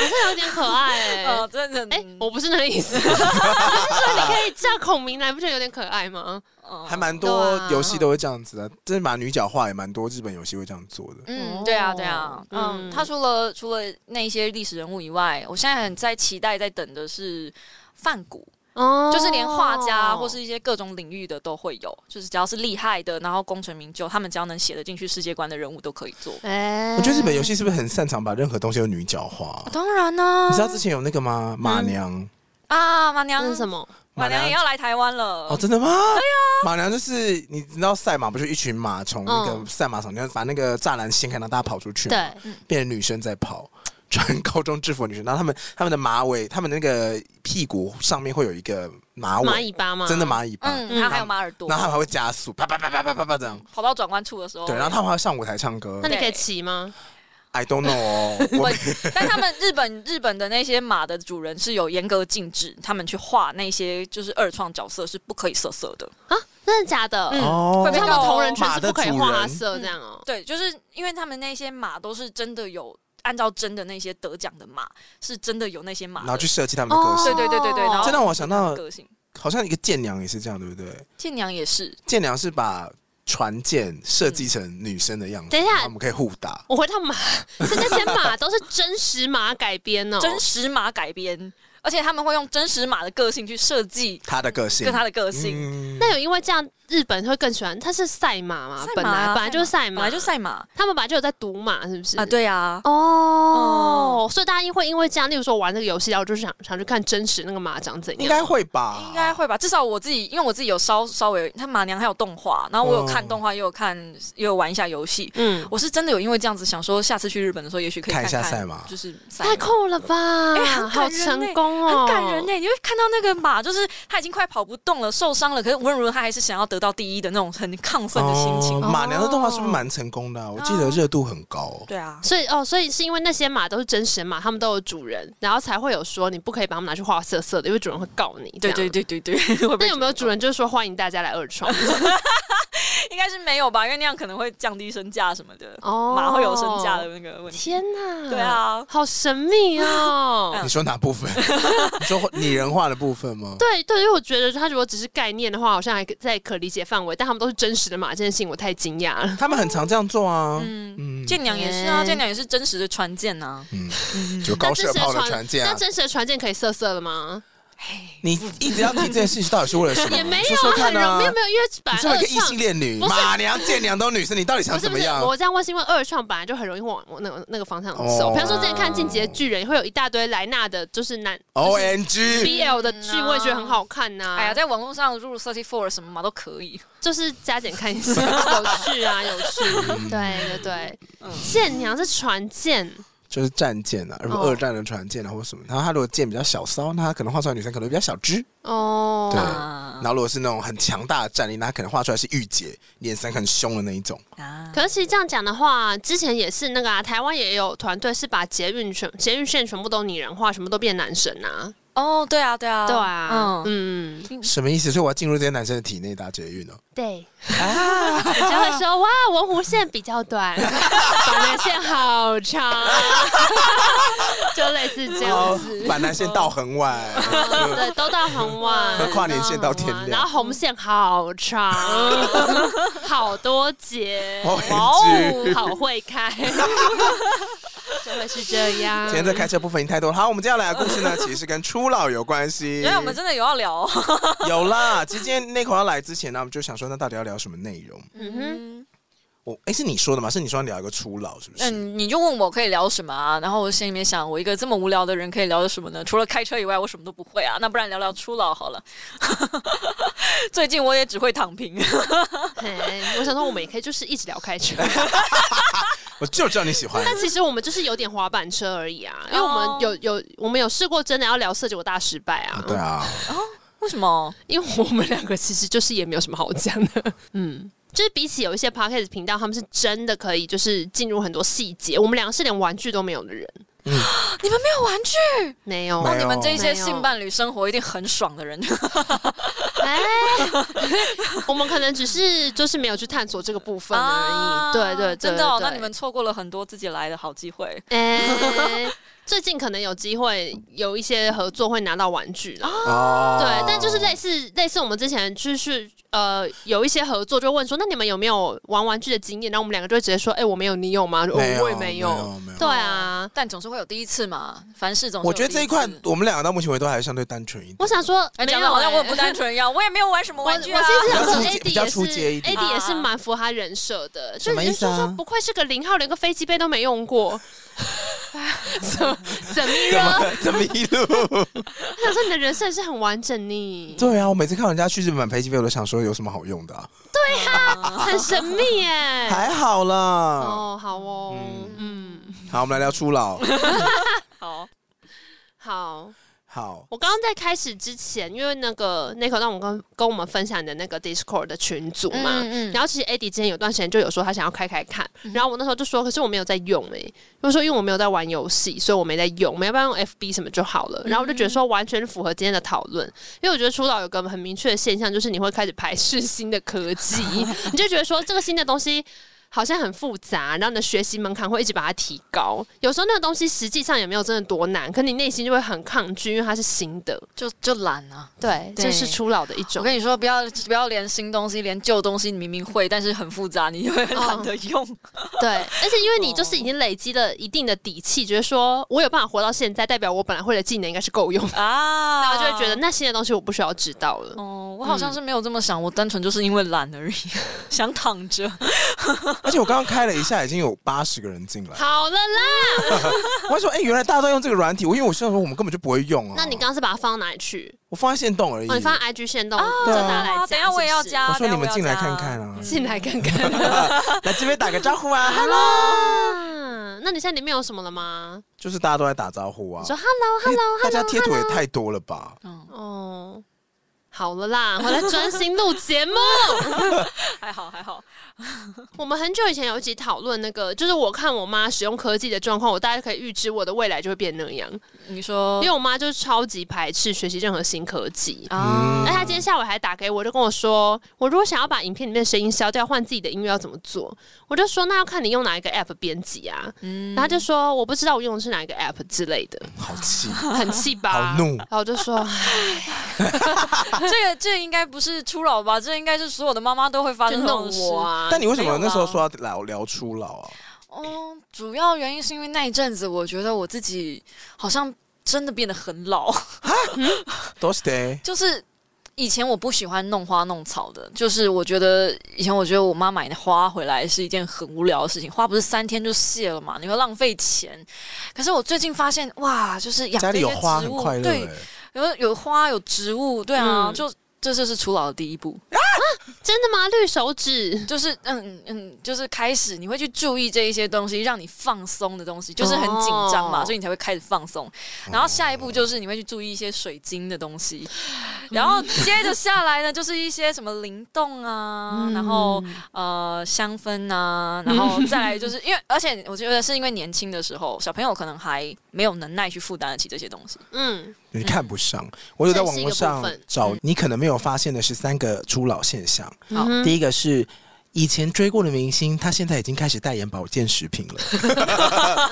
Speaker 3: 是有点可爱哎、
Speaker 4: (laughs) 呃，真的
Speaker 3: 哎、
Speaker 4: 嗯
Speaker 3: 我不是那个
Speaker 4: (laughs)
Speaker 3: 意思，我是说你可以叫孔明来，不觉得有点可爱吗？
Speaker 4: 呃
Speaker 2: 还蛮
Speaker 3: 对
Speaker 2: 多
Speaker 3: 啊
Speaker 2: 游戏都会这样子的，真把女角化也蛮多，日本游戏会这样做的。
Speaker 4: 嗯
Speaker 3: 哦，
Speaker 4: 对啊，对啊，嗯，
Speaker 3: 嗯
Speaker 4: 他除了除了那一些历史人物以外，我现在很在期待在等的是范谷，
Speaker 3: 哦
Speaker 4: 就是连画家或是一些各种领域的都会有，就是只要是厉害的，然后功成名就，他们只要能写得进去世界观的人物都可以做。
Speaker 3: 哎、
Speaker 2: 我觉得日本游戏是不是很擅长把任何东西都女角化？
Speaker 3: 哦
Speaker 4: 当然呢
Speaker 3: 啊
Speaker 2: 你知道之前有那个吗？
Speaker 3: 嗯
Speaker 2: 马娘，
Speaker 4: 啊，马
Speaker 3: 那
Speaker 4: 娘
Speaker 3: 是什么？
Speaker 4: 马娘也要来台湾了
Speaker 2: 哦，，真的吗？对
Speaker 3: 啊
Speaker 2: 呀，马娘就是你知道赛马不是一群马从那个赛马场，你要把那个栅栏掀开，让大家跑出去，
Speaker 3: 嗯对，，
Speaker 2: 变成女生在跑。 (laughs) 穿高中制服的女生，然后她们她们的马尾，她们那个屁股上面会有一个马
Speaker 3: 蚂
Speaker 2: 尾，
Speaker 3: 蚁巴吗？
Speaker 2: 真的蚂蚁吧？
Speaker 4: 嗯，
Speaker 3: 嗯
Speaker 4: 然后还有马耳朵
Speaker 2: 然，后他们还会加速，啪啪啪啪啪啪啪这样。
Speaker 4: 跑到转弯处的时候，
Speaker 2: 对，啊然后他们还会上舞台唱歌
Speaker 3: 那。你可以骑吗？
Speaker 2: I don't know，哦，我
Speaker 4: (laughs) 我 (laughs) 但他们日本日本的那些马的主人是有严格禁止，他们去画那些就是二创角色是不可以色色的。
Speaker 3: 真的假的？
Speaker 4: 嗯
Speaker 2: 哦
Speaker 4: 会
Speaker 3: 所以
Speaker 4: 被
Speaker 3: 他
Speaker 4: 告
Speaker 3: 们
Speaker 4: 哦
Speaker 3: 同人圈
Speaker 2: 马
Speaker 3: 是
Speaker 2: 的
Speaker 3: 不可以
Speaker 2: 主
Speaker 3: 画
Speaker 2: 人
Speaker 3: 色这样哦、
Speaker 4: 对，就是因为他们那些马都是真的有按照真的那些得奖的马，是真的有那些马
Speaker 2: 然
Speaker 4: 的
Speaker 2: 后去设计他们的个
Speaker 4: 哦对
Speaker 2: 性。
Speaker 4: 对对对对，然后
Speaker 2: 这让我想到，
Speaker 4: 个性。
Speaker 2: 好像一个舰娘也是这样，对不对？
Speaker 4: 舰娘也是，
Speaker 2: 舰娘是把船舰设计成女生的样子，
Speaker 3: 等一下
Speaker 2: 然后我们可以互打。
Speaker 3: 我回到马，是那些马都是真实马改编哦、
Speaker 4: 真实马改编，而且他们会用真实马的个性去设计
Speaker 2: 她的嗯个性，
Speaker 4: 跟他的个
Speaker 2: 个
Speaker 4: 性，
Speaker 2: 性
Speaker 3: 那有因为这样，日本会更喜欢它是赛马嘛？
Speaker 4: 赛
Speaker 3: 本
Speaker 4: 马啊
Speaker 3: 来本来就是赛
Speaker 4: 本
Speaker 3: 马，
Speaker 4: 来就赛马
Speaker 3: 他们本来就有在赌马，是不是？
Speaker 4: 啊，。对嗯啊，
Speaker 3: 哦，所以大家会因为这样，例如说玩这个游戏，然后就是想想去看真实那个马长怎
Speaker 2: 应
Speaker 3: 样。
Speaker 2: 该会吧？
Speaker 4: 应该会吧，至少我自己，因为我自己有稍稍微，他马娘还有动画，然后我有看动画，也有看，也有玩一下游戏。
Speaker 3: 嗯，
Speaker 4: 我是真的有因为这样子想说，下次去日本的时候，也许可以
Speaker 2: 看一下
Speaker 4: 看
Speaker 2: 赛马
Speaker 4: 就是赛马
Speaker 3: 太酷了吧！
Speaker 4: 哎很
Speaker 3: 好
Speaker 4: 感人
Speaker 3: 成
Speaker 4: 欸
Speaker 3: 功哦，
Speaker 4: 很感人呢、你会看到那个马，就是他已经快跑不动了，受伤了，可是无论如何他还是想要得到第一的那种很亢奋的心情。
Speaker 2: 哦马娘的动画是不是蛮成功的啊？我记得热度很高。
Speaker 4: 对啊，
Speaker 3: 所以哦，所以是因为那些马都是真实马，他们都有主人，然后才会有说你不可以把它们拿去画色色的，因为主人会告你。
Speaker 4: 对
Speaker 3: 这
Speaker 4: 对
Speaker 3: 样。
Speaker 4: 对对对。会不
Speaker 3: 那 (laughs)
Speaker 4: 会
Speaker 3: 有没有主人就是说欢迎大家来二创？
Speaker 4: 应该是没有吧？因为那样可能会降低身价什么
Speaker 2: (laughs)
Speaker 4: 的，
Speaker 3: 哦
Speaker 4: 马会有身价的那个问题。
Speaker 3: 天哪！
Speaker 4: 对，啊，
Speaker 3: 好神
Speaker 2: (laughs)
Speaker 3: 秘哦。
Speaker 2: 你说哪部分？你说拟人化的部分吗？
Speaker 3: 对对，因为我觉得它如果只是概念的话，好像还可在可理解范围，但他们都是真实的马，这件事情我太惊讶了。
Speaker 2: 他们很常这样做啊。
Speaker 4: 嗯，
Speaker 2: 嗯，
Speaker 4: 舰娘也是啊，
Speaker 3: 嗯
Speaker 4: 舰娘也是真实的船舰啊。
Speaker 3: (laughs)
Speaker 2: 就高射炮的船舰
Speaker 3: 那
Speaker 2: 啊。
Speaker 3: 真实的船舰可以色色了吗？
Speaker 2: 你一直要提这件事情，到底是为了什么？
Speaker 3: 也没
Speaker 2: 说
Speaker 3: 有
Speaker 2: 说
Speaker 3: 啊，
Speaker 2: 看
Speaker 3: 很
Speaker 2: 啊
Speaker 3: 容。易没有，因为本
Speaker 2: 你
Speaker 3: 来
Speaker 2: 身为一
Speaker 3: 二
Speaker 2: 个异性
Speaker 3: 创。
Speaker 2: 恋女，
Speaker 3: 不是
Speaker 2: 马娘、贱娘都女生，你到底想
Speaker 3: 不是
Speaker 2: 怎
Speaker 3: 不
Speaker 2: 么
Speaker 3: 是，
Speaker 2: 样？
Speaker 3: 我这样问是因为二创本来就很容易往往那个那个方向走。
Speaker 2: 哦
Speaker 3: 比方说之前看《进击的巨人》，会有一大堆莱纳的，就是男
Speaker 2: O N G，
Speaker 3: BL 的剧，我也觉得很好看呐、
Speaker 4: 哎呀，在网络上入入 thirty four 什么嘛都可以。
Speaker 3: 就是加减看一下， (laughs) 有趣啊，有趣。 (laughs) 嗯对对对，舰娘是船舰，
Speaker 2: 就是战舰啊，什么
Speaker 3: 哦
Speaker 2: 二战的船舰啊，或什么。然后他如果舰比较小骚，那他可能画出来的女生可能比较小只。
Speaker 3: 哦，
Speaker 2: 对
Speaker 4: 啊
Speaker 2: 然后如果是那种很强大的战力，那他可能画出来是御姐，眼神很凶的那一种。
Speaker 3: 嗯
Speaker 4: 啊
Speaker 3: 可是其实这样讲的话，之前也是那个啊，台湾也有团队是把捷运全捷运线全部都拟人化，全部都变男神啊，
Speaker 4: 哦，对啊，对啊，
Speaker 3: 对啊，
Speaker 4: 嗯，
Speaker 3: 嗯，
Speaker 2: 什么意思？所以我要进入这些男生的体内打捷运哦。
Speaker 3: 对，人家会说哇，文湖线比较短， (laughs) 板南线好 (laughs) 长，就类似这样子。
Speaker 2: 板南线到很晚，
Speaker 3: 嗯 (laughs) 对，都
Speaker 2: (laughs)
Speaker 3: 到很晚，
Speaker 2: 和跨年线到天亮
Speaker 3: 都很晚然后红线好
Speaker 2: (laughs)
Speaker 3: 长，好多节，
Speaker 2: O
Speaker 3: 哦
Speaker 2: N G。，
Speaker 3: 好
Speaker 2: (laughs)
Speaker 3: 会开，就会是这样
Speaker 2: 今。天这开车部分已经太多了。好，我们接下来的故
Speaker 3: (laughs)
Speaker 2: 事呢，其实是跟初老有关系。
Speaker 4: 原来我们真的有要聊
Speaker 2: (laughs)
Speaker 4: 哦。
Speaker 2: 有啦。其实今天内口要来之前呢，我们就想说，那到底要聊什么内容？
Speaker 3: 嗯哼，
Speaker 2: 我哎、是你说的吗？是你说要聊一个初老，是不是？
Speaker 4: 嗯，你就问我可以聊什么啊？然后我心里面想，我一个这么无聊的人可以聊什么呢？除了开车以外，我什么都不会啊。那不然聊聊初老好了。 (laughs) 最近我也只会躺平， (laughs)
Speaker 3: 嘿我想说我们也可以就是一直聊开车，
Speaker 2: 哎我就知道你喜欢。
Speaker 3: 但其实我们就是有点滑板车而已啊，因为我们有有我们有试过真的要聊色，结果大失败啊
Speaker 2: 哦啊，对啊，
Speaker 4: 为为什么？
Speaker 3: 因为我们两个其实就是也没有什么好讲的，嗯。就是比起有一些 podcast 频道，他们是真的可以就是进入很多细节，我们两个是连玩具都没有的人，
Speaker 4: 你们没有玩具？
Speaker 3: 没有
Speaker 2: 嗯没
Speaker 4: 哦，
Speaker 2: 有
Speaker 4: 你们这一些
Speaker 3: 没有
Speaker 4: 性伴侣生活一定很爽的人。
Speaker 3: 哎，我们可能只是就是没有去探索这个部分而已。
Speaker 4: 啊
Speaker 3: 对对对，
Speaker 4: 真的哦，
Speaker 3: 对
Speaker 4: 那你们错过了很多自己来的好机会。
Speaker 3: 哎，最近可能有机会有一些合作会拿到玩具啦。
Speaker 2: 哦
Speaker 3: 对，但就是类似类似我们之前就是呃有一些合作，就问说那你们有没有玩玩具的经验？然后我们两个就会直接说，哎、我没有，你有吗？
Speaker 2: 没有
Speaker 3: 我也没
Speaker 2: 没有没有
Speaker 3: 对啊，
Speaker 4: 但总是会有第一次嘛，凡事总是有
Speaker 2: 我觉得这一块
Speaker 4: 第
Speaker 3: 嗯
Speaker 4: 次
Speaker 2: 我们两个到目前为止都还相对单纯一点。
Speaker 3: 我想说，
Speaker 4: 哎，
Speaker 3: 没
Speaker 4: 讲
Speaker 3: 有、
Speaker 4: 的好像我
Speaker 3: 哎
Speaker 4: 很不单纯一 (laughs) 样，我也没有玩什么
Speaker 3: 我
Speaker 4: 玩
Speaker 3: 我
Speaker 4: 具
Speaker 3: 其
Speaker 4: 啊。
Speaker 3: 实
Speaker 4: (laughs)
Speaker 3: 想说
Speaker 2: 比
Speaker 3: ，AD
Speaker 2: 较
Speaker 3: 也
Speaker 2: 出街一
Speaker 3: 是
Speaker 2: 点
Speaker 3: AD 也是
Speaker 4: 啊
Speaker 3: 蛮符合他人设的，
Speaker 2: 什
Speaker 3: 就
Speaker 2: 么意
Speaker 3: 是人
Speaker 2: 思
Speaker 3: 说
Speaker 2: 啊
Speaker 3: 说不愧是个零号，连个飞机杯都没用过， (laughs) 怎怎么样？
Speaker 2: 怎么一
Speaker 3: (laughs)
Speaker 2: 路？
Speaker 3: 我想说你的人设也是很完整呢，
Speaker 2: 对啊，我每次看人家去日本买飞机票，我都想说有什么好用的、啊？
Speaker 3: 很神秘耶。
Speaker 2: 还好啦。
Speaker 3: 哎哦，好哦，嗯，
Speaker 2: 好，我们来聊初
Speaker 3: (laughs)
Speaker 2: 老。
Speaker 4: 好，
Speaker 3: 好。
Speaker 2: 好，
Speaker 3: 我刚刚在开始之前，因为那个 n i c o 让我跟跟我们分享你的那个 Discord 的群组嘛，
Speaker 4: 嗯嗯嗯
Speaker 3: 然后其实 AD 之前有段时间就有说他想要开开看，然后我那时候就说，可是我没有在用诶、欸，就说因为我没有在玩游戏，所以我没在用，我们要不要用 FB 什么就好
Speaker 4: 嗯
Speaker 3: 了。然后我就觉得说完全符合今天的讨论，因为我觉得初老有个很明确的现象，就是你会开始排斥新的科
Speaker 4: (laughs)
Speaker 3: 技，你就觉得说这个新的东西。好像很复杂，然后你的学习门槛会一直把它提高。有时候那个东西实际上也没有真的多难，可你内心就会很抗拒，因为它是新的。
Speaker 4: 就就懒啊。
Speaker 3: 对，
Speaker 4: 对
Speaker 3: 这是初老的一种
Speaker 4: 我。跟你说，不要不要连新东西，连旧东西，你明明会，但是很复杂，你会懒得 (laughs) 用。
Speaker 3: (laughs) 对，而且因为你就是已经累积了一定的底气，觉得说我有办法活到现在，代表我本来会的技能应该是够用的，
Speaker 4: 啊，
Speaker 3: 然后就会觉得那新的东西我不需要知道了。
Speaker 4: 哦，我好像是没有这么想，我单纯就是因为懒而已，想躺着。
Speaker 2: 而且我刚刚开了一下，已经有八十个人进来。
Speaker 3: 好了啦，
Speaker 2: 我还说，哎、原来大家都用这个软体，我因为我心想说我们根本就不会用啊。
Speaker 3: 那你刚刚是把它放到哪里去？
Speaker 2: 我放在线动而已。
Speaker 3: 哦，你啊放在 IG 线动，
Speaker 2: 对
Speaker 3: 就
Speaker 2: 啊
Speaker 3: 大家来加。
Speaker 4: 等一下我也要
Speaker 3: 是不是
Speaker 4: 加，
Speaker 2: 我说
Speaker 4: 等一下
Speaker 2: 你们
Speaker 4: 要
Speaker 2: 进来
Speaker 4: 加
Speaker 2: 看看啊
Speaker 3: (laughs) 进来看看。嗯
Speaker 2: (laughs) 来这边打个招呼
Speaker 3: (laughs)
Speaker 2: 啊
Speaker 4: 哦
Speaker 2: ，Hello。
Speaker 3: Hello，那你啊现在里面有什么了吗？
Speaker 2: 就是大家都在打招呼啊
Speaker 4: 哦
Speaker 3: 你。说 Hello
Speaker 2: 因为
Speaker 3: Hello
Speaker 2: 大
Speaker 3: Hello。
Speaker 2: 家贴图也太多了吧？
Speaker 4: 嗯，
Speaker 3: 哦，好了啦，我来专心录节目。
Speaker 4: (laughs) 还好还好。
Speaker 3: 我们很久以前有一集讨论那个，就是我看我妈使用科技的状况，我大概可以预知我的未来就会变那样，
Speaker 4: 你说
Speaker 3: 因为我妈就是超级排斥学习任何新科技。
Speaker 4: 啊
Speaker 3: 那她今天下午还打给我，就跟我说，我如果想要把影片里面的声音消掉，换自己的音乐要怎么做？我就说，那要看你用哪一个 app 编辑啊。
Speaker 4: 嗯
Speaker 3: 然后她就说，我不知道我用的是哪一个 app 之类
Speaker 4: (laughs)
Speaker 3: 的，
Speaker 2: 好气，
Speaker 3: 很气吧？
Speaker 2: 好怒
Speaker 3: 然后我就说，唉
Speaker 4: 这个这个应该不是初老吧？这应该是所有的妈妈都会 (laughs) 发
Speaker 3: 就
Speaker 4: 生这种
Speaker 3: 弄
Speaker 4: 事
Speaker 3: 我。啊。
Speaker 2: 但你为什么那时候说要聊聊初老啊？
Speaker 4: 嗯，主要原因是因为那一阵子，我觉得我自己好像真的变得很老，
Speaker 2: 都是的，
Speaker 4: 就是。以前我不喜欢弄花弄草的，就是我觉得以前我觉得我妈买的花回来是一件很无聊的事情，花不是三天就谢了嘛，你会浪费钱。可是我最近发现，哇，就是养
Speaker 2: 家里
Speaker 4: 这
Speaker 2: 有
Speaker 4: 些
Speaker 2: 花
Speaker 4: 植
Speaker 2: 很
Speaker 4: 物
Speaker 2: 快乐、
Speaker 4: 对
Speaker 2: 欸，，
Speaker 4: 有有花有植物，对啊，
Speaker 3: 嗯
Speaker 4: 就这就是初老的第一步，
Speaker 3: 真的吗？绿手指。
Speaker 4: 就是嗯嗯，就是开始你会去注意这一些东西，让你放松的东西，就是很紧张嘛，
Speaker 3: 哦
Speaker 4: 所以你才会开始放松。然后下一
Speaker 2: 哦
Speaker 4: 步就是你会去注意一些水晶的东西，然后接着下来呢，就是一些什么灵动啊，然后
Speaker 3: 嗯
Speaker 4: 呃香氛啊，然 (laughs) 后再来就是因为，而且我觉得是因为年轻的时候，小朋友可能还没有能耐去负担得起这些东西。
Speaker 3: 嗯，
Speaker 2: 你看不上。我有在网络上
Speaker 3: 这是一个部分
Speaker 2: 找你可能没有发现的十三个初老现象。
Speaker 4: 好
Speaker 3: 嗯
Speaker 2: 第一个是。以前追过的明星，他现在已经开始代言保健食品了。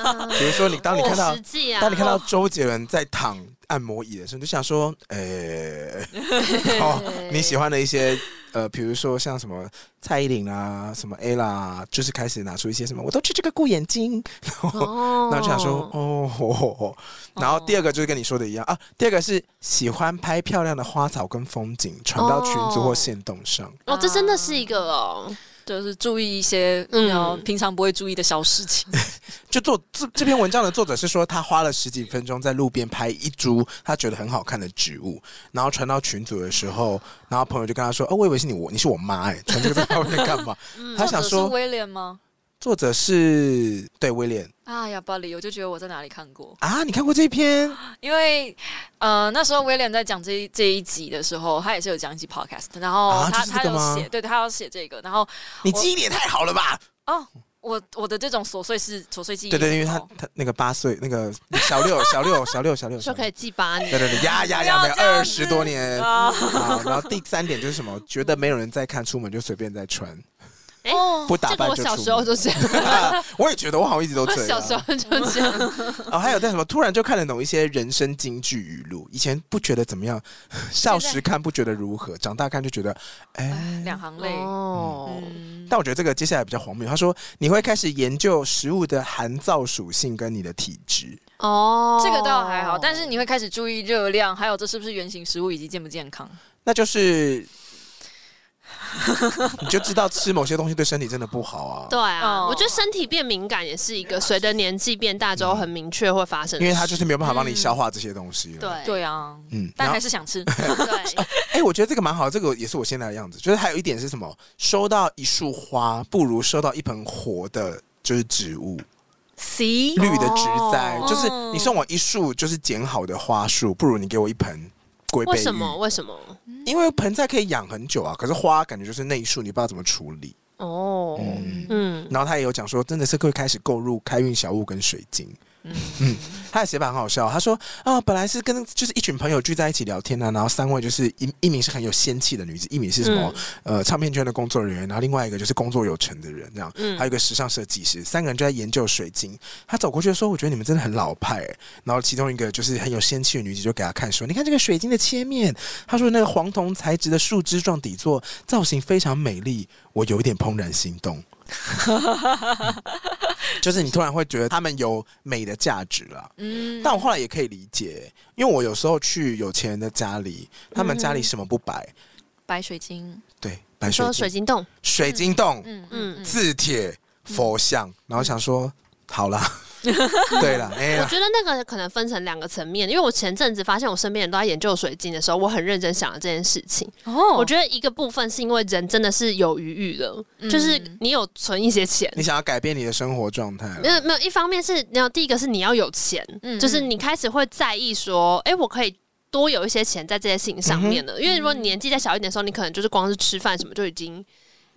Speaker 4: 嗯
Speaker 2: 比如说，你当你看
Speaker 3: (laughs)
Speaker 2: 到
Speaker 3: 实际啊，
Speaker 2: 当你看到周杰伦在躺按摩椅的时候，你就想说，呃、哦，你喜欢的一些呃，比如说像什么蔡依林啊，什么 A 啦，就是开始拿出一些什么，我都吃这个顾眼睛，然后、
Speaker 3: 哦
Speaker 2: 然后就想说，哦哦然后第二个就是跟你说的一样啊，第二个是喜欢拍漂亮的花草跟风景，传到群组或线动上。
Speaker 3: 哦，这真的是一个哦，
Speaker 4: 就是注意一些
Speaker 3: 嗯
Speaker 4: 嗯平常不会注意的小事情。
Speaker 2: 就做这这篇文章的作者是说，他花了十几分钟在路边拍一株他觉得很好看的植物，然后传到群组的时候，然 (laughs) 哦
Speaker 3: 嗯
Speaker 2: 后朋友就跟他说：“哦，我以为是你我，你是我妈哎、传这个照片干嘛？”他
Speaker 4: 作
Speaker 2: 想
Speaker 4: 者是
Speaker 2: 说，
Speaker 4: 威廉吗？
Speaker 2: 作者是对威廉
Speaker 4: 啊呀，巴黎，我就觉得我在哪里看过，
Speaker 2: 啊，你看过这篇？
Speaker 4: 因为呃那时候威廉在讲这一这一集的时候，他也是有讲一集 podcast，然后
Speaker 2: 啊
Speaker 4: 他、
Speaker 2: 就是这
Speaker 4: 他
Speaker 2: 个
Speaker 4: 有
Speaker 2: 吗
Speaker 4: 写，对他要写这个，然后
Speaker 2: 你记忆力也太好了吧？
Speaker 4: 哦，我我的这种琐碎事、琐碎记忆
Speaker 2: 对
Speaker 4: 很好，
Speaker 2: 对，因为他他那个八岁那个小六 (laughs) 小六小六小六，
Speaker 3: 就可以
Speaker 2: 以。
Speaker 3: 记八年。
Speaker 2: 对对对，呀呀呀，没
Speaker 4: 不要
Speaker 2: 有
Speaker 4: 这样
Speaker 2: 二
Speaker 4: 子
Speaker 2: 十多年。
Speaker 4: 啊
Speaker 2: 好，然后第三点就是什么？觉得没有人在看，出门就随便在穿，
Speaker 3: 哎
Speaker 4: 哦
Speaker 2: 不打
Speaker 3: 这个
Speaker 2: 扮
Speaker 3: 我
Speaker 2: 就
Speaker 3: 小
Speaker 2: 出
Speaker 3: 时候
Speaker 2: 门。啊
Speaker 3: 就这
Speaker 2: (laughs)
Speaker 3: 样，
Speaker 2: 我也觉得，我好像一直都
Speaker 3: 我
Speaker 2: 这样。
Speaker 3: 啊小时候就这样。
Speaker 4: (laughs)
Speaker 2: 哦，还有在什么？突然就看得懂一些人生金句语录，以前不觉得怎么样，少时看不觉得如何，长大看就觉得，哎。
Speaker 4: 两行泪。
Speaker 3: 哦，
Speaker 4: 嗯
Speaker 2: 但我觉得这个接下来比较荒谬。他说你会开始研究食物的含皂属性跟你的体质。
Speaker 3: 哦，
Speaker 4: 这个倒还好，但
Speaker 2: 哦
Speaker 4: 是你会开始注意热量，还有这是不是原型食物以及健不健康。
Speaker 2: 那就是 (laughs) 你就知道吃某些东西对身体真的不好啊。
Speaker 3: (laughs) 对啊，
Speaker 4: 哦
Speaker 3: 我觉得身体变敏感也是一个随着年纪变大之后很明确会发生的
Speaker 2: 嗯
Speaker 3: 事，
Speaker 2: 因为它就是没有办法帮你消化这些东西了。，
Speaker 3: 嗯对
Speaker 4: 对啊，
Speaker 2: 嗯，然
Speaker 4: 但
Speaker 2: 后
Speaker 4: 还是
Speaker 2: (laughs)
Speaker 4: 想吃。
Speaker 3: 对，
Speaker 2: 哎、我觉得这个蛮好，这个也是我现在的样子。就是还有一点是什么？收到一束花，不如收到一盆活的，就是植物，
Speaker 4: C
Speaker 3: 哦
Speaker 2: 绿的植栽。
Speaker 3: 嗯
Speaker 4: 哦
Speaker 2: 就是你送我一束就是剪好的花束，不如你给我一盆龟背
Speaker 3: 为
Speaker 2: 玉。
Speaker 3: 什么？？为什么？
Speaker 2: 因为盆栽可以养很久啊，可是花感觉就是那一束，你不知道怎么处理。
Speaker 3: 哦，
Speaker 2: 嗯。
Speaker 3: 嗯，
Speaker 2: 然后他也有讲说，真的是会开始购入开运小物跟水晶。
Speaker 4: 嗯
Speaker 2: 他的写法很好笑，他说啊、本来是跟就是一群朋友聚在一起聊天啊，然后三位就是一一名是很有仙气的女子，一名是什么、呃唱片圈的工作人员，然后另外一个就是工作有成的人，这样，
Speaker 3: 嗯
Speaker 2: 还有一个时尚设计师，三个人就在研究水晶。他走过去说：“我觉得你们真的很老派。”欸。”然后其中一个就是很有仙气的女子就给他看说：“你看这个水晶的切面，他说那个黄铜材质的树枝状底座造型非常美丽，我有一点怦然心动。” (laughs) 就是你突然会觉得他们有美的价值了。
Speaker 4: 嗯
Speaker 2: 但我后来也可以理解，因为我有时候去有钱人的家里，他们家里什么不摆？
Speaker 4: 白水晶，
Speaker 2: 对，摆水晶
Speaker 3: 说水、晶洞，
Speaker 2: 水晶洞、
Speaker 4: 嗯
Speaker 3: 嗯
Speaker 2: 字帖、佛像，然后想说，好
Speaker 3: (laughs)
Speaker 2: 啦，对啦，哎
Speaker 3: 我
Speaker 2: 呀，
Speaker 3: 觉得那个可能分成两个层面，因为我前阵子发现我身边人都在研究水晶的时候，我很认真想了这件事情。
Speaker 4: 哦，
Speaker 3: 我觉得一个部分是因为人真的是有余裕了，
Speaker 4: 嗯
Speaker 3: 就是你有存一些钱。
Speaker 2: 你想要改变你的生活状态
Speaker 3: 没
Speaker 2: 了，
Speaker 3: 有没有，一方面是你要第一个是你要有钱，
Speaker 4: 嗯
Speaker 3: 就是你开始会在意说，哎、我可以。多有一些钱在这些事情上面
Speaker 4: 嗯
Speaker 3: 了，因为如果你年纪再小一点的时候，你可能就是光是吃饭什么就已经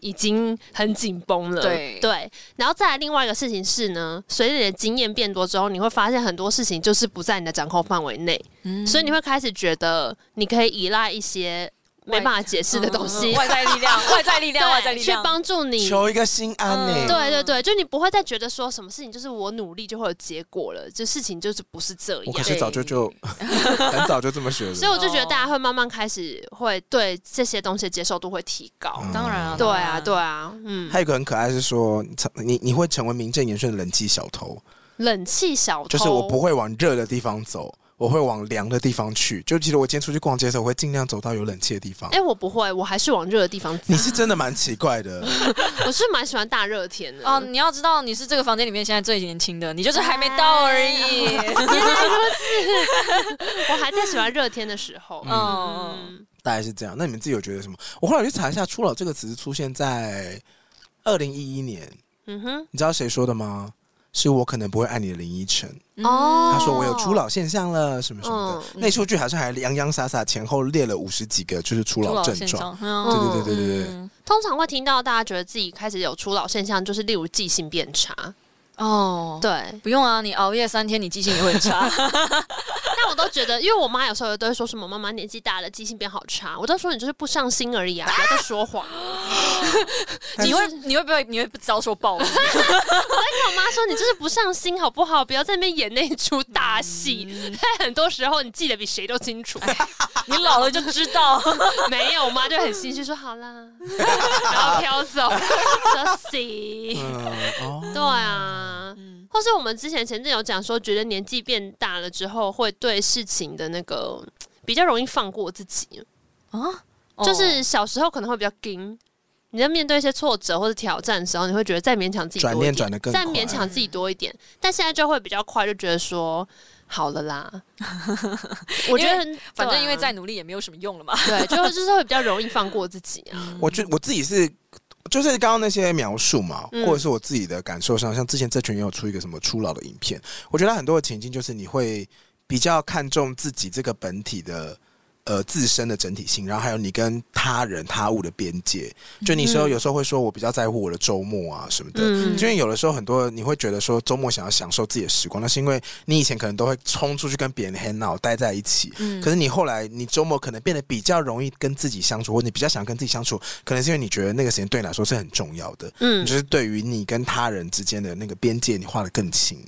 Speaker 3: 已经很紧绷了。
Speaker 4: 对
Speaker 3: 然后再来另外一个事情是呢，随着你的经验变多之后，你会发现很多事情就是不在你的掌控范围内，
Speaker 4: 嗯
Speaker 3: 所以你会开始觉得你可以依赖一些没
Speaker 4: 外
Speaker 3: 办法解释的东西，
Speaker 4: 嗯外在力
Speaker 3: (laughs)
Speaker 4: 量，外在力量，外在
Speaker 3: 对，
Speaker 4: 力
Speaker 3: 去
Speaker 4: 量，
Speaker 3: 帮助你
Speaker 2: 求一个心安呢、
Speaker 4: 嗯
Speaker 3: 对对对，就你不会再觉得说什么事情就是我努力就会有结果了，这事情就是不是这
Speaker 2: 我可
Speaker 3: 样。
Speaker 2: 是早就就 (laughs) 很早就这么学
Speaker 3: 所以
Speaker 2: 了。
Speaker 3: 我哎 (laughs) 就觉得大家会慢慢开始会对这些东西的接受度会提高。
Speaker 2: 嗯
Speaker 4: 当然啊，
Speaker 3: 对
Speaker 4: 当
Speaker 3: 啊，
Speaker 4: 然
Speaker 3: 对，啊，嗯
Speaker 2: 还，有一个很可爱是说，你你会成为名正言顺的人气小偷，
Speaker 3: 冷气小偷
Speaker 2: 就是我不会往热的地方走，我会往凉的地方去。就其实我今天出去逛街的时候，我会尽量走到有冷气的地方
Speaker 3: 哎、。我不会，我还是往热的地方走
Speaker 2: 你。是真的蛮奇怪的，
Speaker 3: 我是蛮喜欢大热天的。
Speaker 4: 哦，你要知道你是这个房间里面现在最年轻的，你就是还没到而
Speaker 3: (laughs)
Speaker 4: 已。
Speaker 3: 哎我还在喜欢热天的时候。
Speaker 4: 嗯，
Speaker 3: 嗯，
Speaker 2: 大概是这样。那你们自己有觉得什么？我后来去查一下，“初老”这个词出现在二零一一年，
Speaker 3: 嗯哼，
Speaker 2: 你知道谁说的吗？是我可能不会爱你的林依晨，
Speaker 4: 嗯
Speaker 3: 哦
Speaker 2: 他说我有初老现象了，什么什么的。
Speaker 3: 嗯
Speaker 2: 那出剧好像还洋洋洒洒前后列了五十几个就是初
Speaker 4: 初
Speaker 2: 老
Speaker 4: 老
Speaker 2: 症
Speaker 4: 现
Speaker 2: 状。
Speaker 4: 状，嗯
Speaker 2: 对
Speaker 3: 嗯
Speaker 2: 对对对对对，
Speaker 4: 嗯
Speaker 3: 通常会听到大家觉得自己开始有初老现象，就是例如记性变差。
Speaker 4: 哦，
Speaker 3: 对，
Speaker 4: 不用啊，你熬夜三天，你记性也会很
Speaker 2: (laughs)
Speaker 4: 差。
Speaker 3: (laughs) 但我都觉得，因为我妈有时候都会说什么“妈妈年纪大了，记性变好差”，我都说你就是不上心而已啊，不要再说谎 (laughs) 了。
Speaker 4: 你会你会不会你会遭受报应？
Speaker 3: 我妈说你就是不上心好不好？不要在那边演那一出大戏。 (laughs) 但很多时候你记得比谁都清楚。 (laughs)
Speaker 4: 你 (laughs) 老了就知道。
Speaker 3: 没有，我妈就很心虚说好啦，然后飘走， (laughs) 说行。
Speaker 2: 嗯哦，
Speaker 3: 对啊，或是我们之前前阵有讲说，觉得年纪变大了之后，会对事情的那个比较容易放过自己。
Speaker 4: 啊，
Speaker 3: 就是小时候可能会比较硬，你在面对一些挫折或者挑战的时候，你会觉得再勉强自己
Speaker 2: 转
Speaker 3: 多一
Speaker 2: 念
Speaker 3: 点，
Speaker 2: 转的更
Speaker 3: 再
Speaker 2: 快。
Speaker 3: 勉强自己多一点。但现在就会比较快，就觉得说好了 (laughs) 啦。我觉得
Speaker 4: 反
Speaker 3: 对
Speaker 4: 正
Speaker 3: 啊
Speaker 4: 因
Speaker 3: (laughs)
Speaker 4: 为再努力也没有什么用了嘛。
Speaker 3: 对，就就是会比较容易放过自己啊。
Speaker 2: 我觉我自己是就是刚刚那些描述嘛，
Speaker 3: 嗯
Speaker 2: 或者是我自己的感受上，像之前这群也有出一个什么初老的影片，我觉得很多的情境就是你会比较看重自己这个本体的。呃，自身的整体性，然后还有你跟他人、他物的边界，就你时候
Speaker 3: 嗯
Speaker 2: 有时候会说，我比较在乎我的周末啊什么的，
Speaker 3: 嗯
Speaker 2: 因为有的时候很多你会觉得说周末想要享受自己的时光，那是因为你以前可能都会冲出去跟别人 hang out 待在一起，
Speaker 4: 嗯
Speaker 2: 可是你后来你周末可能变得比较容易跟自己相处，或你比较想跟自己相处，可能是因为你觉得那个时间对你来说是很重要的，
Speaker 3: 嗯
Speaker 2: 就，是对于你跟他人之间的那个边界你画的更清，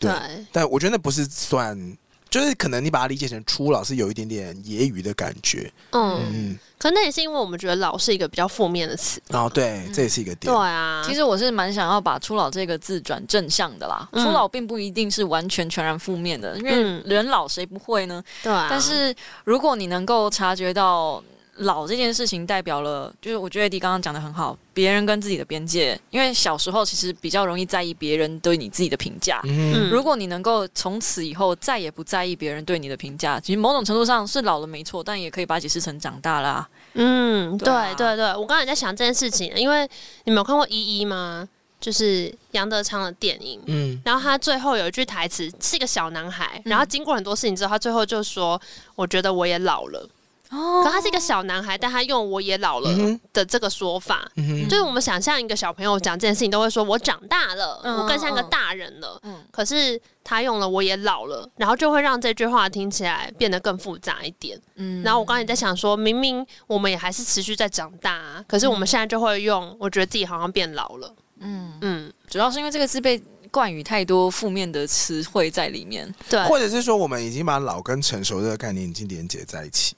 Speaker 2: 对
Speaker 3: 对，
Speaker 2: 但我觉得那不是算。就是可能你把它理解成初老是有一点点揶揄的感觉，
Speaker 3: 嗯，
Speaker 2: 嗯，
Speaker 3: 可那也是因为我们觉得老是一个比较负面的词，
Speaker 2: 然后对，这也是一个
Speaker 3: 嗯对
Speaker 2: 点，
Speaker 3: 啊，
Speaker 4: 其实我是蛮想要把“初老”这个字转正向的啦。
Speaker 3: 嗯
Speaker 4: 初老并不一定是完全全然负面的，因为
Speaker 3: 嗯
Speaker 4: 人老谁不会呢？
Speaker 3: 对啊，
Speaker 4: 但是如果你能够察觉到老这件事情代表了，就是我觉得迪刚刚讲的很好，别人跟自己的边界，因为小时候其实比较容易在意别人对你自己的评价。
Speaker 2: 嗯
Speaker 3: 嗯
Speaker 4: 如果你能够从此以后再也不在意别人对你的评价，其实某种程度上是老了没错，但也可以把它解释成长大啦、
Speaker 3: 嗯，
Speaker 4: 对啊
Speaker 3: 对对对，我刚才在想这件事情，因为你们有看过《一一》吗？就是杨德昌的电影。
Speaker 2: 嗯，
Speaker 3: 然后他最后有一句台词是一个小男孩，
Speaker 4: 嗯
Speaker 3: 然后经过很多事情之后，他最后就说：“我觉得我也老了。”
Speaker 4: 哦
Speaker 3: 可他是一个小男孩，但他用“我也老了
Speaker 2: 嗯哼”
Speaker 3: 的这个说法，
Speaker 2: 嗯哼
Speaker 3: 就是我们想象一个小朋友讲这件事情，都会说“我长大了，
Speaker 4: 嗯
Speaker 3: 我更像个大人了”
Speaker 4: 嗯
Speaker 3: 可是他用了“我也老了”，然后就会让这句话听起来变得更复杂一点。
Speaker 4: 嗯
Speaker 3: 然后我刚才也在想说，明明我们也还是持续在长大、啊，可是我们现在就会用，我觉得自己好像变老了。
Speaker 4: 嗯，
Speaker 3: 嗯，
Speaker 4: 主要是因为这个字被冠以太多负面的词汇在里面。
Speaker 3: 对。啊
Speaker 2: 或者是说我们已经把老跟成熟这个概念已经连接在一起，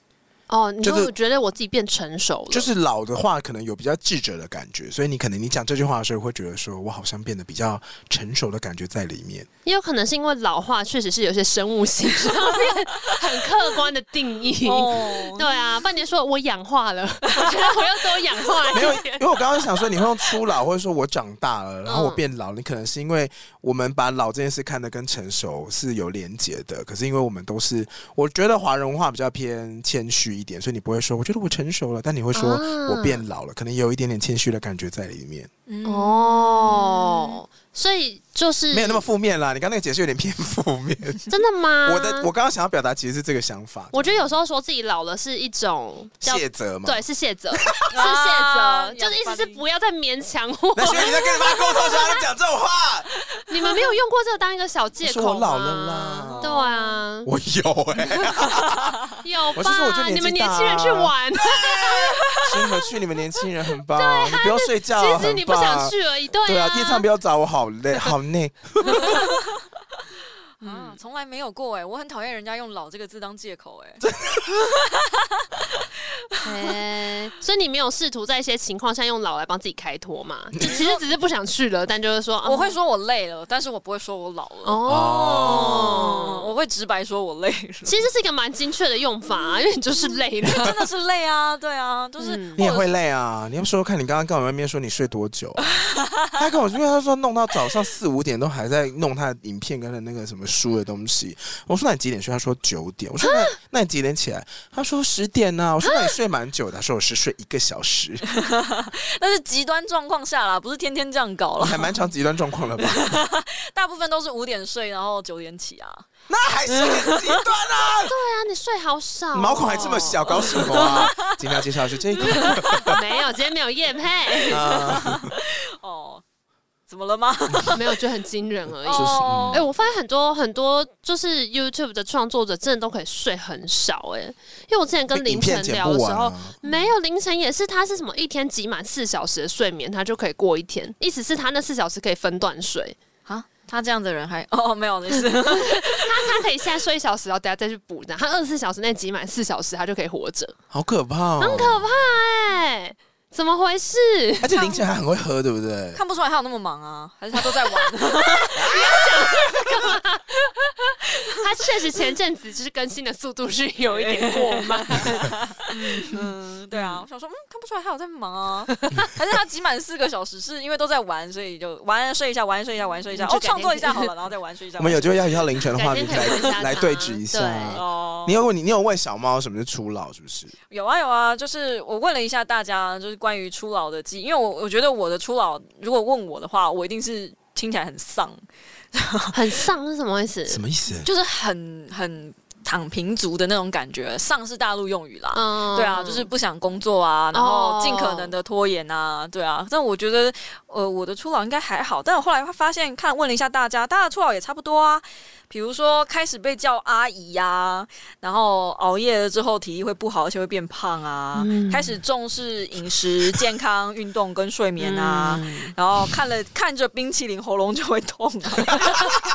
Speaker 3: 哦，你
Speaker 2: 就是
Speaker 3: 说我觉得我自己变成熟了，
Speaker 2: 就是老的话，可能有比较智者的感觉，所以你可能你讲这句话的时候，会觉得说我好像变得比较成熟的感觉在里
Speaker 3: (laughs)
Speaker 2: 面。
Speaker 3: 也有可能是因为老化确实是有些生物性上面
Speaker 2: (laughs)
Speaker 3: 很客观的定义。
Speaker 4: 哦，
Speaker 3: (laughs) 对啊，半年说我氧化了，我觉得我又多氧化
Speaker 2: 没有，
Speaker 3: 一
Speaker 2: 因
Speaker 3: 点。
Speaker 2: 为我刚刚想说你会用初老，或者说我长大了，然后我变老，你可能是因为我们把老这件事看得跟成熟是有连结的，可是因为我们都是，我觉得华人文化比较偏谦虚一点，所以你不会说我觉得我成熟了，但你会说
Speaker 3: 啊
Speaker 2: 我变老了，可能有一点点谦虚的感觉在里面，
Speaker 4: 嗯
Speaker 3: 哦，所以就是
Speaker 2: 没有那么负面啦。你刚刚那个解释有点偏负面。
Speaker 3: 真的吗？
Speaker 2: 我的我刚刚想要表达其实是这个想法，
Speaker 3: 嗯我觉得有时候说自己老了是一种叫
Speaker 2: 谢责嘛。
Speaker 3: 对，是
Speaker 2: (laughs)
Speaker 3: 卸责，是
Speaker 4: 啊
Speaker 3: 卸责，就是意思是
Speaker 4: 哑巴
Speaker 3: 不要再勉强我。
Speaker 2: (laughs) 那学你在跟你妈沟通时候，还讲这种话，
Speaker 3: 你们没有用过这个当一个小借
Speaker 2: 我
Speaker 3: 口
Speaker 2: 说
Speaker 3: 吗？
Speaker 2: 我老了啦
Speaker 3: 对啊，
Speaker 2: 我有哎、 (laughs)
Speaker 3: 有
Speaker 2: 我是说我就
Speaker 3: 吧？
Speaker 2: 年纪
Speaker 3: 你们年
Speaker 2: 大啊
Speaker 3: 轻人去玩，
Speaker 2: 适合去你们年轻人很棒，你不用睡觉，啊
Speaker 3: 其实你
Speaker 2: 很
Speaker 3: 不
Speaker 2: 棒
Speaker 3: 想。去而已。对
Speaker 2: 对
Speaker 3: 啊
Speaker 2: 啊，，夜唱
Speaker 4: (laughs)
Speaker 2: 不要找我，好
Speaker 3: (laughs)
Speaker 2: 累，好累。
Speaker 4: 啊，从来没有过哎、我很讨厌人家用“老”这个字当借口哎、
Speaker 3: 哎所以你没有试图在一些情况下用老来帮自己开
Speaker 2: (laughs)
Speaker 3: 脱嘛？就其实只是不想去了，但就是说，啊
Speaker 4: 我会说我累了，但是我不会说我老了。嗯，
Speaker 3: 哦。
Speaker 4: 我会直白说我累了，
Speaker 3: 其实这是一个蛮精确的用法啊，因为你就是
Speaker 2: (laughs)
Speaker 3: 累了。
Speaker 4: 真的是累啊，对啊，就是、
Speaker 3: 嗯
Speaker 2: 你也会累啊！你要说说看，你刚刚跟我外面说你睡多久、
Speaker 3: (laughs)
Speaker 2: 啊？他跟我说，因为他说弄到早上四五点都还在弄他的影片跟他那个什么书的东西。我说那你几点睡？他说九点。我说
Speaker 3: (gasps)
Speaker 2: 那那你几点起来？他说十点呐、我说那你睡蛮久的。他说我是睡一个小时，
Speaker 4: 但是极端状况下啦，不是天天这样搞啦，
Speaker 2: 还蛮长极端状况了吧？ (laughs)
Speaker 4: 大部分都是五点睡，然后九点起啊。
Speaker 2: 那还是很极端啊！
Speaker 3: 啊，你睡好少哦，
Speaker 2: 毛孔还这么小，搞什么啊？今天要介绍的是这个
Speaker 3: (laughs) 没有，今天没有夜
Speaker 2: (laughs)
Speaker 3: 配，
Speaker 2: 啊，
Speaker 4: 哦，怎么了吗？
Speaker 3: 没有，觉得很惊人而已。
Speaker 2: 是
Speaker 4: 哦
Speaker 2: 嗯
Speaker 3: 哎、我发现很多很多就是 YouTube 的创作者真的都可以睡很少哎、因为我之前跟凌
Speaker 2: 影片
Speaker 3: 晨
Speaker 2: 剪
Speaker 3: 聊
Speaker 2: 不
Speaker 3: 的时
Speaker 2: 完
Speaker 3: 候，
Speaker 2: 啊。
Speaker 3: 没有凌晨也是他是什么一天挤满四小时的睡眠，他就可以过一天，意思是他那四小时可以分段睡，
Speaker 4: 啊，他这样的人还哦没有没事，
Speaker 3: 他他可以现在睡一小时，然后等下再去补的， (laughs) 他二十四小时内挤满四小时，他就可以活着，
Speaker 2: 好可怕、哦，
Speaker 3: 很可怕哎、怎么回事？
Speaker 2: 而且凌晨还很会喝，对不对？
Speaker 4: 看不出来他有那么忙啊，还是他都在玩？
Speaker 3: 他确实前阵子就是更新的速度是有一点过慢，
Speaker 4: 嗯，对啊，我想说，嗯，看不出来他有在忙啊，还是他挤满四个小时，是因为都在玩，所以就玩睡一下，玩睡一下，玩睡一下，
Speaker 3: 嗯就
Speaker 4: 哦，
Speaker 3: 改天
Speaker 4: 创作一下好了，然后再玩睡一下。
Speaker 2: 我们有
Speaker 4: 玩
Speaker 2: 机会要要凌晨的画面
Speaker 3: 改天可以问一
Speaker 2: 来
Speaker 3: 下
Speaker 2: 来
Speaker 3: 他
Speaker 2: 对峙一下。
Speaker 3: 对
Speaker 4: 哦
Speaker 2: 你，有问你，你有问小猫什么是初老，是不是？
Speaker 4: 有啊有啊，就是我问了一下大家，就是关于初老的记忆，因为我我觉得我的初老，如果问我的话，我一定是听起来很丧，
Speaker 3: 很丧是什么意思？
Speaker 2: 什么意思？
Speaker 4: 就是很很躺平族的那种感觉。丧是大陆用语啦，
Speaker 3: 嗯哦
Speaker 4: 对啊，就是不想工作啊，然后尽可能的拖延啊，对啊。但我觉得，呃，我的初老应该还好。但我后来发现，看问了一下大家，大家的初老也差不多啊。比如说，开始被叫阿姨呀、然后熬夜了之后体力会不好，而且会变胖啊。
Speaker 3: 嗯
Speaker 4: 开始重视饮食、健康、运动跟睡眠
Speaker 3: 嗯
Speaker 4: 啊。然后看了看着冰淇淋，喉咙就会痛、 (laughs) 啊。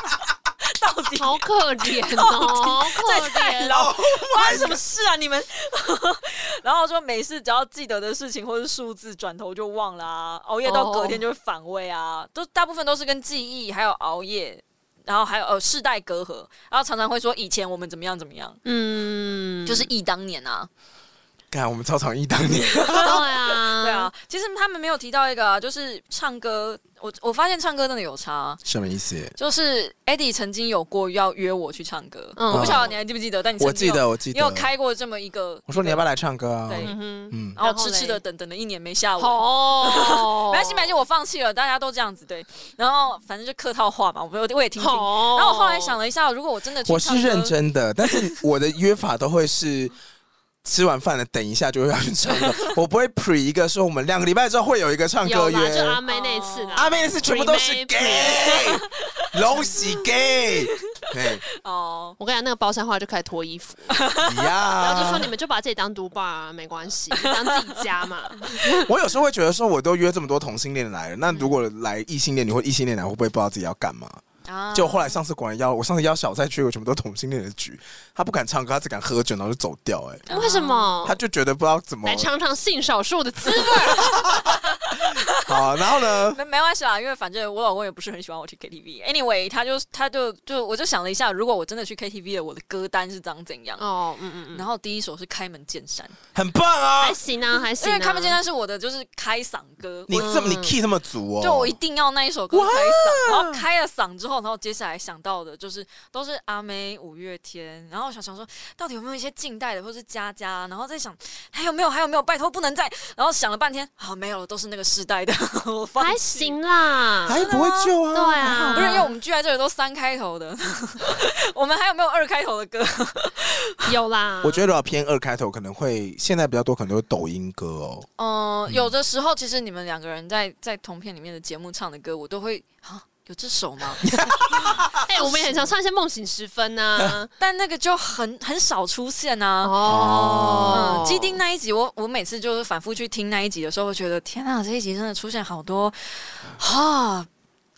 Speaker 4: 到底
Speaker 3: 好可怜 (laughs) 哦，好可
Speaker 4: 太
Speaker 3: 怜
Speaker 4: 老，发生什么事啊？你们，然后说每次只要记得的事情或是数字，转头就忘啦、熬夜到隔天
Speaker 2: 哦
Speaker 4: 就会反胃啊，都大部分都是跟记忆还有熬夜，然后还有呃世代隔阂，然后常常会说以前我们怎么样怎么样，
Speaker 3: 嗯，
Speaker 4: 就是忆当年啊，
Speaker 2: 看我们操场一当年，
Speaker 3: (laughs) 对啊，
Speaker 2: 嗯
Speaker 4: 对啊，，其实他们没有提到一个啊，就是唱歌，我我发现唱歌真的有差。
Speaker 2: (laughs) 什么意思？
Speaker 4: 就是 Eddie 曾经有过要约我去唱歌，
Speaker 3: 嗯
Speaker 4: 我不晓得你还记不记得，但你曾
Speaker 2: 我
Speaker 4: 经
Speaker 2: 记
Speaker 4: 有
Speaker 2: 得，我记
Speaker 4: 你
Speaker 2: 得
Speaker 4: 有。开过这么一个，
Speaker 2: 我说你要不要来唱歌啊？
Speaker 4: 对
Speaker 3: 嗯哼，
Speaker 2: 嗯，
Speaker 4: 然后
Speaker 3: 然后
Speaker 4: 痴
Speaker 3: 嘞
Speaker 4: 痴的等等了一年没下文。
Speaker 3: 好，
Speaker 4: 没关系，没关系，我放弃了，大家都这样子对。然后反正就客套话嘛，我我我也听听。
Speaker 3: 好，
Speaker 4: 然后我后来想，了一下，如果我真的去
Speaker 2: 我
Speaker 4: 唱
Speaker 2: 是
Speaker 4: 歌
Speaker 2: 认，真的，但是我的约法都会
Speaker 3: (laughs)
Speaker 2: 是。吃完饭了，等一下就会要去唱歌。 (laughs) 我不会 pre 一个说我们两个礼拜之后会有一个唱
Speaker 3: 有
Speaker 2: 歌
Speaker 3: 啦，就
Speaker 2: 约。
Speaker 3: 阿妹那一次啦，
Speaker 2: 阿妹是全部都是
Speaker 3: pre-
Speaker 2: gay，龙喜
Speaker 3: (laughs)
Speaker 2: gay，对
Speaker 4: 哦，
Speaker 3: 我跟你讲，那个包山后来就开始脱衣服，然后就说
Speaker 2: 呀。
Speaker 3: 你们就把这里当独霸、啊，没关 (laughs) 系，当自己家嘛。
Speaker 2: 我有时候会觉得说，我都约这么多同性恋来了，那如果来异性恋，你会异性恋来，会不会不知道自己要干嘛？
Speaker 3: 嗯
Speaker 4: 啊
Speaker 2: 就后来上次果然邀我上次邀小蔡去，我全部都同性恋的局，他不敢唱歌，他只敢喝酒，然后就走掉、哎，
Speaker 3: 为什么
Speaker 2: 他？就觉得不知道怎么
Speaker 3: 哦来尝尝性少数的滋 (laughs) 味。
Speaker 2: 好，然后呢？
Speaker 4: 没没关系啦，因为反正我老公也不是很喜欢我去 KTV。Anyway，他就他就就我就想了一下，如果我真的去 KTV 了，我的歌单是长怎样？
Speaker 3: 哦，嗯嗯嗯，
Speaker 4: 然后第一首是《开门见山
Speaker 2: 很棒啊
Speaker 3: 还！行啊，还》，行、
Speaker 4: 因
Speaker 3: 啊。
Speaker 4: 为《开门见山》是我的就是开嗓歌，
Speaker 2: 你
Speaker 4: 我
Speaker 2: 这么
Speaker 3: 嗯
Speaker 2: 你 key 这么足哦，
Speaker 4: 就我一定要那一首歌开嗓，然后开了嗓之后，然后接下来想到的就是都是阿妹、五月天，然后想想说到底有没有一些近代的，或是佳佳，然后再想还有没有，还有没有，拜托不能再，然后想了半天，好、没有了，都是那个时代的， (laughs) 我放弃
Speaker 3: 还。行啦，
Speaker 2: 还不会救啊？
Speaker 3: 对啊，
Speaker 4: 不是，因为我们聚在这里都三开头的，我们还有没有二开头的歌？
Speaker 3: 有啦。
Speaker 2: 我觉得如果偏二开头，可能会现在比较多，可能会抖音歌哦。
Speaker 4: 嗯、有的时候其实你们两个人在在同片里面的节目唱的歌，我都会啊，有这首吗？
Speaker 3: 哎、我们也很常唱一些《梦醒时分》啊呐。
Speaker 4: 但那个就很很少出现啊。
Speaker 3: (laughs) 哦
Speaker 4: 嗯，，基丁那一集，我我每次就是反复去听那一集的时候，我觉得天啊，这一集真的出现好多哈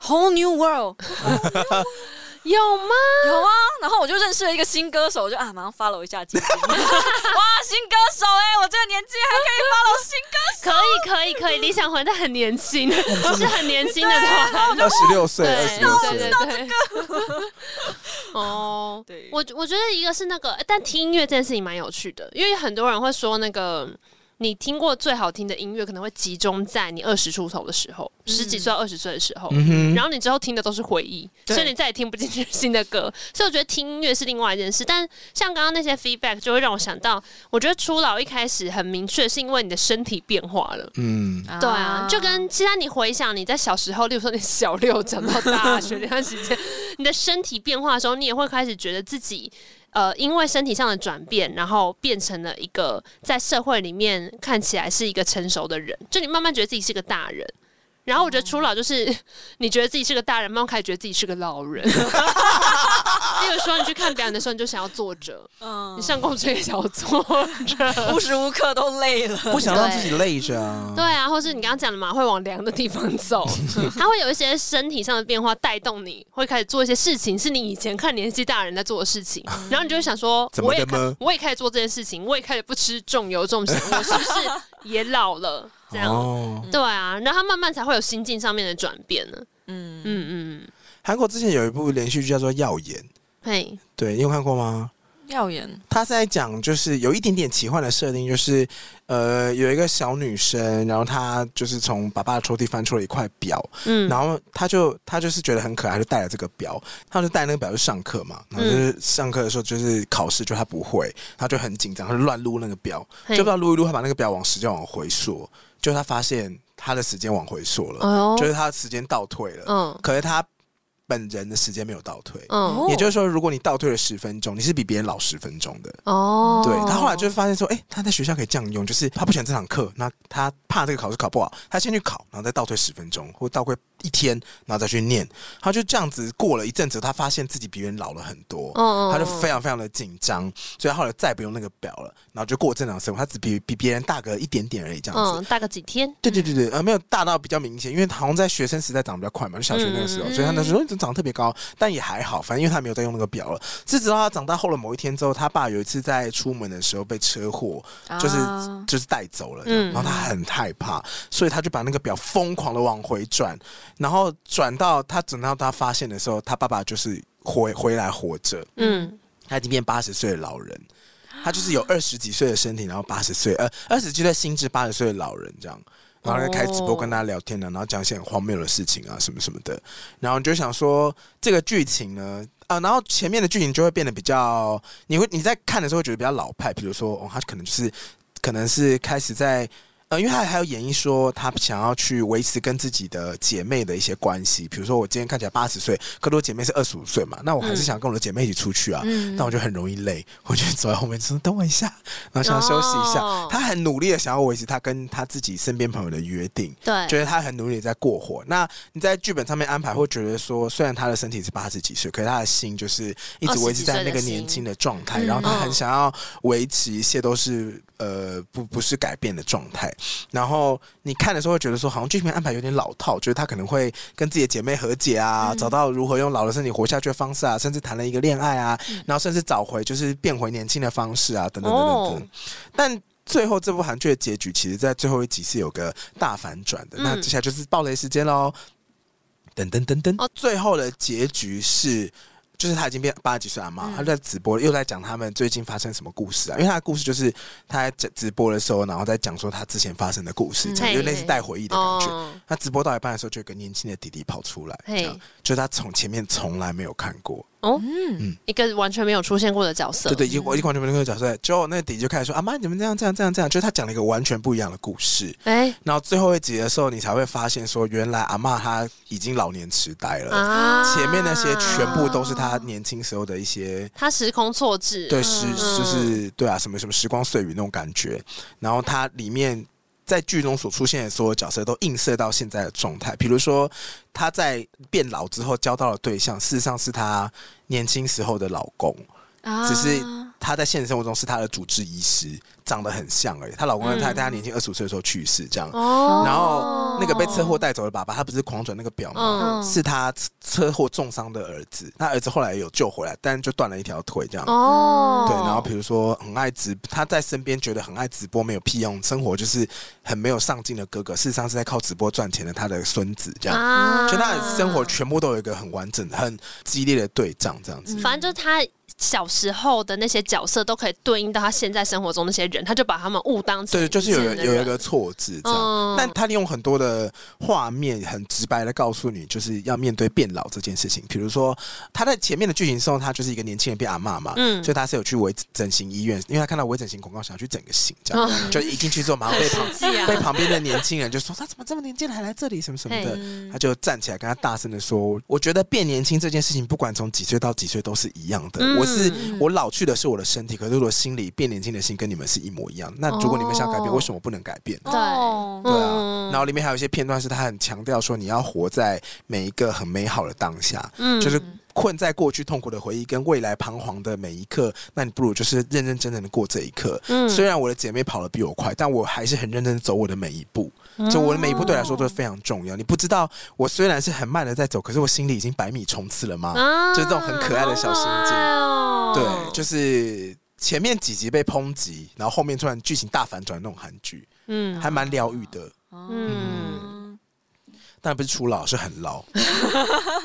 Speaker 4: ，whole new world
Speaker 3: 有吗？
Speaker 4: 有啊，然后我就认识了一个新歌手，我就啊马上 follow 一下基 (laughs) 丁，哇，新歌手哎、我这个年纪还可以 follow 新歌
Speaker 3: 可以，可以，可以。理想混蛋很
Speaker 2: (laughs)
Speaker 3: 年轻，是很年轻的团。
Speaker 2: 二十六岁，二十六
Speaker 3: 对对
Speaker 2: 岁，
Speaker 3: 对对。 (laughs) 哦，
Speaker 4: (laughs) 对
Speaker 3: 我我觉得一个是那个，但听音乐这件事情蛮有趣的，因为很多人会说那个。你听过最好听的音乐，可能会集中在你二十出头的时候，
Speaker 4: 嗯
Speaker 3: 十几岁到二十岁的时候，
Speaker 2: 嗯
Speaker 3: 然后你之后听的都是回忆，
Speaker 4: 对
Speaker 3: 所以你再也听不进去新的歌。 (laughs) 所以我觉得听音乐是另外一件事，但像刚刚那些 feedback 就会让我想到，我觉得初老一开始很明确，是因为你的身体变化了。
Speaker 2: 嗯，
Speaker 4: 手，
Speaker 3: 对啊，就跟其他你回想你在小时候，例如说你小六长到大学那段时间，你的呃身体变化的时候，你也会开始觉得自己呃，因为身体上的转变，然后变成了一个在社会里面看起来是一个成熟的人，就你慢慢觉得自己是个大人。 (laughs) 然后我觉得初老就是你觉得自己是个大人，慢慢开始觉得自己是个老人。 (laughs) 例如说，你去看表演的时候，你就想要坐着；
Speaker 4: 嗯
Speaker 3: 你，上公车也想要坐着。
Speaker 4: (laughs) 无时无刻都累了，
Speaker 2: 不想让自己累着啊。
Speaker 3: 对啊，或是你刚刚讲的嘛，会往凉的地方
Speaker 2: (laughs)
Speaker 3: 走，它会有一些身体上的变化带动你，会开始做一些事情，是你以前看年纪大人在做的事情，然后你就会想说，
Speaker 2: 嗯怎么
Speaker 3: 我也
Speaker 2: 的呢
Speaker 3: 开我也开始做这件事情，我也开始不吃重油重咸，我是不是也老了？这样、
Speaker 2: 哦，
Speaker 3: 对啊，然后它慢慢才会有心境上面的转变呢。
Speaker 4: 嗯，
Speaker 3: 嗯嗯，
Speaker 2: 韩国之前有一部连续剧叫做《耀眼》，
Speaker 3: 嘿，
Speaker 2: 对你有看过吗？
Speaker 4: 耀眼，
Speaker 2: 他在讲就是有一点点奇幻的设定，就是呃有一个小女生，然后她就是从爸爸的抽屉翻出了一块表，
Speaker 3: 嗯，
Speaker 2: 然后她就她就是觉得很可爱，就带了这个表，她就带那个表去上课嘛，然
Speaker 3: 嗯
Speaker 2: 后就是上课的时候就是考试，就她不会，她就很紧张，她就乱撸那个表，
Speaker 3: 嘿
Speaker 2: 就不知道撸一撸，她把那个表往时间往回缩，就她发现她的时间往回缩了，
Speaker 3: 哦
Speaker 2: 就是她的时间倒退了，
Speaker 3: 嗯
Speaker 2: 可是她本人的时间没有倒退。
Speaker 3: 嗯
Speaker 4: 哦
Speaker 2: 也就是说，如果你倒退了十分钟，你是比别人老十分钟的。
Speaker 3: 哦，
Speaker 2: 对他后来就发现说，哎、他在学校可以这样用，就是他不喜欢这堂课，那他怕这个考试考不好，他先去考，然后再倒退十分钟或倒退一天，然后再去念。他就这样子过了一阵子，他发现自己比别人老了很多，
Speaker 3: 嗯，嗯
Speaker 2: 他就非常非常的紧张，所以他后来再也不用那个表了，然后就过正常生活。他只比比别人大个一点点而已，这样子。
Speaker 3: 嗯大个几天，
Speaker 2: 对对对对，呃，没有大到比较明显，因为好像在学生时代长得比较快嘛，就小学那个时候，
Speaker 4: 嗯
Speaker 2: 所以他那时候就长得特别高，但也还好，反正因为他没有在用那个表了。是直到他长大后的某一天之后，他爸有一次在出门的时候被车祸，就是、
Speaker 4: 啊
Speaker 2: 就是带走了这样，
Speaker 3: 嗯
Speaker 2: 然后他很害怕，所以他就把那个表疯狂的往回转，然后转到他等到他发现的时候，他爸爸就是回回来活着，
Speaker 3: 嗯
Speaker 2: 他已经变八十岁的老人。他就是有二十几岁的身体，然后八十岁，呃，二十几岁心智，八十岁的老人这样，然后就开直播跟大家聊天啊了、然后讲一些很荒谬的事情啊，什么什么的，然后你就想说这个剧情呢，啊，然后前面的剧情就会变得比较，你会你在看的时候会觉得比较老派，比如说哦，他可能就是可能是开始在。呃，因为他还有演绎说，他想要去维持跟自己的姐妹的一些关系，比如说我今天看起来八十岁，可是我姐妹是二十五岁嘛，那我还是想跟我的姐妹一起出去啊，
Speaker 4: 嗯
Speaker 2: 但我就很容易累，我就走在后面说等我一下，然后想要休息一下。
Speaker 3: 哦
Speaker 2: 他很努力的想要维持他跟他自己身边朋友的约定，
Speaker 3: 对，
Speaker 2: 觉得他很努力地在过活。那你在剧本上面安排，会觉得说，虽然他的身体是八十几岁，可是他的心就是一直维持在那个年轻的状态，
Speaker 4: 嗯
Speaker 2: 然后他很想要维持一切都是呃不不是改变的状态。然后你看的时候会觉得说，好像剧情安排有点老套，觉得他可能会跟自己的姐妹和解啊，
Speaker 4: 嗯
Speaker 2: 找到如何用老的身体活下去的方式啊，甚至谈了一个恋爱啊，然后甚至找回就是变回年轻的方式啊，等等等等等。
Speaker 3: 哦
Speaker 2: 但最后这部韩剧的结局，其实在最后一集是有个大反转的。
Speaker 3: 嗯
Speaker 2: 那接下来就是爆雷时间喽！噔噔噔噔，
Speaker 3: 哦
Speaker 2: 最后的结局是。就是他已经变八十几岁阿妈，
Speaker 4: 嗯
Speaker 2: 他就在直播又在讲他们最近发生什么故事啊？因为他的故事就是他在直播的时候，然后在讲说他之前发生的故事，
Speaker 4: 嗯
Speaker 2: 这样
Speaker 3: 嘿
Speaker 2: 就类似带回忆的感觉。
Speaker 3: 哦
Speaker 2: 他直播到一半的时候，就有一个年轻的弟弟跑出来，这
Speaker 3: 嘿哦
Speaker 2: 样就是他从前面从来没有看过，
Speaker 4: 嗯
Speaker 3: 一个完全没有出现过的角色，
Speaker 2: 对对，已经我已经完全没有那个角色了。结果那个弟就开始说：“阿妈，你们这样这样这样这样。”就是他讲了一个完全不一样的故事。
Speaker 3: 哎
Speaker 2: 然后最后一集的时候，你才会发现说，原来阿妈她已经老年痴呆了。
Speaker 3: 啊，
Speaker 2: 前面那些全部都是她年轻时候的一些
Speaker 3: 他时空错置，
Speaker 2: 对时，就是对啊，什么什么时光碎语那种感觉。然后它里面在剧中所出现的所有角色都映射到现在的状态，比如说她在变老之后交到的对象，事实上是她年轻时候的老公。
Speaker 4: 啊
Speaker 2: 只是她在现实生活中是她的主治医师，长得很像而已。她老公在她在她年轻二十五岁的时候去世，这样。
Speaker 3: 哦，
Speaker 2: 然后那个被车祸带走的爸爸，他不是狂转那个表吗？
Speaker 4: 嗯
Speaker 2: 是他车车祸重伤的儿子，他儿子后来有救回来，但就断了一条腿这样。
Speaker 3: 哦，
Speaker 2: 对，然后比如说很爱直，他在身边觉得很爱直播没有屁用，生活就是很没有上进的哥哥，事实上是在靠直播赚钱的他的孙子这样。
Speaker 3: 啊
Speaker 2: 就他的生活全部都有一个很完整、很激烈的对仗这样子。
Speaker 3: 反正就是他小时候的那些角色都可以对应到他现在生活中那些人，他就把他们误当成
Speaker 2: 对，就是有
Speaker 3: 一致的
Speaker 2: 有一
Speaker 3: 人
Speaker 2: 个错字这样，
Speaker 3: 嗯
Speaker 2: 但他利用很多的画面，很直白的告诉你，就是要面对变老这件事情。比如说，他在前面的剧情中，他就是一个年轻人变阿嬷嘛，
Speaker 3: 嗯
Speaker 2: 所以他是有去微整形医院，因为他看到微整形广告，想要去整个形，这样、
Speaker 3: 嗯
Speaker 2: 就一进去之后，马上被
Speaker 3: (laughs)
Speaker 2: 旁
Speaker 3: 是啊
Speaker 2: 被旁边的年轻人就说他怎么这么年轻了还来这里什么什么的，
Speaker 3: 嗯
Speaker 4: 嗯
Speaker 2: 他就站起来跟他大声的说，我觉得变年轻这件事情，不管从几岁到几岁都是一样的，
Speaker 3: 嗯
Speaker 2: 我是我老去的是我的身体，可是我的心里变年轻的心跟你们是一模一样。那如果你们想改变，
Speaker 3: 哦
Speaker 2: 为什么不能改变呢？
Speaker 3: 对
Speaker 4: 哦
Speaker 2: 对啊
Speaker 3: 嗯，
Speaker 2: 然后里面还有一些片段是他很强调说，你要活在每一个很美好的当下，
Speaker 3: 嗯
Speaker 2: 就是困在过去痛苦的回忆跟未来彷徨的每一刻，那你不如就是认认真真的过这一刻。
Speaker 3: 嗯
Speaker 2: 虽然我的姐妹跑得比我快，但我还是很认真地走我的每一步。就我的每一步对我
Speaker 3: 哦
Speaker 2: 来说都是非常重要。你不知道，我虽然是很慢的在走，可是我心里已经百米冲刺了吗？
Speaker 3: 啊
Speaker 2: 就这种很可爱的小心机
Speaker 3: 哦
Speaker 2: 对，就是前面几集被抨击，然后后面突然剧情大反转那种韩剧，
Speaker 3: 嗯
Speaker 2: 还蛮疗愈的。
Speaker 4: 嗯
Speaker 3: 嗯，
Speaker 2: 但不是初老，是很
Speaker 3: (laughs)
Speaker 2: 老。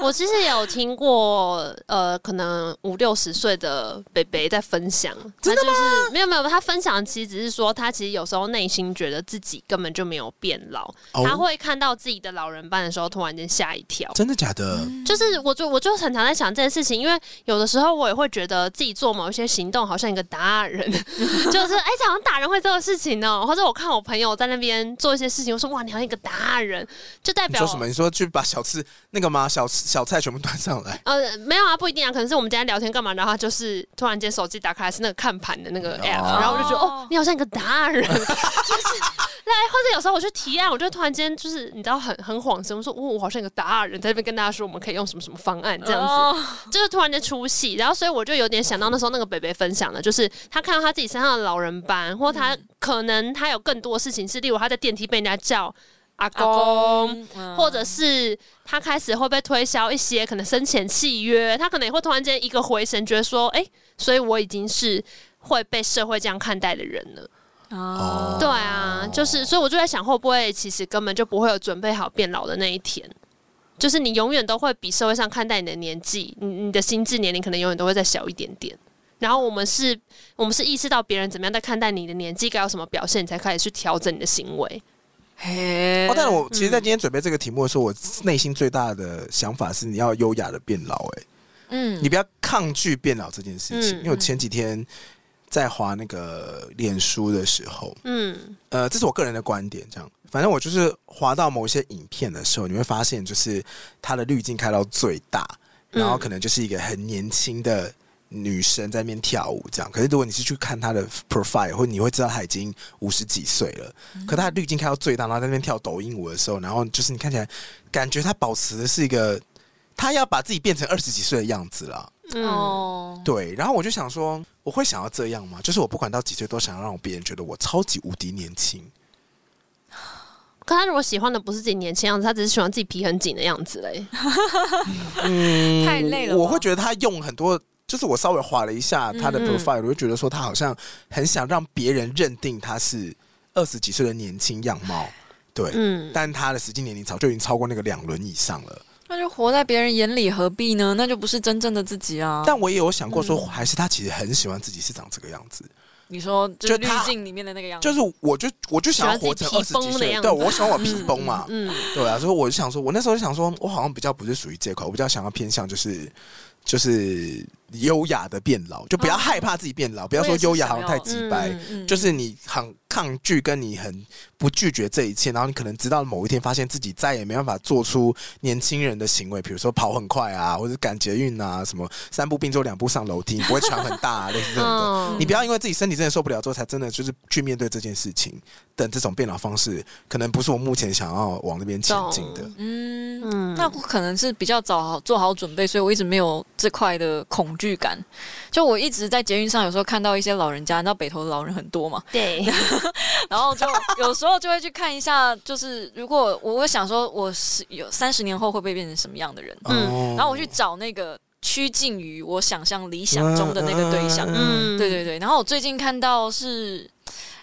Speaker 3: 我其实有听过，呃，可能五六十岁的北北在分享，他就是没有没有，他分享其实只是说，他其实有时候内心觉得自己根本就没有变老，
Speaker 2: 哦
Speaker 3: 他会看到自己的老人班的时候，突然间吓一跳。
Speaker 2: 真的假的？
Speaker 3: 就是我就我就很常在想这件事情，因为有的时候我也会觉得自己做某一些行动好像一个达人， (laughs) 就是哎、好像达人会做的事情哦、或者我看我朋友在那边做一些事情，我说哇，你好像一个达人，就代
Speaker 2: 你
Speaker 3: 表
Speaker 2: 说什么？你说去把小吃那个吗？小吃小菜全部端上来。
Speaker 3: 呃，没有啊，不一定啊，可能是我们今天聊天干嘛，然后他就是突然间手机打开是那个看盘的那个 app，、然后我就觉得哦，你好像一个达人， (laughs) 就是来，或者有时候我去提案，我就突然间就是你知道很很恍神，我说哦，我好像一个达人，在那边跟大家说我们可以用什么什么方案这样子，
Speaker 4: 哦
Speaker 3: 就是突然间出戏，然后所以我就有点想到那时候那个北北分享的，就是他看到他自己身上的老人斑，或他
Speaker 4: 嗯
Speaker 3: 可能他有更多事情是，例如他在电梯被人家叫阿
Speaker 4: 阿
Speaker 3: 公。
Speaker 4: 公，嗯
Speaker 3: 或者是他开始会被推销一些可能生前契约，他可能也会突然间一个回神，觉得说，哎、所以我已经是会被社会这样看待的人了。
Speaker 4: 哦
Speaker 3: 对啊，就是，所以我就在想，会不会其实根本就不会有准备好变老的那一天？就是你永远都会比社会上看待你的年纪，你你的心智年龄可能永远都会再小一点点。然后我们是，我们是意识到别人怎么样在看待你的年纪，该有什么表现，你才开始去调整你的行为。呃
Speaker 4: 嘿
Speaker 2: 哦，但是我其
Speaker 3: 嗯
Speaker 2: 实，在今天准备这个题目的时候，我内心最大的想法是，你要优雅的变老、哎，
Speaker 4: 嗯
Speaker 2: 你不要抗拒变老这件事情。
Speaker 3: 嗯
Speaker 2: 因为我前几天在滑那个脸书的时候，
Speaker 3: 嗯
Speaker 2: 呃，这是我个人的观点，这样，反正我就是滑到某些影片的时候，你会发现，就是它的滤镜开到最大，然后
Speaker 3: 嗯
Speaker 2: 可能就是一个很年轻的。女生在那边跳舞，这样。可是如果你是去看她的 profile，或你会知道她已经五十几岁了。可她的滤镜开到最大，然后在那边跳抖音舞的时候，然后就是你看起来感觉她保持的是一个，她要把自己变成二十几岁的样子啦。
Speaker 3: 嗯，
Speaker 4: 哦，
Speaker 2: 对，然后我就想说，我会想要这样吗？就是我不管到几岁，都想要让别人觉得我超级无敌年轻。
Speaker 3: 可他如果喜欢的不是自己年轻样子，他只是喜欢自己皮很紧的样子
Speaker 2: (laughs)
Speaker 3: 嘞。
Speaker 2: 嗯
Speaker 4: 太累了吧
Speaker 2: 我会觉得他用很多，就是我稍微划了一下他的
Speaker 3: 嗯嗯
Speaker 2: profile，、我就觉得说他好像很想让别人认定他是二十几岁的年轻样貌，对。
Speaker 3: 嗯，
Speaker 2: 但他的实际年龄早就已经超过那个两轮以上了。
Speaker 4: 那就活在别人眼里何必呢？那就不是真正的自己
Speaker 3: 哦
Speaker 4: 啊。
Speaker 2: 但我也有想过
Speaker 3: 嗯
Speaker 2: 说，还是他其实很喜欢自己是长这个样子。
Speaker 4: 你说
Speaker 2: 就
Speaker 4: 就
Speaker 2: 是
Speaker 4: 滤
Speaker 2: 他
Speaker 4: 镜里面的那个样子，
Speaker 2: 就是我就我就想要
Speaker 3: 喜
Speaker 2: 活
Speaker 3: 欢自
Speaker 2: 成
Speaker 3: 己
Speaker 2: 二十几
Speaker 3: 皮绷的
Speaker 2: 岁，
Speaker 3: 样子
Speaker 2: 对我想要我皮绷嘛，
Speaker 3: 嗯，
Speaker 2: (laughs) 对啊，所以我就想说，我那时候就想说，我好像比较不是属于这一块，我比较想要偏向就是就是优雅的变老，就不要害怕自己变老，不要说优雅好像太直白，
Speaker 4: 嗯
Speaker 2: 就是你很抗拒，跟你很不拒绝这一切，然后你可能直到某一天发现自己再也没办法做出年轻人的行为，比如说跑很快啊，或者赶捷运啊，什么三步并作两步上楼梯，你不会喘很大、啊，类似这种的。
Speaker 3: 嗯
Speaker 2: 你不要因为自己身体真的受不了之后，才真的就是去面对这件事情。等这种变老方式，可能不是我目前想要往那边前进的哦
Speaker 3: 懂。
Speaker 4: 嗯
Speaker 3: 嗯
Speaker 4: 那我可能是比较早好做好准备，所以我一直没有这块的恐惧感。就我一直在捷运上，有时候看到一些老人家，你知道北投的老人很多嘛，
Speaker 3: 对，
Speaker 4: (laughs) 然后就有时候就会去看一下，就是如果我会想说，我是有三十年后会不会变成什么样的人，
Speaker 2: 嗯
Speaker 4: 然后我去找那个趋近于我想象理想中的那个对象。
Speaker 3: 嗯，
Speaker 4: 对对对，然后我最近看到是，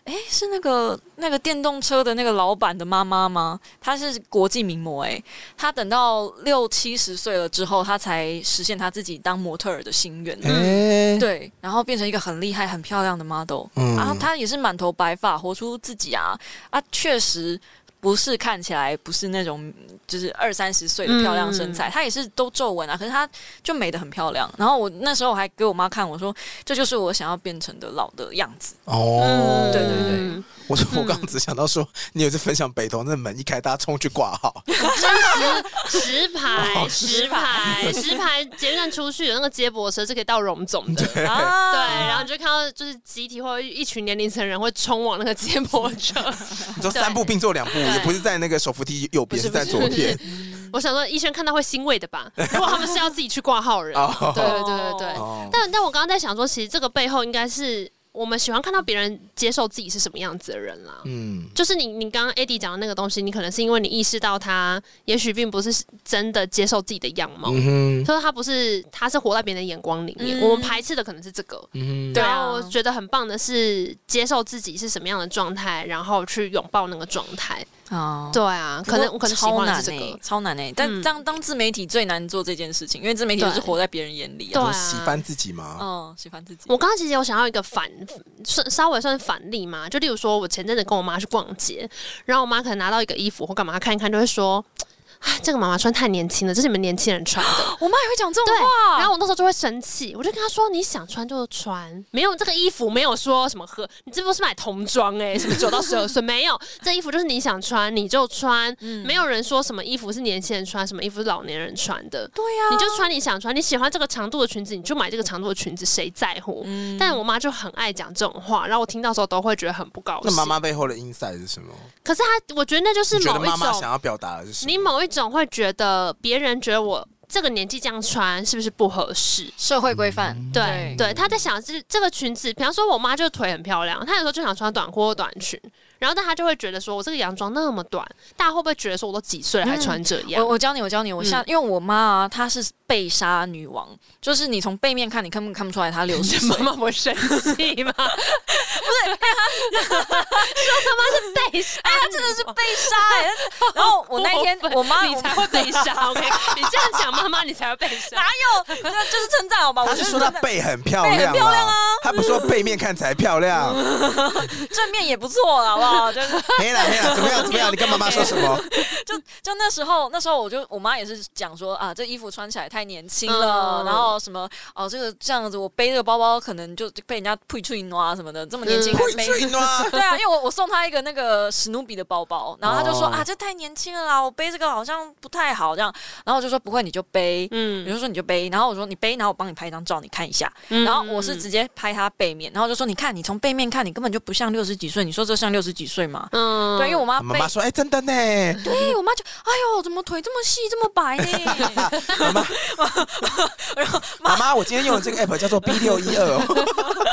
Speaker 4: 哎，是那个那个电动车的那个老板的妈妈吗？她是国际名模哎、诶她等到六七十岁了之后，她才实现她自己当模特儿的心愿。
Speaker 2: 哎，
Speaker 4: 嗯对，然后变成一个很厉害、很漂亮的 model，、
Speaker 2: 嗯
Speaker 4: 然后她啊也是满头白发，活出自己啊啊，确实不是看起来不是那种就是二三十岁的漂亮身材，她也是都皱纹啊，可是她就美得很漂亮。然后我那时候还给我妈看，我说这就是我想要变成的老的样子。
Speaker 3: 嗯
Speaker 2: 哦，
Speaker 4: 对对对
Speaker 2: 我说我刚刚只想到说，你有一次分享北投那门一开，大家冲去挂号，
Speaker 3: 对，石
Speaker 2: 哦
Speaker 3: 牌，石牌，石牌，捷运站出去有那个接驳车是可以到荣总
Speaker 2: (laughs)
Speaker 3: 的。对，
Speaker 4: 啊
Speaker 3: 然后你就看到就是集体或者一群年龄层人会冲往那个接驳
Speaker 2: (laughs)
Speaker 3: 车。
Speaker 2: 你说三步并作两步，也不是在那个手扶梯右边，是在左边。
Speaker 3: (laughs) 我想说，医生看到会欣慰的吧？如果他们是要自己去挂号人，
Speaker 2: 哦
Speaker 3: 对对对对。
Speaker 2: 哦，
Speaker 3: 但但我刚刚在想说，其实这个背后应该是我们喜欢看到别人接受自己是什么样子的人啦。
Speaker 2: 嗯，
Speaker 3: 就是你，你刚刚 Eddie 讲的那个东西，你可能是因为你意识到他也许并不是真的接受自己的样貌，
Speaker 2: 嗯哼，
Speaker 3: 所以他不是，他是活在别人的眼光里面。
Speaker 4: 嗯
Speaker 3: 我们排斥的可能是这个，
Speaker 2: 嗯
Speaker 4: 对
Speaker 2: 哼，
Speaker 4: 啊
Speaker 3: 然后我觉得很棒的是接受自己是什么样的状态，然后去拥抱那个状态。
Speaker 4: 哦，
Speaker 3: 对啊，可能我可能喜
Speaker 4: 超
Speaker 3: 欢
Speaker 4: 难
Speaker 3: 的是这
Speaker 4: 欸
Speaker 3: 个。
Speaker 4: 超难哎、但
Speaker 3: 嗯
Speaker 4: 当当自媒体最难做这件事情，因为自媒体
Speaker 3: 对
Speaker 4: 就是活在别人眼里
Speaker 3: 对
Speaker 4: 啊。
Speaker 2: 有
Speaker 3: 啊
Speaker 2: 喜欢自己吗？
Speaker 4: 嗯，喜欢自己。
Speaker 3: 我刚刚其实有想要一个反，算稍微算反例嘛，就例如说，我前阵子跟我妈去逛街，然后我妈可能拿到一个衣服或干嘛，她看一看就会说。哎，这个妈妈穿太年轻了，这是你们年轻人穿的。
Speaker 4: 我妈也会讲这种
Speaker 3: 对
Speaker 4: 话，
Speaker 3: 然后我那时候就会生气，我就跟她说：“你想穿就穿，没有这个衣服没有说什么喝，你这不是买童装哎、什么九到十二岁没有，这衣服就是你想穿你就穿，
Speaker 4: 嗯
Speaker 3: 没有人说什么衣服是年轻人穿，什么衣服是老年人穿的。
Speaker 4: 对啊呀、
Speaker 3: 你就穿你想穿，你喜欢这个长度的裙子，你就买这个长度的裙子，谁在乎？
Speaker 4: 嗯
Speaker 3: 但我妈就很爱讲这种话，然后我听到时候都会觉得很不高兴。
Speaker 2: 那妈，妈背后的 inside 是什么？
Speaker 3: 可是她，我觉得那就是
Speaker 2: 你觉
Speaker 3: 某
Speaker 2: 得
Speaker 3: 一种，
Speaker 2: 妈妈想要表达的是什
Speaker 3: 你
Speaker 2: 么？
Speaker 3: 某一种会觉得别人觉得我这个年纪这样穿是不是不合适？
Speaker 4: 社会规范，
Speaker 2: 嗯
Speaker 3: 对对，她在想是这个裙子，比方说我妈就腿很漂亮，她有时候就想穿短裤或短裙，然后但她就会觉得说我这个洋装那么短，大家会不会觉得说我都几岁了还穿这样？嗯
Speaker 4: 我我教你，我教你，我下，因为我妈啊，她是被杀女王，就是你从背面看，你根本看不出来她六
Speaker 3: (laughs)
Speaker 4: 十岁。
Speaker 3: 妈妈不会生气吗？ (laughs) 不是， (laughs) 说妈妈是被杀，哎，她真的是
Speaker 4: 被杀、欸， (laughs) 然后我那
Speaker 3: (laughs)
Speaker 4: 天我妈
Speaker 3: 你
Speaker 4: 我
Speaker 3: 才会被 (laughs) 杀。OK，你这样讲妈妈，你才会被杀。
Speaker 4: 哪有？那 (laughs) 就是称赞好哦吧？我
Speaker 2: 她
Speaker 4: 就是是
Speaker 2: 说她
Speaker 4: 称赞
Speaker 2: 背很漂
Speaker 4: 背
Speaker 2: 亮，
Speaker 4: 很漂亮啊！
Speaker 2: 她不说背面看起来漂亮。
Speaker 4: (laughs) 正面也不错啦，好不好？ (laughs) 就是
Speaker 2: 没啦没啦，怎么样怎么样？你跟妈妈说
Speaker 4: (laughs)
Speaker 2: 什么？
Speaker 4: 就就那时候，那时候我就我妈也是讲说啊，这衣服穿起来太年轻了，
Speaker 3: 嗯
Speaker 4: 然后什么哦，这个这样子，我背这个包包可能就被人家退退啊什么的，这么年轻
Speaker 3: 嗯
Speaker 4: 还
Speaker 2: 会
Speaker 4: 背。
Speaker 2: 追
Speaker 4: (laughs)
Speaker 2: 吗？
Speaker 4: 对啊，因为我我送他一个那个史努比的包包，然后他就说、
Speaker 2: 哦
Speaker 4: 啊，这太年轻了啦，我背这个好像不太好这样，然后我就说不会你就背，我
Speaker 3: 嗯，
Speaker 4: 就说你就背，然后我说你背，然后我帮你拍一张照你看一下，然后我是直接拍他背面，然后就说你看你从背面看你根本就不像六十几岁，你说这像六十几岁吗？
Speaker 3: 嗯
Speaker 4: 对，因为我妈
Speaker 2: 妈
Speaker 4: 背，
Speaker 2: 妈说：“哎，真的
Speaker 4: (laughs)
Speaker 2: 呢，
Speaker 4: 对我妈就哎呦怎么腿这么细这么白呢？ (laughs)
Speaker 2: 妈妈，我今天用的这个 app 叫做 B 六一
Speaker 4: (laughs)
Speaker 2: 二，哦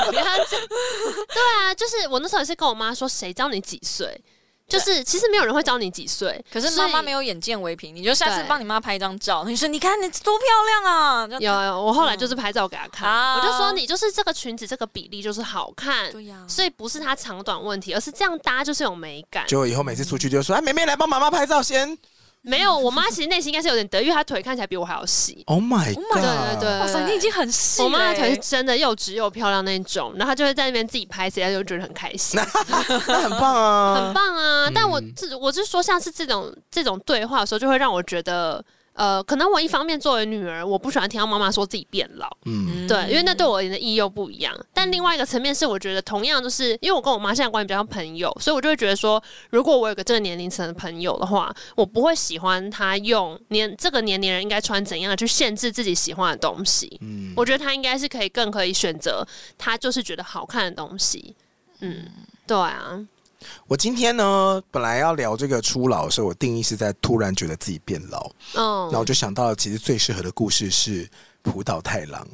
Speaker 3: 我觉得她这， (laughs) 对啊，就是我那时候也是跟我妈说，谁教你几岁？就是其实没有人会教你几岁，
Speaker 4: 可是妈妈没
Speaker 3: 有。
Speaker 4: 有眼见为凭，你就下次
Speaker 3: 对
Speaker 4: 帮你妈拍一张照，你说你看你多漂亮啊，这样
Speaker 3: 有有，我后来就是拍照给她看，
Speaker 4: 啊
Speaker 3: 我就说你就是这个裙子这个比例就是好看，
Speaker 4: 对呀、
Speaker 3: 所以不是它长短问题，而是这样搭就是有美感。
Speaker 2: 结果以后每次出去就说：‘哎，妹妹来帮妈妈拍照先。
Speaker 3: 没有，我妈其实内心应该是有点得意，因为她腿看起来比我还要细。
Speaker 2: ’Oh my
Speaker 4: Oh
Speaker 2: god！
Speaker 4: my
Speaker 3: 对对啊对，
Speaker 4: 哇塞，你已经很细了
Speaker 3: 我
Speaker 4: 欸、
Speaker 3: 妈的腿是真的又直又漂亮那种，然后她就会在那边自己拍，谁家就觉得很开心，
Speaker 2: 那很棒啊，
Speaker 3: 很棒啊。但我自我是说，像是这种这种对话的时候，就会让我觉得。呃，可能我一方面作为女儿，我不喜欢听到妈妈说自己变老，
Speaker 2: 嗯，
Speaker 4: 嗯
Speaker 3: 对，因为那对我而言的意义又不一样。但另外一个层面是，我觉得同样就是因为我跟我妈现在关系比较像朋友，所以我就会觉得说，如果我有个这个年龄层的朋友的话，我不会喜欢她用年这个年龄人应该穿怎样去限制自己喜欢的东西。
Speaker 2: 嗯，
Speaker 3: 我觉得他应该是可以更可以选择他就是觉得好看的东西。嗯，对啊，
Speaker 2: 我今天呢，本来要聊这个初老的时候，我定义是在突然觉得自己变老， (laughs) 那我
Speaker 3: 嗯，
Speaker 2: 就想到了，其实最适合的故事是浦岛太郎，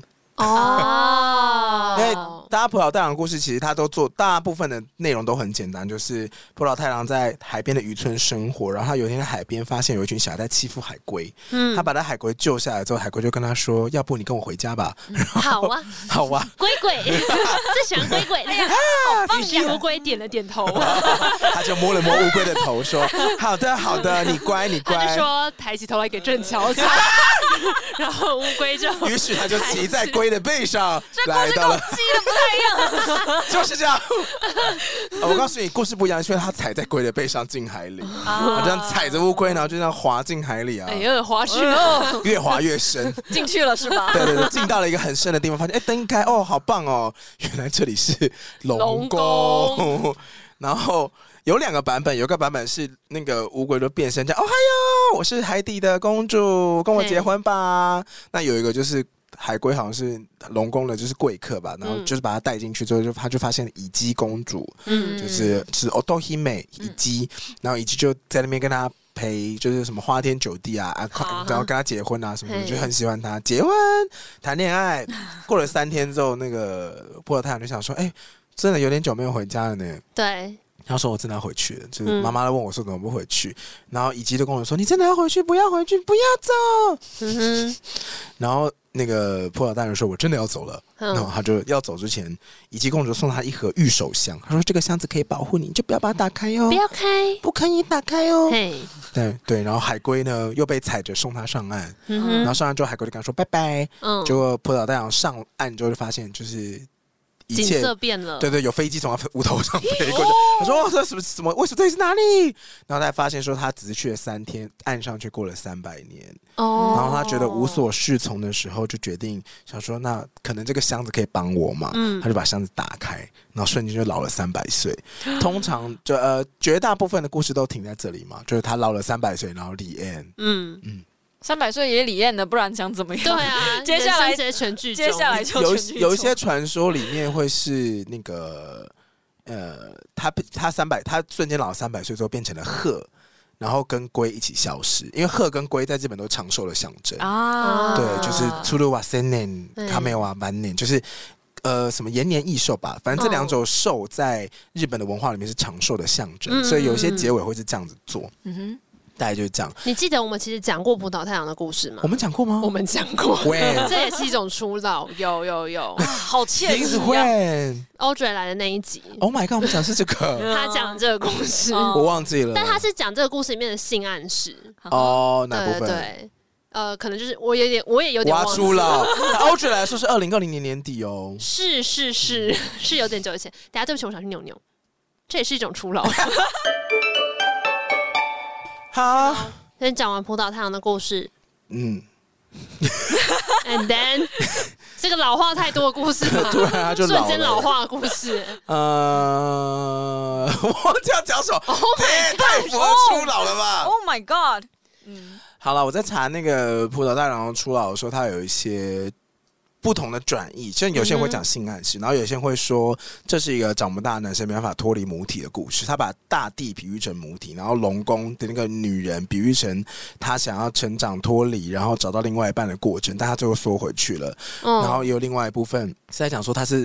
Speaker 3: 哦
Speaker 2: 因为大家浦岛太郎的故事其实他都做，大部分的内容都很简单，就是浦岛太郎在海边的渔村生活，然后他有一天在海边发现有一群小孩在欺负海龟，
Speaker 3: 嗯
Speaker 2: 他把他海龟救下来之后，海龟就跟他说：“要不你跟我回家吧。
Speaker 3: 好 (laughs) 啊，”
Speaker 2: 好哇、
Speaker 3: 鬼鬼 (laughs) 最喜欢鬼鬼了，
Speaker 2: 你
Speaker 3: 哎放啊
Speaker 2: 是
Speaker 3: 养乌龟点了点头，
Speaker 2: (laughs) 他就摸了摸乌龟的头，说：“好的，好的，你乖，你
Speaker 3: 他就
Speaker 2: 乖。
Speaker 3: 说抬起头来给朕瞧瞧，然后乌龟 (laughs) 就”
Speaker 4: (laughs)
Speaker 2: 于是他就骑在龟的背上来
Speaker 4: 这跟
Speaker 2: 到
Speaker 4: 我
Speaker 2: 了
Speaker 4: 记，得不太一样。
Speaker 2: (laughs) 就是这样。呃我告诉你，故事不一样，是因为他踩在龟的背上进海里，
Speaker 4: 啊
Speaker 2: 啊他这样踩着乌龟，然后就这样滑进海里啊
Speaker 3: 哎，呦滑去了，
Speaker 4: 哦，
Speaker 2: 越滑越深。
Speaker 3: 嗯
Speaker 4: 进去了是吧？
Speaker 2: 对对对，进到了一个很深的地方，发现哎，灯开哦，好棒哦，原来这里是龙
Speaker 3: 龙
Speaker 2: 宫。然后有两个版本，有一个版本是那个乌龟就变身叫哦嗨哟，我是海底的公主，跟我结婚吧。那有一个就是。海龟好像是龙宫的，就是贵客吧，然后
Speaker 3: 嗯
Speaker 2: 就是把它带进去之后，就他就发现乙姬公主，
Speaker 3: 嗯，
Speaker 2: 就是是 o t o h i m e 以及，然后以及就在那边跟他陪，就是什么花天酒地啊啊，快
Speaker 3: 好
Speaker 2: 然后跟他结婚啊什么的，
Speaker 3: 嘿
Speaker 2: 就很喜欢他。结婚谈恋爱，过了三天之后，那个波尔太阳就想说，哎、真的有点久没有回家了呢，
Speaker 3: 对，
Speaker 2: 他说我真的要回去了，
Speaker 3: 嗯
Speaker 2: 就是妈妈问我说怎么不回去，然后以及就跟我说你真的要回去，不要回去，不要走。
Speaker 3: 嗯
Speaker 2: 然后那个破晓大人说我真的要走了，
Speaker 3: 嗯
Speaker 2: 然后他就要走之前，以及公主送他一盒玉手香，他说这个箱子可以保护你，你就不要把它打开哦
Speaker 3: 哼，不，要开，
Speaker 2: 不可以打开哦。
Speaker 3: 嘿，
Speaker 2: 对对，然后海龟呢又被踩着送他上岸，然
Speaker 3: 嗯
Speaker 2: 后
Speaker 3: 哼，
Speaker 2: 上岸之后海龟就跟他说拜拜，
Speaker 3: 嗯，
Speaker 2: 结果破晓大人上岸之后就发现就是一
Speaker 3: 景
Speaker 2: 切
Speaker 3: 色变了，
Speaker 2: 对对，有飞机从他屋头上飞过去。他说：“哦，这什么什么？为什么这里是哪里？”然后他发现说，他只是去了三天，岸上却过了三百年。
Speaker 3: 哦，
Speaker 2: 然后他觉得无，所适从的时候，就决定想说，那可能这个箱子可以帮我嘛。
Speaker 3: 嗯
Speaker 2: 他就把箱子打开，然后瞬间就老了三百岁。通常就呃，绝大部分的故事都停在这里嘛，就是他老了三百岁，然后李 n
Speaker 3: 嗯，
Speaker 4: 三百岁也李艳的，不然想怎么样？
Speaker 3: 对啊，
Speaker 4: 接下来
Speaker 3: 人生直接全剧终，
Speaker 4: (laughs) 接下来就
Speaker 2: 有
Speaker 4: 全剧
Speaker 2: 有一
Speaker 4: 终
Speaker 2: 些传说里面会是那个呃，他他三百，他瞬间老三百岁之后变成了鹤，然后跟龟一起消失，因为鹤跟龟在日本都是长寿的象征。
Speaker 4: 啊，
Speaker 2: 对，就是出鲁瓦三年
Speaker 3: 对、
Speaker 2: 卡梅瓦万年，就是。呃，什么延年益寿吧，反正这两种寿在日本的文化里面是长寿的象征，
Speaker 3: 嗯
Speaker 2: 所以有一些
Speaker 3: 嗯嗯
Speaker 2: 结尾会是这样子做，
Speaker 4: 嗯哼，
Speaker 2: 大概就是这样。
Speaker 3: 你记得我们其实讲过葡萄太阳的故事吗
Speaker 2: 我？们讲过吗？
Speaker 3: 嗯 (laughs) 我们讲过，
Speaker 2: When
Speaker 3: 这也是一种初老， (laughs) 有有有
Speaker 4: 啊好切
Speaker 2: things
Speaker 4: 实啊，
Speaker 2: when
Speaker 3: ，Audrey 来的那一集，
Speaker 2: Oh my god，我们讲的是这
Speaker 3: (laughs)
Speaker 2: 个，
Speaker 3: 他讲这个故事，
Speaker 4: 嗯
Speaker 2: 我忘记了。
Speaker 3: 但他是讲这个故事里面的性暗示，
Speaker 2: 哦，哪部
Speaker 3: 对
Speaker 2: 分？
Speaker 3: 对，呃，可能就是我有点，我也有点
Speaker 2: 挖
Speaker 3: 忘
Speaker 2: 出
Speaker 3: 记。
Speaker 2: 了。欧 d 来说是二零二零年年底哦。
Speaker 3: 是是是 (laughs) 是有点久以前，等下对不起，我想去扭扭，这也是一种初
Speaker 2: (laughs)
Speaker 3: 老。
Speaker 2: 哈，
Speaker 3: 先讲完葡萄太阳的故事
Speaker 2: 嗯，
Speaker 3: ，and then (laughs) 这个老话太多的故
Speaker 2: (laughs)
Speaker 3: 事嘛，
Speaker 2: 突然他就
Speaker 3: 瞬
Speaker 2: 老
Speaker 3: 间
Speaker 2: 了。
Speaker 3: 老化的故事，
Speaker 2: 呃，我忘记要讲
Speaker 3: (laughs)
Speaker 2: 什么，
Speaker 3: Oh
Speaker 2: 太太符合初老了
Speaker 3: 哦
Speaker 2: 吧？
Speaker 4: Oh my God，嗯，
Speaker 2: 好了，我在查那个《葡萄大郎的初老》的时候，它有一些。不同的转译，像有些人会讲性暗示，
Speaker 3: 嗯
Speaker 2: 然后有些人会说这是一个长不大的男生没办法脱离母体的故事。他把大地比喻成母体，然后龙宫的那个女人比喻成他想要成长脱离，然后找到另外一半的过程，但他最后缩回去了。
Speaker 3: 嗯，
Speaker 2: 然后也有另外一部分是在讲说他是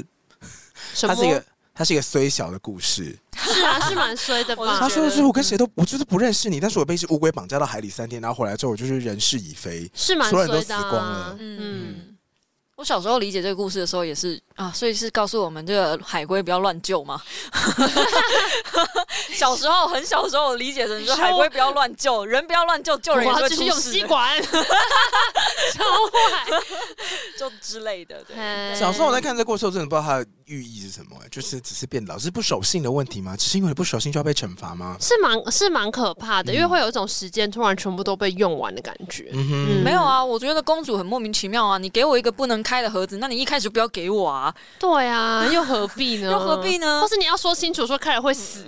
Speaker 3: 什
Speaker 2: 他
Speaker 3: 么
Speaker 2: 是一个他是一个虽小的故事。
Speaker 3: 是啊，是蛮衰的
Speaker 4: 我是
Speaker 3: 吧
Speaker 2: 他
Speaker 4: 觉？
Speaker 2: 说
Speaker 4: 得
Speaker 2: 的是 (laughs) 我跟谁都我就是不认识你，但是我被一只乌龟绑架到海里三天，然后回来之后我就是人事已非。
Speaker 3: 是蛮
Speaker 2: 所有人都
Speaker 3: 衰的
Speaker 2: 死光
Speaker 3: 啊
Speaker 2: 了，
Speaker 3: 嗯，
Speaker 4: 嗯，我小时候理解这个故事的时候也是啊，所以是告诉我们这个海龟不要乱救嘛。 (laughs) 小时候很小的时候，我理解成说海龟不要乱救，人不要乱救，救
Speaker 3: 我
Speaker 4: 人也是
Speaker 3: 要
Speaker 4: 会
Speaker 3: 继
Speaker 4: 出
Speaker 3: 续用
Speaker 4: 事
Speaker 3: 吸
Speaker 4: 的
Speaker 3: 管，
Speaker 4: (laughs)
Speaker 3: 超
Speaker 4: 就之类的。对，
Speaker 3: 坏。
Speaker 2: 小时候我在看这个故事，我真的不知道它的寓意是什么、哎就是只是变老，是不守信的问题吗？只是因为你不守信就要被惩罚吗？
Speaker 3: 是蛮是蛮可怕的，因为会有一种时间突然全部都被用完的感觉。
Speaker 2: 嗯哼，
Speaker 3: 嗯
Speaker 4: 没有啊，我觉得公主很莫名其妙啊。你给我一个不能开的盒子，那你一开始就不要给我啊，
Speaker 3: 对啊，又何必呢？
Speaker 4: 又何必呢
Speaker 3: 或是你要说清楚，说开了会
Speaker 4: (laughs)
Speaker 3: 死，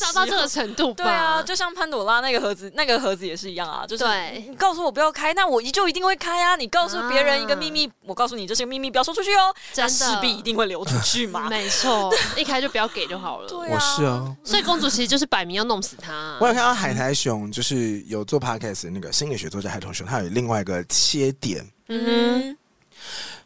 Speaker 3: 烧到这个程度吧？
Speaker 4: 对啊，就像潘朵拉那个盒子，那个盒子也是一样啊，就是
Speaker 3: 对
Speaker 4: 你告诉我不要开，那我依旧一定会开啊。你告诉别人一个秘密，我告诉你这是个秘密，不要说出去哦，
Speaker 3: 真
Speaker 4: 那
Speaker 3: 的
Speaker 4: 势必一定会流出去
Speaker 3: (laughs)
Speaker 4: 嘛。
Speaker 3: 没
Speaker 4: (laughs)
Speaker 3: 错，一开就不要给就好了。
Speaker 4: 对啊，
Speaker 2: 我是哦。
Speaker 3: 所以公主其实就是摆明要弄死他
Speaker 2: 我。有看到海苔熊，就是有做 podcast 的那个心理学作家海苔熊，他有另外一个切点，
Speaker 3: 嗯
Speaker 4: 嗯，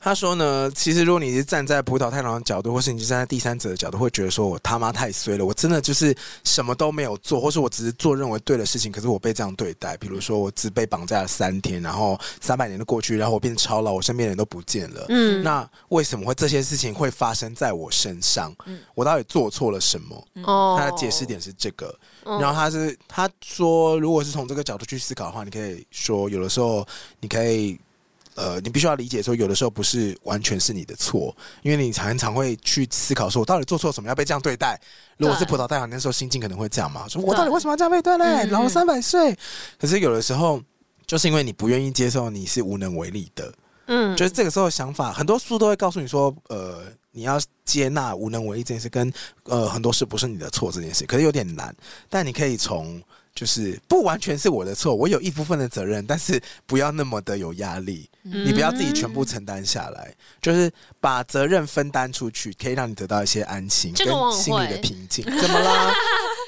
Speaker 2: 他说呢，其实如果你是站在葡萄太郎的角度，或是你是站在第三者的角度，会觉得说我他妈太衰了，我真的就是什么都没有做，或是我只是做认为对的事情，可是我被这样对待。比如说我只被绑架了三天，然后三百年的过去，然后我变超老，我身边的人都不见了。
Speaker 3: 嗯
Speaker 2: 那为什么会这些事情会发生在我身上？
Speaker 4: 嗯
Speaker 2: 我到底做错了什么？
Speaker 3: 哦
Speaker 2: 他的解释，点是这个，
Speaker 3: 嗯
Speaker 2: 然后他是他说，如果是从这个角度去思考的话，你可以说，有的时候你可以，呃，你必须要理解说，有的时候不是完全是你的错，因为你常常会去思考说，我到底做错什么要被这样对待？如果是
Speaker 3: 对
Speaker 2: 葡萄大郎那时候心境可能会这样嘛，说我
Speaker 3: 对
Speaker 2: 到底为什么要这样被对待？
Speaker 4: 嗯
Speaker 2: 老了三百岁，可是有的时候。就是因为你不愿意接受，你是无能为力的。
Speaker 3: 嗯
Speaker 2: 就是这个时候的想法，很多书都会告诉你说，呃，你要接纳无能为力这件事，跟呃很多事不是你的错这件事，可是有点难。但你可以从就是不完全是我的错，我有一部分的责任，但是不要那么的有压力，
Speaker 3: 嗯
Speaker 2: 你不要自己全部承担下来，就是把责任分担出去，可以让你得到一些安心
Speaker 3: 这
Speaker 2: 跟
Speaker 3: 个我很
Speaker 2: 心理的
Speaker 3: 会
Speaker 2: 平静。怎么啦？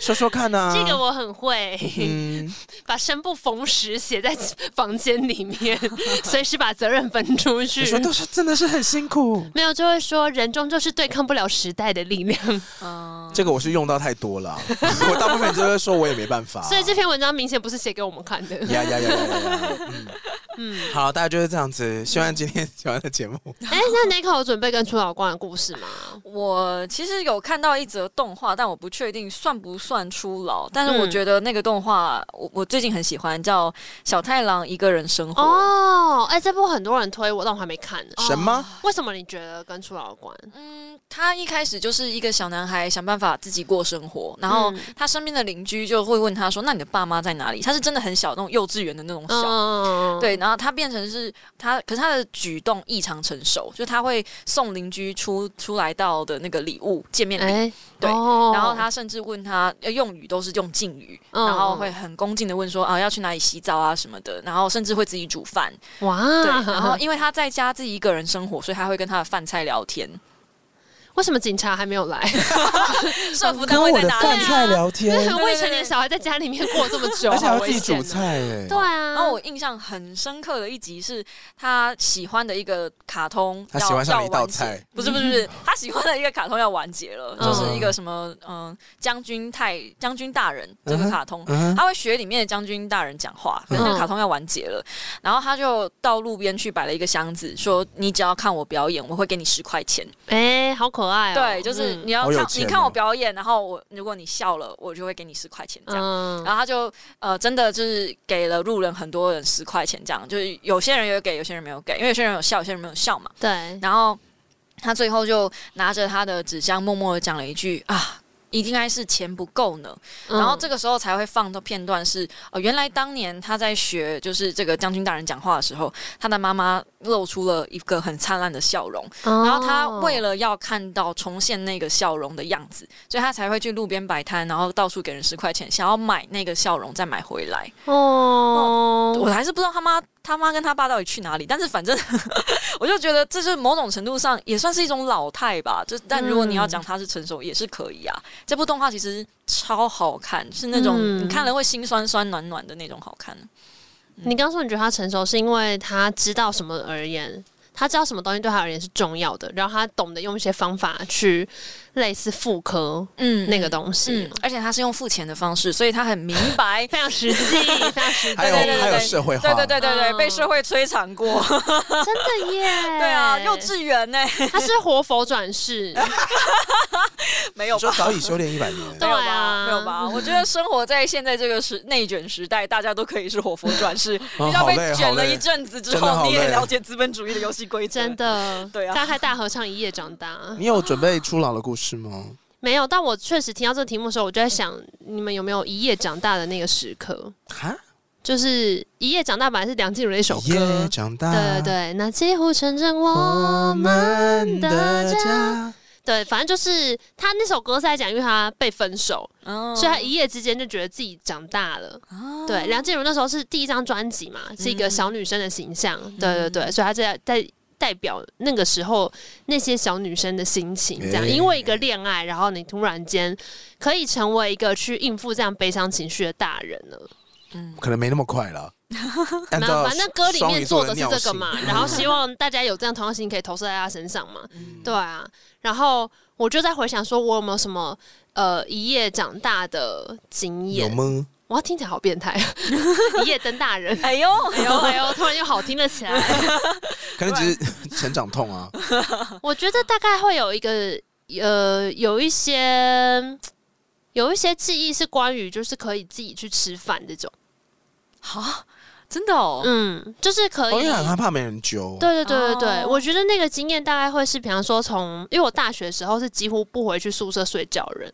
Speaker 2: 说说看
Speaker 4: 嗯
Speaker 2: 啊。
Speaker 3: (laughs) 这个我很
Speaker 2: (laughs)
Speaker 3: 会，
Speaker 2: 嗯，
Speaker 3: 把生不逢时写在房间里
Speaker 2: (laughs)
Speaker 3: 面，随时把责任分出去
Speaker 2: 你。说都是真的是很辛苦。
Speaker 3: 没有，就会说人终究是对抗不了时代的力量。
Speaker 4: 嗯
Speaker 2: 这个我是用到太多
Speaker 3: (laughs)
Speaker 2: 了，啊我大部分就会说我也没办法。啊
Speaker 3: 所以这篇文章明显不是写给我们看的。
Speaker 2: 呀呀呀呀呀呀！嗯
Speaker 3: (laughs) 嗯，
Speaker 2: 好，大家就是这样子。希望今天喜欢的节目，
Speaker 3: (laughs) 哎、那 Nico 有准备跟初老官的故事吗？
Speaker 4: 我其实有看到一则动画，但我不确定算不算初老。但是我
Speaker 3: 嗯
Speaker 4: 觉得那个动画，我我最近很喜欢，叫《小太郎一个人生活》。
Speaker 3: 哦，哎、这部很多人推我，但我还没看呢。
Speaker 2: 什么？
Speaker 4: 啊
Speaker 3: 为什么你觉得跟初老有关？
Speaker 4: 嗯，他一开始就是一个小男孩想办法自己过生活，然后
Speaker 3: 嗯
Speaker 4: 他身边的邻居就会问他说：“那你的爸妈在哪里？”他是真的很小，那种幼稚园的那种小。
Speaker 3: 嗯，
Speaker 4: 对，然后他变成是他，可是他的举动异常成熟，就他会送邻居出出来到的那个礼物见面礼，
Speaker 3: 哎、
Speaker 4: 对
Speaker 3: 哦
Speaker 4: 然后他甚至问他呃用语都是用敬语，
Speaker 3: 嗯
Speaker 4: 然后会很恭敬的问说啊要去哪里洗澡啊什么的，然后甚至会自己煮饭，
Speaker 3: 哇，嗯
Speaker 4: 对，然后因为他在家自己一个人生活，所以他会跟他的饭菜聊天，
Speaker 3: 为什么警察还没有来？
Speaker 4: (laughs) 社服单位在哪
Speaker 3: 饭
Speaker 4: 里？啊
Speaker 3: 菜
Speaker 2: 聊
Speaker 3: 因为 (laughs)
Speaker 2: 天，
Speaker 3: 未成年小孩在家里面过这么久，
Speaker 2: 而且还
Speaker 3: 好
Speaker 2: 要自己
Speaker 3: 危
Speaker 2: 煮
Speaker 3: 险哦。
Speaker 2: 菜哎。
Speaker 3: 对啊，
Speaker 4: 然后我印象很深刻的一集是他喜欢的一个卡通要，
Speaker 2: 他喜欢上了
Speaker 4: 要
Speaker 2: 一道
Speaker 4: 完结
Speaker 2: 菜，
Speaker 4: 不是不是不是，他喜欢的一个卡通要完结了，
Speaker 3: 嗯
Speaker 4: 就是一个什么嗯将军太将军大人这
Speaker 2: 嗯
Speaker 4: 个
Speaker 2: 哼
Speaker 4: 卡通，
Speaker 2: 嗯哼，
Speaker 4: 他会学里面的将军大人讲话，可是那
Speaker 3: 嗯
Speaker 4: 个卡通要完结了，然后他就到路边去摆了一个箱子，说你只要看我表演，我会给你十块钱。
Speaker 3: 哎、好可爱哦。
Speaker 4: 对，就是你要
Speaker 2: 好有
Speaker 4: 看、
Speaker 2: 钱
Speaker 4: 你
Speaker 2: 哦
Speaker 4: 看我表演，然后我如果你笑了，我就会给你十块钱这样。
Speaker 3: 嗯
Speaker 4: 然后他就呃，真的就是给了路人很多人十块钱，这样就是有些人有给，有些人没有给，因为有些人有笑，有些人没有笑嘛。
Speaker 3: 对，
Speaker 4: 然后他最后就拿着他的纸箱，默默的讲了一句啊，应该是钱不够呢。然后这
Speaker 3: 个
Speaker 4: 个时候才会放的片段是，呃，原来当年他在学就是这个将军大人讲话的时候，他的妈妈露出了一个很灿烂的笑容，
Speaker 3: 哦
Speaker 4: 然后他为
Speaker 3: 了
Speaker 4: 了要看到重现那个笑容的样子，所以他才会去路边摆摊，然后到处给人十块钱，想要买那个笑容再买回来。
Speaker 3: 哦，
Speaker 4: 我还是不知道他妈他妈跟他爸到底去哪里，但是反正 (laughs) 我就觉得这是某种程度上也算是一种老态吧。就但如果你要
Speaker 3: 嗯
Speaker 4: 讲他是成熟，也是可以啊。这部动画其实超好看，是那种、
Speaker 3: 嗯
Speaker 4: 你看了会心酸酸暖暖的那种好看。
Speaker 3: 你刚说你觉得他成熟，是因为他知道什么而言，他知道什么东西对他而言是重要的，然后他懂得用一些方法去类似复刻
Speaker 4: 嗯
Speaker 3: 那个东西，
Speaker 4: 嗯，而且他是用付钱的方式，所以他很明白
Speaker 3: (laughs) 。非常实际，非常 (laughs) 实际，
Speaker 2: 还有
Speaker 4: 对对对
Speaker 2: 还有
Speaker 4: 对
Speaker 2: 社会化，
Speaker 4: 对对对对对，
Speaker 3: 嗯
Speaker 4: 被社会摧残过。
Speaker 3: 真的耶，
Speaker 4: 对
Speaker 3: 哎
Speaker 4: 啊，幼稚园呢、 (laughs)
Speaker 3: 他是活佛转 (laughs) 世，
Speaker 4: 没有
Speaker 2: 说
Speaker 4: 吧？
Speaker 2: 早已修炼一百年，
Speaker 3: (laughs) 对
Speaker 4: 没有
Speaker 3: 啊
Speaker 4: 吧？没有吧？我觉得生活在现在这个时内卷时代，大家都可以是活佛
Speaker 2: (laughs)
Speaker 4: 转世，
Speaker 2: 嗯
Speaker 4: 你要
Speaker 2: 好
Speaker 4: 被
Speaker 2: 累好
Speaker 4: 卷了
Speaker 2: 累
Speaker 4: 一阵子之
Speaker 2: 真的
Speaker 4: 后，
Speaker 2: 好
Speaker 4: 你也
Speaker 2: 累
Speaker 4: 了解资本主义的游戏规则。
Speaker 3: 真，的，
Speaker 4: 对啊
Speaker 3: 大概大合唱一夜长大，
Speaker 2: 你有准备初老的故事吗？
Speaker 3: 没有，但我确实听到这个题目的时候，我就在想，你们有没有一夜长大的那个时刻？
Speaker 2: 哈，
Speaker 3: 就是一夜长大本来是梁静茹的一首歌，
Speaker 2: 夜长大，
Speaker 3: 对对对，那几乎成真我
Speaker 2: 我
Speaker 3: 们
Speaker 2: 们
Speaker 3: 的
Speaker 2: 的
Speaker 3: 家。
Speaker 2: 家。
Speaker 3: 对，反正就是他那首歌是在讲，因为他被分手，
Speaker 4: 嗯啊
Speaker 3: 所以他一夜之间就觉得自己长大了。对，梁静茹那时候是第一张专辑嘛，是一个小女生的形象。对对对，所以她在在。代表那个时候那些小女生的心情，这样，
Speaker 2: 诶
Speaker 3: 因为一个恋爱，然后你突然间可以成为一个去应付这样悲伤情绪的大人了。
Speaker 2: 可能没那么快
Speaker 3: (laughs)
Speaker 2: 了。按
Speaker 3: 那
Speaker 2: 照
Speaker 3: 反正歌里
Speaker 2: 双
Speaker 3: 面
Speaker 2: 鱼
Speaker 3: 做
Speaker 2: 座
Speaker 3: 的是
Speaker 2: 尿
Speaker 3: 这个
Speaker 2: 性嗯
Speaker 3: 嘛，然后希望大家有这样同样心情可以投射在他身上嘛，对啊。然后我就在回想，说我有没有什么呃一夜长大的经
Speaker 2: 有
Speaker 3: 验？
Speaker 2: 吗？
Speaker 3: 我要听起来好变态，啊
Speaker 2: (laughs)
Speaker 3: 一夜登大人。
Speaker 4: 哎呦，
Speaker 3: 哎呦 (laughs) 哎呦，突然又好听了起来。
Speaker 2: 可能只是 (laughs) 成长痛啊。
Speaker 3: (laughs) 我觉得大概会有一个呃，有一些有一些记忆是关于就是可以自己去吃饭这种，
Speaker 4: 好，真的哦，
Speaker 3: 嗯，就是可以。
Speaker 2: 哦因为很害怕没人揪。
Speaker 3: 对对对对对，
Speaker 4: 哦
Speaker 3: 我觉得那个经验大概会是，比方说从，因为我大学的时候是几乎不回去宿舍睡觉的人，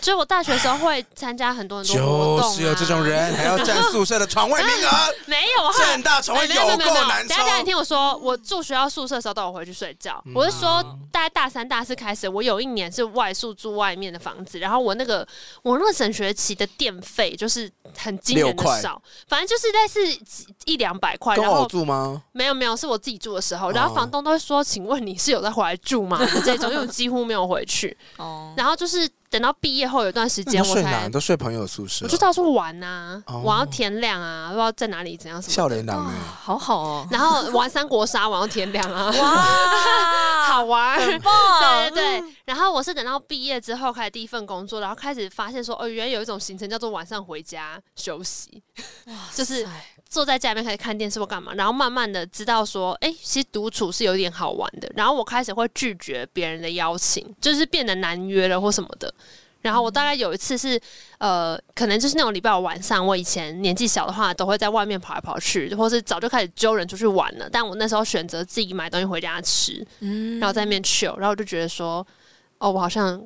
Speaker 3: 所以我大学的时候会参加很多很多活动、
Speaker 2: 就
Speaker 3: 啊。
Speaker 2: 是有这种，人，还要占宿舍的床
Speaker 3: (laughs)
Speaker 2: 位名额，
Speaker 3: 没有啊。
Speaker 2: 占大床
Speaker 3: 哎
Speaker 2: 位
Speaker 3: 没有没
Speaker 2: 有
Speaker 3: 有没有，
Speaker 2: 够
Speaker 3: 等
Speaker 2: 难
Speaker 3: 一
Speaker 2: 抽
Speaker 3: 下。等一下，你听我说，我住学校宿舍的时候都有回去睡觉。我是说，
Speaker 2: 嗯
Speaker 3: 大概大三、大四开始，我有一年是外宿住外面的房子，然后我那个我那个整学期的电费就是很惊人
Speaker 2: 六块
Speaker 3: 的少，反正就是类似几一两百块，
Speaker 2: 跟
Speaker 3: 然后
Speaker 2: 我住吗？
Speaker 3: 没有没有，是我自己住的时候，然后
Speaker 2: 哦
Speaker 3: 房东都会说：“请问你是有在回来住吗？” (laughs) 这种，因为我几乎没有回去。
Speaker 4: 哦，
Speaker 3: 然后就是等到毕业后有一段时
Speaker 2: 那你
Speaker 3: 间，
Speaker 2: 都
Speaker 3: 我
Speaker 2: 睡哪？
Speaker 3: 才
Speaker 2: 你都睡朋友宿舍
Speaker 3: 我。就到处玩呐、
Speaker 2: 哦
Speaker 3: 玩到天亮啊，不知道在哪里怎样什么
Speaker 2: 笑
Speaker 3: 的。
Speaker 2: 脸
Speaker 4: 哇
Speaker 2: 党哎，
Speaker 4: 好好哦，
Speaker 2: (laughs)
Speaker 3: 然后玩三国杀玩到天亮啊，(laughs)
Speaker 4: 哇，
Speaker 3: 好玩。
Speaker 4: 棒，
Speaker 3: 对对对，然后我是等到毕业之后开始第一份工作，然后开始发现说，哦，原来有一种行程叫做晚上回家休息， (laughs) 就是坐在家里面开始看电视或干嘛，然后慢慢的知道说，哎、其实独处是有点好玩的。然后我开始会拒绝别人的邀请，就是变得难约了或什么的。然后我大概有一次是，呃，可能就是那种礼拜五晚上，我以前年纪小的话，都会在外面跑来跑去，或是早就开始揪人出去玩了。但我那时候选择自己买东西回家吃，
Speaker 4: 嗯
Speaker 3: 然后在那边 chill，然后我就觉得说，哦，我好像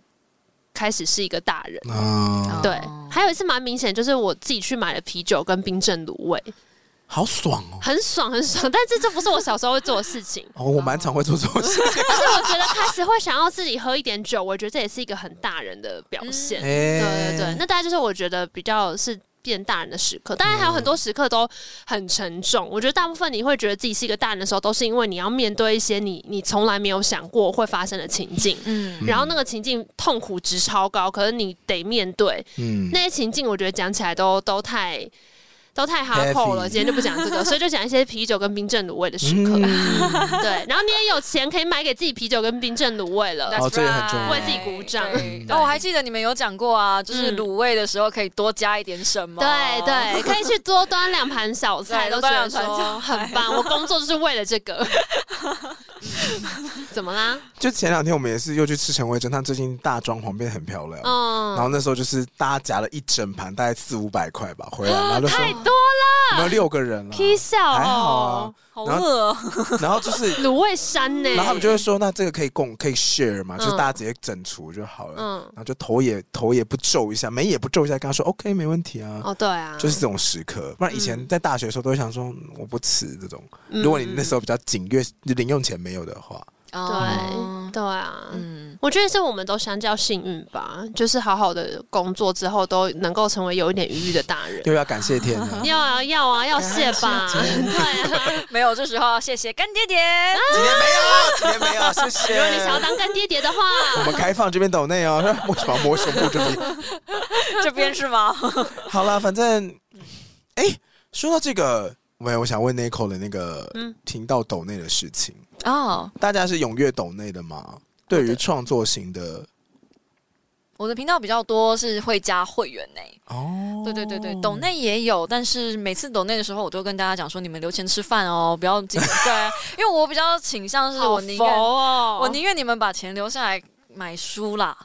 Speaker 3: 开始是一个大人。
Speaker 2: 啊，
Speaker 3: 对，还有一次蛮明显，就是我自己去买了啤酒跟冰镇卤味，
Speaker 2: 好爽哦！，
Speaker 3: 很爽很爽。但这这不是我小时候会做的事情
Speaker 2: 哦，我蛮常会做这种事情。
Speaker 3: 但是我觉得开始会想要自己喝一点酒，我觉得这也是一个很大人的表现。
Speaker 2: 哎
Speaker 3: 对对对，，那大概就是我觉得比较是变大人的时刻，当然还有很多时刻都很沉重。我觉得大部分你会觉得自己是一个大人的时候，都是因为你要面对一些你你从来没有想过会发生的情境，
Speaker 4: 嗯
Speaker 3: 然后那个情境痛苦值超高，可是你得面对
Speaker 2: 嗯，
Speaker 3: 那些情境。我觉得讲起来都都太。都太 hardcore 了，
Speaker 2: Heavy
Speaker 3: 今天就不讲
Speaker 2: (laughs)
Speaker 3: 这个，所以就讲一些啤酒跟冰镇卤味的时刻。
Speaker 2: 嗯
Speaker 3: (laughs) 对，然后你也有钱可以买给自己啤酒跟冰镇卤味
Speaker 2: (laughs)
Speaker 3: 了。
Speaker 2: 哦这也很重要
Speaker 3: 为自己鼓掌
Speaker 4: 对
Speaker 3: 对
Speaker 4: 哦，我还记得你们有讲过啊，就是
Speaker 3: 嗯
Speaker 4: 卤味的时候可以多加一点什么。
Speaker 2: 哦
Speaker 3: 对对，可以去多端两盘小
Speaker 2: (laughs)
Speaker 3: 菜，
Speaker 4: 对
Speaker 3: 都
Speaker 4: 多
Speaker 3: 觉得
Speaker 4: 端两盘
Speaker 3: 说
Speaker 4: 小菜
Speaker 3: 很棒。我工作就是为了这个。嗯怎么啦？
Speaker 2: 就前两天我们也是又去吃陈慧珍，她最近大装潢变得很漂亮。然
Speaker 3: 嗯，
Speaker 2: 后那时候就是大家夹了一整盘，大概四五百块吧，回来，然后就说
Speaker 3: 太多
Speaker 2: 我们有六个人了，啊
Speaker 3: 披笑
Speaker 2: 还好啊
Speaker 3: 哦，。
Speaker 4: 好
Speaker 2: 然后
Speaker 4: 饿哦，
Speaker 2: 然后就是，
Speaker 3: 卤味山呢？
Speaker 2: 然后他们就会说，那这个可以共可以 share 嘛，
Speaker 3: 嗯
Speaker 2: 就是大家直接整除就好了。
Speaker 3: 嗯
Speaker 2: 然后就头也头也不皱一下，眉也不皱一下，跟他说 OK 没问题啊。
Speaker 3: 哦，对啊，
Speaker 2: 就是这种时刻，不然以前在大学的时候都会想说嗯我不吃这种。
Speaker 3: 嗯
Speaker 2: 如果你那时候比较紧，月零用钱没有的话，
Speaker 3: 对
Speaker 4: (laughs) 哦
Speaker 3: 对啊，
Speaker 4: 嗯，
Speaker 3: 我觉得是我们都相较幸运吧，就是好好的工作之后都能够成为有一点余裕的大人。
Speaker 2: 又要感谢天
Speaker 3: (laughs)
Speaker 2: 了。
Speaker 3: 要啊要啊要谢吧，对啊。
Speaker 4: (laughs) 没有，这时候要谢谢干 (laughs) 爹爹。
Speaker 2: 今天没有，今天没有，谢
Speaker 3: (laughs) 如果你想要
Speaker 2: 谢。
Speaker 3: 当干爹爹的话，
Speaker 2: 我们开放这边抖内哦， (laughs) 为什么要摸胸部这边？
Speaker 4: 这边是吗？
Speaker 2: 好啦，反正，哎，说到这个，没有，我想问 n i c o 的那个
Speaker 3: 嗯
Speaker 2: 听到抖内的事情，
Speaker 4: 哦，
Speaker 2: 大家是踊跃抖内的吗？对于创作型的
Speaker 4: 我的频道比较多是会加会员呢、
Speaker 2: 哦，
Speaker 4: 对对对对，抖内也有，但是每次抖内的时候，我都跟大家讲说，你们留钱吃饭哦，不要 (laughs) 进对啊，因为我比较倾向是我宁
Speaker 3: 好
Speaker 4: 愿
Speaker 3: 佛哦，
Speaker 4: 我宁愿你们把钱留下来买书啦。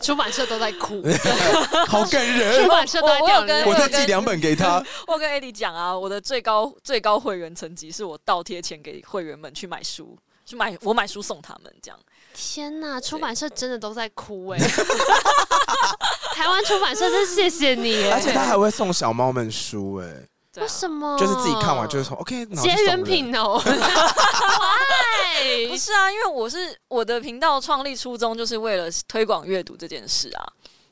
Speaker 3: 出版社都在哭。
Speaker 2: (laughs) 好感
Speaker 3: (laughs) 出
Speaker 4: (laughs)
Speaker 2: 人。
Speaker 3: 版社都在掉
Speaker 4: 我
Speaker 3: 泪
Speaker 4: 有
Speaker 2: 我
Speaker 4: 跟
Speaker 2: 再寄两本给他，
Speaker 4: 我跟 AD 讲啊，我的最高最高会员层级是我倒贴钱给会员们去买书，去买我买书送他们这样。
Speaker 3: 天哪，出版社真的都在哭哎、 (laughs) 台湾出版社真谢谢你欸耶、
Speaker 2: 而且他还会送小猫们书，哎，
Speaker 4: 对啊
Speaker 3: 为什么？
Speaker 2: 就是自己看完就是说 OK，然后
Speaker 3: 结
Speaker 2: 就送
Speaker 3: 缘
Speaker 2: 人
Speaker 3: 品
Speaker 2: (laughs)
Speaker 3: 哦、 (laughs)
Speaker 4: 不
Speaker 3: Why？
Speaker 4: 是啊，因为我是我的频道创立初衷就是为了推广阅读这件事啊。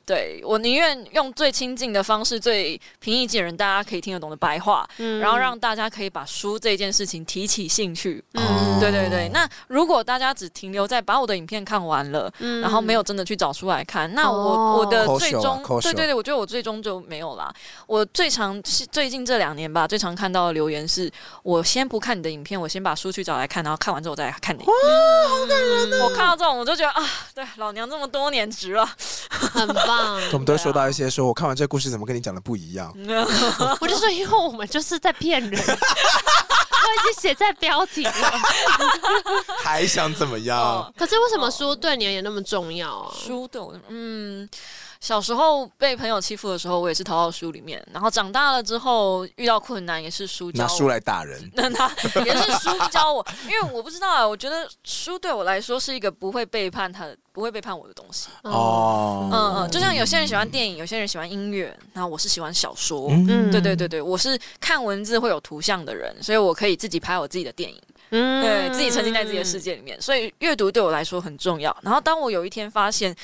Speaker 4: 对我宁愿用最亲近的方式、最平易近人、大家可以听得懂的白话，
Speaker 3: 嗯
Speaker 4: 然后让大家可以把书这件事情提起兴趣。
Speaker 3: 嗯
Speaker 2: 哦
Speaker 4: 对对对，那如果大家只停留在把我的影片看完了，
Speaker 3: 嗯
Speaker 4: 然后没有真的去找出来看。那我、
Speaker 3: 哦
Speaker 4: 我的
Speaker 2: 抠
Speaker 4: 最
Speaker 2: 手啊
Speaker 4: 终，
Speaker 2: 抠
Speaker 4: 对
Speaker 2: 手
Speaker 4: 对对，我觉得我最终就没有啦。我最常是最近这两年吧，最常看到的留言是：我先不看你的影片，我先把书去找来看，然后看完之后再来看你。哇，好感
Speaker 3: 嗯
Speaker 4: 人我看到这种，我就觉得啊，对，老娘这么多年值了。
Speaker 3: 很棒。
Speaker 2: 我们都会说到一些说，我看完这个故事怎么跟你讲的不一
Speaker 4: (laughs)
Speaker 2: 样。
Speaker 3: 我就说，因为我们就是在
Speaker 2: (laughs)
Speaker 3: 骗人，我已经写在标题了。
Speaker 2: 还想怎么样
Speaker 4: 哦？
Speaker 3: 可是为什么书对你而言那么重要啊？
Speaker 4: 书对我，嗯，小时候被朋友欺负的时候，我也是逃到书里面。然后长大了之后，遇到困难也是书教
Speaker 2: 拿
Speaker 4: 我。
Speaker 2: 书来打人，
Speaker 4: (laughs) 那他也是书教我，因为我不知道啊，我觉得书对我来说是一个不会背叛他的，不会背叛我的东西。
Speaker 2: 哦
Speaker 4: 嗯嗯，就像有些人喜欢电影，有些人喜欢音乐，那我是喜欢小说。
Speaker 3: 嗯
Speaker 4: 对对对对，我是看文字会有图像的人，所以我可以自己拍我自己的电影，
Speaker 3: 嗯
Speaker 4: 对自己沉浸在自己的世界里面，所以阅读对我来说很重要。然后当我有一天发现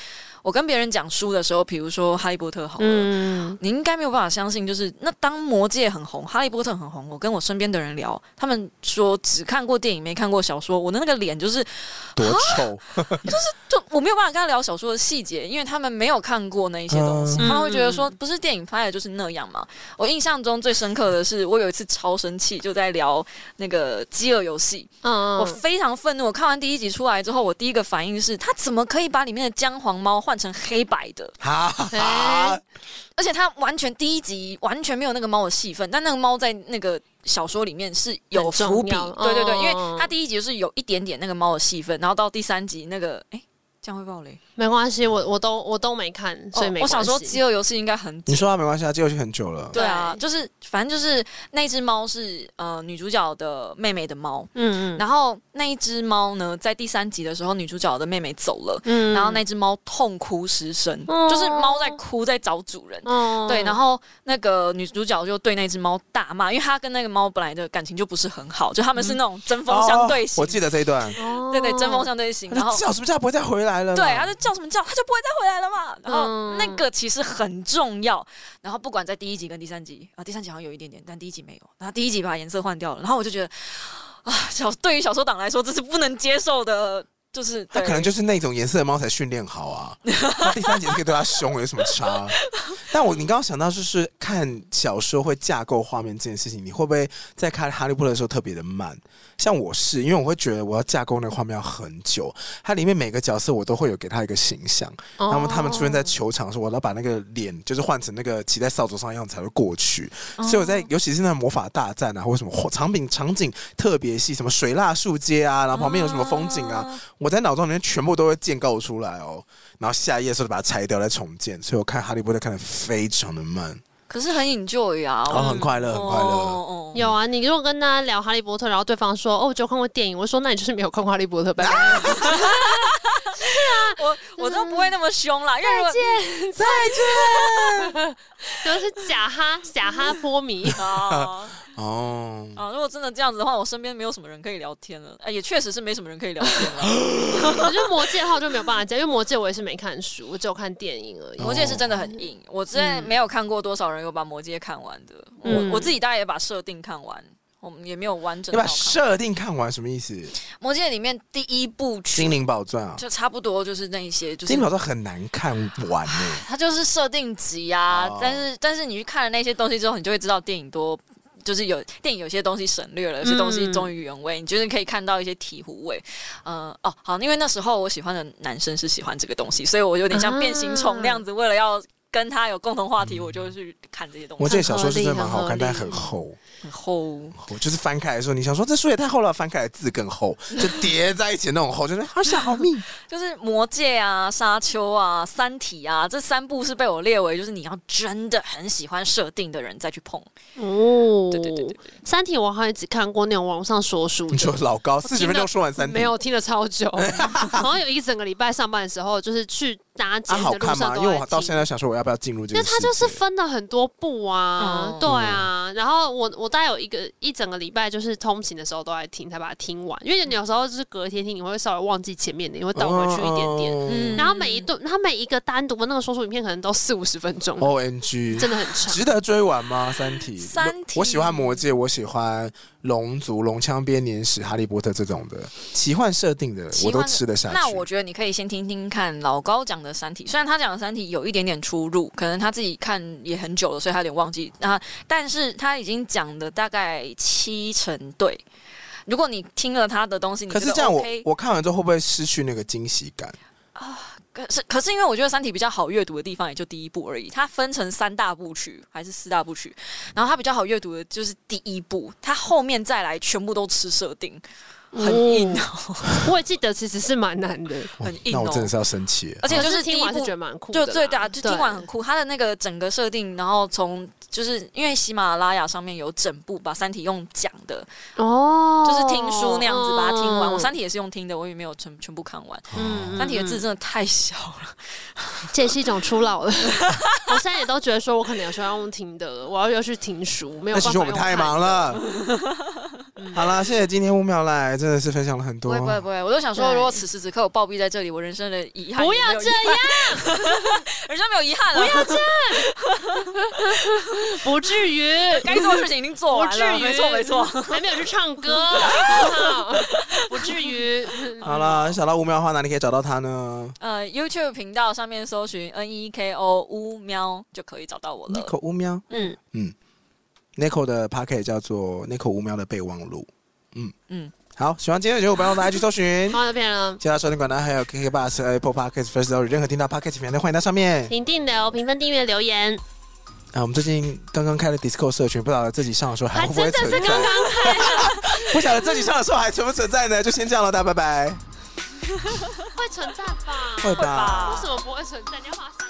Speaker 4: 我跟别人讲书的时候，比如说《哈利波特》好了，
Speaker 3: 嗯，
Speaker 4: 你应该没有办法相信，就是那当《魔戒》很红，《哈利波特》很红，我跟我身边的人聊，他们说只看过电影没看过小说，我的那个脸就是
Speaker 2: 多
Speaker 4: (laughs)
Speaker 2: 丑，
Speaker 4: 就我没有办法跟他聊小说的细节，因为他们没有看过那一些东西，
Speaker 3: 嗯
Speaker 4: 他们会觉得说不是电影拍的就是那样嘛。我印象中最深刻的是，我有一次超生气，就在聊那个《饥饿游戏》，
Speaker 3: 嗯
Speaker 4: 我非常愤怒。我看完第一集出来之后，我第一个反应是，他怎么可以把里面的姜黄猫换成黑白的？
Speaker 2: 哈哈，
Speaker 4: 而且他完全第一集完全没有那个猫的戏份，但那个猫在那个小说里面是有伏笔，
Speaker 3: 很重要
Speaker 4: 对对对，
Speaker 3: 哦
Speaker 4: 因为他第一集就是有一点点那个猫的戏份，然后到第三集那个，哎、这样会爆雷。
Speaker 3: 没关系，我我都我都没看，所以没
Speaker 4: 哦、
Speaker 3: 关
Speaker 4: 我
Speaker 3: 系。
Speaker 4: 小时候饥饿游戏应该很
Speaker 2: 你说啊，没关系啊，这游戏很久了。
Speaker 4: 对啊，
Speaker 3: 对
Speaker 4: 就是反正就是那只猫是呃女主角的妹妹的猫，
Speaker 3: 嗯嗯
Speaker 4: 然后那一只猫呢，在第三集的时候，女主角的妹妹走了，
Speaker 3: 嗯
Speaker 4: 然后那只猫痛哭失声，
Speaker 3: 哦
Speaker 4: 就是猫在哭，在找主人。
Speaker 3: 哦
Speaker 4: 对，然后那个女主角就对那只猫大骂，因为她跟那个猫本来的感情就不是很好，就他们是那种针锋相对
Speaker 2: 嗯哦
Speaker 4: 型，
Speaker 2: 我记得这一段。
Speaker 3: 哦
Speaker 4: 对对，针锋相对型，
Speaker 2: 他
Speaker 4: 然后
Speaker 2: 说叫什么叫不会再回来了啦？
Speaker 4: 对，他就叫什么叫，他就不会再回来了嘛。然后
Speaker 3: 嗯
Speaker 4: 那个其实很重要。然后不管在第一集跟第三集啊，第三集好像有一点点，但第一集没有。然后第一集把颜色换掉了，然后我就觉得啊，小对于小说党来说，这是不能接受的，就是
Speaker 2: 他可能
Speaker 4: 就
Speaker 2: 就是那种颜色的猫才训练好啊。他第三节可以对他凶，有什么差？啊但我你刚刚想到就是看小说会架构画面这件事情，你会不会在看《哈利波特》的时候特别的慢？像我是，因为我会觉得我要架构那个画面要很久，它里面每个角色我都会有给他一个形象，
Speaker 3: 哦
Speaker 2: 那么他们出现在球场的时候，我要把那个脸就是换成那个骑在扫帚上的样子才会过去。所以我在尤其是那魔法大战啊，或者什么或场景场景特别细，什么水蜡树街啊，然后旁边有什么风景啊，我在脑中里面全部都会建构出来哦。然后下一页的时候就把它拆掉再重建，所以我看《哈利波特》看的非常的慢，
Speaker 4: 可是很 enjoy 啊，
Speaker 2: 然
Speaker 3: 哦
Speaker 2: 后很快乐，哦很快乐。
Speaker 4: 哦
Speaker 3: 有啊，你如果跟大家聊《哈利波特》，然后对方说：“哦，我只有看过电影。”我说：“那你就是没有看过《哈利波
Speaker 4: (laughs)
Speaker 3: 特》拜拜。
Speaker 4: 我 (laughs) 我都不会那么凶啦，因为如果 (laughs)
Speaker 3: 就是假哈假哈波迷。
Speaker 4: 啊
Speaker 2: 哦，
Speaker 4: 啊，如果真的这样子的话，我身边没有什么人可以聊天了，哎，也确实是没什么人可以聊天
Speaker 2: (laughs)
Speaker 4: 了。
Speaker 3: 我觉得《魔戒》的话我就没有办法讲，因为《魔戒》我也是没看书，我只有看电影而已。
Speaker 4: 魔戒
Speaker 2: 哦
Speaker 4: 是真的很硬，我之前没有看过多少人有把魔戒看完的，
Speaker 3: 嗯
Speaker 4: 我我自己大概也把设定看完。我们也没有完整
Speaker 2: 你
Speaker 4: 的
Speaker 2: 把
Speaker 4: 看。
Speaker 2: 设定看完什么意思？《
Speaker 4: 魔戒里面第一部
Speaker 2: 精
Speaker 4: 曲
Speaker 2: 灵宝钻》啊，
Speaker 4: 就差不多就是那一些，就
Speaker 2: 《
Speaker 4: 是
Speaker 2: 精灵宝钻》很难看完欸呢、
Speaker 4: 它就是设定集啊。
Speaker 2: 哦
Speaker 4: 但是但是你去看了那些东西之后，你就会知道电影多。就是有电影有些东西省略了，有些东西
Speaker 3: 嗯
Speaker 4: 忠于原味，你就是可以看到一些醍醐味。呃，哦，好，因为那时候我喜欢的男生是喜欢这个东西，所以我有点像变形虫那样子，为了要跟他有共同话题，我就去看这些东
Speaker 2: 我
Speaker 4: 西。
Speaker 2: 这个小说是真的蛮好
Speaker 3: 很合
Speaker 2: 看，
Speaker 3: 理
Speaker 2: 但很厚，
Speaker 4: 然后
Speaker 2: 厚就是翻开来的时候，你想说这书也太厚了，翻开来字更厚，就叠在一起那种厚，就是好小好密。
Speaker 4: 就是《魔戒》啊、《沙丘》啊、《三体》啊，这三部是被我列为就是你要真的很喜欢设定的人再去碰。
Speaker 3: 哦，
Speaker 4: 对对对对对
Speaker 3: 三体》我好像也只看过那种网上说书
Speaker 2: 你说
Speaker 3: 的。
Speaker 2: 老高四十分钟说完三
Speaker 3: 没
Speaker 2: 题，
Speaker 3: 有听了
Speaker 2: (laughs)
Speaker 3: 超久，好像有一整个礼拜上班的时候，就是去搭捷
Speaker 2: 啊
Speaker 3: 运
Speaker 2: 好
Speaker 3: 的路
Speaker 2: 看
Speaker 3: 上
Speaker 2: 吗？
Speaker 3: 都
Speaker 2: 因
Speaker 3: 在
Speaker 2: 为我到
Speaker 3: 听
Speaker 2: 现在想说我要不要进入这
Speaker 3: 那
Speaker 2: 个
Speaker 3: 它就
Speaker 2: 世
Speaker 3: 是
Speaker 2: 界
Speaker 3: 分了很多步啊，
Speaker 4: 哦
Speaker 3: 对啊。然后我我大概有一个一整个礼拜，就是通勤的时候都在听，才把它听完。因为你有时候就是隔天听，你会稍微忘记前面的，你会倒回去一点
Speaker 2: 哦
Speaker 3: 点。
Speaker 4: 嗯
Speaker 3: 然后每一段，它每一个单独的那个说书影片，可能都四五十分钟，
Speaker 2: O N G，
Speaker 3: 真的很长。
Speaker 2: 值得追完吗？三体，
Speaker 4: 三
Speaker 2: 我
Speaker 4: 体
Speaker 2: 我喜欢魔戒，我喜欢龙族、龙枪编年史、哈利波特这种的奇幻设定的，
Speaker 4: 奇
Speaker 2: 我
Speaker 4: 幻的
Speaker 2: 都吃得下去。
Speaker 4: 那我觉得你可以先听听看老高讲的《三体》，虽然他讲的《三体》有一点点出入，可能他自己看也很久了，所以他有点忘记啊。但是他已经讲的大概七成对。如果你听了他的东西，你
Speaker 2: 可
Speaker 4: 觉
Speaker 2: 是
Speaker 4: 得
Speaker 2: 这样我
Speaker 4: OK,
Speaker 2: 我看完之后会不会失去那个惊喜感？
Speaker 4: 可是可是因为我觉得《三体》比较好阅读的地方也就第一部而已，它分成三大部曲还是四大部曲，然后它比较好阅读的就是第一部，它后面再来全部都吃设定，很硬哦，
Speaker 3: 嗯我也记得其实是蛮难的，
Speaker 4: 很硬
Speaker 2: 那我真的
Speaker 4: 哦。
Speaker 2: 是要生气了。
Speaker 4: 而且
Speaker 3: 可
Speaker 4: 就是是第
Speaker 3: 听
Speaker 4: 一
Speaker 3: 完是
Speaker 4: 部
Speaker 3: 觉得蛮酷的
Speaker 4: 就
Speaker 3: 啦，
Speaker 4: 最大，就
Speaker 3: 对
Speaker 4: 听完很酷。它的那个整个设定，然后从就是因为喜马拉雅上面有整部把《三体》用讲的，
Speaker 3: 哦，
Speaker 4: 就是听书那样子把它听完。我《三
Speaker 3: 体
Speaker 4: 体》也是用听的，我也没有全全部看完。
Speaker 2: 嗯，
Speaker 4: 《三体》的字真的太小了，
Speaker 3: 哦这也是一种初老了。 (laughs) 我现在也都觉得说，我可能有时候要用听的了，我要要去听书，没有
Speaker 2: 那
Speaker 3: 办
Speaker 2: 其
Speaker 3: 法
Speaker 2: 实我
Speaker 3: 用
Speaker 2: 们
Speaker 3: 看。
Speaker 2: 太忙了， (laughs) 好啦，谢谢今天五秒来，真的是分享了很
Speaker 4: 不
Speaker 2: 多
Speaker 4: 会。不会不会，我都想说，
Speaker 3: 对
Speaker 4: 如果此时此刻我暴毙在这里，我人生的遗憾
Speaker 3: 不
Speaker 4: 也没
Speaker 3: 要
Speaker 4: 有
Speaker 3: 这样，
Speaker 4: (laughs) 人生没有遗憾了，
Speaker 3: 不要这样，不至于，
Speaker 4: 该做的事情已经做
Speaker 3: 不
Speaker 4: 完
Speaker 3: 至
Speaker 4: 了，
Speaker 3: 于，
Speaker 4: 没错没错。，
Speaker 3: 还没有去唱歌，好不好不至于。
Speaker 2: 好了，想到五秒的话，哪里可以找到他呢？
Speaker 4: 呃，YouTube 频道上面搜寻 N E K O 乌喵就可以找到我
Speaker 2: n i
Speaker 4: 了
Speaker 2: c。o 五秒
Speaker 3: 嗯，
Speaker 2: n i c o 的 p a c k e t 叫做 n i c o 五秒的备忘录。嗯嗯
Speaker 4: 嗯，
Speaker 2: 好，喜欢今天的节目，不要忘了 IG 搜寻
Speaker 3: 然。后就变了。
Speaker 2: 其他收听管道还有 KK Bus、Apple Podcast、First Story，任何听到 Podcast 平台都欢迎到上面。
Speaker 3: 评定留、评分、订阅、留言，
Speaker 2: 啊，我们最近刚刚开了 Discord 社群，不晓得自己上的时候还
Speaker 3: 还
Speaker 2: 会不会
Speaker 3: 啊真的
Speaker 2: 存
Speaker 3: 是
Speaker 2: 在，
Speaker 3: 刚刚开，
Speaker 2: (laughs) 不晓得自己上的时候还存不存在呢？就先这样了，大家拜拜。
Speaker 3: 会存在吧？
Speaker 2: 会
Speaker 4: 吧
Speaker 3: 为什么不会存在？你要把它删。